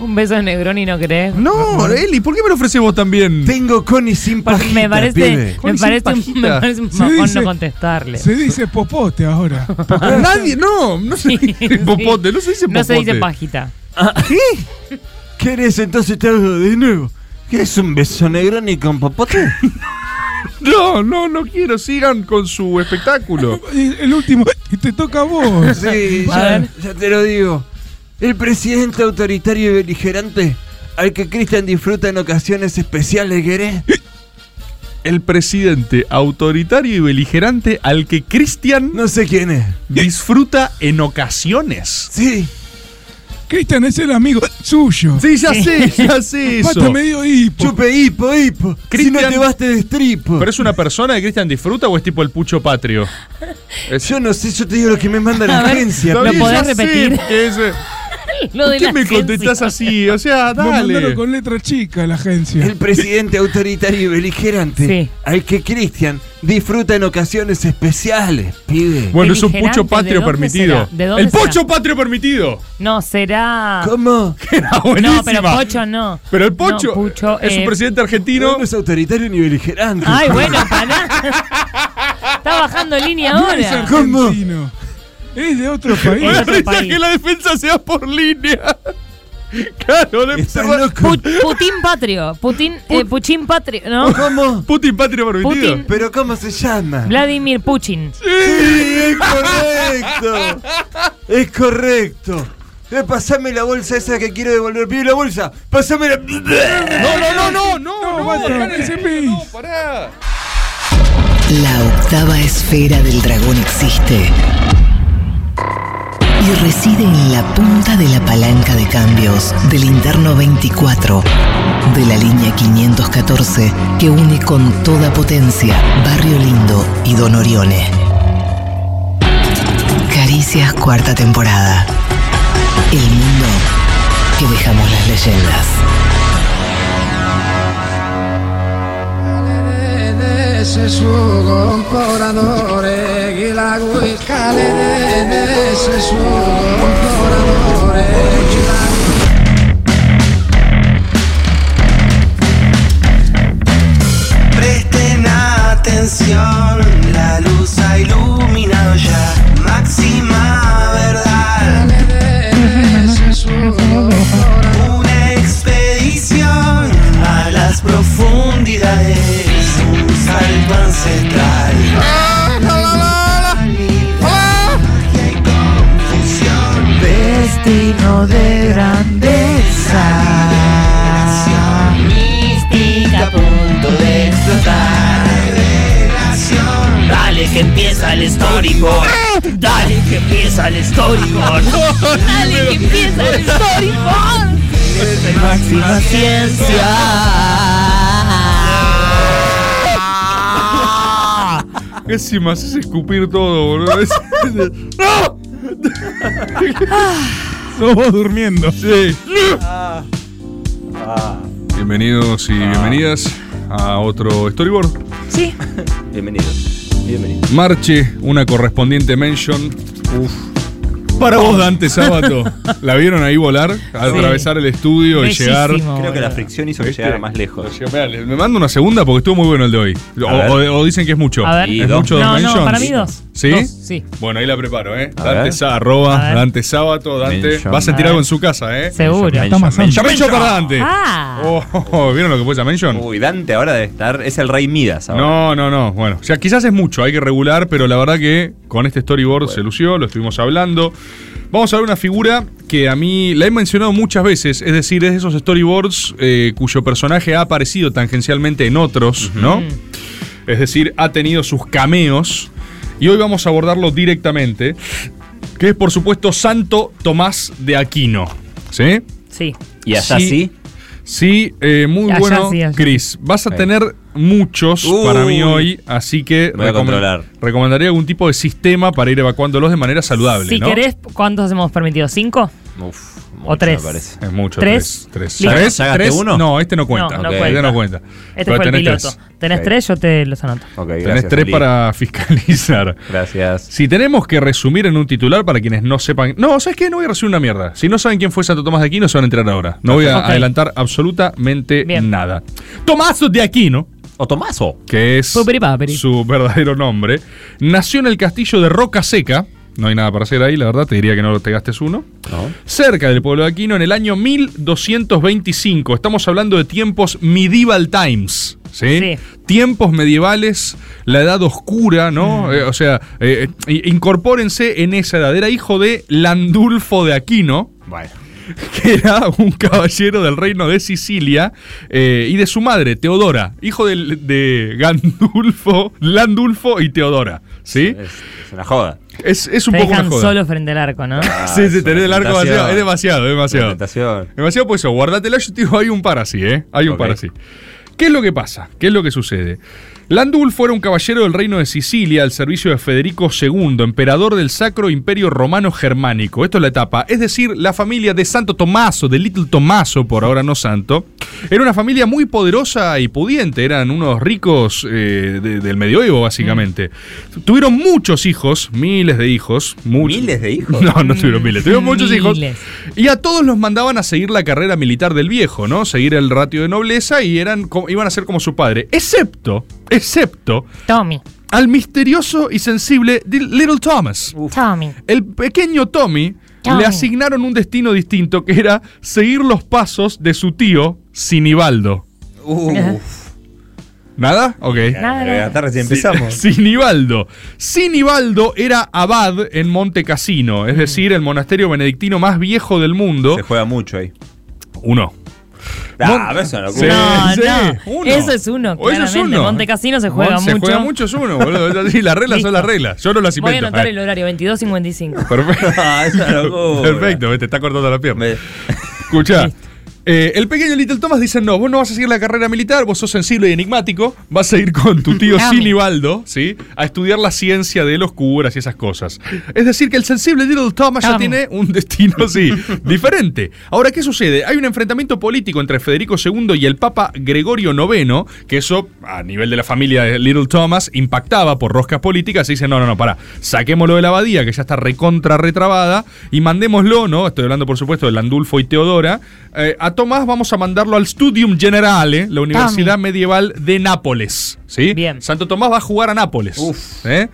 [SPEAKER 6] Un beso de Negroni, ¿no crees?
[SPEAKER 10] No, Eli, ¿por qué me lo ofreces vos también? Vengo con y sin
[SPEAKER 6] Porque me parece, me parece, un, me parece un
[SPEAKER 11] Se
[SPEAKER 6] bajón
[SPEAKER 11] dice-
[SPEAKER 6] no contestarle.
[SPEAKER 11] Se dice popote ahora.
[SPEAKER 10] Nadie, no, no se dice
[SPEAKER 6] popote,
[SPEAKER 10] no se dice
[SPEAKER 6] No se dice
[SPEAKER 10] popote.
[SPEAKER 6] pajita.
[SPEAKER 3] ¿Qué? ¿Querés entonces te hablo de nuevo? ¿Qué es un beso negro ni con popote?
[SPEAKER 7] No, no, no quiero. Sigan con su espectáculo.
[SPEAKER 11] El último, y te toca a vos.
[SPEAKER 3] Sí,
[SPEAKER 11] A
[SPEAKER 3] ya,
[SPEAKER 11] ver.
[SPEAKER 3] ya te lo digo. El presidente autoritario y beligerante al que Cristian disfruta en ocasiones especiales, ¿querés?
[SPEAKER 7] El presidente autoritario y beligerante al que Cristian.
[SPEAKER 3] No sé quién es.
[SPEAKER 7] Disfruta en ocasiones.
[SPEAKER 3] Sí.
[SPEAKER 11] Cristian es el amigo suyo.
[SPEAKER 10] Sí, ya sé, ya sé eso.
[SPEAKER 11] Pata medio hipo.
[SPEAKER 3] Chupe hipo, hipo.
[SPEAKER 7] Cristian-
[SPEAKER 3] te destripo.
[SPEAKER 7] ¿Pero es una persona que Cristian disfruta o es tipo el pucho patrio?
[SPEAKER 3] Yo no sé, yo te digo lo que me manda la
[SPEAKER 7] A ver,
[SPEAKER 3] agencia.
[SPEAKER 7] ¿lo
[SPEAKER 3] pero-
[SPEAKER 7] podés Ya sé, repetir? porque es-
[SPEAKER 6] Lo de la agencia.
[SPEAKER 7] así? O sea,
[SPEAKER 11] Lo mandaron con letra chica a la agencia.
[SPEAKER 3] El presidente autoritario y beligerante al que Cristian disfruta en ocasiones especiales, pibe.
[SPEAKER 7] Bueno, es un pucho patrio permitido.
[SPEAKER 6] ¿De dónde
[SPEAKER 7] ¡El
[SPEAKER 6] será?
[SPEAKER 7] pucho patrio permitido!
[SPEAKER 6] No, será.
[SPEAKER 3] ¿Cómo?
[SPEAKER 6] No,
[SPEAKER 7] Ah, buenísima.
[SPEAKER 6] pero Pocho no.
[SPEAKER 7] Pero el pocho
[SPEAKER 6] No, Pucho,
[SPEAKER 7] es un
[SPEAKER 6] eh,
[SPEAKER 7] presidente argentino.
[SPEAKER 3] No es autoritario ni beligerante.
[SPEAKER 6] Ay, bueno, pará. Está bajando línea
[SPEAKER 11] No es
[SPEAKER 6] ahora.
[SPEAKER 11] argentino. Es de otro país.
[SPEAKER 7] Me da risa que la defensa sea por línea. Claro, le
[SPEAKER 6] Pu- Putin patrio. Putin, eh, Puchín patrio, ¿no?
[SPEAKER 3] ¿Cómo?
[SPEAKER 7] Putin patrio permitido.
[SPEAKER 6] Putin.
[SPEAKER 3] ¿Pero cómo se llama?
[SPEAKER 6] Vladimir Putin.
[SPEAKER 3] Sí, es correcto. Es correcto. Eh, pasame la bolsa esa que quiero devolver. Pide la bolsa. Pasame la. No,
[SPEAKER 7] no, no, no, no,
[SPEAKER 11] no, no, no,
[SPEAKER 7] pará.
[SPEAKER 12] La octava esfera del dragón existe y reside en la punta de la palanca de cambios del interno 24 de la línea 514 que une con toda potencia Barrio Lindo y Don Orione. Caricias cuarta temporada. El mundo que dejamos las leyendas.
[SPEAKER 15] deve su compratore chi la guicca le deve su compratore chi la
[SPEAKER 2] Presten atención, la luz ha iluminado ya máxima verdad. Una expedición a las profundidades, un salto ancestral. Magia y confusión, destino de grandeza. Mística a punto de explotar. Revelación. Dale que empieza el storyboard. Dale que empieza el storyboard. Dale que empieza el storyboard. De máxima ciencia.
[SPEAKER 7] Casi me haces escupir todo, boludo. Es- ¡No!
[SPEAKER 11] Ah. Sos vos durmiendo.
[SPEAKER 7] Sí. Bienvenidos
[SPEAKER 3] Ah.
[SPEAKER 7] y bienvenidas a otro storyboard.
[SPEAKER 6] Sí.
[SPEAKER 3] Bienvenidos. Bienvenidos.
[SPEAKER 7] Marche, una correspondiente mention. Para vos, Dante Sábato. ¿La vieron ahí volar? Atravesar el estudio y llegar.
[SPEAKER 3] Creo que la fricción hizo que llegara más lejos.
[SPEAKER 7] Me mando una segunda porque estuvo muy bueno el de hoy. O,
[SPEAKER 3] A ver.
[SPEAKER 7] o- o dicen que es mucho.
[SPEAKER 6] A ver. Y
[SPEAKER 7] ¿Es
[SPEAKER 6] dos.
[SPEAKER 7] mucho dos
[SPEAKER 6] No, no,
[SPEAKER 7] mentions?
[SPEAKER 6] para mí dos.
[SPEAKER 7] ¿Sí?
[SPEAKER 6] Dos, sí.
[SPEAKER 7] Bueno, ahí la preparo, ¿eh?
[SPEAKER 3] A
[SPEAKER 7] Dante
[SPEAKER 3] ver.
[SPEAKER 7] Sá- arroba
[SPEAKER 6] A ver.
[SPEAKER 7] Dante Sábato, Dante.
[SPEAKER 3] Mention.
[SPEAKER 7] Vas a
[SPEAKER 3] A
[SPEAKER 7] tirar
[SPEAKER 3] ver.
[SPEAKER 7] algo en su casa, ¿eh?
[SPEAKER 6] Seguro.
[SPEAKER 3] Mention,
[SPEAKER 7] Mention,
[SPEAKER 3] mention,
[SPEAKER 7] mention,
[SPEAKER 3] mention.
[SPEAKER 7] para Dante.
[SPEAKER 6] Ah.
[SPEAKER 7] Oh, oh, oh, ¿Vieron lo que puede mention?
[SPEAKER 3] Uy, Dante ahora debe estar. Es el rey Midas ahora.
[SPEAKER 7] No, no, no. Bueno, o sea, quizás es mucho, hay que regular, pero la verdad que con este storyboard se lució, lo estuvimos hablando. Vamos a ver una figura que a mí la he mencionado muchas veces, es decir, es de esos storyboards eh, cuyo personaje ha aparecido tangencialmente en otros, ¿no? Es decir, ha tenido sus cameos. Y hoy vamos a abordarlo directamente, que es por supuesto Santo Tomás de Aquino. ¿Sí?
[SPEAKER 6] Sí.
[SPEAKER 3] ¿Y allá sí?
[SPEAKER 7] Sí, eh, muy
[SPEAKER 6] Allá
[SPEAKER 7] bueno,
[SPEAKER 6] sí, allá.
[SPEAKER 7] Chris. Vas a
[SPEAKER 3] Sí.
[SPEAKER 7] tener muchos
[SPEAKER 3] Uy.
[SPEAKER 7] para mí hoy, así que
[SPEAKER 3] Voy a
[SPEAKER 7] recomen-
[SPEAKER 3] controlar.
[SPEAKER 7] recomendaría algún tipo de sistema para ir evacuándolos de manera saludable.
[SPEAKER 6] Si
[SPEAKER 7] ¿no?
[SPEAKER 6] querés, ¿cuántos hemos permitido? ¿Cinco?
[SPEAKER 9] Uf, mucho,
[SPEAKER 6] O tres.
[SPEAKER 9] me parece.
[SPEAKER 7] Es mucho.
[SPEAKER 6] Tres.
[SPEAKER 7] Tres. Tres.
[SPEAKER 6] Listo.
[SPEAKER 7] ¿Tres?
[SPEAKER 6] ¿Sacaste
[SPEAKER 7] ¿Tres?
[SPEAKER 6] uno?
[SPEAKER 7] No, este no cuenta.
[SPEAKER 6] No, no
[SPEAKER 7] Ok.
[SPEAKER 6] cuenta.
[SPEAKER 7] Este no cuenta.
[SPEAKER 6] Este
[SPEAKER 7] Pero
[SPEAKER 6] fue el
[SPEAKER 7] tenés
[SPEAKER 6] piloto.
[SPEAKER 7] tres.
[SPEAKER 6] Tenés
[SPEAKER 7] Ok.
[SPEAKER 6] tres, yo te los anoto.
[SPEAKER 7] Tenés tres para fiscalizar.
[SPEAKER 9] Gracias.
[SPEAKER 7] Si tenemos que resumir en un titular para quienes no sepan. No, ¿sabes qué? No voy a resumir una mierda. Si no saben quién fue Santo Tomás de Aquino, se van a enterar ahora. No voy a
[SPEAKER 6] Ok.
[SPEAKER 7] adelantar absolutamente nada. Tomaso de Aquino.
[SPEAKER 9] O Tomaso.
[SPEAKER 7] Que es su verdadero nombre. Nació en el castillo de Roca Seca. No hay nada para hacer ahí, la verdad. Te diría que no te gastes uno. Cerca del pueblo de Aquino, en el año 1225. Estamos hablando de tiempos medieval times. ¿Sí? Tiempos medievales, la edad oscura, ¿no? Eh, o sea, eh, eh, incorpórense en esa edad. Era hijo de Landulfo de Aquino. Que era un caballero del reino de Sicilia eh, y de su madre, Teodora, hijo del- de, Gandulfo, Landulfo y Teodora. ¿Sí?
[SPEAKER 9] Es, una joda. Ah,
[SPEAKER 7] Es, un
[SPEAKER 6] te
[SPEAKER 7] poco una
[SPEAKER 6] dejan
[SPEAKER 7] joda. Ah,
[SPEAKER 6] solo frente al arco, ¿no?
[SPEAKER 7] sí, sí, tenés el arco vacío. Es demasiado, es demasiado.
[SPEAKER 9] Demasiado.
[SPEAKER 7] Demasiado por eso. Guardatela, yo te digo, hay un par así, ¿eh? Hay un par así. ¿Qué es lo que pasa? ¿Qué es lo que sucede? Landulfo era un caballero del reino de Sicilia al servicio de Federico II, emperador del Sacro Imperio Romano Germánico. Esto es la etapa. Es decir, la familia de Santo Tomaso, de Little Tomaso, por ahora no santo, era una familia muy poderosa y pudiente. Eran unos ricos eh, de- del medioevo, básicamente.
[SPEAKER 9] Mm.
[SPEAKER 7] Tuvieron muchos hijos, miles de hijos. ¿Miles
[SPEAKER 9] de hijos?
[SPEAKER 7] No, no tuvieron miles. Tuvieron muchos hijos.
[SPEAKER 6] Miles.
[SPEAKER 7] Y a todos los mandaban a seguir la carrera militar del viejo, ¿no? Seguir el ratio de nobleza y eran co- iban a ser como su padre. Excepto, excepto.
[SPEAKER 6] Tommy.
[SPEAKER 7] Al misterioso y sensible Di- Little Thomas.
[SPEAKER 6] Tommy.
[SPEAKER 7] El pequeño Tommy,
[SPEAKER 6] Tommy.
[SPEAKER 7] le asignaron un destino distinto que era seguir los pasos de su tío, Sinibaldo.
[SPEAKER 13] Uh.
[SPEAKER 7] ¿Nada? Ok.
[SPEAKER 9] Nada. Hasta recién empezamos.
[SPEAKER 7] Sí, Sinibaldo. Sinibaldo era abad en Monte Cassino,
[SPEAKER 6] Mm.
[SPEAKER 7] es decir, el monasterio benedictino más viejo del mundo. Se
[SPEAKER 9] juega mucho ahí.
[SPEAKER 7] Uno.
[SPEAKER 9] Ah, pero eso no
[SPEAKER 7] Sí,
[SPEAKER 6] No,
[SPEAKER 7] sí.
[SPEAKER 6] no.
[SPEAKER 7] Uno.
[SPEAKER 6] Eso es uno.
[SPEAKER 7] O eso es
[SPEAKER 6] Claramente.
[SPEAKER 7] uno.
[SPEAKER 6] Monte Casino se juega
[SPEAKER 7] Mon-
[SPEAKER 6] mucho.
[SPEAKER 7] Se juega mucho, es uno, boludo. Sí, las reglas son las reglas. Yo no las
[SPEAKER 6] Voy a
[SPEAKER 7] invento.
[SPEAKER 6] anotar
[SPEAKER 7] Eh.
[SPEAKER 6] el horario, 22.55.
[SPEAKER 7] Perfecto.
[SPEAKER 9] Ah, locura.
[SPEAKER 7] Perfecto, te está cortando la pierna. Escucha. Eh, el pequeño Little Thomas dice: No, vos no vas a seguir la carrera militar, vos sos sensible y enigmático, vas a ir con tu tío
[SPEAKER 14] Tommy.
[SPEAKER 7] Sinibaldo, ¿sí? A estudiar la ciencia de los curas y esas cosas. Es decir, que el sensible Little Thomas ya
[SPEAKER 14] Tommy.
[SPEAKER 7] tiene un destino, sí, diferente. Ahora, ¿qué sucede? Hay un enfrentamiento político entre Federico II y el Papa Gregorio IX, que eso, a nivel de la familia de Little Thomas, impactaba por roscas políticas. Y dicen, no, no, no, pará, saquémoslo de la abadía, que ya está recontra retrabada, y mandémoslo, ¿no? Estoy hablando, por supuesto, de Landulfo y Teodora. eh, a Tomás vamos a mandarlo al Studium Generale, la Universidad Medieval de Nápoles, ¿sí? Santo Tomás va a jugar a Nápoles. ¿eh?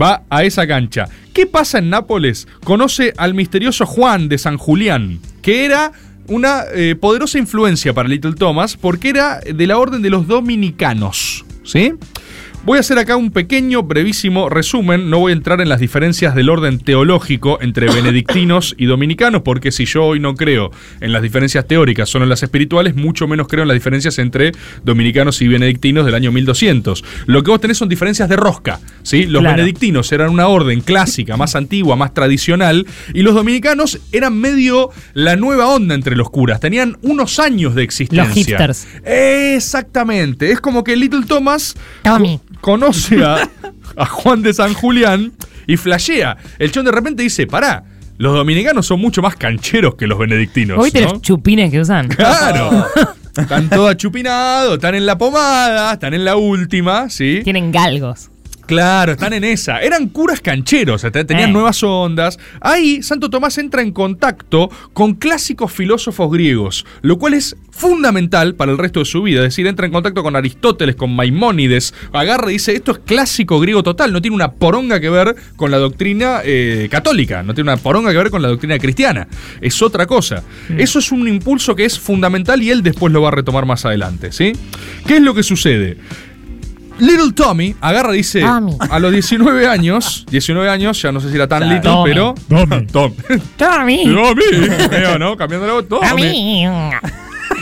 [SPEAKER 7] Va a esa cancha. ¿Qué pasa en Nápoles? Conoce al misterioso Juan de San Julián, que era una eh, poderosa influencia para Little Thomas porque era de la orden de los dominicanos. ¿Sí? Voy a hacer acá un pequeño, brevísimo resumen. No voy a entrar en las diferencias del orden teológico entre benedictinos y dominicanos, porque si yo hoy no creo en las diferencias teóricas, solo en las espirituales, mucho menos creo en las diferencias entre dominicanos y benedictinos del año 1200. Lo que vos tenés son diferencias de rosca. ¿sí? Los
[SPEAKER 14] Claro.
[SPEAKER 7] benedictinos eran una orden clásica, más antigua, más tradicional, y los dominicanos eran medio la nueva onda entre los curas. Tenían unos años de existencia.
[SPEAKER 14] hipsters.
[SPEAKER 7] Exactamente. Es como que Little Thomas co- conoce a, a Juan de San Julián y flashea. El chon de repente dice, pará, los dominicanos son mucho más cancheros que los benedictinos.
[SPEAKER 6] Hoy te
[SPEAKER 7] ¿no?
[SPEAKER 6] los chupines que usan.
[SPEAKER 7] Claro. Están todos achupinados, están en la pomada, están en la última, ¿sí?
[SPEAKER 6] Tienen galgos.
[SPEAKER 7] Claro, están en esa. Eran curas cancheros, o sea, tenían
[SPEAKER 14] Eh.
[SPEAKER 7] nuevas ondas. Ahí Santo Tomás entra en contacto con clásicos filósofos griegos, lo cual es fundamental para el resto de su vida. Es decir, entra en contacto con Aristóteles, con Maimónides, agarra y dice, esto es clásico griego total, no tiene una poronga que ver con la doctrina eh, católica, no tiene una poronga que ver con la doctrina cristiana. Es otra cosa. Eso es un impulso que es fundamental y él después lo va a retomar más adelante, ¿sí? ¿Qué es lo que sucede? Little Tommy agarra, dice,
[SPEAKER 14] Tommy.
[SPEAKER 7] a los 19 años, 19 años, ya no sé si era tan
[SPEAKER 14] Claro.
[SPEAKER 7] little,
[SPEAKER 14] Tommy.
[SPEAKER 7] pero... Tommy. Tommy.
[SPEAKER 6] Tommy.
[SPEAKER 7] Veo, ¿no? Cambiando la voz. Tommy.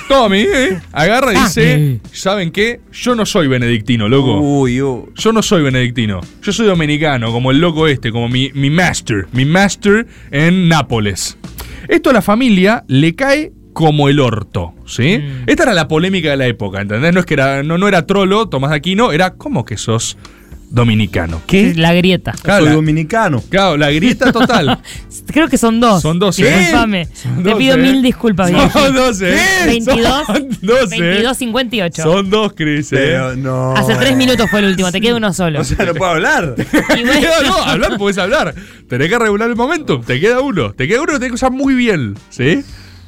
[SPEAKER 7] Tommy, ¿eh? Agarra y dice, ¿saben qué? Yo no soy benedictino, loco. Yo no soy benedictino. Yo soy dominicano, como el loco este, como mi, mi master. Mi master en Nápoles. Esto a la familia le cae como el orto, ¿sí? Esta era la polémica de la época, ¿entendés? No es que era, no, no era trolo, Tomás de Aquino, era ¿cómo que sos dominicano. ¿Qué?
[SPEAKER 6] La grieta.
[SPEAKER 9] Soy dominicano.
[SPEAKER 7] Claro, la grieta total.
[SPEAKER 6] Creo que son dos.
[SPEAKER 7] Son 12.
[SPEAKER 6] Disculpame.
[SPEAKER 7] Son
[SPEAKER 6] Te pido
[SPEAKER 7] 12,
[SPEAKER 6] mil
[SPEAKER 7] ¿eh?
[SPEAKER 6] disculpas.
[SPEAKER 7] Son
[SPEAKER 6] viejo.
[SPEAKER 7] 12, ¿eh? Son
[SPEAKER 6] 22,
[SPEAKER 7] 12.
[SPEAKER 6] 22, 58.
[SPEAKER 7] Son dos, Cris. ¿eh?
[SPEAKER 6] Hace tres minutos fue el último, te queda uno solo.
[SPEAKER 7] O sea, no puedo hablar. no, hablar puedes hablar. Tenés que regular el momento. Te queda uno. Te queda uno que tenés que usar muy bien. ¿Sí?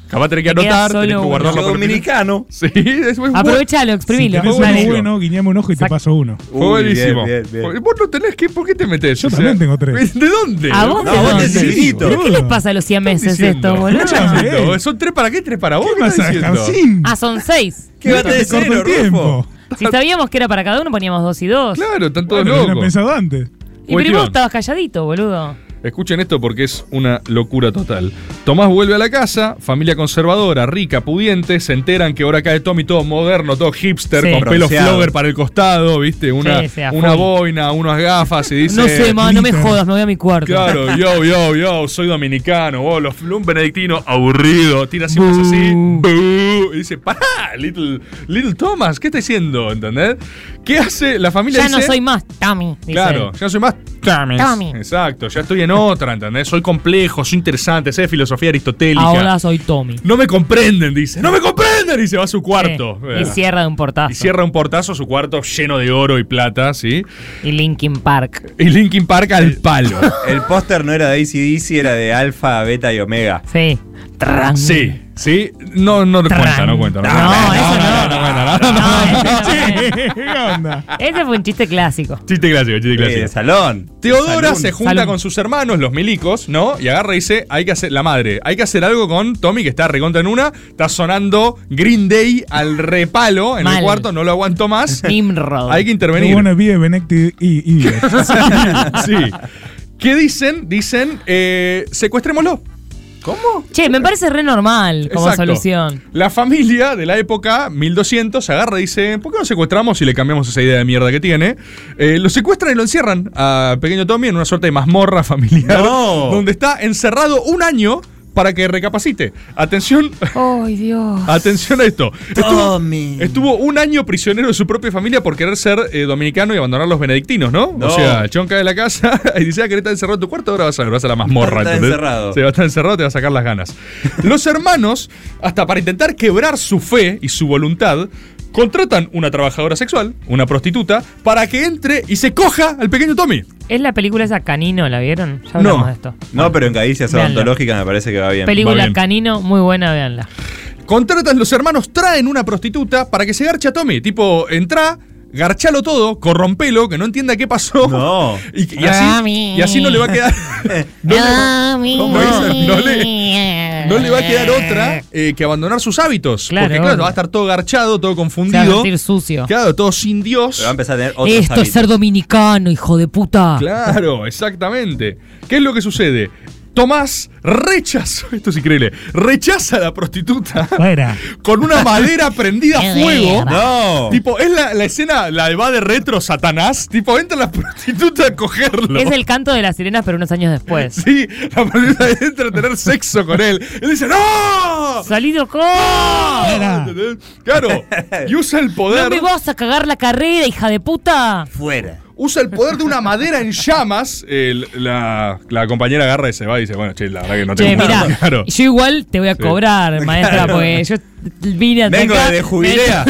[SPEAKER 7] Capaz tenés que
[SPEAKER 6] Te queda
[SPEAKER 7] anotar, tenés que
[SPEAKER 6] solo uno.
[SPEAKER 7] guardarlo.
[SPEAKER 9] Yo
[SPEAKER 7] por el final.
[SPEAKER 9] dominicano.
[SPEAKER 7] Sí, eso es
[SPEAKER 6] Aprovechalo,
[SPEAKER 10] Si
[SPEAKER 6] exprimilo.
[SPEAKER 10] tenés uno
[SPEAKER 6] Dale.
[SPEAKER 10] bueno, guiñame un ojo y te paso uno.
[SPEAKER 7] Fue buenísimo. Vos no tenés que. ¿Por qué te metés? Yo
[SPEAKER 10] también tengo tres.
[SPEAKER 7] ¿De dónde?
[SPEAKER 6] ¿A vos
[SPEAKER 7] No,
[SPEAKER 6] de
[SPEAKER 7] vos
[SPEAKER 6] dónde?
[SPEAKER 7] tenés chiquito.
[SPEAKER 6] ¿Pero qué les pasa a los siameses de esto, boludo?
[SPEAKER 7] Escuchame, ¿Son tres para qué? ¿Tres para vos? ¿Qué, estás diciendo?
[SPEAKER 6] Ah, son seis.
[SPEAKER 7] ¿Qué va a decir, tiempo?
[SPEAKER 6] Si sabíamos que era para cada uno, poníamos dos y dos.
[SPEAKER 7] Claro, están todos
[SPEAKER 10] Bueno, lo he
[SPEAKER 7] locos.
[SPEAKER 10] pensado antes.
[SPEAKER 6] Y pero
[SPEAKER 7] Cuestión.
[SPEAKER 6] vos estabas calladito, boludo.
[SPEAKER 7] Escuchen esto porque es una locura total. Tomás vuelve a la casa, familia conservadora, rica, pudiente, se enteran que ahora cae Tommy todo moderno, todo hipster,
[SPEAKER 6] Sí.
[SPEAKER 7] con pelos
[SPEAKER 6] Bronceado.
[SPEAKER 7] flower para el costado, viste, una,
[SPEAKER 6] Sí, sí, a
[SPEAKER 7] una
[SPEAKER 6] full.
[SPEAKER 7] boina, unas gafas y dice...
[SPEAKER 6] no sé, ma, no me jodas, me voy a mi cuarto.
[SPEAKER 7] Claro, yo, yo, yo, soy dominicano, vos, los, un benedictino aburrido, tira siempre así, "Bú", y dice, pará, little, little Thomas, ¿qué está diciendo? ¿Entendés? ¿Qué hace la familia?
[SPEAKER 6] Ya no
[SPEAKER 7] dice,
[SPEAKER 6] soy más Tommy. dice
[SPEAKER 7] Claro,
[SPEAKER 6] él.
[SPEAKER 7] ya soy más Thomas.
[SPEAKER 6] Tommy.
[SPEAKER 7] Exacto, ya estoy en otra, ¿entendés? Soy complejo, soy interesante, sé de filosofía aristotélica.
[SPEAKER 6] Ahora soy Tommy.
[SPEAKER 7] No me comprenden, dice. No me comprenden. Y se va a su cuarto.
[SPEAKER 6] Y cierra de un portazo.
[SPEAKER 7] Y cierra un portazo su cuarto lleno de oro y plata, ¿sí?
[SPEAKER 6] Y Linkin Park.
[SPEAKER 7] Y Linkin Park al palo.
[SPEAKER 9] El póster no era de ACDC, era de Alfa, Beta y Omega.
[SPEAKER 6] Sí. Tran.
[SPEAKER 7] Sí, sí. No, no cuenta, no cuenta. No,
[SPEAKER 10] ¿Qué onda?
[SPEAKER 6] Ese fue un chiste clásico.
[SPEAKER 7] Chiste clásico, chiste clásico.
[SPEAKER 9] Eh, salón.
[SPEAKER 7] Teodora
[SPEAKER 9] Salón.
[SPEAKER 7] se junta
[SPEAKER 9] Salón.
[SPEAKER 7] con sus hermanos, los milicos, ¿no? Y agarra y dice, hay que hacer, la madre, hay que hacer algo con Tommy, que está recontra en una, está sonando Green Day al repalo en el
[SPEAKER 10] Mal.
[SPEAKER 7] cuarto, no lo aguanto más.
[SPEAKER 6] Nimrod.
[SPEAKER 7] Hay que
[SPEAKER 10] You
[SPEAKER 7] intervenir.
[SPEAKER 10] wanna be a Benecti y, y-
[SPEAKER 7] sí. ¿Qué dicen? Dicen, eh, secuestrémoslo. ¿Cómo?
[SPEAKER 6] Che, me parece re normal como
[SPEAKER 7] Exacto.
[SPEAKER 6] solución.
[SPEAKER 7] La familia de la época, 1200, se agarra y dice, ¿por qué no secuestramos y le cambiamos esa idea de mierda que tiene? Eh, lo secuestran y lo encierran a pequeño Tommy en una suerte de mazmorra familiar, donde está encerrado un año para que recapacite. Atención,
[SPEAKER 13] Ay, Dios.
[SPEAKER 7] atención a esto. Estuvo, estuvo un año prisionero de su propia familia por querer ser eh, dominicano y abandonar los benedictinos, ¿no?
[SPEAKER 9] No.
[SPEAKER 7] O sea, el chon cae de la casa y dice, ah, que está encerrado en tu cuarto, ahora vas a ver, vas a la mazmorra.
[SPEAKER 9] Está
[SPEAKER 7] ¿entendés?
[SPEAKER 9] encerrado.
[SPEAKER 7] Sí, va a estar encerrado, te va a sacar las ganas. Los hermanos, hasta para intentar quebrar su fe y su voluntad, contratan una trabajadora sexual, una prostituta, para que entre y se coja al pequeño Tommy.
[SPEAKER 6] Es la película esa Canino, ¿la vieron? Ya hablamos de esto.
[SPEAKER 9] No, pero en Caricias
[SPEAKER 6] Veanlo.
[SPEAKER 9] Odontológicas me parece que va bien.
[SPEAKER 6] película Canino, muy buena, véanla.
[SPEAKER 7] Contratan los hermanos, traen una prostituta para que se garche a Tommy. Tipo, entra, garchalo todo, corrompelo, que no entienda qué pasó. No. Y, y así,
[SPEAKER 6] Tommy.
[SPEAKER 7] y así no le va a quedar. no, le, ¿cómo dicen? No le- no le va a quedar otra eh, que abandonar sus hábitos.
[SPEAKER 6] Ah. Claro,
[SPEAKER 7] porque claro,
[SPEAKER 6] obvio.
[SPEAKER 7] va a estar todo garchado, todo
[SPEAKER 6] Se va a
[SPEAKER 7] confundido.
[SPEAKER 6] sentir sucio.
[SPEAKER 7] Claro, todo sin Dios. va a empezar a tener
[SPEAKER 6] Esto es ser dominicano, hijo de puta.
[SPEAKER 7] Claro, exactamente. ¿Qué es lo que sucede? Tomás rechazó, esto es increíble, rechaza a la prostituta
[SPEAKER 10] Fuera.
[SPEAKER 7] con una madera prendida a
[SPEAKER 10] Qué
[SPEAKER 7] fuego.
[SPEAKER 10] mierda. No.
[SPEAKER 7] Tipo, es la, la escena, la de va de retro Satanás. Tipo, entra la prostituta a cogerlo.
[SPEAKER 6] Es el canto de las sirenas, pero unos años después.
[SPEAKER 7] Sí, la prostituta entra a tener sexo con él. Él dice, ¡No!
[SPEAKER 6] ¡Salido con!
[SPEAKER 7] ¿Entendés? Claro, y usa el
[SPEAKER 6] ¡No
[SPEAKER 7] poder.
[SPEAKER 6] me vas a cagar la carrera, hija de puta!
[SPEAKER 7] Fuera. Usa el poder de una madera en llamas. El- la, la compañera agarra y se va y dice, bueno, che, la verdad que no
[SPEAKER 6] Che,
[SPEAKER 7] tengo
[SPEAKER 6] mirá,
[SPEAKER 7] nada, claro.
[SPEAKER 6] yo igual te voy a
[SPEAKER 7] Sí.
[SPEAKER 6] cobrar, maestra,
[SPEAKER 7] Claro.
[SPEAKER 6] porque yo vine a
[SPEAKER 7] Vengo
[SPEAKER 6] acá-
[SPEAKER 7] de jubilea.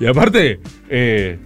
[SPEAKER 7] Y aparte, eh,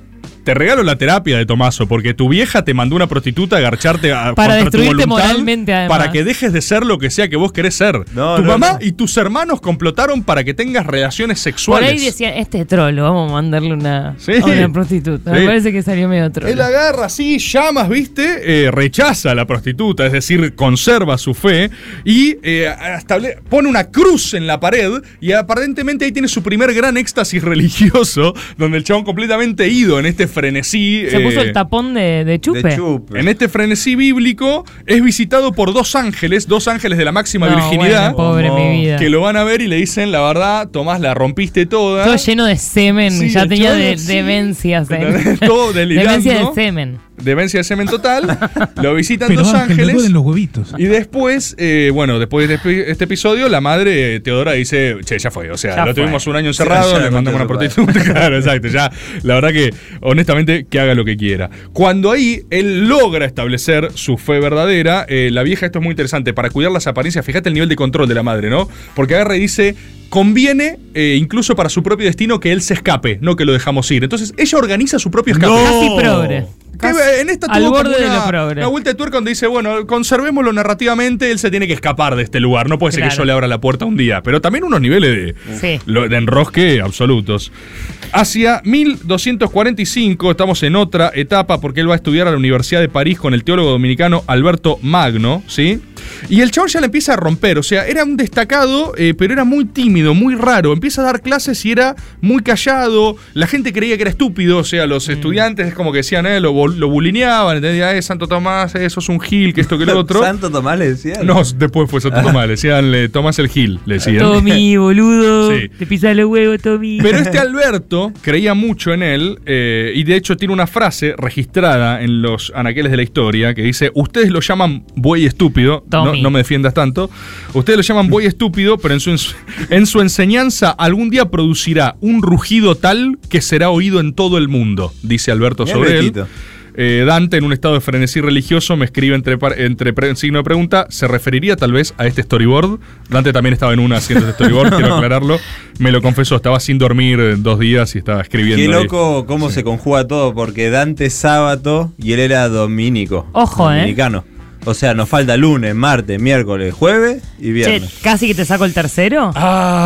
[SPEAKER 7] te regalo la terapia de Tomaso, porque tu vieja te mandó una prostituta a garcharte a, contra
[SPEAKER 6] Para
[SPEAKER 7] tu
[SPEAKER 6] destruirte
[SPEAKER 7] voluntad,
[SPEAKER 6] moralmente, además.
[SPEAKER 7] Para que dejes de ser lo que sea que vos querés ser. tu
[SPEAKER 6] no,
[SPEAKER 7] mamá
[SPEAKER 6] no.
[SPEAKER 7] y tus hermanos complotaron para que tengas relaciones
[SPEAKER 6] Por
[SPEAKER 7] sexuales.
[SPEAKER 6] ahí decían, este es trolo, vamos a mandarle una,
[SPEAKER 7] Sí.
[SPEAKER 6] a una prostituta.
[SPEAKER 7] Sí.
[SPEAKER 6] Me parece que salió medio trolo.
[SPEAKER 7] Él agarra así, llamas, ¿viste? Eh, rechaza a la prostituta, es decir, conserva su fe y eh, estable- pone una cruz en la pared y aparentemente ahí tiene su primer gran éxtasis religioso, donde el chabón completamente ido en este frenesí.
[SPEAKER 6] Se puso
[SPEAKER 7] eh,
[SPEAKER 6] el tapón de, de chupe.
[SPEAKER 7] En este frenesí bíblico es visitado por dos ángeles, dos ángeles de la máxima
[SPEAKER 6] No,
[SPEAKER 7] virginidad,
[SPEAKER 6] bueno, pobre, mi vida.
[SPEAKER 7] que lo van a ver y le dicen, la verdad, Tomás, la rompiste toda.
[SPEAKER 6] Todo lleno de semen,
[SPEAKER 7] Sí,
[SPEAKER 6] ya
[SPEAKER 7] el
[SPEAKER 6] tenía
[SPEAKER 7] chabón,
[SPEAKER 6] de-
[SPEAKER 7] sí.
[SPEAKER 6] demencias. eh.
[SPEAKER 7] Todo delirando.
[SPEAKER 6] Demencia de semen.
[SPEAKER 7] Demencia de semen total. lo visitan
[SPEAKER 10] Pero
[SPEAKER 7] dos
[SPEAKER 10] Ángel, me
[SPEAKER 7] ángeles.
[SPEAKER 10] duelen los huevitos.
[SPEAKER 7] Y después, eh, bueno, después de este- este episodio, la madre eh, Teodora dice, che, ya fue, o
[SPEAKER 10] Ya
[SPEAKER 7] sea, lo
[SPEAKER 10] fue.
[SPEAKER 7] tuvimos un año
[SPEAKER 10] Sí,
[SPEAKER 7] encerrado,
[SPEAKER 10] ya
[SPEAKER 7] le
[SPEAKER 10] lo
[SPEAKER 7] mandamos una
[SPEAKER 10] conté,
[SPEAKER 7] prostituta, claro, exacto, ya, la verdad que honestamente que haga lo que quiera. Cuando ahí él logra establecer su fe verdadera, eh, la vieja, esto es muy interesante, para cuidar las apariencias, fíjate el nivel de control de la madre, ¿no? Porque agarra y dice, conviene eh, incluso para su propio destino que él se escape, no que lo dejamos ir. Entonces ella organiza su propio escape.
[SPEAKER 6] No. Casi progre.
[SPEAKER 7] Que
[SPEAKER 6] Casi
[SPEAKER 7] en esta
[SPEAKER 6] al
[SPEAKER 7] tuvo como
[SPEAKER 6] borde de
[SPEAKER 7] una,
[SPEAKER 6] lo progre.
[SPEAKER 7] una vuelta de tuerca donde dice, bueno, conservémoslo narrativamente, él se tiene que escapar de este lugar. No puede ser que
[SPEAKER 6] Claro.
[SPEAKER 7] yo le abra la puerta un día. Pero también unos niveles de,
[SPEAKER 6] Sí.
[SPEAKER 7] lo- de enrosque absolutos. Hacia 1245 estamos en otra etapa porque él va a estudiar a la Universidad de París con el teólogo dominicano Alberto Magno, ¿sí? Y el chabón ya le empieza a romper, o sea, era un destacado, eh, pero era muy tímido, muy raro. Empieza a dar clases y era muy callado, la gente creía que era estúpido, o sea,
[SPEAKER 9] Mm.
[SPEAKER 7] los estudiantes es como que decían, eh, lo, bol- lo bulineaban, ¿entendés? Eh, Santo Tomás, eh, sos un gil, que esto, que lo otro.
[SPEAKER 9] Santo Tomás le decía.
[SPEAKER 7] No, después fue Santo Tomás, le decían eh, Tomás el Gil, le decían.
[SPEAKER 6] Tommy, boludo.
[SPEAKER 7] Sí.
[SPEAKER 6] Te pisas los huevos, Tommy.
[SPEAKER 7] Pero este Alberto creía mucho en él eh, y de hecho tiene una frase registrada en los anaqueles de la historia que dice, ustedes lo llaman buey estúpido, no,
[SPEAKER 6] Tommy.
[SPEAKER 7] no me defiendas tanto, ustedes lo llaman buey estúpido, pero en su, en su enseñanza algún día producirá un rugido tal que será oído en todo el mundo, dice Alberto
[SPEAKER 9] Mirá el
[SPEAKER 7] sobre él.
[SPEAKER 9] Betito.
[SPEAKER 7] Eh, Dante, en un estado de frenesí religioso, me escribe entre, par- entre pre- signo de pregunta, ¿se referiría tal vez a este storyboard? Dante también estaba en una haciendo este storyboard, quiero aclararlo. Me lo confesó, estaba sin dormir eh, dos días y estaba escribiendo.
[SPEAKER 9] Qué
[SPEAKER 7] ahí.
[SPEAKER 9] loco cómo se conjuga todo, porque Dante es sábado y él era dominico.
[SPEAKER 6] Ojo, eh.
[SPEAKER 9] Dominicano. O sea, nos falta lunes, martes, miércoles, jueves y
[SPEAKER 6] Che,
[SPEAKER 9] viernes.
[SPEAKER 6] casi que te saco el tercero.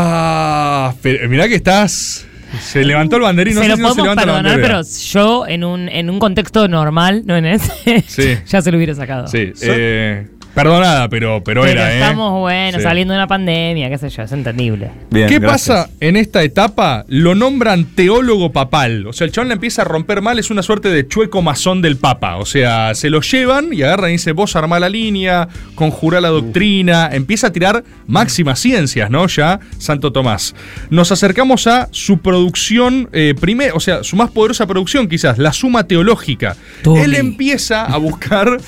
[SPEAKER 7] Ah, pero mirá que estás. Se levantó el banderín, no
[SPEAKER 6] se
[SPEAKER 7] sé
[SPEAKER 6] lo
[SPEAKER 7] si no se
[SPEAKER 6] podemos
[SPEAKER 7] levanta la
[SPEAKER 6] perdonar,
[SPEAKER 7] bandera.
[SPEAKER 6] pero yo en un, en un contexto normal, no en ese,
[SPEAKER 7] Sí.
[SPEAKER 6] ya se lo hubiera sacado.
[SPEAKER 7] Sí, eh, perdonada, pero, pero,
[SPEAKER 6] Pero
[SPEAKER 7] era, ¿eh?
[SPEAKER 6] estamos, bueno,
[SPEAKER 7] Sí.
[SPEAKER 6] saliendo de una pandemia, qué sé yo, es entendible.
[SPEAKER 7] ¿Qué pasa en esta etapa? Lo nombran teólogo papal. O sea, el chabón la empieza a romper mal, es una suerte de chueco masón del papa. O sea, se lo llevan y agarran y dice, vos armá la línea, conjurá la doctrina, empieza a tirar máximas ciencias, ¿no? Ya, Santo Tomás. Nos acercamos a su producción, eh, primer- o sea, su más poderosa producción quizás, la suma teológica. Él empieza a buscar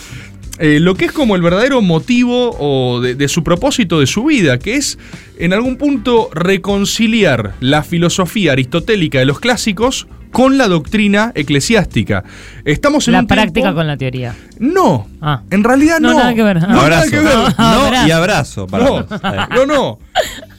[SPEAKER 7] eh, lo que es como el verdadero motivo o de, de su propósito de su vida, que es en algún punto reconciliar la filosofía aristotélica de los clásicos con la doctrina eclesiástica. Estamos en
[SPEAKER 6] La
[SPEAKER 7] un
[SPEAKER 6] práctica
[SPEAKER 7] tiempo-
[SPEAKER 6] con la teoría.
[SPEAKER 7] No,
[SPEAKER 6] Ah.
[SPEAKER 7] en realidad no.
[SPEAKER 6] No, nada que ver.
[SPEAKER 7] No,
[SPEAKER 6] Abrazo.
[SPEAKER 7] nada que ver.
[SPEAKER 6] No, No, abrazo. y
[SPEAKER 9] abrazo para
[SPEAKER 7] no,
[SPEAKER 9] todos.
[SPEAKER 7] no, no.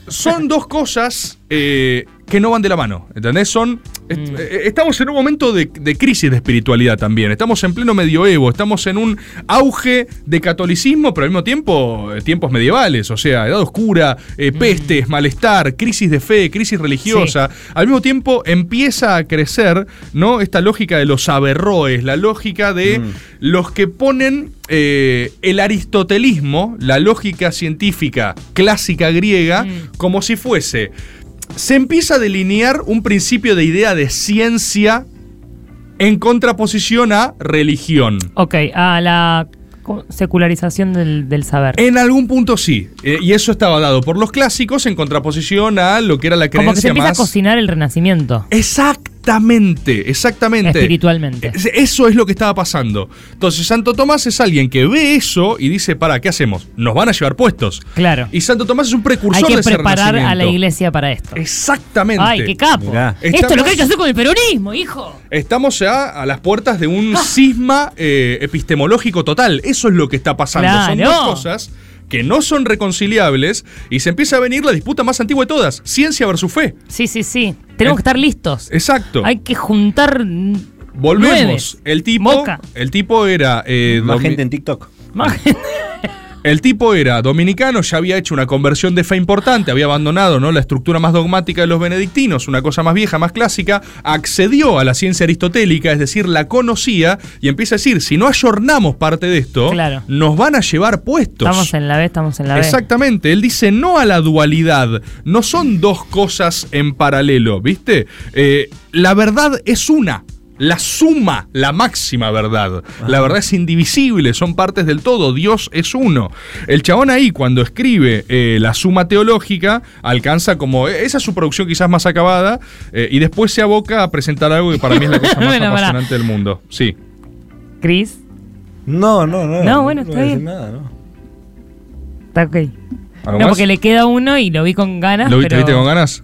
[SPEAKER 7] Son dos cosas eh, que no van de la mano. ¿Entendés? Son. est-
[SPEAKER 6] Mm.
[SPEAKER 7] eh, Estamos en un momento de, de crisis de espiritualidad también. Estamos en pleno medioevo. Estamos en un auge de catolicismo, pero al mismo tiempo, eh, tiempos medievales. O sea, edad oscura, eh,
[SPEAKER 6] Mm.
[SPEAKER 7] pestes, malestar, crisis de fe, crisis religiosa. Al mismo tiempo empieza a crecer, ¿no? Esta lógica de los aberroes, la lógica de los que ponen eh, el aristotelismo, la lógica científica clásica griega,
[SPEAKER 6] Mm.
[SPEAKER 7] como si fuese. Se empieza a delinear un principio de idea de ciencia en contraposición a religión.
[SPEAKER 6] Ok, a la co- secularización del, del saber.
[SPEAKER 7] En algún punto sí, eh, y eso estaba dado por los clásicos en contraposición a lo que era la creencia
[SPEAKER 6] Como que se empieza
[SPEAKER 7] más
[SPEAKER 6] a cocinar el renacimiento.
[SPEAKER 7] Exactamente, exactamente.
[SPEAKER 6] Espiritualmente.
[SPEAKER 7] Es- Eso es lo que estaba pasando. Entonces, Santo Tomás es alguien que ve eso y dice, para, ¿qué hacemos? Nos van a llevar puestos.
[SPEAKER 6] Claro.
[SPEAKER 7] Y Santo Tomás es un
[SPEAKER 6] Hay
[SPEAKER 7] precursor de
[SPEAKER 6] que
[SPEAKER 7] ese
[SPEAKER 6] preparar a la
[SPEAKER 7] renacimiento.
[SPEAKER 6] iglesia para esto.
[SPEAKER 7] Exactamente.
[SPEAKER 6] Ay, qué capo.
[SPEAKER 7] Mirá.
[SPEAKER 6] Esto es lo que hay que hacer con el peronismo, hijo.
[SPEAKER 7] Estamos ya a las puertas de
[SPEAKER 6] Ah.
[SPEAKER 7] un cisma eh, epistemológico total. Eso es lo que está pasando. Son
[SPEAKER 6] Claro.
[SPEAKER 7] dos cosas que no son reconciliables y se empieza a venir la disputa más antigua de todas, ciencia versus fe.
[SPEAKER 6] Sí, sí, sí. Tenemos que estar listos.
[SPEAKER 7] Exacto.
[SPEAKER 6] Hay que juntar.
[SPEAKER 7] Volvemos. El tipo,
[SPEAKER 6] Moca.
[SPEAKER 7] el tipo era. eh,
[SPEAKER 9] Más
[SPEAKER 7] domi-
[SPEAKER 9] gente en TikTok.
[SPEAKER 7] El tipo era dominicano, ya había hecho una conversión de fe importante, había abandonado ¿no? la estructura más dogmática de los benedictinos, una cosa más vieja, más clásica, accedió a la ciencia aristotélica, es decir, la conocía, y empieza a decir, si no ayornamos parte de esto,
[SPEAKER 6] Claro.
[SPEAKER 7] nos van a llevar puestos.
[SPEAKER 6] Estamos en la B, estamos en la B.
[SPEAKER 7] Exactamente, él dice no a la dualidad, no son dos cosas en paralelo, ¿viste? Eh, la verdad es una, la suma, la máxima verdad, la verdad es indivisible, son partes del todo, Dios es uno. El chabón ahí cuando escribe eh, la suma teológica alcanza como, e-, esa es su producción quizás más acabada, eh, y después se aboca a presentar algo que para mí es la cosa más
[SPEAKER 6] Bueno, pará.
[SPEAKER 7] apasionante del mundo. Sí.
[SPEAKER 6] Cris.
[SPEAKER 9] No, no, no.
[SPEAKER 6] No, bueno, está
[SPEAKER 9] voy a decir
[SPEAKER 6] bien.
[SPEAKER 9] nada, no.
[SPEAKER 6] Está ok.
[SPEAKER 7] ¿Algo
[SPEAKER 6] No,
[SPEAKER 7] más?
[SPEAKER 6] porque le queda uno y lo vi con ganas.
[SPEAKER 7] ¿Lo viste,
[SPEAKER 6] pero-
[SPEAKER 7] viste con ganas?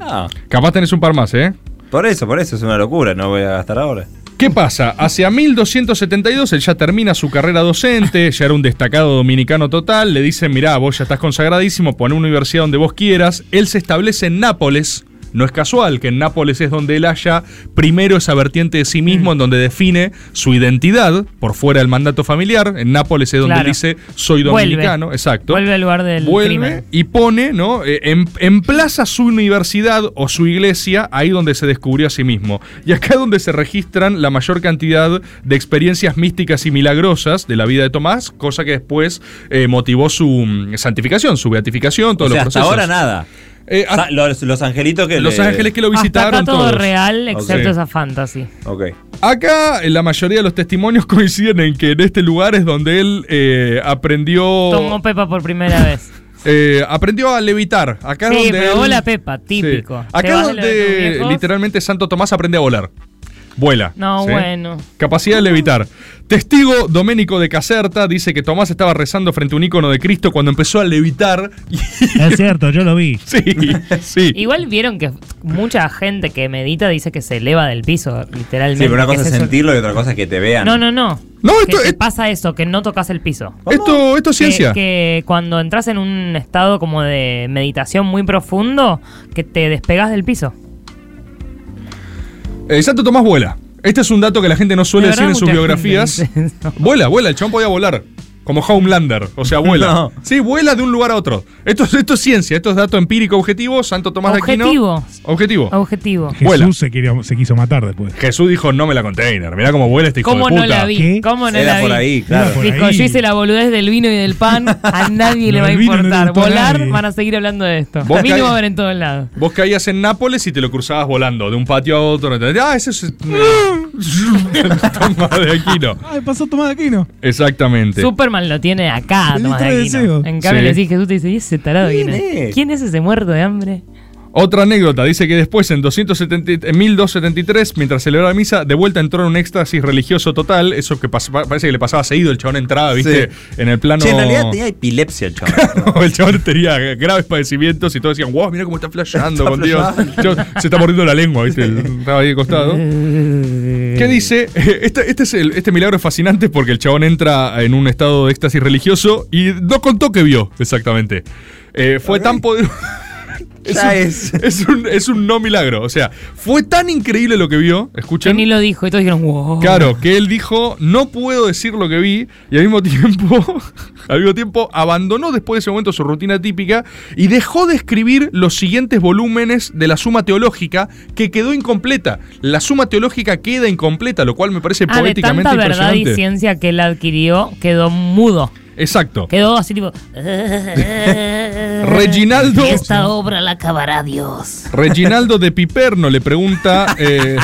[SPEAKER 9] Ah,
[SPEAKER 7] Capaz tenés un par más, ¿eh?
[SPEAKER 9] por eso, por eso es una locura, no voy a gastar ahora.
[SPEAKER 7] ¿Qué pasa? Hacia 1272 él ya termina su carrera docente, ya era un destacado dominicano total, le dicen, mirá, vos ya estás consagradísimo, pon una universidad donde vos quieras. Él se establece en Nápoles. No es casual que en Nápoles es donde él haya primero esa vertiente de sí mismo,
[SPEAKER 6] Mm.
[SPEAKER 7] en donde define su identidad por fuera del mandato familiar. En Nápoles es donde
[SPEAKER 6] Claro.
[SPEAKER 7] él dice, soy
[SPEAKER 6] Vuelve.
[SPEAKER 7] dominicano, exacto.
[SPEAKER 6] Vuelve al lugar del
[SPEAKER 7] Vuelve
[SPEAKER 6] crimen.
[SPEAKER 7] y pone, ¿no? Eh, em- emplaza su universidad o su iglesia ahí donde se descubrió a sí mismo. Y acá es donde se registran la mayor cantidad de experiencias místicas y milagrosas de la vida de Tomás, cosa que después eh, motivó su mm, santificación, su beatificación,
[SPEAKER 9] O
[SPEAKER 7] todos
[SPEAKER 9] sea,
[SPEAKER 7] los
[SPEAKER 9] hasta
[SPEAKER 7] procesos. Eh,
[SPEAKER 9] ahora nada. Sa- los, los angelitos que
[SPEAKER 7] Los
[SPEAKER 9] le-
[SPEAKER 7] ángeles que lo
[SPEAKER 6] Hasta
[SPEAKER 7] visitaron
[SPEAKER 6] acá todo
[SPEAKER 7] todos.
[SPEAKER 6] real, excepto
[SPEAKER 7] Ok.
[SPEAKER 6] esa fantasy.
[SPEAKER 9] Ok.
[SPEAKER 7] Acá eh, la mayoría de los testimonios coinciden en que en este lugar es donde él eh, aprendió
[SPEAKER 6] Tomó Pepa por primera vez.
[SPEAKER 7] eh, aprendió a levitar. Acá es
[SPEAKER 6] sí,
[SPEAKER 7] donde
[SPEAKER 6] pero
[SPEAKER 7] él-
[SPEAKER 6] bola Pepa, típico.
[SPEAKER 7] Sí.
[SPEAKER 6] Te
[SPEAKER 7] Acá es
[SPEAKER 6] vas de lo de tus
[SPEAKER 7] donde
[SPEAKER 6] viejos.
[SPEAKER 7] literalmente Santo Tomás aprende a volar. Vuela.
[SPEAKER 6] No,
[SPEAKER 7] ¿sí?
[SPEAKER 6] bueno.
[SPEAKER 7] Capacidad de levitar. Testigo Doménico de Caserta dice que Tomás estaba rezando frente a un ícono de Cristo cuando empezó a levitar.
[SPEAKER 16] Es cierto, yo lo vi.
[SPEAKER 7] Sí, sí.
[SPEAKER 6] Igual vieron que mucha gente que medita dice que se eleva del piso,
[SPEAKER 9] Sí,
[SPEAKER 6] literalmente.
[SPEAKER 9] pero una cosa
[SPEAKER 6] que
[SPEAKER 9] es
[SPEAKER 6] se-
[SPEAKER 9] sentirlo y otra cosa es que te vean.
[SPEAKER 6] No, no, no.
[SPEAKER 7] No,
[SPEAKER 6] esto que te pasa eso, que no tocas el piso.
[SPEAKER 7] Esto, esto es
[SPEAKER 6] Que-
[SPEAKER 7] ciencia.
[SPEAKER 6] Que, cuando entras en un estado como de meditación muy profundo, que te despegas del piso.
[SPEAKER 7] Eh, Santo Tomás vuela. Este es un dato que la gente no suele
[SPEAKER 6] De
[SPEAKER 7] decir
[SPEAKER 6] verdad,
[SPEAKER 7] en sus
[SPEAKER 6] mucha
[SPEAKER 7] biografías.
[SPEAKER 6] gente dice
[SPEAKER 7] Vuela, vuela, el chabón podía volar. Como Homelander, o sea, vuela.
[SPEAKER 6] No.
[SPEAKER 7] Sí, vuela de un lugar a otro. Esto, es- esto es ciencia, esto es dato empírico objetivo. Santo Tomás de
[SPEAKER 6] Objetivo.
[SPEAKER 7] Aquino. Objetivo.
[SPEAKER 6] Objetivo.
[SPEAKER 7] Vuela.
[SPEAKER 10] Jesús se, quería- se quiso matar después.
[SPEAKER 7] Jesús dijo, no me la container. Mirá cómo vuela este hijo
[SPEAKER 6] ¿Cómo
[SPEAKER 7] de
[SPEAKER 6] no
[SPEAKER 7] puta.
[SPEAKER 6] la vi? ¿Cómo no la vi?
[SPEAKER 10] claro. por
[SPEAKER 6] Dijo,
[SPEAKER 10] ahí.
[SPEAKER 6] yo hice la boludez del vino y del pan, a nadie le
[SPEAKER 7] Lo
[SPEAKER 6] va a
[SPEAKER 7] del vino no le
[SPEAKER 6] importar.
[SPEAKER 7] gustó a
[SPEAKER 6] Volar,
[SPEAKER 7] nadie.
[SPEAKER 6] van a seguir hablando de esto.
[SPEAKER 7] Vos
[SPEAKER 6] Mínimo
[SPEAKER 7] caí-
[SPEAKER 6] ver en todos lados.
[SPEAKER 7] Vos caías en Nápoles y te lo cruzabas volando de un patio a otro. ¿entendés? Ah, ese es. Tomás de Aquino.
[SPEAKER 10] Ah, pasó Tomás de Aquino.
[SPEAKER 6] Este,
[SPEAKER 7] Exactamente.
[SPEAKER 6] Superman lo tiene acá,
[SPEAKER 10] El
[SPEAKER 6] Tomás de
[SPEAKER 10] litro de
[SPEAKER 6] Aquino.
[SPEAKER 10] deseo.
[SPEAKER 6] En cambio
[SPEAKER 7] Sí.
[SPEAKER 6] le decís Jesús, te dice, ¿y ese tarado quién,
[SPEAKER 7] ¿Quién
[SPEAKER 6] es?
[SPEAKER 7] es?
[SPEAKER 6] ¿Quién es ese muerto de hambre?
[SPEAKER 7] Otra anécdota, dice que después en, 270, en 1273, mientras celebraba la misa, de vuelta entró en un éxtasis religioso total, eso que pas- pa- parece que le pasaba seguido, el chabón entraba, viste, en el plano...
[SPEAKER 9] Che, en realidad tenía epilepsia el chaval.
[SPEAKER 7] el chabón tenía graves padecimientos y todos decían, wow, mira cómo está flasheando con Dios. Yo- se está mordiendo la lengua, viste, el- estaba ahí de costado.
[SPEAKER 6] Eh.
[SPEAKER 11] Eh,
[SPEAKER 7] ¿Qué dice? Este, este es el- este milagro es fascinante porque el chabón entra en un estado de éxtasis religioso y no contó que vio exactamente. Eh, fue tan poderoso. Es un,
[SPEAKER 9] Ya
[SPEAKER 7] es un- es un no milagro. O sea, fue tan increíble lo que vio.
[SPEAKER 6] Que
[SPEAKER 7] Escuchen.
[SPEAKER 6] ni lo dijo, y todos dijeron, wow.
[SPEAKER 7] Claro, que él dijo, no puedo decir lo que vi, y al mismo tiempo, al mismo tiempo, abandonó después de ese momento su rutina típica y dejó de escribir los siguientes volúmenes de la suma teológica que quedó incompleta. La suma teológica queda incompleta, lo cual me parece
[SPEAKER 6] Ah, de
[SPEAKER 7] poéticamente
[SPEAKER 6] tanta verdad y
[SPEAKER 7] impresionante.
[SPEAKER 6] ciencia que él adquirió, quedó mudo.
[SPEAKER 7] Exacto.
[SPEAKER 6] Quedó así tipo...
[SPEAKER 7] Reginaldo-
[SPEAKER 6] Esta obra la acabará Dios.
[SPEAKER 7] Reginaldo de Piperno le pregunta. eh,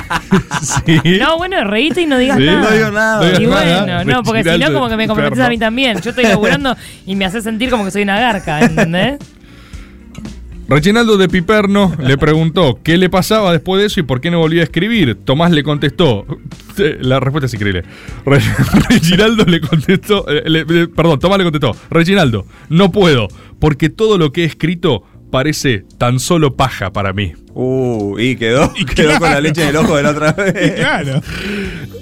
[SPEAKER 7] sí.
[SPEAKER 6] No, bueno, reíte y no digas
[SPEAKER 7] Sí.
[SPEAKER 6] nada.
[SPEAKER 7] No digo nada. No
[SPEAKER 6] Y
[SPEAKER 7] digas
[SPEAKER 6] bueno,
[SPEAKER 7] nada.
[SPEAKER 6] no, porque si no,
[SPEAKER 7] Reginaldo
[SPEAKER 6] como que me
[SPEAKER 7] de
[SPEAKER 6] comprometes
[SPEAKER 7] Piperno.
[SPEAKER 6] a mí también. Yo estoy laburando y me haces sentir como que soy una garca, ¿entendés?
[SPEAKER 7] Reginaldo de Piperno le preguntó qué le pasaba después de eso y por qué no volvía a escribir. Tomás le contestó. eh, La respuesta es increíble. Re- Reginaldo le contestó. eh, le- le- perdón, Tomás le contestó. Reginaldo, no puedo, porque todo lo que he escrito parece tan solo paja para mí.
[SPEAKER 9] Uh, y quedó, quedó con la leche del ojo de la otra vez.
[SPEAKER 10] claro.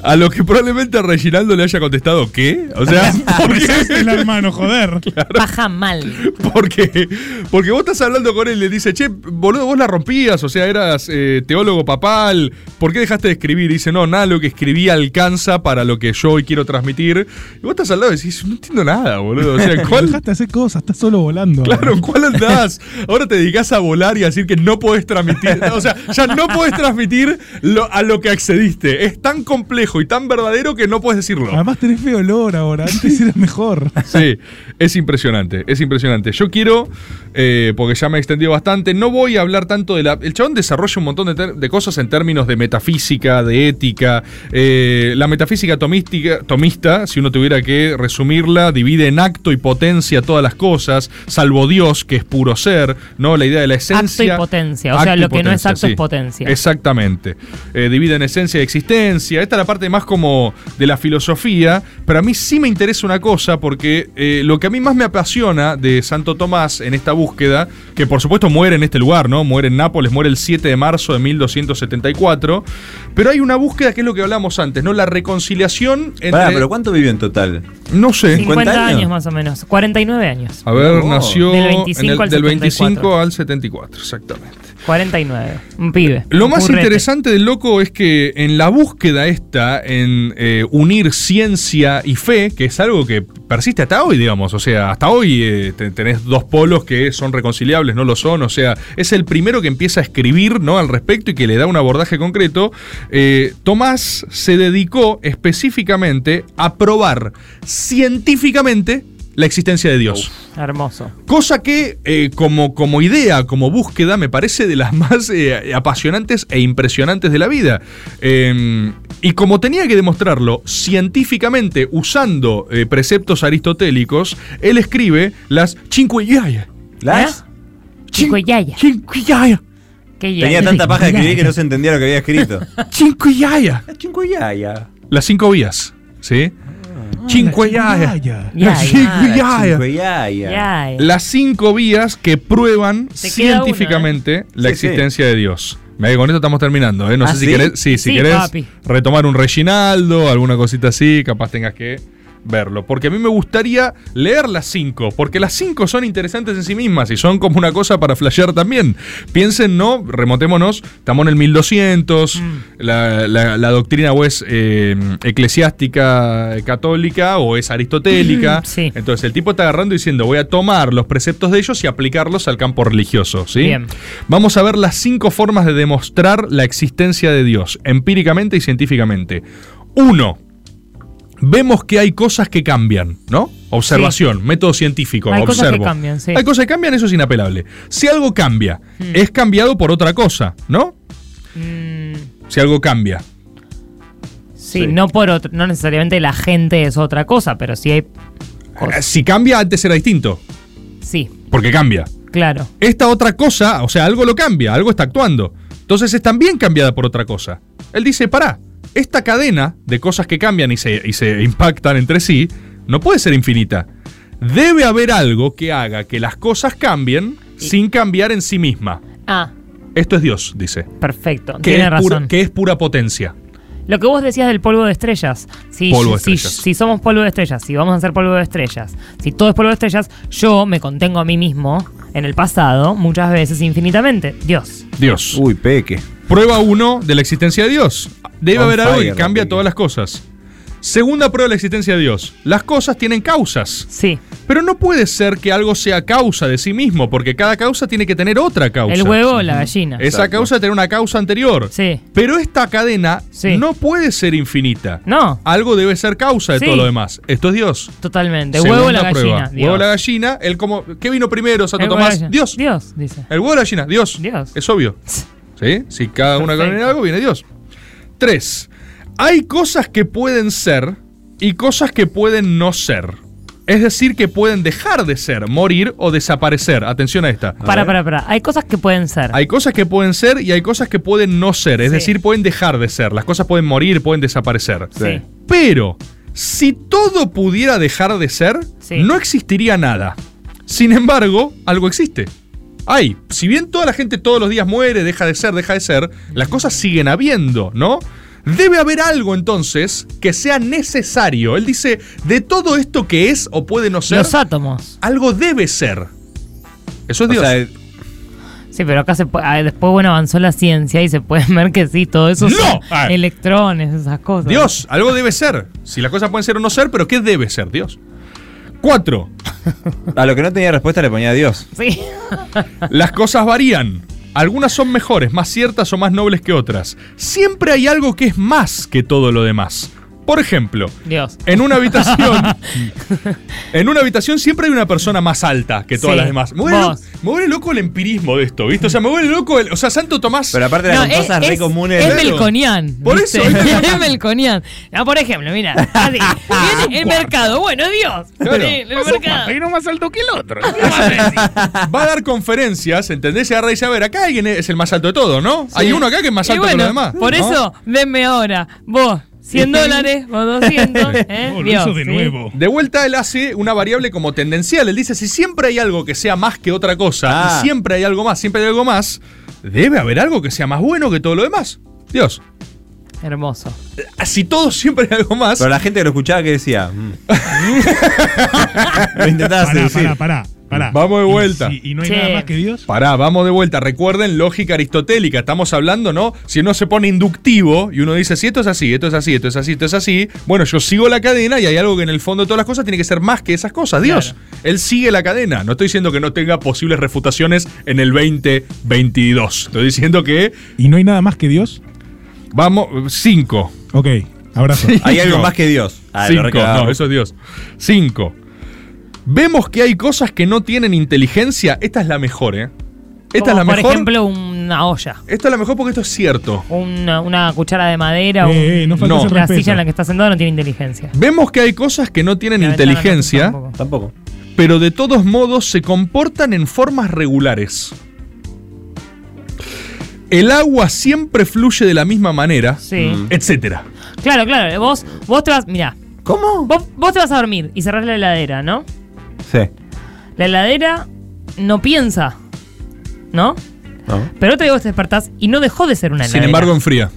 [SPEAKER 7] A lo que probablemente Reginaldo le haya contestado, ¿qué? O sea, ¿por qué?
[SPEAKER 10] El hermano, joder.
[SPEAKER 6] Paja mal.
[SPEAKER 7] Porque, porque vos estás hablando con él y le dice, che, boludo, vos la rompías, o sea, eras eh, teólogo papal, ¿por qué dejaste de escribir? Y dice, no, nada, lo que escribí alcanza para lo que yo hoy quiero transmitir. Y vos estás al lado y decís, no entiendo nada, boludo. O sea, ¿cuál,
[SPEAKER 10] Dejaste de hacer cosas, estás solo volando.
[SPEAKER 7] Claro, ¿en ¿cuál andás? Ahora te dedicás a volar y a decir que no podés transmitir. O sea, ya no podés transmitir lo- a lo que accediste. Es tan complejo y tan verdadero que no podés decirlo.
[SPEAKER 10] Además tenés feo olor ahora, antes era mejor.
[SPEAKER 7] Sí, es impresionante, es impresionante. Yo quiero, eh, porque ya me extendió bastante, no voy a hablar tanto de la... El chabón desarrolla un montón de, ter- de cosas en términos de metafísica, de ética. eh, la metafísica tomística, tomista, si uno tuviera que resumirla, divide en acto y potencia todas las cosas, salvo Dios, que es puro ser. ¿no? La idea de la esencia.
[SPEAKER 6] Acto y potencia. O sea,
[SPEAKER 7] Acto y
[SPEAKER 6] lo que no es
[SPEAKER 7] potencia,
[SPEAKER 6] acto es potencia.
[SPEAKER 7] Exactamente. Eh, divide en esencia y existencia. Esta es la parte más como de la filosofía. Pero a mí sí me interesa una cosa, porque eh, lo que a mí más me apasiona de Santo Tomás en esta búsqueda, que por supuesto muere en este lugar, ¿no? Muere en Nápoles, muere el 7 de marzo de 1274. Pero hay una búsqueda que es lo que hablamos antes, ¿no? La reconciliación entre.
[SPEAKER 9] Pará, pero ¿cuánto vivió en total?
[SPEAKER 7] No sé.
[SPEAKER 6] 50 años? más o menos. 49 años.
[SPEAKER 7] A ver, nació
[SPEAKER 6] Del 25
[SPEAKER 7] en el-
[SPEAKER 6] al
[SPEAKER 7] del 25
[SPEAKER 6] 74.
[SPEAKER 7] al 74, exactamente.
[SPEAKER 6] 49. Un pibe.
[SPEAKER 7] Lo
[SPEAKER 6] Un
[SPEAKER 7] más
[SPEAKER 6] currete.
[SPEAKER 7] interesante del loco es que en la búsqueda esta, en eh, unir ciencia y fe, que es algo que persiste hasta hoy, digamos, o sea, hasta hoy eh, te- tenés dos polos que son reconciliables, no lo son, o sea, es el primero que empieza a escribir ¿no? al respecto y que le da un abordaje concreto, eh, Tomás se dedicó específicamente a probar científicamente la existencia de Dios.
[SPEAKER 6] Hermoso.
[SPEAKER 7] Cosa que, eh, como, como idea, como búsqueda, me parece de las más eh, apasionantes e impresionantes de la vida. Eh, y como tenía que demostrarlo científicamente, usando eh, preceptos aristotélicos, él escribe las cinque yaya.
[SPEAKER 9] ¿Las?
[SPEAKER 6] Chico Yaya.
[SPEAKER 7] Chico Yaya.
[SPEAKER 9] Tenía tanta paja de escribir que no se entendía lo que había escrito.
[SPEAKER 7] Cinque yaya.
[SPEAKER 9] Cinque yaya.
[SPEAKER 7] Las cinco vías, ¿sí? Cinque
[SPEAKER 9] Ah,
[SPEAKER 7] yaya. Las cinque yaya.
[SPEAKER 6] Yaya.
[SPEAKER 7] Las cinco vías que prueban
[SPEAKER 6] Te queda ¿eh?
[SPEAKER 7] científicamente la
[SPEAKER 9] Sí, sí.
[SPEAKER 7] existencia de Dios. Me- Con esto estamos terminando, ¿eh? No
[SPEAKER 9] ¿Ah,
[SPEAKER 7] sé si
[SPEAKER 9] sí?
[SPEAKER 7] querés, sí, si
[SPEAKER 9] Sí,
[SPEAKER 7] querés
[SPEAKER 9] papi.
[SPEAKER 7] retomar un Reginaldo, alguna cosita así, capaz tengas que verlo. Porque a mí me gustaría leer las cinco, porque las cinco son interesantes en sí mismas y son como una cosa para flashear también. Piensen, ¿no? Remotémonos, estamos en el 1200,
[SPEAKER 6] Mm.
[SPEAKER 7] la, la- la doctrina o es eh, eclesiástica eh, católica o es aristotélica.
[SPEAKER 6] Mm, sí.
[SPEAKER 7] Entonces el tipo está agarrando y diciendo, voy a tomar los preceptos de ellos y aplicarlos al campo religioso, ¿sí?
[SPEAKER 6] Bien.
[SPEAKER 7] Vamos a ver las cinco formas de demostrar la existencia de Dios, empíricamente y científicamente. Uno, vemos que hay cosas que cambian, ¿no? Observación, método científico,
[SPEAKER 6] Hay
[SPEAKER 7] observo.
[SPEAKER 6] cosas que cambian, sí. Mm.
[SPEAKER 7] Hay cosas que cambian, eso es inapelable. Si algo cambia, es cambiado por otra cosa, ¿no?
[SPEAKER 6] Mm.
[SPEAKER 7] Si algo cambia.
[SPEAKER 6] Sí, no por otro, no necesariamente la gente es otra cosa, pero sí hay.
[SPEAKER 7] Si cambia, antes era distinto,
[SPEAKER 6] Sí,
[SPEAKER 7] porque cambia.
[SPEAKER 6] claro.
[SPEAKER 7] Esta otra cosa, o sea, algo lo cambia, algo está actuando. Entonces es también cambiada por otra cosa. Él dice, pará, esta cadena de cosas que cambian y se, y se impactan entre sí no puede ser infinita. Debe haber algo que haga que las cosas cambien sin cambiar en sí misma.
[SPEAKER 6] Ah,
[SPEAKER 7] Esto es Dios, dice.
[SPEAKER 6] perfecto.
[SPEAKER 7] Que,
[SPEAKER 6] Tiene
[SPEAKER 7] es
[SPEAKER 6] razón.
[SPEAKER 7] pura, que es pura potencia.
[SPEAKER 6] Lo que vos decías del polvo de estrellas. Si,
[SPEAKER 7] Polvo de
[SPEAKER 6] si-
[SPEAKER 7] estrellas.
[SPEAKER 6] si somos polvo de estrellas, si vamos a ser polvo de estrellas, si todo es polvo de estrellas, yo me contengo a mí mismo en el pasado muchas veces infinitamente. Dios.
[SPEAKER 7] Dios.
[SPEAKER 9] Uy, peque.
[SPEAKER 7] Prueba 1 de la existencia de Dios. Debe
[SPEAKER 9] On
[SPEAKER 7] haber algo
[SPEAKER 9] fire,
[SPEAKER 7] que cambia todas las cosas. Segunda prueba de la existencia de Dios. Las cosas tienen causas.
[SPEAKER 6] Sí.
[SPEAKER 7] Pero no puede ser que algo sea causa de sí mismo, porque cada causa tiene que tener otra causa.
[SPEAKER 6] El huevo o la gallina.
[SPEAKER 7] Esa causa tiene una causa anterior.
[SPEAKER 6] Sí.
[SPEAKER 7] Pero esta cadena no puede ser infinita.
[SPEAKER 6] No.
[SPEAKER 7] Algo debe ser causa de
[SPEAKER 6] Sí.
[SPEAKER 7] todo lo demás. Esto es Dios.
[SPEAKER 6] Totalmente. Huevo o la
[SPEAKER 7] Segunda prueba.
[SPEAKER 6] gallina.
[SPEAKER 7] Huevo o
[SPEAKER 6] Dios.
[SPEAKER 7] la gallina. El como, ¿Qué vino primero, Santo
[SPEAKER 6] El huevo o la
[SPEAKER 7] Tomás?
[SPEAKER 6] gallina.
[SPEAKER 7] Dios.
[SPEAKER 6] Eh, Dios, dice.
[SPEAKER 7] El huevo o la gallina, Dios. Es obvio. ¿Sí? Si cada una
[SPEAKER 6] Perfecto.
[SPEAKER 7] con algo, viene Dios. Tres. Hay cosas que pueden ser y cosas que pueden no ser. Es decir, que pueden dejar de ser, morir o desaparecer. Atención a esta.
[SPEAKER 6] Para, para, para. Hay cosas que pueden ser.
[SPEAKER 7] Hay cosas que pueden ser y hay cosas que pueden no ser. Es decir, pueden dejar de ser. Las cosas pueden morir, pueden desaparecer.
[SPEAKER 6] Sí.
[SPEAKER 7] Pero, si todo pudiera dejar de ser, no existiría nada. Sin embargo, algo existe. Hay, si bien toda la gente todos los días muere, deja de ser, deja de ser, las cosas siguen habiendo, ¿no? Debe haber algo entonces que sea necesario. Él dice, de todo esto que es o puede no ser,
[SPEAKER 6] Los átomos.
[SPEAKER 7] algo debe ser. Eso es Dios.
[SPEAKER 6] Sí, pero acá se puede- ah, después, bueno, avanzó la ciencia y se pueden ver que sí, todo eso
[SPEAKER 7] ¡No!
[SPEAKER 6] son
[SPEAKER 7] Ah.
[SPEAKER 6] electrones, esas cosas.
[SPEAKER 7] Dios, algo debe ser. Si las cosas pueden ser o no ser, pero ¿qué debe ser, Dios? Cuatro,
[SPEAKER 9] A lo que no tenía respuesta le ponía Dios.
[SPEAKER 6] Sí.
[SPEAKER 7] las cosas varían. Algunas son mejores, más ciertas o más nobles que otras. Siempre hay algo que es más que todo lo demás. Por ejemplo,
[SPEAKER 6] Dios.
[SPEAKER 7] en una habitación. en una habitación siempre hay una persona más alta que todas
[SPEAKER 6] Sí.
[SPEAKER 7] las demás. Me vuelve, lo-
[SPEAKER 6] Vos.
[SPEAKER 7] me vuelve loco el empirismo de esto, ¿viste? O sea, me vuelve loco el. O sea, Santo Tomás. Pero aparte
[SPEAKER 6] No, es melconian.
[SPEAKER 7] Por
[SPEAKER 6] ¿viste?
[SPEAKER 7] eso. ¿viste?
[SPEAKER 6] es melconian. No, por ejemplo, mira, así. Viene el mercado. Bueno, Dios.
[SPEAKER 7] Claro.
[SPEAKER 6] Sí, El mercado.
[SPEAKER 10] uno más alto que el otro.
[SPEAKER 7] Va a dar conferencias, ¿entendés? Y agarra y dice, a ver, acá alguien es el más alto de todo, ¿no? Hay uno acá Ah, que es más
[SPEAKER 6] Y
[SPEAKER 7] alto que
[SPEAKER 6] bueno,
[SPEAKER 7] los demás.
[SPEAKER 6] Por
[SPEAKER 7] ¿no?
[SPEAKER 6] eso, denme ahora. Vos, 100 dólares, vos 200. ¿eh? Dios, sí.
[SPEAKER 7] De vuelta él hace una variable como tendencial. Él dice, si siempre hay algo que sea más que otra cosa,
[SPEAKER 6] Ah.
[SPEAKER 7] y siempre hay algo más, siempre hay algo más, debe haber algo que sea más bueno que todo lo demás. Dios. Ah,
[SPEAKER 6] Hermoso.
[SPEAKER 7] Si todo siempre hay algo más...
[SPEAKER 9] Pero la gente que lo escuchaba que decía. mm. lo intentaba
[SPEAKER 10] Pará,
[SPEAKER 9] seducir.
[SPEAKER 10] pará, pará, pará.
[SPEAKER 7] Vamos de
[SPEAKER 10] Y
[SPEAKER 7] vuelta.
[SPEAKER 10] si- y no hay nada más que Dios.
[SPEAKER 7] Pará, vamos de vuelta. Recuerden lógica aristotélica. Estamos hablando, ¿no? Si uno se pone inductivo y uno dice, si esto es así, esto es así, esto es así, esto es así, bueno, yo sigo la cadena y hay algo que en el fondo de todas las cosas tiene que ser más que esas cosas. Dios, él sigue la cadena. No estoy diciendo que no tenga posibles refutaciones en el 2022. Estoy diciendo que
[SPEAKER 10] ¿Y no hay nada más que Dios?
[SPEAKER 7] vamos, cinco.
[SPEAKER 10] Ok, abrazo.
[SPEAKER 9] Hay algo más que Dios. Ah, lo
[SPEAKER 7] Cinco,
[SPEAKER 9] recabamos.
[SPEAKER 7] no, eso es Dios. Cinco. Vemos que hay cosas que no tienen inteligencia. Esta es la mejor, ¿eh? Esta
[SPEAKER 6] Como,
[SPEAKER 7] es la
[SPEAKER 6] por
[SPEAKER 7] mejor.
[SPEAKER 6] ejemplo, una olla.
[SPEAKER 7] Esta es la mejor porque esto es cierto.
[SPEAKER 6] Una, una cuchara de madera o
[SPEAKER 7] Eh, eh, no faltes el
[SPEAKER 6] una
[SPEAKER 7] respeto.
[SPEAKER 6] silla en la que estás sentado no tiene inteligencia.
[SPEAKER 7] Vemos que hay cosas que no tienen
[SPEAKER 6] La ventana
[SPEAKER 7] inteligencia,
[SPEAKER 6] no, tampoco.
[SPEAKER 9] Tampoco.
[SPEAKER 7] pero de todos modos se comportan en formas regulares. El agua siempre fluye de la misma manera,
[SPEAKER 6] Sí.
[SPEAKER 7] etcétera.
[SPEAKER 6] Claro, claro. Vos, vos te vas. Mirá.
[SPEAKER 9] ¿Cómo?
[SPEAKER 6] Vos, vos te vas a dormir y cerrás la heladera, ¿no?
[SPEAKER 9] Sí.
[SPEAKER 6] La heladera no piensa, ¿no?
[SPEAKER 9] No.
[SPEAKER 6] Pero te digo que te despertás y no dejó de ser una heladera.
[SPEAKER 7] Sin embargo, enfría.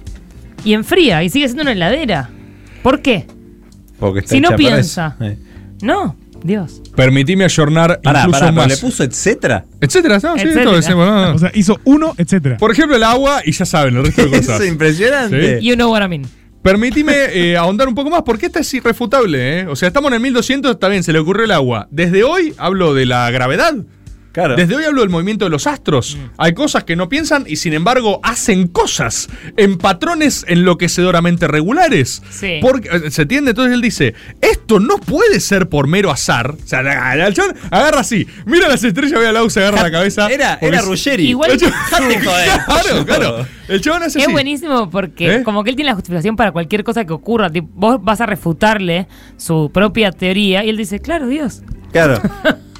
[SPEAKER 6] Y enfría y sigue siendo una heladera. ¿Por qué?
[SPEAKER 9] Porque
[SPEAKER 6] Si no piensa.
[SPEAKER 9] Eh.
[SPEAKER 6] No, Dios.
[SPEAKER 7] Permitime ayornar
[SPEAKER 9] Pará,
[SPEAKER 7] incluso
[SPEAKER 9] pará, pero
[SPEAKER 7] más.
[SPEAKER 9] le puso etcétera.
[SPEAKER 7] Etcétera, no, sí,
[SPEAKER 6] Etcétera.
[SPEAKER 7] todo decimos, no, no.
[SPEAKER 10] O sea, hizo uno, etcétera.
[SPEAKER 7] Por ejemplo, el agua y ya saben el resto de cosas.
[SPEAKER 10] Es impresionante.
[SPEAKER 7] Sí.
[SPEAKER 6] You know what I mean.
[SPEAKER 7] Permitime eh, ahondar un poco más, porque esta es irrefutable. ¿eh? O sea, estamos en el 1200, está bien, se le ocurrió el agua. Desde hoy hablo de la gravedad.
[SPEAKER 9] Claro.
[SPEAKER 7] Desde hoy hablo del movimiento de los astros. Hay cosas que no piensan y sin embargo hacen cosas en patrones enloquecedoramente regulares.
[SPEAKER 6] Sí.
[SPEAKER 7] Porque, eh, se entiende, entonces él dice, esto no puede ser por mero azar. O sea, la- la- el chabón agarra así, mira las estrellas, ve al agua, se agarra la cabeza.
[SPEAKER 9] Era,
[SPEAKER 7] porque
[SPEAKER 9] era
[SPEAKER 7] es-
[SPEAKER 9] Ruggeri.
[SPEAKER 6] Igual-
[SPEAKER 7] El chabón-
[SPEAKER 9] Dejate joder.
[SPEAKER 7] claro, claro. El chabón hace
[SPEAKER 6] Es
[SPEAKER 7] así.
[SPEAKER 6] buenísimo porque
[SPEAKER 7] ¿Eh?
[SPEAKER 6] como que él tiene la justificación para cualquier cosa que ocurra. Tipo, vos vas a refutarle su propia teoría y él dice, claro, Dios.
[SPEAKER 9] Claro.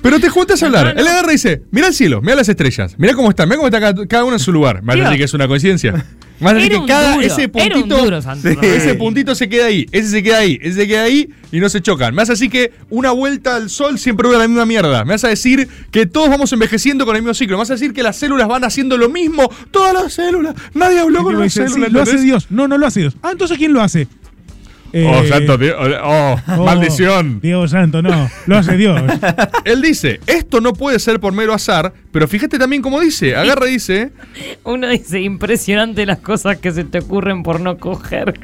[SPEAKER 7] Pero te juntas a hablar. Él agarra y dice: Mira el cielo, mira las estrellas, mira cómo están, mira cómo está cada, cada uno en su lugar. Más
[SPEAKER 6] Tío.
[SPEAKER 7] así que es una coincidencia. Más así
[SPEAKER 6] Era
[SPEAKER 7] que
[SPEAKER 6] un
[SPEAKER 7] cada
[SPEAKER 6] duro,
[SPEAKER 7] ese
[SPEAKER 6] era un
[SPEAKER 7] puntito.
[SPEAKER 6] duro, Santo
[SPEAKER 7] Sí.
[SPEAKER 6] Tomás.
[SPEAKER 7] Ese puntito se queda ahí, ese se queda ahí, ese se queda ahí y no se chocan. Más así que una vuelta al sol siempre dura la misma mierda. Me vas a decir que todos vamos envejeciendo con el mismo ciclo. Me vas a decir que las células van haciendo lo mismo. Todas las células. Nadie habló con
[SPEAKER 10] Lo,
[SPEAKER 7] las
[SPEAKER 10] dice,
[SPEAKER 7] células.
[SPEAKER 10] sí, lo hace
[SPEAKER 7] ¿entendés?
[SPEAKER 10] Dios. No, no lo hace Dios. Ah, entonces ¿quién lo hace?
[SPEAKER 7] Oh,
[SPEAKER 10] Eh,
[SPEAKER 7] santo Dios. Oh,
[SPEAKER 10] oh,
[SPEAKER 7] maldición.
[SPEAKER 10] Diego Santo, no. Lo hace Dios.
[SPEAKER 7] Él dice, esto no puede ser por mero azar, pero fíjate también cómo dice, agarra y dice,
[SPEAKER 6] Uno dice, impresionante las cosas que se te ocurren por no coger.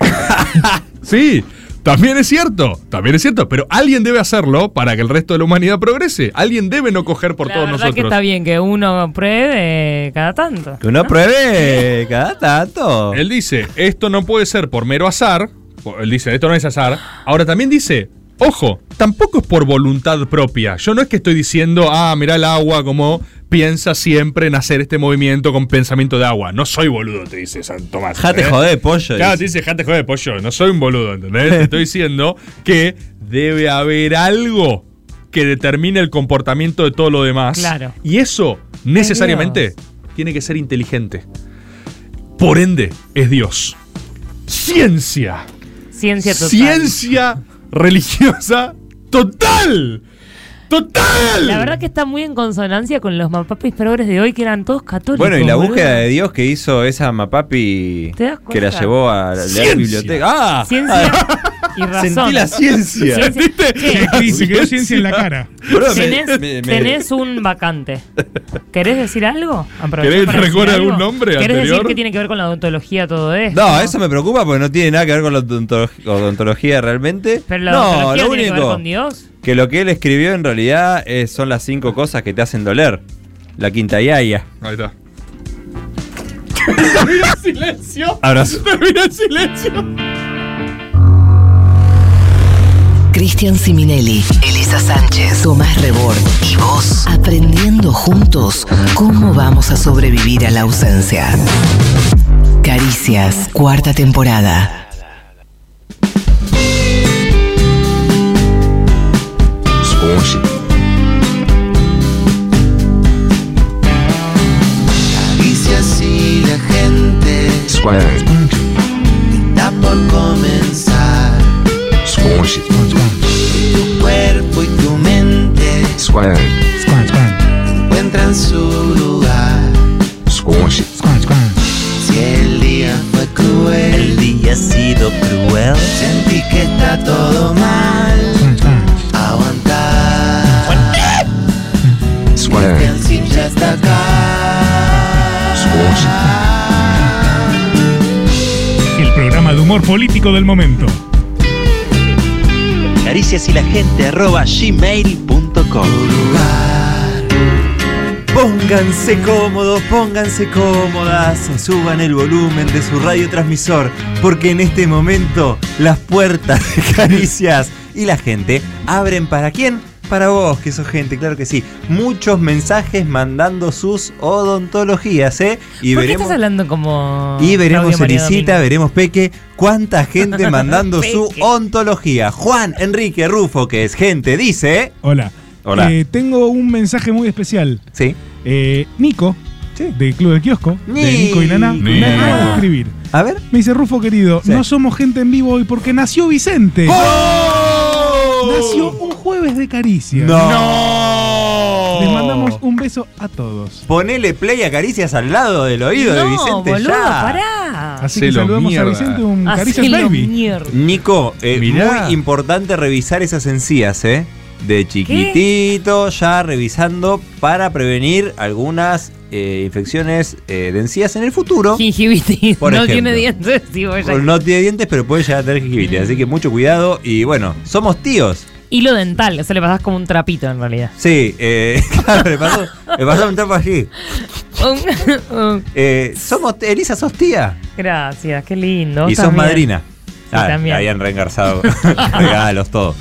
[SPEAKER 7] sí, también es cierto, también es cierto, pero alguien debe hacerlo para que el resto de la humanidad progrese, alguien debe no coger por
[SPEAKER 6] la
[SPEAKER 7] todos
[SPEAKER 6] verdad
[SPEAKER 7] nosotros.
[SPEAKER 6] que está bien que uno pruebe cada tanto.
[SPEAKER 9] Que uno pruebe cada tanto.
[SPEAKER 7] Él dice, esto no puede ser por mero azar, o- él dice, esto no es azar, ahora también dice... Ojo, tampoco es por voluntad propia. Yo no es que estoy diciendo, ah, mirá el agua como piensa siempre en hacer este movimiento con pensamiento de agua. No soy boludo, te dice San Tomás.
[SPEAKER 9] Jate
[SPEAKER 7] ¿eh?
[SPEAKER 9] joder, pollo.
[SPEAKER 7] Claro,
[SPEAKER 9] dice.
[SPEAKER 7] te dice, jate joder, pollo, no soy un boludo, ¿entendés? Te estoy diciendo que debe haber algo que determine el comportamiento de todo lo demás.
[SPEAKER 6] Claro.
[SPEAKER 7] Y eso, necesariamente, tiene que ser inteligente. Por ende, es Dios. Ciencia.
[SPEAKER 6] Ciencia total.
[SPEAKER 7] Ciencia religiosa total. Total.
[SPEAKER 6] La verdad que está muy en consonancia con los mapapis progres de hoy que eran todos católicos.
[SPEAKER 9] Bueno, y la
[SPEAKER 6] boludo.
[SPEAKER 9] búsqueda de Dios que hizo esa mapapi
[SPEAKER 6] ¿Te das
[SPEAKER 9] que la
[SPEAKER 6] cuenta?
[SPEAKER 9] llevó a la,
[SPEAKER 7] Ciencia.
[SPEAKER 9] biblioteca. ¡Ah!
[SPEAKER 6] Ciencia y razón.
[SPEAKER 9] Sentí la ciencia.
[SPEAKER 6] ¿Sentiste?
[SPEAKER 10] Y se quedó ciencia en la cara.
[SPEAKER 9] Bro, me-
[SPEAKER 6] ¿Tenés,
[SPEAKER 9] me- me-
[SPEAKER 6] tenés un vacante. ¿Querés decir algo? Aprovecha
[SPEAKER 7] ¿Querés
[SPEAKER 6] para
[SPEAKER 7] recordar
[SPEAKER 6] decir algo.
[SPEAKER 7] algún nombre
[SPEAKER 6] ¿Querés
[SPEAKER 7] anterior?
[SPEAKER 6] decir que tiene que ver con la odontología todo esto?
[SPEAKER 9] No, eso me preocupa porque no tiene nada que ver con la odontolog- odontología realmente.
[SPEAKER 6] Pero la
[SPEAKER 9] no,
[SPEAKER 6] odontología
[SPEAKER 9] lo
[SPEAKER 6] tiene que ver
[SPEAKER 9] único
[SPEAKER 6] con Dios.
[SPEAKER 9] que lo que él escribió en realidad es- son las cinco cosas que te hacen doler. La quinta yaya.
[SPEAKER 7] Ahí está.
[SPEAKER 11] Termina el silencio.
[SPEAKER 9] Abrazo.
[SPEAKER 11] Termina el silencio.
[SPEAKER 12] Cristian Siminelli, Elisa Sánchez, Tomás Rebord y vos, aprendiendo juntos cómo vamos a sobrevivir a la ausencia. Caricias, cuarta temporada.
[SPEAKER 2] Sponge. Caricia así la gente. Sponge. Está por comenzar. Sponge. Tu cuerpo y tu mente. Sponge. Encuentran su lugar. Sponge. Si el día fue cruel. El día ha sido cruel. Sentí que está todo mal. Aguantar. Cristian Sim ya está acá.
[SPEAKER 10] El programa de humor político del momento.
[SPEAKER 2] Caricias y la gente arroba gmail.com
[SPEAKER 9] Pónganse cómodos, pónganse cómodas, suban el volumen de su radiotransmisor, porque en este momento las puertas de caricias y la gente abren para quién? Para vos, que sos gente, claro que sí. Muchos mensajes mandando sus odontologías, ¿eh? Y
[SPEAKER 6] ¿Por qué
[SPEAKER 9] veremos,
[SPEAKER 6] estás hablando como
[SPEAKER 9] y veremos
[SPEAKER 6] Claudia María
[SPEAKER 9] Elisita,
[SPEAKER 6] Domingo?
[SPEAKER 9] veremos Peque, cuánta gente mandando su ontología. Juan Enrique Rufo, que es gente, dice.
[SPEAKER 10] Hola.
[SPEAKER 9] Hola.
[SPEAKER 10] Eh, tengo un mensaje muy especial. Eh,
[SPEAKER 9] Sí.
[SPEAKER 10] Nico, de Club del Kiosco, de
[SPEAKER 9] Ni-
[SPEAKER 10] Nico y Nana, me
[SPEAKER 9] Nico.
[SPEAKER 10] acaba de escribir.
[SPEAKER 9] A ver.
[SPEAKER 10] Me dice Rufo querido, no somos gente en vivo hoy porque nació Vicente.
[SPEAKER 9] ¡Oh!
[SPEAKER 10] Nació un jueves de caricia.
[SPEAKER 9] No.
[SPEAKER 10] Les mandamos un beso a todos.
[SPEAKER 9] Ponele play a caricias al lado del oído de
[SPEAKER 10] No,
[SPEAKER 9] Vicente
[SPEAKER 10] boludo,
[SPEAKER 9] ya.
[SPEAKER 6] Ah, pará.
[SPEAKER 10] Así que saludamos a Vicente un caricias
[SPEAKER 6] Hacelo
[SPEAKER 10] baby.
[SPEAKER 6] mierda.
[SPEAKER 9] Nico, eh,
[SPEAKER 6] Mirá.
[SPEAKER 9] muy importante revisar esas encías, ¿eh? De chiquitito, ya revisando para prevenir algunas eh, infecciones eh, de encías en el futuro.
[SPEAKER 6] Gingivitis.
[SPEAKER 9] Por
[SPEAKER 6] no
[SPEAKER 9] ejemplo.
[SPEAKER 6] tiene dientes. sí, voy a-
[SPEAKER 9] No tiene dientes, pero puede llegar a tener gingivitis. Así que mucho cuidado. Y bueno, somos tíos.
[SPEAKER 6] Hilo dental. O sea, le pasás como un trapito en realidad.
[SPEAKER 9] Sí, eh, claro, me pasó, me pasó un trapo allí.
[SPEAKER 6] Un- un-
[SPEAKER 9] Eh, somos, Elisa, sos tía.
[SPEAKER 6] Gracias, qué lindo. vos
[SPEAKER 9] y sos
[SPEAKER 6] también.
[SPEAKER 9] madrina. Ah,
[SPEAKER 6] también.
[SPEAKER 9] habían reengarzado regalos, todo.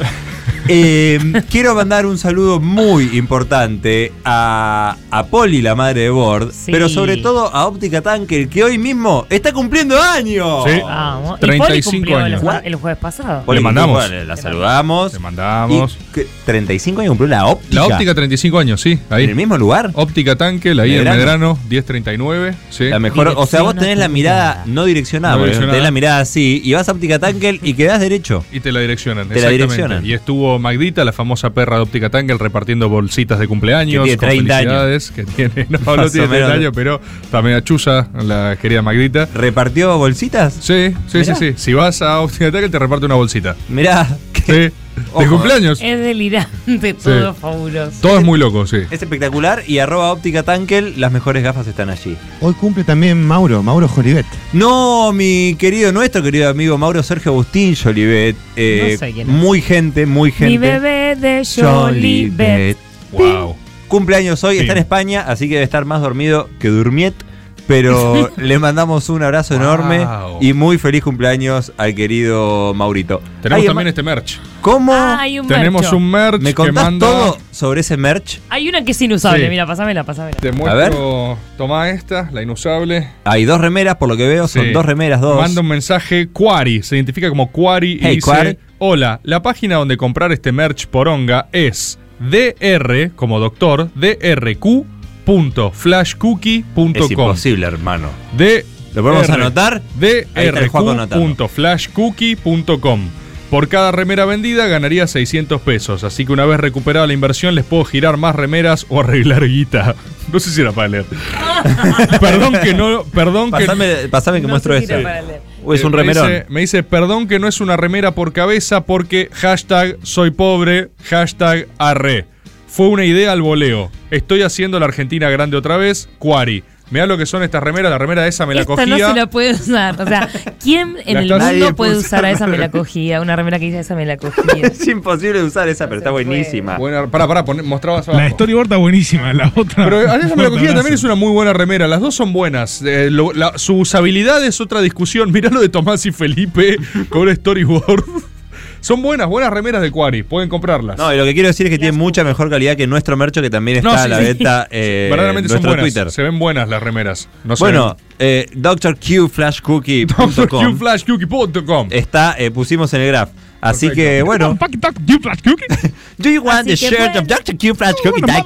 [SPEAKER 9] Eh, quiero mandar un saludo muy importante a, a Poli, la madre de Bord, pero sobre todo a Óptica Tanker, que hoy mismo está cumpliendo años.
[SPEAKER 6] Vamos. Y Poli cumplió el jue- Ah, El jueves pasado.
[SPEAKER 9] Poli,
[SPEAKER 7] Le mandamos.
[SPEAKER 9] bueno, la saludamos. Le
[SPEAKER 7] mandamos.
[SPEAKER 9] 35 años cumplió la óptica.
[SPEAKER 7] La óptica 35 años, sí. Ahí.
[SPEAKER 9] ¿En el mismo lugar?
[SPEAKER 7] Óptica Tankel, ahí en Medrano, 1039. Sí.
[SPEAKER 9] La mejor, o sea, vos tenés la mirada no direccionada,
[SPEAKER 7] No
[SPEAKER 9] porque
[SPEAKER 7] direccionada.
[SPEAKER 9] tenés la mirada así, y vas a óptica Tankel y quedás derecho.
[SPEAKER 7] Y te la direccionan.
[SPEAKER 9] Te la
[SPEAKER 7] exactamente.
[SPEAKER 9] direccionan.
[SPEAKER 7] Y estuvo Magdita, la famosa perra de Óptica Tangle, repartiendo bolsitas de cumpleaños.
[SPEAKER 9] Que tiene
[SPEAKER 7] con
[SPEAKER 9] 30 años.
[SPEAKER 7] felicidades, Que tiene, no,
[SPEAKER 9] Más
[SPEAKER 7] no
[SPEAKER 9] o
[SPEAKER 7] tiene 30
[SPEAKER 9] menos.
[SPEAKER 7] años, pero también achusa la querida Magdita.
[SPEAKER 9] ¿Repartió bolsitas?
[SPEAKER 7] Sí, sí,
[SPEAKER 9] Mirá.
[SPEAKER 7] sí, sí. Si vas a Óptica Tangle, te reparte una bolsita.
[SPEAKER 9] Mirá.
[SPEAKER 7] Sí.
[SPEAKER 9] ¿eh?
[SPEAKER 7] De cumpleaños.
[SPEAKER 6] Es delirante, todo fabuloso.
[SPEAKER 7] Todo es muy loco, sí.
[SPEAKER 9] Es espectacular y arroba óptica tankel, las mejores gafas están allí.
[SPEAKER 17] Hoy cumple también Mauro, Mauro Jolivet.
[SPEAKER 9] No, mi querido, nuestro querido amigo Mauro Sergio Agustín Jolivet. eh,
[SPEAKER 6] No sé quién es.
[SPEAKER 9] Muy gente, muy gente.
[SPEAKER 6] Mi bebé de Jolivet.
[SPEAKER 7] Wow.
[SPEAKER 9] Cumpleaños hoy, está en España, así que debe estar más dormido que durmiet. Pero le mandamos un abrazo enorme y muy feliz cumpleaños al querido Maurito.
[SPEAKER 7] Tenemos
[SPEAKER 9] ¿Alguien
[SPEAKER 7] también
[SPEAKER 9] ma-
[SPEAKER 7] este merch.
[SPEAKER 9] ¿Cómo?
[SPEAKER 6] Ah, hay un Tenemos mercho. un
[SPEAKER 7] merch
[SPEAKER 9] ¿Me
[SPEAKER 7] que
[SPEAKER 9] contás
[SPEAKER 7] manda-
[SPEAKER 9] todo sobre ese merch?
[SPEAKER 6] Hay una que es inusable.
[SPEAKER 7] Sí.
[SPEAKER 6] Mira, pasámela, pasámela.
[SPEAKER 7] Te
[SPEAKER 9] A ver.
[SPEAKER 7] muestro. Tomá esta, la inusable.
[SPEAKER 9] Hay dos remeras, por lo que veo, son
[SPEAKER 7] Sí.
[SPEAKER 9] dos remeras, dos.
[SPEAKER 7] Manda un mensaje Quari, se identifica como Quari y
[SPEAKER 9] Hey,
[SPEAKER 7] dice:
[SPEAKER 9] Quari.
[SPEAKER 7] Hola, la página donde comprar este merch poronga es dr, como doctor, drq.flashcookie.com.
[SPEAKER 9] Es imposible, hermano.
[SPEAKER 7] De
[SPEAKER 9] ¿Lo podemos anotar? Ahí está el Juaco anotando.
[SPEAKER 7] drq.flashcookie.com. Por cada remera vendida ganaría 600 pesos, así que una vez recuperada la inversión les puedo girar más remeras o arreglar guita. No sé si era para leer. perdón que no, perdón
[SPEAKER 9] Pasame-
[SPEAKER 7] que Eh,
[SPEAKER 9] pasame que No muestro sé si era esa. para leer. O es un remerón.
[SPEAKER 7] Me dice, me dice, perdón que no es una remera por cabeza porque hashtag soy pobre, hashtag arre. Fue una idea al voleo. Estoy haciendo la Argentina grande otra vez, Cuari. Mirá lo que son estas remeras, la remera esa me la
[SPEAKER 6] Esta
[SPEAKER 7] cogía.
[SPEAKER 6] no se la puede usar. O sea, ¿quién en
[SPEAKER 7] La
[SPEAKER 6] el
[SPEAKER 7] estás-
[SPEAKER 6] mundo
[SPEAKER 7] Nadie
[SPEAKER 6] puede
[SPEAKER 7] puede
[SPEAKER 6] usar
[SPEAKER 7] usar
[SPEAKER 6] a esa
[SPEAKER 7] una
[SPEAKER 6] me la
[SPEAKER 7] remera.
[SPEAKER 6] cogía? Una remera que dice esa me la cogía.
[SPEAKER 9] Es imposible de usar esa, pero está buenísima.
[SPEAKER 7] Buena, pará, pará, pon- mostrabas abajo.
[SPEAKER 10] La storyboard está buenísima, la otra.
[SPEAKER 7] Pero a esa me la cogía
[SPEAKER 10] Abrazo.
[SPEAKER 7] también es una muy buena remera. Las dos son buenas. Eh, lo- la- su usabilidad es otra discusión. Mirá lo de Tomás y Felipe con un storyboard. Son buenas, buenas remeras de Quarry. Pueden comprarlas.
[SPEAKER 9] No, y lo que quiero decir es que tiene mucha mejor calidad que nuestro mercho, que también está
[SPEAKER 7] No,
[SPEAKER 9] a
[SPEAKER 7] sí,
[SPEAKER 9] la
[SPEAKER 7] sí.
[SPEAKER 9] venta eh,
[SPEAKER 7] Verdaderamente
[SPEAKER 9] en
[SPEAKER 7] son
[SPEAKER 9] nuestro
[SPEAKER 7] buenas.
[SPEAKER 9] Twitter.
[SPEAKER 7] Se ven buenas las remeras. No se
[SPEAKER 9] bueno, eh, drqflashcookie.com Está, eh, pusimos en el graph. Así que, bueno. Do you want the
[SPEAKER 1] Así que,
[SPEAKER 9] shirt of Dr. Q Flash Cookie Dye Cap?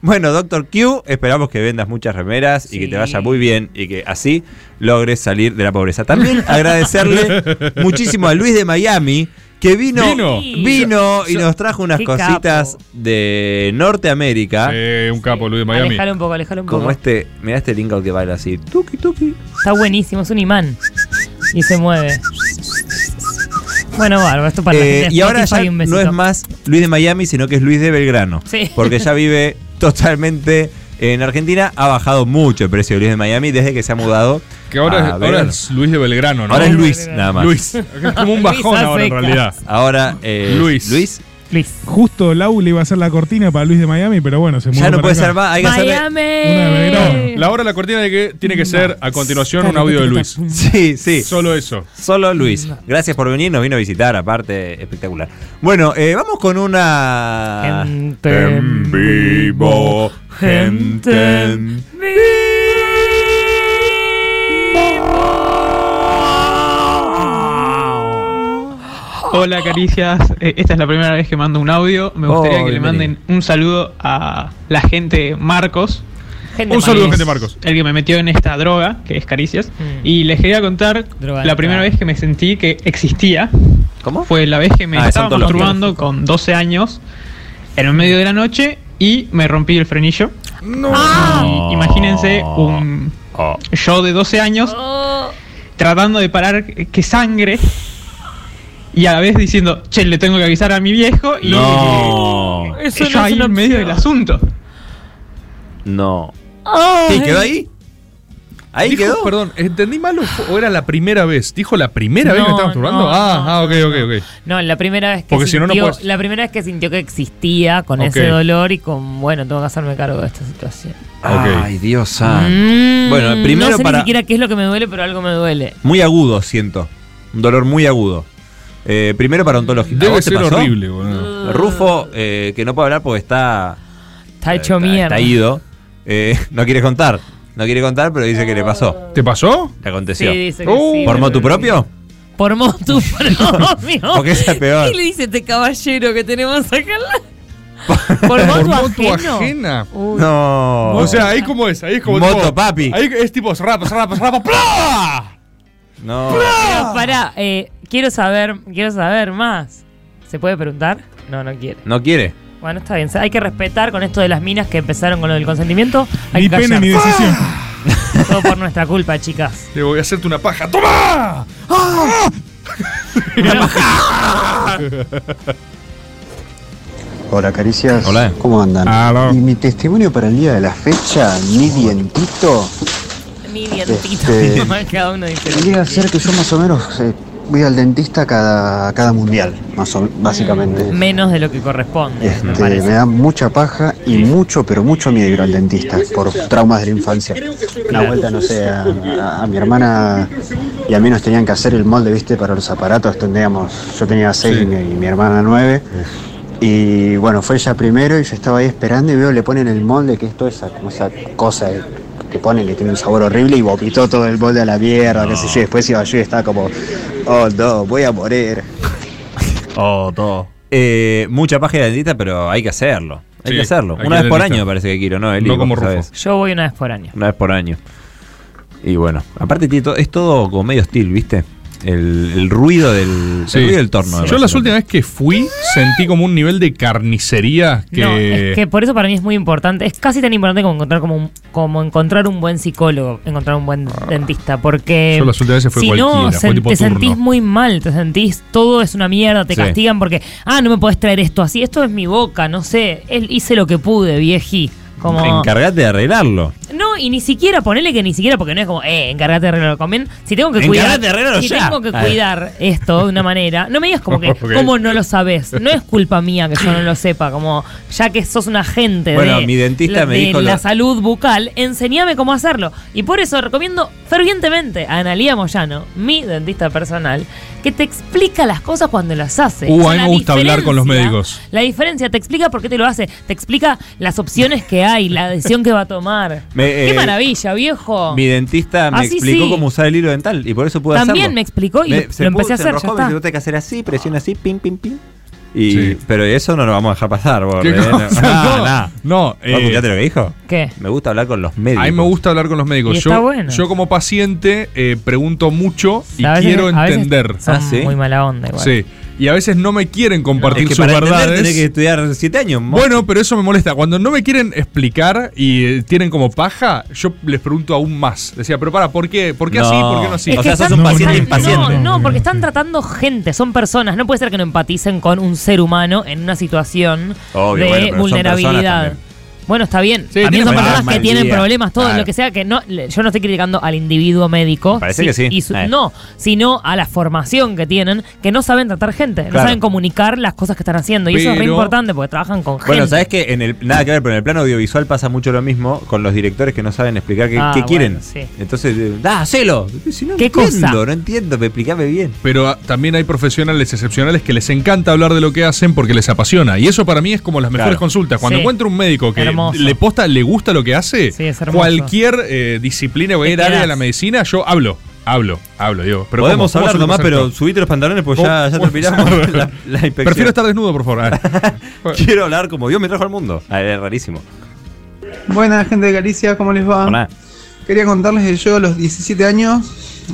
[SPEAKER 9] Bueno, Dr. Q, esperamos que vendas muchas remeras y que te vaya muy bien y que así logres salir de la pobreza. También agradecerle muchísimo a Luis de Miami que vino,
[SPEAKER 7] Vino.
[SPEAKER 9] vino, y
[SPEAKER 7] Yo-
[SPEAKER 9] nos trajo unas
[SPEAKER 6] qué
[SPEAKER 9] cositas de Norteamérica.
[SPEAKER 7] un capo Luis de
[SPEAKER 6] Alejalo un poco, alejalo un poco.
[SPEAKER 9] Como este, mira este Lincoln que baila así. Tuki, tuki.
[SPEAKER 6] Está buenísimo, es un imán. Y se mueve. Bueno, bárbaro, esto para la
[SPEAKER 9] Eh,
[SPEAKER 6] gente de
[SPEAKER 9] y ahora
[SPEAKER 6] Spotify,
[SPEAKER 9] ya
[SPEAKER 6] un
[SPEAKER 9] no
[SPEAKER 6] besito.
[SPEAKER 9] es más Luis de Miami, sino que es Luis de Belgrano.
[SPEAKER 6] Sí.
[SPEAKER 9] Porque ya vive totalmente en Argentina. Ha bajado mucho el precio de Luis de Miami desde que se ha mudado.
[SPEAKER 7] Que ahora,
[SPEAKER 9] a
[SPEAKER 7] es, ahora
[SPEAKER 9] Belgrano.
[SPEAKER 7] es Luis de Belgrano, ¿no?
[SPEAKER 9] Ahora es Luis, nada más.
[SPEAKER 7] Luis. Es como un bajón
[SPEAKER 6] Luis
[SPEAKER 7] ahora en
[SPEAKER 6] Aseca.
[SPEAKER 7] realidad.
[SPEAKER 9] Ahora eh,
[SPEAKER 7] Luis.
[SPEAKER 9] Luis.
[SPEAKER 1] Justo Lau le iba a hacer la cortina para Luis de Miami, pero bueno, se mudó
[SPEAKER 9] Ya no
[SPEAKER 1] para
[SPEAKER 9] puede
[SPEAKER 1] acá.
[SPEAKER 9] ser más. Hay que hacerle.
[SPEAKER 7] No, la hora de la cortina de que tiene que ser a continuación un audio de Luis.
[SPEAKER 9] Sí, sí.
[SPEAKER 7] Solo eso.
[SPEAKER 9] Solo Luis. Gracias por venir, nos vino a visitar, aparte, espectacular. Bueno, eh, vamos con una.
[SPEAKER 6] Gente
[SPEAKER 9] en vivo. Gente en
[SPEAKER 18] Hola caricias, Eh, esta es la primera vez que mando un audio. Me gustaría
[SPEAKER 9] Oh,
[SPEAKER 18] que le manden un saludo a la gente Marcos.
[SPEAKER 6] Gente Un saludo, Marcos. gente
[SPEAKER 18] Marcos. El que me metió en esta droga, que es caricias.
[SPEAKER 6] Mm.
[SPEAKER 18] Y les quería contar
[SPEAKER 6] Droga,
[SPEAKER 18] la primera
[SPEAKER 6] droga.
[SPEAKER 18] vez que me sentí que existía.
[SPEAKER 9] ¿Cómo?
[SPEAKER 18] Fue la vez que me
[SPEAKER 9] Ah, son
[SPEAKER 18] estaba
[SPEAKER 9] todos los
[SPEAKER 18] masturbando con 12 años en el medio de la noche y me rompí el frenillo.
[SPEAKER 7] No.
[SPEAKER 18] Y imagínense un
[SPEAKER 9] Oh.
[SPEAKER 18] yo de 12 años tratando de parar que sangre y a la vez diciendo, che, le tengo que avisar a mi viejo y
[SPEAKER 9] No.
[SPEAKER 18] yo ahí en medio del asunto.
[SPEAKER 9] No.
[SPEAKER 18] Ay.
[SPEAKER 9] ¿Qué quedó ahí? Ahí
[SPEAKER 7] Dijo-
[SPEAKER 9] quedó.
[SPEAKER 7] Perdón, ¿entendí mal o, fu- o era la primera vez? ¿Dijo la primera vez que
[SPEAKER 6] No,
[SPEAKER 7] estaba masturbando?
[SPEAKER 6] no,
[SPEAKER 7] ah, ah, ok, ok, ok.
[SPEAKER 6] No, la primera vez que
[SPEAKER 7] Porque si no,
[SPEAKER 6] sintió,
[SPEAKER 7] no puedes.
[SPEAKER 6] la primera vez que sintió que existía con
[SPEAKER 7] Ok.
[SPEAKER 6] ese dolor y con bueno, tengo que hacerme cargo de esta situación.
[SPEAKER 9] Ay, Dios santo.
[SPEAKER 6] Mm,
[SPEAKER 9] Ah. bueno, primero
[SPEAKER 6] no sé
[SPEAKER 9] para.
[SPEAKER 6] ni siquiera qué es lo que me duele, pero algo me duele.
[SPEAKER 9] Muy agudo, siento. Un dolor muy agudo. Eh, primero para ontológico.
[SPEAKER 7] Debe
[SPEAKER 9] ¿A vos te
[SPEAKER 7] ser
[SPEAKER 9] pasó?
[SPEAKER 7] horrible, boludo.
[SPEAKER 9] Rufo, eh, que no puede hablar porque está.
[SPEAKER 6] Está hecho mierda.
[SPEAKER 9] Está ido. Eh, no quiere contar. No quiere contar, pero dice que le pasó.
[SPEAKER 7] ¿Te pasó?
[SPEAKER 9] Le aconteció.
[SPEAKER 6] Sí, dice que sí.
[SPEAKER 9] ¿Por motu propio?
[SPEAKER 6] Por motu propio.
[SPEAKER 9] Porque esa es peor.
[SPEAKER 6] ¿Qué le dice este caballero que tenemos acá? al lado? Por motu ajeno.
[SPEAKER 7] ajena.
[SPEAKER 6] Uy.
[SPEAKER 9] No.
[SPEAKER 7] O sea, ahí como es, ahí es como
[SPEAKER 9] Oh. Moto,
[SPEAKER 7] tipo-
[SPEAKER 9] papi.
[SPEAKER 7] Ahí es tipo rapas, rapas, rapas,
[SPEAKER 6] Ah.
[SPEAKER 7] ¡plá!
[SPEAKER 9] No.
[SPEAKER 6] Pero pará, eh, quiero saber, quiero saber más. ¿Se puede preguntar? No, no quiere.
[SPEAKER 9] No quiere.
[SPEAKER 6] Bueno, está bien. Hay que respetar con esto de las minas que empezaron con lo del consentimiento. Hay
[SPEAKER 1] Ni
[SPEAKER 6] que
[SPEAKER 1] pena
[SPEAKER 6] callar.
[SPEAKER 1] ni decisión.
[SPEAKER 6] Todo por nuestra culpa, chicas.
[SPEAKER 7] Le voy a hacerte una paja. ¡Toma!
[SPEAKER 15] Hola, caricias.
[SPEAKER 9] Hola.
[SPEAKER 15] ¿Cómo andan? Y mi testimonio para el día de la fecha, ni dientito,
[SPEAKER 6] Ni dientito.
[SPEAKER 15] Este-
[SPEAKER 6] Cada uno dice.
[SPEAKER 15] llega a ser que yo más o menos eh, voy al dentista cada, cada mundial, más o- básicamente.
[SPEAKER 6] Menos de lo que corresponde, me
[SPEAKER 15] Este,
[SPEAKER 6] parece.
[SPEAKER 15] me da mucha paja y mucho, pero mucho miedo ir al dentista por traumas de la infancia. Una vuelta, no sé, a, a- a mi hermana y a mí nos tenían que hacer el molde, viste, para los aparatos. Teníamos, yo tenía seis y, mi, y mi hermana nueve. Y bueno, fue ella primero y yo estaba ahí esperando y veo, le ponen el molde, que es toda esa, como esa cosa que ponen que tiene un sabor horrible y vomitó todo el molde a la mierda, qué sé yo. Después iba yo y estaba como, oh no, voy a morir.
[SPEAKER 9] Oh, todo. Eh, mucha paja de dentista, pero hay que hacerlo. Hay
[SPEAKER 7] Sí,
[SPEAKER 9] que hacerlo.
[SPEAKER 7] hay que
[SPEAKER 9] Una
[SPEAKER 7] ir
[SPEAKER 9] vez
[SPEAKER 7] al
[SPEAKER 9] por
[SPEAKER 7] dentista.
[SPEAKER 9] año me parece que quiero, ¿no? Eli?
[SPEAKER 7] No
[SPEAKER 9] Vos
[SPEAKER 7] como Rufo.
[SPEAKER 9] sabés.
[SPEAKER 6] Yo voy una vez por año.
[SPEAKER 9] Una vez por año. Y bueno, aparte tiene to- es todo como medio hostil, ¿viste? El, el ruido del,
[SPEAKER 7] Sí.
[SPEAKER 9] el ruido del torno. me
[SPEAKER 7] Yo las
[SPEAKER 9] parece.
[SPEAKER 7] últimas veces que fui sentí como un nivel de carnicería que...
[SPEAKER 6] No, es que por eso para mí es muy importante. Es casi tan importante como encontrar como, un- como encontrar un buen psicólogo, encontrar un buen dentista, porque
[SPEAKER 7] Yo las últimas veces fue
[SPEAKER 6] si no
[SPEAKER 7] cualquiera, fue
[SPEAKER 6] sen-
[SPEAKER 7] tipo
[SPEAKER 6] te
[SPEAKER 7] turno.
[SPEAKER 6] sentís muy mal, te sentís todo es una mierda, te
[SPEAKER 7] Sí.
[SPEAKER 6] castigan porque ah no me podés traer esto así, esto es mi boca, no sé, él hice lo que pude, vieji, como
[SPEAKER 9] Encargate de arreglarlo.
[SPEAKER 6] no, No, y ni siquiera, ponele que ni siquiera, porque no es como, eh, encárgate de arreglarlo. Conven- Si tengo que cuidar.
[SPEAKER 9] Encárgate de arreglarlo
[SPEAKER 6] si
[SPEAKER 9] ya.
[SPEAKER 6] tengo que
[SPEAKER 9] A ver.
[SPEAKER 6] cuidar esto de una manera. No me digas como que,
[SPEAKER 9] Ok.
[SPEAKER 6] ¿cómo no lo sabes? No es culpa mía que yo no lo sepa. Como, ya que sos un agente
[SPEAKER 9] Bueno,
[SPEAKER 6] de,
[SPEAKER 9] mi dentista
[SPEAKER 6] la-
[SPEAKER 9] me
[SPEAKER 6] de
[SPEAKER 9] dijo
[SPEAKER 6] la
[SPEAKER 9] lo-
[SPEAKER 6] salud bucal, enseñame cómo hacerlo. Y por eso recomiendo fervientemente a Analía Moyano, mi dentista personal, que te explica las cosas cuando las hace. O
[SPEAKER 7] Uh,
[SPEAKER 6] sea,
[SPEAKER 7] a mí
[SPEAKER 6] la
[SPEAKER 7] me gusta hablar
[SPEAKER 6] diferencia-
[SPEAKER 7] con los médicos.
[SPEAKER 6] La diferencia, te explica por qué te lo hace, te explica las opciones que hay, la decisión que va a tomar.
[SPEAKER 9] Me,
[SPEAKER 6] ¡Qué
[SPEAKER 9] eh,
[SPEAKER 6] maravilla, viejo!
[SPEAKER 9] Mi dentista me
[SPEAKER 6] Así
[SPEAKER 9] explicó
[SPEAKER 6] sí.
[SPEAKER 9] cómo usar el hilo dental y por eso pude hacerlo.
[SPEAKER 6] También me explicó y
[SPEAKER 9] Me-
[SPEAKER 6] lo,
[SPEAKER 9] se
[SPEAKER 6] lo
[SPEAKER 9] pudo-
[SPEAKER 6] empecé a
[SPEAKER 9] se
[SPEAKER 6] hacer, ya
[SPEAKER 9] enroscó, me
[SPEAKER 6] está.
[SPEAKER 9] dijo, "Tenés que hacer así, presiona así, pim, pim, pim. Y, Pero eso no lo vamos a dejar pasar, borde.
[SPEAKER 7] ¿Qué
[SPEAKER 9] ¿eh?
[SPEAKER 7] cosa?
[SPEAKER 9] No,
[SPEAKER 7] No,
[SPEAKER 9] no.
[SPEAKER 7] no, eh,
[SPEAKER 9] ¿Vos escuchaste lo que dijo?
[SPEAKER 6] ¿Qué?
[SPEAKER 9] Me gusta hablar con los médicos.
[SPEAKER 7] A mí me gusta hablar con los médicos.
[SPEAKER 9] Y
[SPEAKER 7] yo,
[SPEAKER 9] está bueno.
[SPEAKER 7] yo como paciente eh, pregunto mucho y
[SPEAKER 6] A veces-
[SPEAKER 7] quiero
[SPEAKER 6] a veces
[SPEAKER 7] entender.
[SPEAKER 9] Ah,
[SPEAKER 6] son muy mala onda igual.
[SPEAKER 7] Sí. Y a veces no me quieren compartir
[SPEAKER 9] Es que
[SPEAKER 7] sus
[SPEAKER 9] para entender
[SPEAKER 7] verdades.
[SPEAKER 9] tenés que estudiar 7 años. mo-
[SPEAKER 7] Bueno, pero eso me molesta. Cuando no me quieren explicar y eh, tienen como paja, yo les pregunto aún más. Decía, pero para, ¿por qué? ¿Por qué así?
[SPEAKER 9] No.
[SPEAKER 7] ¿Por qué no así?
[SPEAKER 9] Es O que sea, sos están- un paciente
[SPEAKER 6] están-
[SPEAKER 9] impaciente.
[SPEAKER 6] No, no, porque están tratando gente, son personas. No puede ser que no empaticen con un ser humano en una situación
[SPEAKER 9] Obvio, bueno, pero
[SPEAKER 6] de
[SPEAKER 9] son personas
[SPEAKER 6] vulnerabilidad.
[SPEAKER 9] también.
[SPEAKER 6] Bueno, está bien.
[SPEAKER 9] Sí,
[SPEAKER 6] también
[SPEAKER 9] tienen
[SPEAKER 6] son
[SPEAKER 9] problemas
[SPEAKER 6] personas que
[SPEAKER 9] mal
[SPEAKER 6] tienen
[SPEAKER 9] día.
[SPEAKER 6] problemas, todo
[SPEAKER 9] Claro.
[SPEAKER 6] lo que sea que no. le- Yo no estoy criticando al individuo médico.
[SPEAKER 9] Parece
[SPEAKER 6] si-
[SPEAKER 9] que sí.
[SPEAKER 6] y su-
[SPEAKER 9] Eh.
[SPEAKER 6] No, sino a la formación que tienen, que no saben tratar gente, no
[SPEAKER 9] Claro.
[SPEAKER 6] saben comunicar las cosas que están haciendo. Y eso es re
[SPEAKER 9] Pero-
[SPEAKER 6] importante porque trabajan con gente.
[SPEAKER 9] Bueno, sabes que en el nada que ver, pero en el plano audiovisual pasa mucho lo mismo con los directores que no saben explicar qué,
[SPEAKER 6] Ah,
[SPEAKER 9] qué
[SPEAKER 6] bueno,
[SPEAKER 9] quieren.
[SPEAKER 6] sí.
[SPEAKER 9] Entonces, eh, da, hacelo. Si no
[SPEAKER 6] ¿Qué
[SPEAKER 9] entiendo,
[SPEAKER 6] cosa?
[SPEAKER 9] no entiendo, me explícame bien.
[SPEAKER 7] Pero ah, también hay profesionales excepcionales que les encanta hablar de lo que hacen porque les apasiona. Y eso para mí es como las mejores
[SPEAKER 9] Claro.
[SPEAKER 7] consultas. Cuando
[SPEAKER 9] Sí.
[SPEAKER 7] encuentro un médico que
[SPEAKER 9] Hermoso.
[SPEAKER 7] le posta, le gusta lo que hace,
[SPEAKER 9] Sí, es hermoso.
[SPEAKER 7] cualquier eh, disciplina, cualquier área de
[SPEAKER 9] quedás.
[SPEAKER 7] la medicina, yo hablo. Hablo, hablo, digo. Pero
[SPEAKER 9] Podemos
[SPEAKER 7] ¿cómo? ¿Cómo
[SPEAKER 9] hablar nomás,
[SPEAKER 7] solemos
[SPEAKER 9] pero
[SPEAKER 7] hacer
[SPEAKER 9] subite los pantalones porque
[SPEAKER 7] ¿Cómo-
[SPEAKER 9] ya, ya
[SPEAKER 7] cómo-
[SPEAKER 9] terminamos la, la
[SPEAKER 7] esto?
[SPEAKER 9] inspección.
[SPEAKER 7] Prefiero estar desnudo, por favor. Ah.
[SPEAKER 9] Quiero hablar como Dios me trajo al mundo. Ah, es rarísimo.
[SPEAKER 19] Buenas, gente de Galicia, ¿cómo les va?
[SPEAKER 9] Hola.
[SPEAKER 19] Quería contarles que yo a los 17 años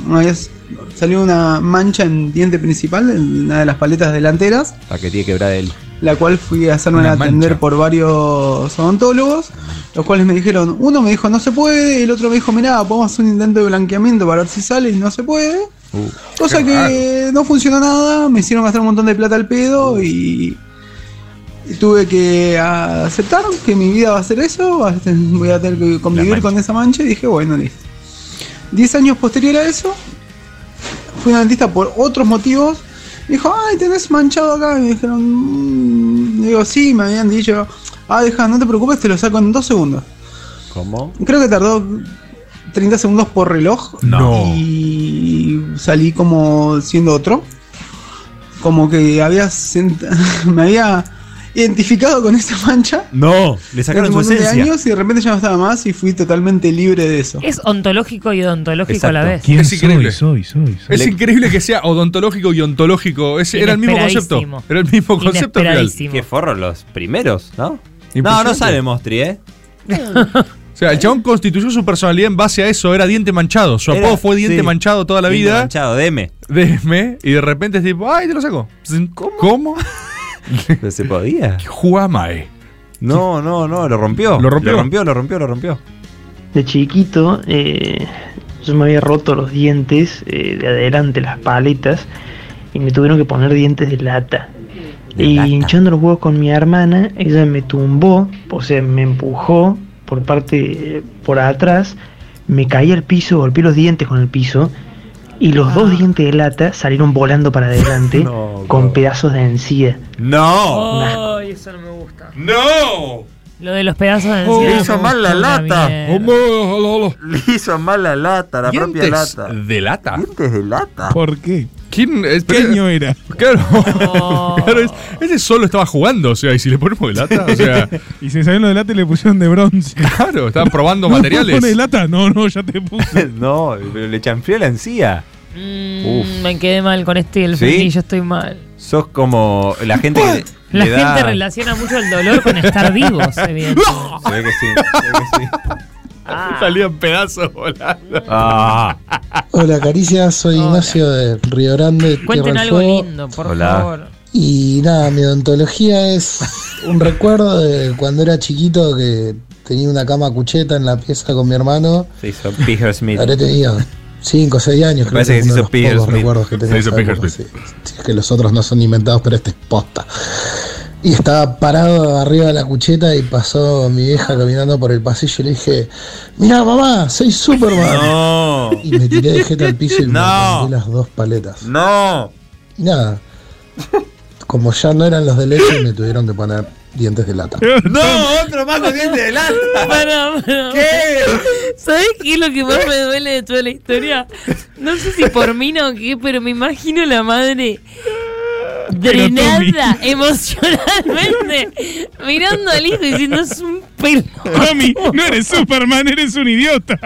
[SPEAKER 19] me había s- salido una mancha en diente principal, en una de las paletas delanteras,
[SPEAKER 9] La Ah, que tiene quebrada él.
[SPEAKER 19] la cual fui a hacerme
[SPEAKER 9] Una
[SPEAKER 19] atender
[SPEAKER 9] mancha.
[SPEAKER 19] por varios odontólogos, los cuales me dijeron, uno me dijo no se puede, el otro me dijo, mirá, podemos hacer un intento de blanqueamiento para ver si sale y no se puede. Cosa que no funcionó nada, me hicieron gastar un montón de plata al pedo y y tuve que ah, aceptar que mi vida va a ser eso, va a ser- voy a tener que convivir con esa mancha y dije, bueno, listo. Diez años posterior a eso, fui al dentista por otros motivos. Me dijo, ay, tenés manchado acá. Y me dijeron, "Mm". digo, sí, me habían dicho, ah, deja, no te preocupes, te lo saco en dos segundos.
[SPEAKER 9] ¿Cómo?
[SPEAKER 19] Creo que tardó 30 segundos por reloj.
[SPEAKER 7] No.
[SPEAKER 19] Y salí como siendo otro. Como que había sent- me había identificado con esa mancha.
[SPEAKER 9] No, le
[SPEAKER 19] durante
[SPEAKER 9] sacaron
[SPEAKER 19] un
[SPEAKER 9] su
[SPEAKER 19] montón de
[SPEAKER 9] esencia.
[SPEAKER 19] años y de repente ya no estaba más y fui totalmente libre de eso.
[SPEAKER 6] Es ontológico y odontológico a la
[SPEAKER 19] Exacto.
[SPEAKER 6] vez.
[SPEAKER 7] ¿Quién Es increíble.
[SPEAKER 19] Soy, soy,
[SPEAKER 7] Es increíble que sea odontológico y ontológico. Ese era el mismo concepto.
[SPEAKER 6] Inesperadísimo.
[SPEAKER 7] Era el mismo concepto. real.
[SPEAKER 9] Qué forro los primeros, ¿no? No, no
[SPEAKER 7] Impresionante.
[SPEAKER 9] sale Mostri, ¿eh?
[SPEAKER 7] O sea, el chabón constituyó su personalidad en base a eso. Era diente manchado. Su
[SPEAKER 9] Era-
[SPEAKER 7] apodo fue diente
[SPEAKER 9] sí.
[SPEAKER 7] manchado toda la
[SPEAKER 9] Diente
[SPEAKER 7] vida.
[SPEAKER 9] manchado, DM.
[SPEAKER 7] DM. Y de repente es tipo, ay, te lo saco. ¿Cómo? ¿Cómo?
[SPEAKER 9] No se podía.
[SPEAKER 7] Juamae.
[SPEAKER 9] No, no, no, lo rompió.
[SPEAKER 7] Lo rompió.
[SPEAKER 9] Lo rompió, lo rompió, lo rompió.
[SPEAKER 20] De chiquito, eh, yo me había roto los dientes eh, de adelante, las paletas, y me tuvieron que poner dientes de lata. y hinchando los huevos con mi hermana, ella me tumbó, o sea, me empujó por parte, eh, por atrás, me caí al piso, golpeé los dientes con el piso, y los
[SPEAKER 6] Ah.
[SPEAKER 20] dos dientes de lata salieron volando para adelante con pedazos de encía.
[SPEAKER 6] Oh,
[SPEAKER 9] ¡No!
[SPEAKER 6] Ay, eso no me gusta.
[SPEAKER 9] ¡No!
[SPEAKER 6] Lo de los pedazos de
[SPEAKER 9] Oh,
[SPEAKER 6] encía
[SPEAKER 9] hizo
[SPEAKER 6] me
[SPEAKER 9] mal la
[SPEAKER 6] gusta una
[SPEAKER 9] lata.
[SPEAKER 6] mierda.
[SPEAKER 9] Le hizo mal la lata, la propia
[SPEAKER 7] Dientes
[SPEAKER 9] lata.
[SPEAKER 7] de lata.
[SPEAKER 9] Dientes de lata.
[SPEAKER 7] ¿Por qué? ¿Quién es-
[SPEAKER 10] año era?
[SPEAKER 7] Claro. Claro, es- ese solo estaba jugando, o sea, y si le ponemos de lata, o sea,
[SPEAKER 10] Y se salieron de lata y le pusieron de bronce.
[SPEAKER 7] claro, estaban probando
[SPEAKER 10] ¿No
[SPEAKER 7] materiales.
[SPEAKER 10] pone lata? No, no, ya te puse.
[SPEAKER 9] no, pero le chanfrió la encía. Uf.
[SPEAKER 6] Mm, Me quedé mal con este y el
[SPEAKER 9] ¿Sí?
[SPEAKER 6] frenillo, yo estoy mal.
[SPEAKER 9] Sos como la gente que le-
[SPEAKER 6] La
[SPEAKER 9] le da-
[SPEAKER 6] gente relaciona mucho el dolor con estar vivos, evidentemente.
[SPEAKER 9] Se ve que sí, se ve que sí.
[SPEAKER 7] Salían pedazos volando.
[SPEAKER 9] Ah.
[SPEAKER 21] Hola Caricia, soy Ignacio de Río Grande. Tierra
[SPEAKER 6] Cuenten
[SPEAKER 21] del
[SPEAKER 6] algo
[SPEAKER 21] Fuego.
[SPEAKER 6] lindo, por
[SPEAKER 21] Hola.
[SPEAKER 6] favor.
[SPEAKER 21] Y nada, mi odontología es un recuerdo de cuando era chiquito que tenía una cama cucheta en la pieza con mi hermano.
[SPEAKER 9] Se hizo Peter Smith.
[SPEAKER 21] Habré tenido 5 o 6
[SPEAKER 9] Me
[SPEAKER 21] años, creo
[SPEAKER 9] parece
[SPEAKER 21] que
[SPEAKER 9] que
[SPEAKER 21] es
[SPEAKER 9] se
[SPEAKER 21] uno de
[SPEAKER 9] hizo
[SPEAKER 21] los
[SPEAKER 9] Peter
[SPEAKER 21] pocos
[SPEAKER 9] Smith.
[SPEAKER 21] recuerdos que tengo.
[SPEAKER 9] Se hizo
[SPEAKER 21] de esa
[SPEAKER 9] Peter
[SPEAKER 21] época,
[SPEAKER 9] Smith.
[SPEAKER 21] sí. Si es que los otros no son inventados, pero este es posta. Y estaba parado arriba de la cucheta y pasó mi vieja caminando por el pasillo y le dije, mira mamá, soy Superman.
[SPEAKER 9] No.
[SPEAKER 21] Y me tiré de jeta al piso y me
[SPEAKER 9] No.
[SPEAKER 21] rompí las dos paletas.
[SPEAKER 9] No.
[SPEAKER 21] Y nada, como ya no eran los de leche, me tuvieron que poner dientes de lata.
[SPEAKER 9] No, otro más con dientes de lata.
[SPEAKER 13] ¿Qué? ¿Sabés qué es lo que más me duele de toda la historia? No sé si por mí no o qué, pero me imagino la madre drenada emocionalmente mirando al hijo y diciendo es un pelo.
[SPEAKER 10] Tommy, no eres Superman, eres un idiota.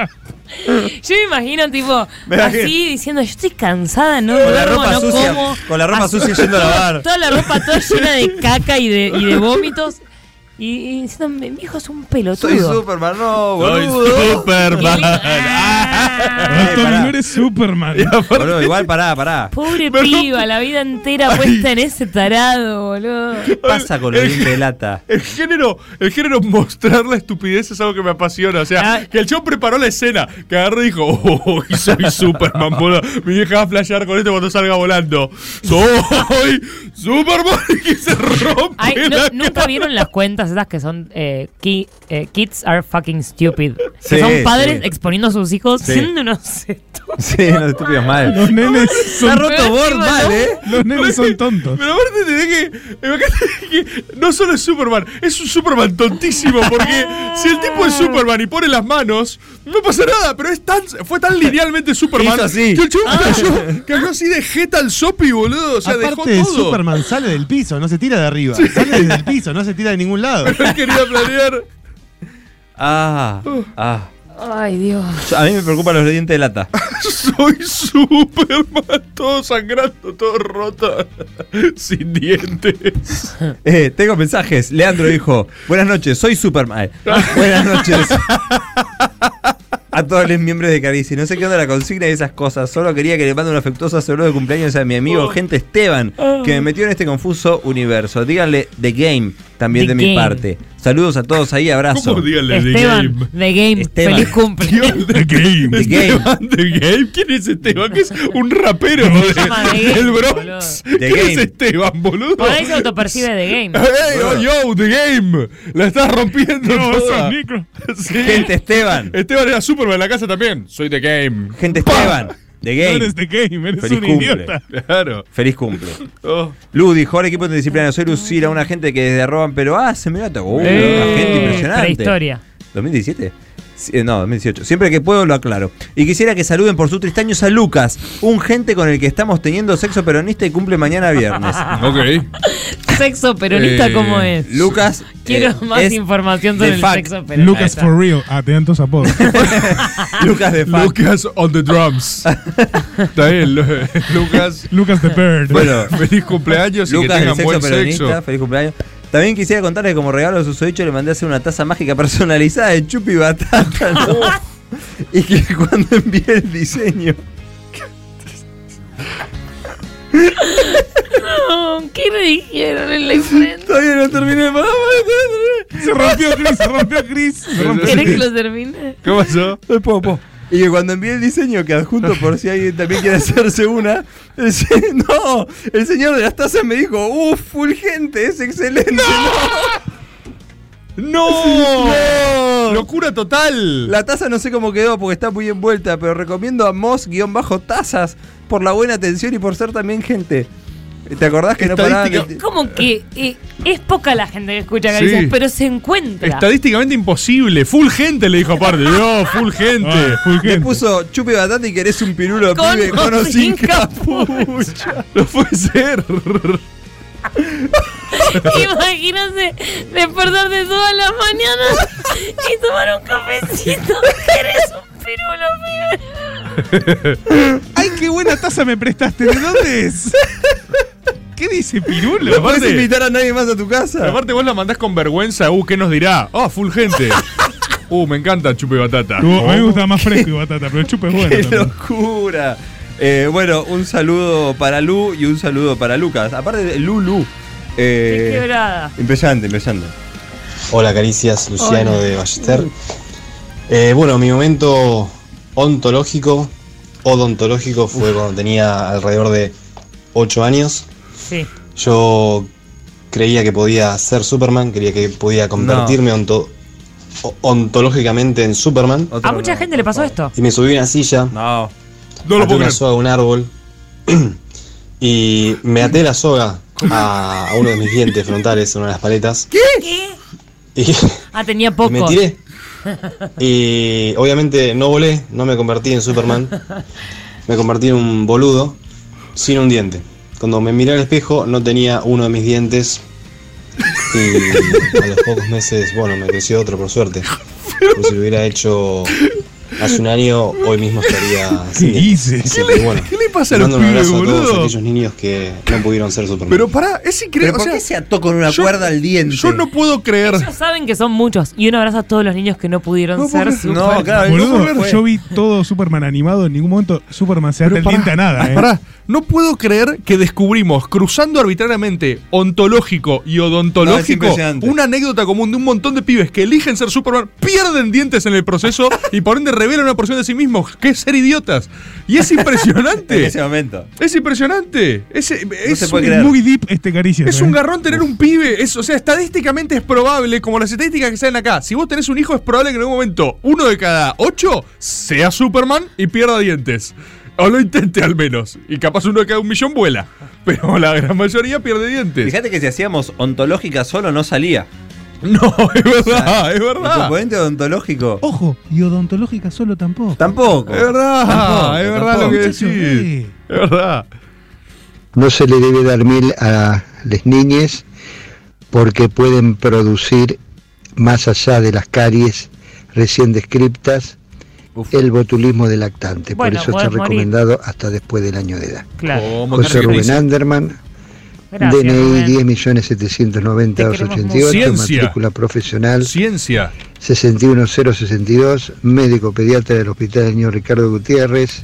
[SPEAKER 13] Yo me imagino tipo
[SPEAKER 10] Me imagino.
[SPEAKER 13] así diciendo yo estoy cansada, no
[SPEAKER 10] Con la
[SPEAKER 13] duermo,
[SPEAKER 10] ropa
[SPEAKER 13] no
[SPEAKER 10] sucia,
[SPEAKER 13] como.
[SPEAKER 9] con la ropa
[SPEAKER 13] Así-
[SPEAKER 9] sucia yendo a lavar.
[SPEAKER 13] Toda la ropa toda llena de caca y de, y de vómitos. Y, y diciendo, mi hijo es un pelotudo.
[SPEAKER 9] Soy Superman, no,
[SPEAKER 13] Soy
[SPEAKER 9] boludo. Eh,
[SPEAKER 13] Superman.
[SPEAKER 10] Tommy, no eres Superman.
[SPEAKER 9] Boludo, igual pará, pará.
[SPEAKER 13] Pobre piba, la vida entera puesta en ese tarado, boludo.
[SPEAKER 9] ¿Qué pasa con los dientes de lata?
[SPEAKER 11] El género, el género mostrar la estupidez es algo que me apasiona. O sea,
[SPEAKER 10] Ah.
[SPEAKER 11] que el show preparó la escena, que agarró y dijo, oh, soy Superman, boludo. Mi vieja va a flashear con esto cuando salga volando. Soy Superman y se rompe
[SPEAKER 13] Ay, no-
[SPEAKER 11] la
[SPEAKER 13] ¿Nunca vieron las cuentas esas que son eh, ki- eh, Kids are fucking stupid?
[SPEAKER 9] Sí,
[SPEAKER 13] que son padres
[SPEAKER 9] sí.
[SPEAKER 13] exponiendo a sus hijos
[SPEAKER 9] Sí.
[SPEAKER 13] siendo unos
[SPEAKER 9] Sí, no estúpidos mal.
[SPEAKER 10] Los nenes
[SPEAKER 9] Se ha roto Bord mal, ¿eh?
[SPEAKER 10] Los nenes son tontos.
[SPEAKER 11] Pero aparte tenés que, imagínate que no solo es Superman, es un Superman tontísimo, porque si el tipo es Superman y pone las manos, no pasa nada, pero es tan, fue tan linealmente Superman
[SPEAKER 9] Hizo así.
[SPEAKER 11] que el chabón
[SPEAKER 9] Ah.
[SPEAKER 11] cayó, cayó así de jeta al sopi, boludo. O sea,
[SPEAKER 17] Aparte,
[SPEAKER 11] dejó todo.
[SPEAKER 17] Superman sale del piso, no se tira de arriba. Sale desde el piso, no se tira de ningún lado.
[SPEAKER 11] Él quería planear.
[SPEAKER 9] Ah, ah.
[SPEAKER 13] Ay, Dios.
[SPEAKER 9] Yo- A mí me preocupan los dientes de lata.
[SPEAKER 11] Soy Superman, todo sangrando, todo roto, sin dientes.
[SPEAKER 9] Eh, tengo mensajes. Leandro dijo: Buenas noches, soy Superman. Buenas noches. A todos los miembros de Carici. No sé qué onda la consigna de esas cosas. Solo quería que le mande un afectuoso saludo de cumpleaños a mi amigo Gente Esteban, que me metió en este confuso universo. Díganle The Game también
[SPEAKER 13] The
[SPEAKER 9] de mi
[SPEAKER 13] Game.
[SPEAKER 9] parte. Saludos a todos ahí, abrazo.
[SPEAKER 11] ¿Cómo díganle
[SPEAKER 13] Esteban, The Game,
[SPEAKER 9] Esteban.
[SPEAKER 13] feliz cumple.
[SPEAKER 11] The Game.
[SPEAKER 9] The Game.
[SPEAKER 11] The Game. ¿Quién es Esteban? Que es un rapero de-
[SPEAKER 13] llama The Game,
[SPEAKER 11] del Bronx.
[SPEAKER 9] boludo. The
[SPEAKER 11] ¿Quién es
[SPEAKER 9] Game.
[SPEAKER 11] Esteban, boludo?
[SPEAKER 13] Por ahí se autopercibe The Game.
[SPEAKER 11] Hey, oh, yo, The Game. La estás rompiendo.
[SPEAKER 10] No,
[SPEAKER 11] toda.
[SPEAKER 10] sos micro.
[SPEAKER 11] Sí.
[SPEAKER 9] Gente Esteban.
[SPEAKER 11] Esteban era Superman en la casa también. Soy The Game.
[SPEAKER 9] Gente Esteban. The
[SPEAKER 10] No
[SPEAKER 9] Game.
[SPEAKER 10] eres de game, eres
[SPEAKER 9] Feliz
[SPEAKER 10] un
[SPEAKER 9] cumple.
[SPEAKER 10] idiota.
[SPEAKER 11] Claro.
[SPEAKER 9] Feliz cumple.
[SPEAKER 11] Oh.
[SPEAKER 9] Lu dijo, ahora equipo disciplina soy Lucila, una gente que desde arroban, pero ah, se me nota. Uh, una gente impresionante.
[SPEAKER 13] Prehistoria.
[SPEAKER 9] ¿2017? Sí, eh, No, 2018. Siempre que puedo lo aclaro. Y quisiera que saluden por sus tristaños a Lucas, un gente con el que estamos teniendo sexo peronista y cumple mañana viernes.
[SPEAKER 11] Ok.
[SPEAKER 13] Sexo peronista,
[SPEAKER 9] Eh,
[SPEAKER 13] ¿cómo es?
[SPEAKER 9] Lucas.
[SPEAKER 13] Quiero
[SPEAKER 9] eh,
[SPEAKER 13] más
[SPEAKER 9] es
[SPEAKER 13] información
[SPEAKER 9] de
[SPEAKER 13] sobre el
[SPEAKER 9] fact.
[SPEAKER 13] sexo peronista.
[SPEAKER 10] Lucas for real. Ah, tenían todos apodos.
[SPEAKER 9] Lucas de fact.
[SPEAKER 11] Lucas on the drums. Está bien, Lu- Lucas.
[SPEAKER 10] Lucas the Bird.
[SPEAKER 9] Bueno,
[SPEAKER 11] Feliz cumpleaños y que
[SPEAKER 9] Lucas del
[SPEAKER 11] tengan
[SPEAKER 9] sexo
[SPEAKER 11] buen
[SPEAKER 9] peronista,
[SPEAKER 11] sexo.
[SPEAKER 9] feliz cumpleaños. También quisiera contarles que como regalo de susodicho le mandé a hacer una taza mágica personalizada de chupi y batata. ¿no? y que cuando envíe el diseño.
[SPEAKER 13] No, ¿qué me dijeron en la imprenta?
[SPEAKER 9] Todavía no terminé el programa.
[SPEAKER 10] Se rompió Chris, se rompió Chris. Se rompió
[SPEAKER 13] ¿Querés que
[SPEAKER 10] Chris.
[SPEAKER 13] lo termine?
[SPEAKER 11] ¿Qué pasó?
[SPEAKER 9] Eh, Y que cuando envíe el diseño que adjunto por si alguien también quiere hacerse una. el se- no, el señor de las tazas me dijo, uff, fulgente, es excelente. No.
[SPEAKER 11] ¡No!
[SPEAKER 9] No.
[SPEAKER 11] ¡Locura total!
[SPEAKER 9] La taza no sé cómo quedó porque está muy envuelta, pero recomiendo a Moss-Tazas por la buena atención y por ser también gente. ¿Te acordás que no paraban? de-
[SPEAKER 13] Como que eh, es poca la gente que escucha
[SPEAKER 11] Sí.
[SPEAKER 13] caricias, pero se encuentra.
[SPEAKER 11] Estadísticamente imposible. Full gente le dijo aparte. No, full gente.
[SPEAKER 10] Ah, full
[SPEAKER 9] Te
[SPEAKER 10] gente.
[SPEAKER 9] puso chupe batata y querés un pirulo
[SPEAKER 13] Con
[SPEAKER 9] pibe
[SPEAKER 13] o
[SPEAKER 9] con o sin
[SPEAKER 13] sin
[SPEAKER 9] capucha.
[SPEAKER 11] No puede ser.
[SPEAKER 13] Imagínate despertarte todas las mañanas y tomar un cafecito. Eres un pirulo, pibe.
[SPEAKER 10] Ay, qué buena taza me prestaste. ¿De dónde es? ¿Qué dice Pirulo?
[SPEAKER 9] No puedes
[SPEAKER 11] Aparte-
[SPEAKER 9] invitar a nadie más a tu casa.
[SPEAKER 11] Aparte vos la mandás con vergüenza. Uh, ¿qué nos dirá? Oh, full gente. Uh, me encanta chupe batata.
[SPEAKER 10] No, a mí me gusta más fresco y batata, pero el chupe es bueno.
[SPEAKER 9] ¡Qué
[SPEAKER 10] también.
[SPEAKER 9] locura! Eh, bueno, un saludo para Lu y un saludo para Lucas. Aparte de Lu, Lu. eh,
[SPEAKER 13] Qué quebrada.
[SPEAKER 9] impresionante, impresionante.
[SPEAKER 22] Hola, caricias, Luciano de Ballester. Eh, bueno, mi momento ontológico, odontológico, fue cuando tenía alrededor de 8 años.
[SPEAKER 13] Sí.
[SPEAKER 22] Yo creía que podía ser Superman, creía que podía convertirme onto- o- ontológicamente en Superman.
[SPEAKER 6] A mucha gente le pasó esto.
[SPEAKER 22] Y me subí a una silla. No. até una soga a un árbol. y me até la soga a, a uno de mis dientes frontales, en una de las paletas.
[SPEAKER 6] ¿Qué?
[SPEAKER 22] Y,
[SPEAKER 6] Ah, tenía poco.
[SPEAKER 22] me tiré. y obviamente no volé, no me convertí en Superman. Me convertí en un boludo sin un diente. Cuando me miré al espejo no tenía uno de mis dientes. Y a los pocos meses, bueno, me creció otro por suerte. Porque si lo hubiera hecho hace un año, hoy mismo estaría.
[SPEAKER 7] ¿Qué hice? ¿Qué le- qué le pasa a los
[SPEAKER 22] mando un abrazo
[SPEAKER 7] pibes,
[SPEAKER 22] a todos
[SPEAKER 7] boludo?
[SPEAKER 22] aquellos niños que no pudieron ser Superman.
[SPEAKER 7] Pero pará, es increíble.
[SPEAKER 6] ¿Pero por qué se
[SPEAKER 7] ató con una cuerda al diente? Yo no puedo creer.
[SPEAKER 6] Ellos saben que son muchos. Y un abrazo a todos los niños que no pudieron ser super-
[SPEAKER 1] Boludo, yo vi todo Superman animado. En ningún momento Superman se ata el diente a nada. ¿eh?
[SPEAKER 15] pará,
[SPEAKER 7] no puedo creer que descubrimos, cruzando arbitrariamente ontológico y
[SPEAKER 15] No, es
[SPEAKER 7] odontológico,
[SPEAKER 15] impresionante.
[SPEAKER 7] una anécdota común de un montón de pibes que eligen ser Superman, pierden dientes en el proceso y por ende revelan una porción de sí mismos, que es ser idiotas. Y es impresionante.
[SPEAKER 9] En ese momento.
[SPEAKER 7] Es impresionante. Es,
[SPEAKER 10] ¿eh?
[SPEAKER 7] es
[SPEAKER 9] se puede
[SPEAKER 7] un-
[SPEAKER 9] creer.
[SPEAKER 1] Muy deep este caricia.
[SPEAKER 7] es un garrón tener un pibe. Es, o sea, estadísticamente es probable, como las estadísticas que salen acá. Si vos tenés un hijo, es probable que en algún momento uno de cada ocho sea Superman y pierda dientes. O lo intente al menos. Y capaz uno de cada un millón vuela. Pero la gran mayoría pierde dientes.
[SPEAKER 9] Fíjate que si hacíamos ontológica solo no salía.
[SPEAKER 7] Es verdad, es
[SPEAKER 9] El
[SPEAKER 7] verdad.
[SPEAKER 9] componente odontológico.
[SPEAKER 1] Ojo, y odontológica solo tampoco.
[SPEAKER 9] Tampoco.
[SPEAKER 7] Es verdad,
[SPEAKER 9] Tampoco,
[SPEAKER 7] es verdad
[SPEAKER 9] tampoco.
[SPEAKER 7] lo que
[SPEAKER 1] Muchacho,
[SPEAKER 7] decís. Es verdad.
[SPEAKER 4] No se le debe dar miel a las niñas porque pueden producir, más allá de las caries recién descriptas, el botulismo de lactante.
[SPEAKER 6] Bueno,
[SPEAKER 4] Por eso está
[SPEAKER 6] podés morir.
[SPEAKER 4] recomendado hasta después del año de edad.
[SPEAKER 6] Claro. ¿Cómo
[SPEAKER 4] José
[SPEAKER 6] que
[SPEAKER 4] Rubén
[SPEAKER 6] dice?
[SPEAKER 4] Anderman,
[SPEAKER 6] Gracias,
[SPEAKER 4] DNI
[SPEAKER 6] Rubén.
[SPEAKER 4] 10.790.88,
[SPEAKER 15] mucho.
[SPEAKER 4] matrícula profesional
[SPEAKER 15] Ciencia.
[SPEAKER 4] 61062, médico pediatra del Hospital del Niño Ricardo Gutiérrez,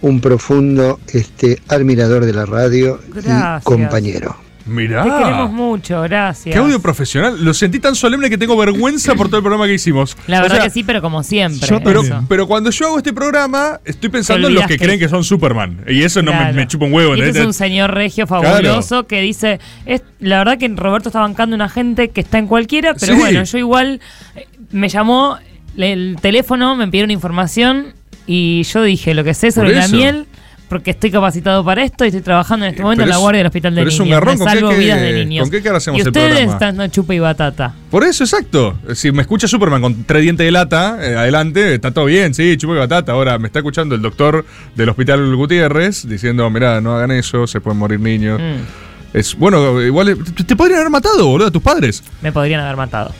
[SPEAKER 4] un profundo este, admirador de la radio
[SPEAKER 6] Gracias.
[SPEAKER 4] y compañero.
[SPEAKER 7] Mirá.
[SPEAKER 6] Te queremos mucho, gracias.
[SPEAKER 7] Ah. Qué audio profesional. Lo sentí tan solemne que tengo vergüenza por todo el programa que hicimos.
[SPEAKER 6] La
[SPEAKER 7] O
[SPEAKER 6] verdad
[SPEAKER 7] sea,
[SPEAKER 6] que sí, pero como siempre.
[SPEAKER 7] pero,
[SPEAKER 6] eso.
[SPEAKER 7] pero cuando yo hago este programa, estoy pensando en los
[SPEAKER 6] olvidás
[SPEAKER 7] que
[SPEAKER 6] que-
[SPEAKER 7] creen que son Superman. Y eso no me,
[SPEAKER 6] Claro.
[SPEAKER 7] me chupa un huevo.
[SPEAKER 6] Y este
[SPEAKER 7] ¿entendés?
[SPEAKER 6] es un señor regio
[SPEAKER 7] Claro.
[SPEAKER 6] fabuloso que dice, es, la verdad que Roberto está bancando una gente que está en cualquiera, pero
[SPEAKER 7] Sí.
[SPEAKER 6] bueno, yo igual eh, me llamó le- el teléfono, me pidieron información y yo dije lo que sé sobre
[SPEAKER 7] Por
[SPEAKER 6] la
[SPEAKER 7] eso. Eh,
[SPEAKER 6] miel. Porque estoy capacitado para esto y estoy trabajando en este momento
[SPEAKER 7] pero
[SPEAKER 6] en la
[SPEAKER 7] es-
[SPEAKER 6] guardia del hospital de
[SPEAKER 7] pero
[SPEAKER 6] niños.
[SPEAKER 7] es un garrón,
[SPEAKER 6] Me
[SPEAKER 7] ¿con qué
[SPEAKER 6] salvo
[SPEAKER 7] que-
[SPEAKER 6] vidas de niños.
[SPEAKER 7] con qué cara hacemos
[SPEAKER 6] y
[SPEAKER 7] el
[SPEAKER 6] ustedes
[SPEAKER 7] programa?
[SPEAKER 6] están no chupa y batata.
[SPEAKER 7] Por eso, exacto. Si me escucha Superman con tres dientes de lata, eh, adelante, está todo bien, sí, chupa y batata. Ahora me está escuchando el doctor del hospital Gutiérrez diciendo, mirá, no hagan eso, se pueden morir niños.
[SPEAKER 6] Mm.
[SPEAKER 7] Es, bueno, igual eh, te, te podrían haber matado, boludo, a tus padres.
[SPEAKER 6] Me podrían haber matado.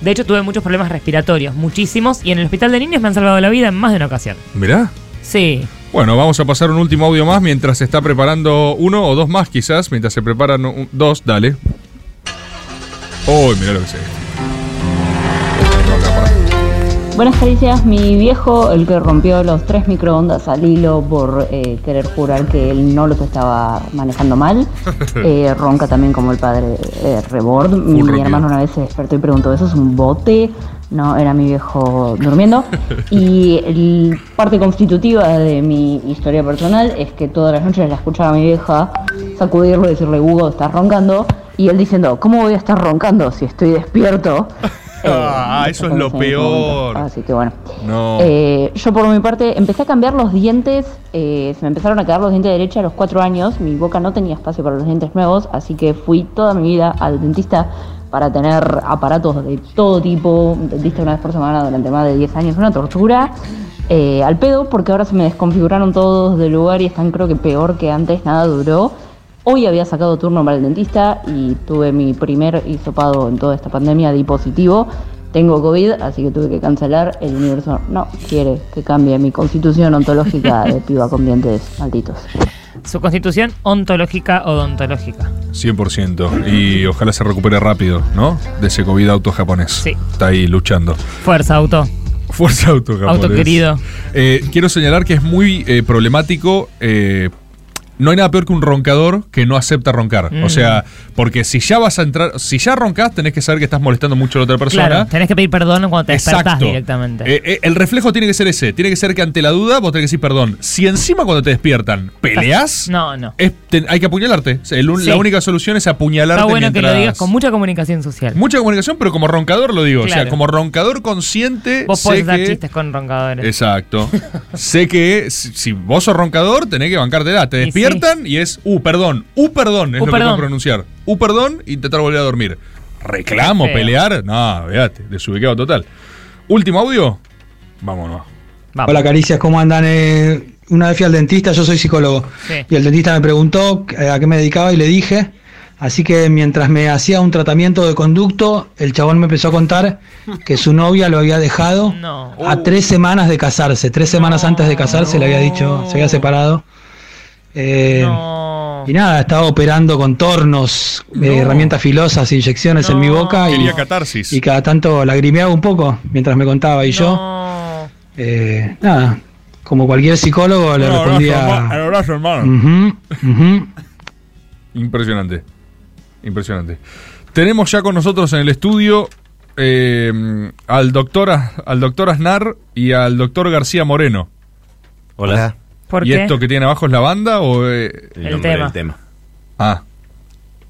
[SPEAKER 6] De hecho, tuve muchos problemas respiratorios, muchísimos, y en el hospital de niños me han salvado la vida en más de una ocasión.
[SPEAKER 7] Mirá.
[SPEAKER 6] Sí.
[SPEAKER 7] Bueno, vamos a pasar un último audio más mientras se está preparando uno o dos más quizás, mientras se preparan un- dos, dale. Uy, mirá lo que se
[SPEAKER 5] Buenas caricias, mi viejo, el que rompió los tres microondas al hilo por eh, querer jurar que él no los estaba manejando mal, eh, ronca también como el padre eh, Rebord. Mi
[SPEAKER 23] ronquido.
[SPEAKER 5] hermano una vez se despertó y preguntó, ¿eso es un bote? No, era mi viejo durmiendo. Y el- parte constitutiva de mi historia personal es que todas las noches la escuchaba a mi vieja sacudirlo y decirle, Hugo, estás roncando. Y él diciendo, ¿cómo voy a estar roncando si estoy despierto?
[SPEAKER 7] Ah, eso es lo peor.
[SPEAKER 5] Así que bueno.
[SPEAKER 7] No.
[SPEAKER 5] Eh, yo por mi parte empecé a cambiar los dientes, eh, se me empezaron a quedar los dientes derechos a los cuatro años, mi boca no tenía espacio para los dientes nuevos, así que fui toda mi vida al dentista para tener aparatos de todo tipo, un dentista una vez por semana durante más de 10 años, una tortura. eh, al pedo, porque ahora se me desconfiguraron todos del lugar y están creo que peor que antes, nada duró. Hoy había sacado turno para el dentista y tuve mi primer hisopado en toda esta pandemia de positivo. Tengo COVID, así que tuve que cancelar. El universo no quiere que cambie mi constitución ontológica de piba con dientes malditos.
[SPEAKER 6] Su constitución ontológica odontológica.
[SPEAKER 15] 100%. Y ojalá se recupere rápido, ¿no? De ese COVID auto japonés.
[SPEAKER 6] Sí.
[SPEAKER 15] Está ahí luchando.
[SPEAKER 6] Fuerza, auto.
[SPEAKER 15] Fuerza auto japonés.
[SPEAKER 6] Auto querido.
[SPEAKER 15] Eh, quiero señalar que es muy eh, problemático eh,
[SPEAKER 7] no hay nada peor que un roncador que no acepta roncar.
[SPEAKER 6] Mm.
[SPEAKER 7] O sea, porque si ya vas a entrar, si ya roncas, tenés que saber que estás molestando mucho a la otra persona.
[SPEAKER 6] Claro, tenés que pedir perdón cuando te despertás
[SPEAKER 7] Exacto.
[SPEAKER 6] directamente.
[SPEAKER 7] Eh, eh, el reflejo tiene que ser ese. Tiene que ser que ante la duda vos tenés que decir perdón. Si encima cuando te despiertan peleas,
[SPEAKER 6] No, no.
[SPEAKER 7] hay que apuñalarte. O sea, el un-
[SPEAKER 6] Sí.
[SPEAKER 7] La única solución es apuñalarte.
[SPEAKER 6] Está bueno que lo
[SPEAKER 7] mientras-
[SPEAKER 6] digas con mucha comunicación social.
[SPEAKER 7] Mucha comunicación, pero como roncador lo digo. O sea,
[SPEAKER 6] Claro.
[SPEAKER 7] como roncador consciente.
[SPEAKER 6] Vos
[SPEAKER 7] Eh, sé
[SPEAKER 6] podés dar
[SPEAKER 7] que-
[SPEAKER 6] chistes con roncadores.
[SPEAKER 7] Exacto. sé que si, si vos sos roncador, tenés que bancártela. Te
[SPEAKER 6] Y
[SPEAKER 7] despiertan y, es, uh, perdón, uh, perdón, es
[SPEAKER 6] Uh,
[SPEAKER 7] lo que
[SPEAKER 6] perdón.
[SPEAKER 7] puedo pronunciar. Uh, perdón, y intentar volver a dormir. Reclamo,
[SPEAKER 6] Qué feo.
[SPEAKER 7] pelear, no, veate, desubicado total. Último audio, vámonos.
[SPEAKER 24] Hola caricias, ¿cómo andan? Eh, una vez fui al dentista, yo soy psicólogo,
[SPEAKER 6] Sí.
[SPEAKER 24] y el dentista me preguntó eh, a qué me dedicaba y le dije, así que mientras me hacía un tratamiento de conducto, el chabón me empezó a contar que su novia lo había dejado
[SPEAKER 9] Uh.
[SPEAKER 24] a tres semanas de casarse, tres semanas antes de casarse le había dicho, se había separado. Eh, Y nada, estaba operando con tornos, eh, herramientas filosas, inyecciones en mi boca y,
[SPEAKER 7] Quería catarsis.
[SPEAKER 24] y cada tanto lagrimeaba un poco mientras me contaba y yo... Eh, nada, como cualquier psicólogo le respondía.
[SPEAKER 7] abrazo, hermano.
[SPEAKER 24] "Ujú, ujú".
[SPEAKER 7] Impresionante. Impresionante. Tenemos ya con nosotros en el estudio eh, al, doctor, al doctor Aznar y al doctor García Moreno. Hola.
[SPEAKER 6] ¿Por
[SPEAKER 7] ¿Y
[SPEAKER 6] qué?
[SPEAKER 7] esto que tiene abajo es la banda o...? eh?
[SPEAKER 6] El nombre tema. del tema.
[SPEAKER 7] Ah.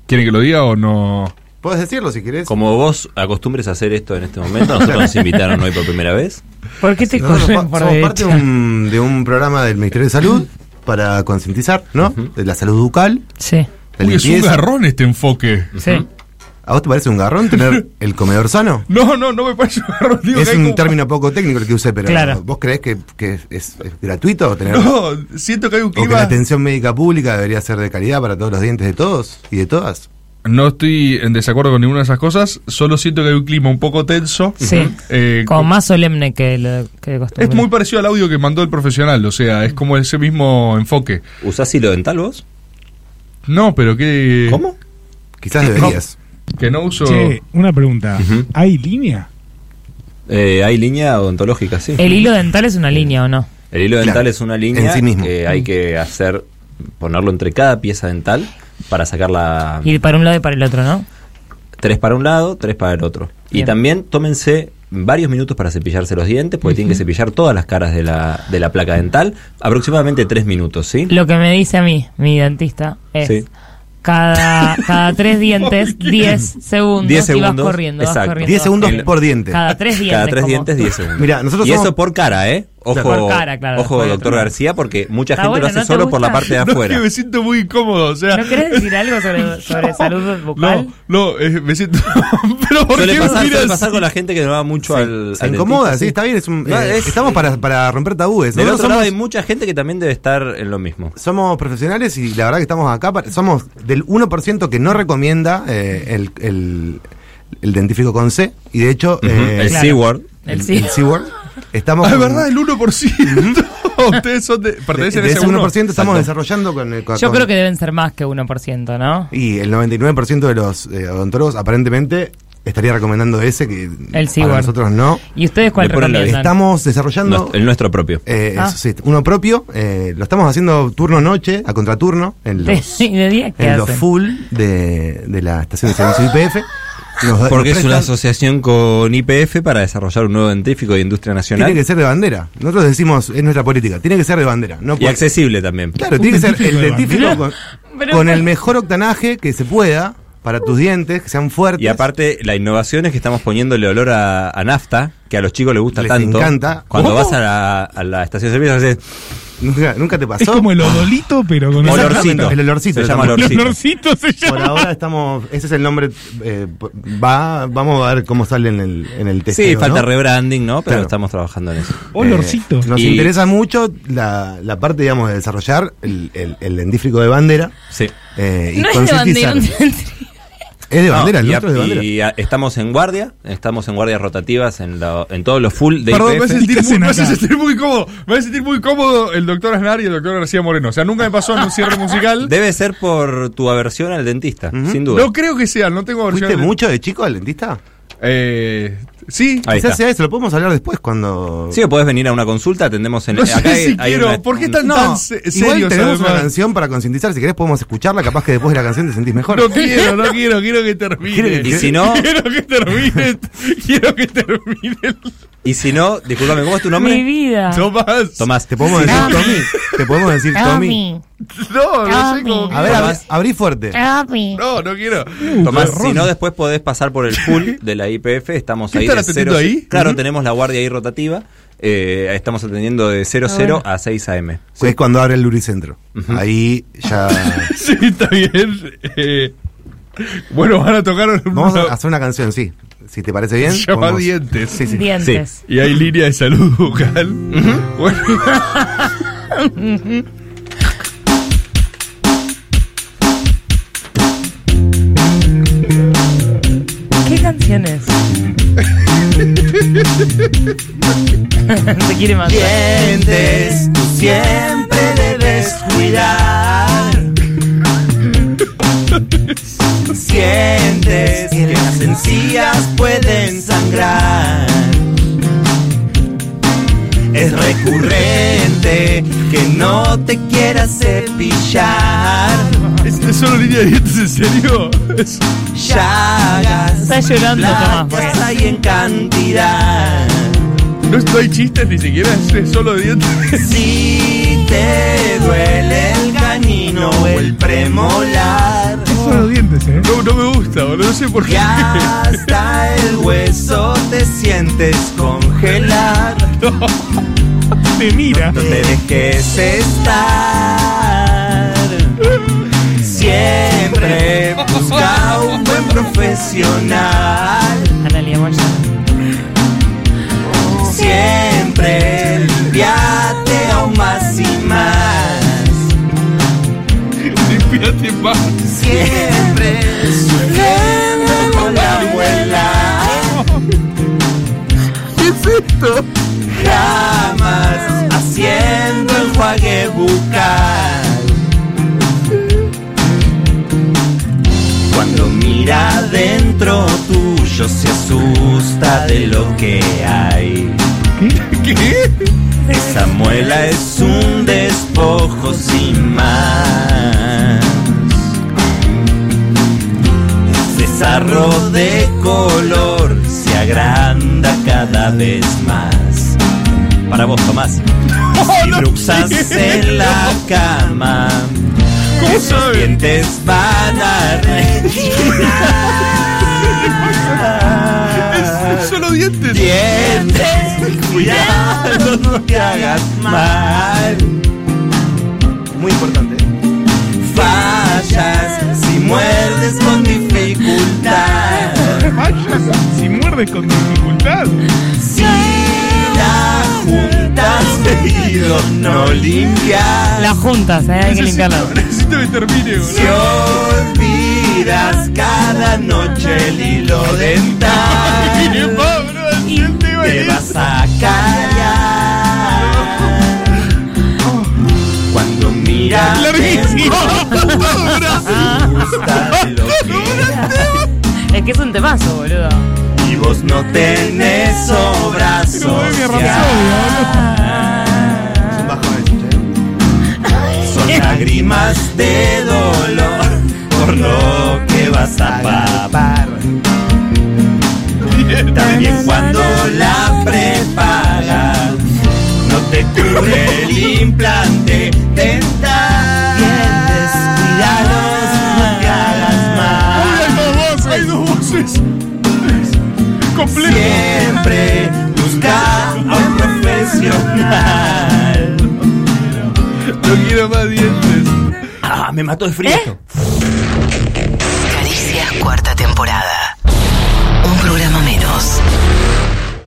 [SPEAKER 7] ¿Quieren que lo diga o no...?
[SPEAKER 17] Puedes decirlo si querés.
[SPEAKER 9] Como vos acostumbres a hacer esto en este momento, a nosotros nos invitaron hoy por primera vez.
[SPEAKER 6] ¿Por qué te
[SPEAKER 17] Nosotros
[SPEAKER 6] corren
[SPEAKER 17] pa-
[SPEAKER 6] por
[SPEAKER 17] somos parte de
[SPEAKER 6] derecha?
[SPEAKER 17] un, de un programa del Ministerio de Salud para concientizar, ¿no? De la salud bucal.
[SPEAKER 6] Sí.
[SPEAKER 17] la
[SPEAKER 7] Uy, es un
[SPEAKER 17] limpieza.
[SPEAKER 7] garrón este enfoque.
[SPEAKER 6] Sí.
[SPEAKER 17] ¿A vos te parece un garrón tener el comedor sano?
[SPEAKER 7] No, no, no me parece un garrón. digo
[SPEAKER 17] es
[SPEAKER 7] que hay
[SPEAKER 17] un
[SPEAKER 7] como-
[SPEAKER 17] término poco técnico el que usé, pero
[SPEAKER 7] Claro.
[SPEAKER 17] ¿vos creés que, que es, es gratuito tener
[SPEAKER 7] No, siento que hay un
[SPEAKER 17] o que la
[SPEAKER 7] clima...
[SPEAKER 17] atención médica pública debería ser de calidad para todos los dientes de todos y de todas?
[SPEAKER 7] No estoy en desacuerdo con ninguna de esas cosas, solo siento que hay un clima un poco tenso.
[SPEAKER 6] Sí.
[SPEAKER 7] Eh,
[SPEAKER 6] Como más solemne que, lo, que de costumbre.
[SPEAKER 7] Es muy parecido al audio que mandó el profesional, o sea, es como ese mismo enfoque. ¿Usás hilo dental vos? No, pero que... ¿Cómo?
[SPEAKER 17] Quizás
[SPEAKER 1] deberías.
[SPEAKER 7] que no uso...
[SPEAKER 1] Che, una pregunta. ¿Hay línea?
[SPEAKER 9] Eh, hay línea odontológica, sí.
[SPEAKER 6] ¿El hilo dental es una línea o no?
[SPEAKER 9] El hilo dental
[SPEAKER 6] Claro,
[SPEAKER 9] es una línea
[SPEAKER 6] en sí mismo.
[SPEAKER 9] que
[SPEAKER 17] Mm.
[SPEAKER 9] hay que hacer, ponerlo entre cada pieza dental para sacar la...
[SPEAKER 6] Y para un lado y para el otro, ¿no?
[SPEAKER 9] Tres para un lado, tres para el otro. Y
[SPEAKER 6] Bien.
[SPEAKER 9] también tómense varios minutos para cepillarse los dientes, porque tienen que cepillar todas las caras de la, de la placa dental, aproximadamente tres minutos, ¿sí?
[SPEAKER 6] Lo que me dice a mí, mi dentista, es
[SPEAKER 9] Sí.
[SPEAKER 6] cada, cada tres dientes, 10 segundos,
[SPEAKER 9] Diez
[SPEAKER 6] y vas corriendo. vas
[SPEAKER 9] exacto.
[SPEAKER 6] corriendo,
[SPEAKER 17] 10
[SPEAKER 6] vas
[SPEAKER 17] segundos
[SPEAKER 6] corriendo.
[SPEAKER 17] por diente.
[SPEAKER 6] Cada tres dientes.
[SPEAKER 9] Cada tres
[SPEAKER 6] como-
[SPEAKER 9] dientes, 10 segundos.
[SPEAKER 17] Mirá, nosotros
[SPEAKER 9] y
[SPEAKER 17] somos-
[SPEAKER 9] eso por cara, ¿eh? Ojo,
[SPEAKER 17] Claro.
[SPEAKER 6] Por cara, claro,
[SPEAKER 9] ojo
[SPEAKER 6] después
[SPEAKER 9] doctor
[SPEAKER 6] otro.
[SPEAKER 9] García, porque mucha
[SPEAKER 6] Está
[SPEAKER 9] gente
[SPEAKER 6] bueno,
[SPEAKER 9] lo hace
[SPEAKER 6] ¿no te
[SPEAKER 9] solo por la
[SPEAKER 6] gusta?
[SPEAKER 9] parte de
[SPEAKER 7] No, es
[SPEAKER 9] afuera.
[SPEAKER 7] que me siento muy incómodo, o sea...
[SPEAKER 6] ¿No querés decir algo sobre, sobre salud bucal?
[SPEAKER 7] No, no, eh, me siento... pero ¿por
[SPEAKER 9] Suele
[SPEAKER 7] qué
[SPEAKER 9] pasar,
[SPEAKER 7] me
[SPEAKER 9] suele
[SPEAKER 7] miras?
[SPEAKER 9] pasar con la gente que no va mucho al.
[SPEAKER 17] Se
[SPEAKER 9] al
[SPEAKER 17] incomoda,
[SPEAKER 9] dentista,
[SPEAKER 17] sí, está bien. es un-
[SPEAKER 9] No,
[SPEAKER 17] eh,
[SPEAKER 9] es-
[SPEAKER 17] estamos para, para romper tabúes. ¿eh?
[SPEAKER 9] Del
[SPEAKER 17] Nosotros
[SPEAKER 9] otro lado
[SPEAKER 17] somos-
[SPEAKER 9] hay mucha gente que también debe estar en lo mismo.
[SPEAKER 17] Somos profesionales y la verdad que estamos acá, para- somos del 1% que no recomienda eh, el, el, el dentífrico con C, y de hecho...
[SPEAKER 9] Ujú,
[SPEAKER 17] eh,
[SPEAKER 9] el Claro. C-word.
[SPEAKER 17] El,
[SPEAKER 9] El C-
[SPEAKER 17] el C-word. Estamos
[SPEAKER 7] Ah, es
[SPEAKER 17] con-
[SPEAKER 7] verdad, el 1%. Ustedes son de, pertenecen
[SPEAKER 17] de
[SPEAKER 7] a ese
[SPEAKER 17] ese 1% estamos
[SPEAKER 7] Exacto.
[SPEAKER 17] desarrollando con... el- con-
[SPEAKER 6] Yo creo que deben ser más que 1%, ¿no?
[SPEAKER 17] Y el 99% de los eh, odontólogos aparentemente estaría recomendando ese, que
[SPEAKER 6] El
[SPEAKER 17] para
[SPEAKER 6] C-word.
[SPEAKER 17] nosotros no.
[SPEAKER 6] ¿Y ustedes cuál
[SPEAKER 9] Le ponen la
[SPEAKER 6] recomiendan?
[SPEAKER 9] vista.
[SPEAKER 17] Estamos desarrollando...
[SPEAKER 9] Nos- el nuestro propio.
[SPEAKER 17] eh,
[SPEAKER 6] Ah.
[SPEAKER 17] eso sí, uno propio, eh, lo estamos haciendo turno-noche, a contraturno, en
[SPEAKER 6] De,
[SPEAKER 17] los,
[SPEAKER 6] de día, ¿qué
[SPEAKER 17] en los
[SPEAKER 6] hacen?
[SPEAKER 17] full de, de la estación de servicio IPF.
[SPEAKER 9] Porque es una asociación con IPF para desarrollar un nuevo dentífico de industria nacional.
[SPEAKER 17] Tiene que ser de bandera. Nosotros decimos, es nuestra política, tiene que ser de bandera. No
[SPEAKER 9] y
[SPEAKER 17] puede-
[SPEAKER 9] accesible también.
[SPEAKER 17] Claro, tiene que ser el dentífrico con,
[SPEAKER 6] Pero-
[SPEAKER 17] con el mejor octanaje que se pueda para tus dientes, que sean fuertes.
[SPEAKER 9] Y aparte, la innovación es que estamos poniéndole olor a, a nafta, que a los chicos les gusta
[SPEAKER 17] Les
[SPEAKER 9] tanto.
[SPEAKER 17] encanta.
[SPEAKER 9] Cuando
[SPEAKER 17] ¿Cómo?
[SPEAKER 9] vas a la, a la estación de servicio, haces
[SPEAKER 17] Nunca, nunca te pasó.
[SPEAKER 1] Es como el odolito, pero con
[SPEAKER 17] Exactamente, El olorcito.
[SPEAKER 9] Se llama
[SPEAKER 17] estamos-
[SPEAKER 9] olorcito. El
[SPEAKER 1] olorcito se llama.
[SPEAKER 17] Por ahora estamos. Ese es el nombre. eh, va, vamos a ver cómo sale en el, en el testeo.
[SPEAKER 9] Sí, falta
[SPEAKER 17] ¿no?
[SPEAKER 9] rebranding, ¿no? Pero
[SPEAKER 17] Claro.
[SPEAKER 9] estamos trabajando en eso.
[SPEAKER 2] Oh,
[SPEAKER 17] Eh, nos
[SPEAKER 9] Y-
[SPEAKER 17] interesa mucho la, la parte, digamos, de desarrollar el, el, el dentífrico de bandera.
[SPEAKER 9] Sí.
[SPEAKER 17] Eh, y
[SPEAKER 11] No es de bandera.
[SPEAKER 17] concientizar.
[SPEAKER 11] un diente.
[SPEAKER 17] Es de
[SPEAKER 9] No,
[SPEAKER 17] bandera, el
[SPEAKER 9] y a-
[SPEAKER 17] otro es de bandera.
[SPEAKER 9] Y a- estamos en guardia, estamos en guardias rotativas en, la- en todos los full de
[SPEAKER 7] Perdón, me
[SPEAKER 9] IPF.
[SPEAKER 7] hace, sentir muy, me hace sentir muy cómodo. Me hace sentir muy cómodo el doctor Aznar y el doctor García Moreno. O sea, nunca me pasó en un cierre musical.
[SPEAKER 9] Debe ser por tu aversión al dentista, sin duda.
[SPEAKER 7] No creo que sea, no tengo aversión.
[SPEAKER 17] ¿Fuiste
[SPEAKER 7] al-
[SPEAKER 17] mucho de chico al dentista?
[SPEAKER 2] Eh, sí,
[SPEAKER 9] Ahí
[SPEAKER 17] quizás
[SPEAKER 9] está.
[SPEAKER 17] sea eso. Lo podemos hablar después cuando.
[SPEAKER 9] Sí, o podés venir a una consulta, atendemos en eh,
[SPEAKER 17] No sé
[SPEAKER 9] acá
[SPEAKER 17] si
[SPEAKER 2] quiero, ¿por qué están tan se- serios,
[SPEAKER 17] Igual tenemos
[SPEAKER 2] además?
[SPEAKER 17] una canción para concientizar. Si querés, podemos escucharla. Capaz que después de la canción te sentís mejor.
[SPEAKER 2] No quiero, no quiero, quiero que termine.
[SPEAKER 9] Y si no-
[SPEAKER 2] Quiero que termine. Quiero que termine.
[SPEAKER 9] Y si no, discúlpame, ¿cómo es tu
[SPEAKER 13] Mi
[SPEAKER 9] nombre?
[SPEAKER 13] vida.
[SPEAKER 2] Tomás.
[SPEAKER 9] Tomás.
[SPEAKER 17] ¿Te podemos decir
[SPEAKER 9] Tommy?
[SPEAKER 17] Tommy? ¿Te podemos decir Tommy?
[SPEAKER 2] No, no sé
[SPEAKER 25] Tommy.
[SPEAKER 2] cómo.
[SPEAKER 17] A ver, abrí, abrí fuerte.
[SPEAKER 25] Papi.
[SPEAKER 2] No, no quiero.
[SPEAKER 9] Tomás,
[SPEAKER 2] Garrón.
[SPEAKER 9] si no, después podés pasar por el pool de la IPF. Estamos
[SPEAKER 2] ¿Qué
[SPEAKER 9] ahí
[SPEAKER 2] están
[SPEAKER 9] de
[SPEAKER 2] atendiendo
[SPEAKER 9] 0
[SPEAKER 2] ahí?
[SPEAKER 9] Claro,
[SPEAKER 2] Ujú.
[SPEAKER 9] tenemos la guardia ahí rotativa. Eh, estamos atendiendo de 00
[SPEAKER 17] bueno.
[SPEAKER 9] a 6 AM.
[SPEAKER 17] Que es cuando abre el Luricentro. Ahí ya.
[SPEAKER 2] sí, está bien. Eh, bueno, van a tocar. una-
[SPEAKER 17] Vamos a hacer una canción, sí. Si te parece bien.
[SPEAKER 2] Llamar
[SPEAKER 17] podemos-
[SPEAKER 2] dientes.
[SPEAKER 17] Sí, sí.
[SPEAKER 2] Sí. Y hay línea de salud bucal. Bueno.
[SPEAKER 13] ¿Qué canciones? Se quiere matar.
[SPEAKER 11] Dientes, tú siempre debes cuidar. Sientes que las encías pueden sangrar. Es recurrente que no te quieras cepillar.
[SPEAKER 2] ¿Es, es solo línea de dientes en serio? Es-
[SPEAKER 11] Llagas.
[SPEAKER 13] Está llorando, Tomás,
[SPEAKER 11] blancas hay en cantidad.
[SPEAKER 2] No estoy chistes ni siquiera, es, es solo de dientes.
[SPEAKER 11] Si te duele el canino o el premolar,
[SPEAKER 10] Es solo dientes, ¿eh?
[SPEAKER 2] No, no me gusta, boludo, no sé por qué.
[SPEAKER 11] ya hasta el hueso te sientes congelar.
[SPEAKER 10] Te mira.
[SPEAKER 11] No te dejes estar. Siempre busca un buen profesional.
[SPEAKER 13] Analia Moyano.
[SPEAKER 11] Siempre limpiate aún más y más.
[SPEAKER 2] Limpiate más.
[SPEAKER 11] Siempre sufriendo con la abuela. ¿Qué es esto? Jamás haciendo enjuague bucal. Cuando mira dentro tuyo se asusta de lo que hay.
[SPEAKER 2] ¿Qué?
[SPEAKER 11] Esa muela es un despojo sin más. Desarro de color se agranda cada vez más.
[SPEAKER 9] Para vos, Tomás.
[SPEAKER 11] Si bruxas en la cama, esos dientes van a rechinar.
[SPEAKER 2] Solo dientes.
[SPEAKER 11] Dientes, cuidado, no te hagas mal. ¿eh?
[SPEAKER 17] Muy importante.
[SPEAKER 11] Fallas si muerdes con dificultad.
[SPEAKER 10] Vaya, si muerdes con dificultad.
[SPEAKER 11] Si la juntas seguido, no limpias.
[SPEAKER 13] Las juntas, eh, hay que
[SPEAKER 2] Necesito,
[SPEAKER 13] limpiarlas.
[SPEAKER 2] necesito que termine, boludo.
[SPEAKER 11] Si olvidas cada noche el hilo dental, te vas a callar. Cuando miras,
[SPEAKER 2] Larguísimo.
[SPEAKER 13] Es que es un temazo, boludo.
[SPEAKER 11] y vos no tenés obras Son lágrimas de dolor por lo que vas a papar. También cuando la preparas, no te cubre el implante dental. Ah. Dientes, cuidados, no te hagas mal.
[SPEAKER 2] Hay dos voces, hay dos voces. Completo.
[SPEAKER 11] Siempre busca a un profesional.
[SPEAKER 2] No quiero más dientes.
[SPEAKER 9] Ah, me mató de
[SPEAKER 11] ¿Eh?
[SPEAKER 9] frío. esto.
[SPEAKER 12] Caricias cuarta temporada. Un programa menos.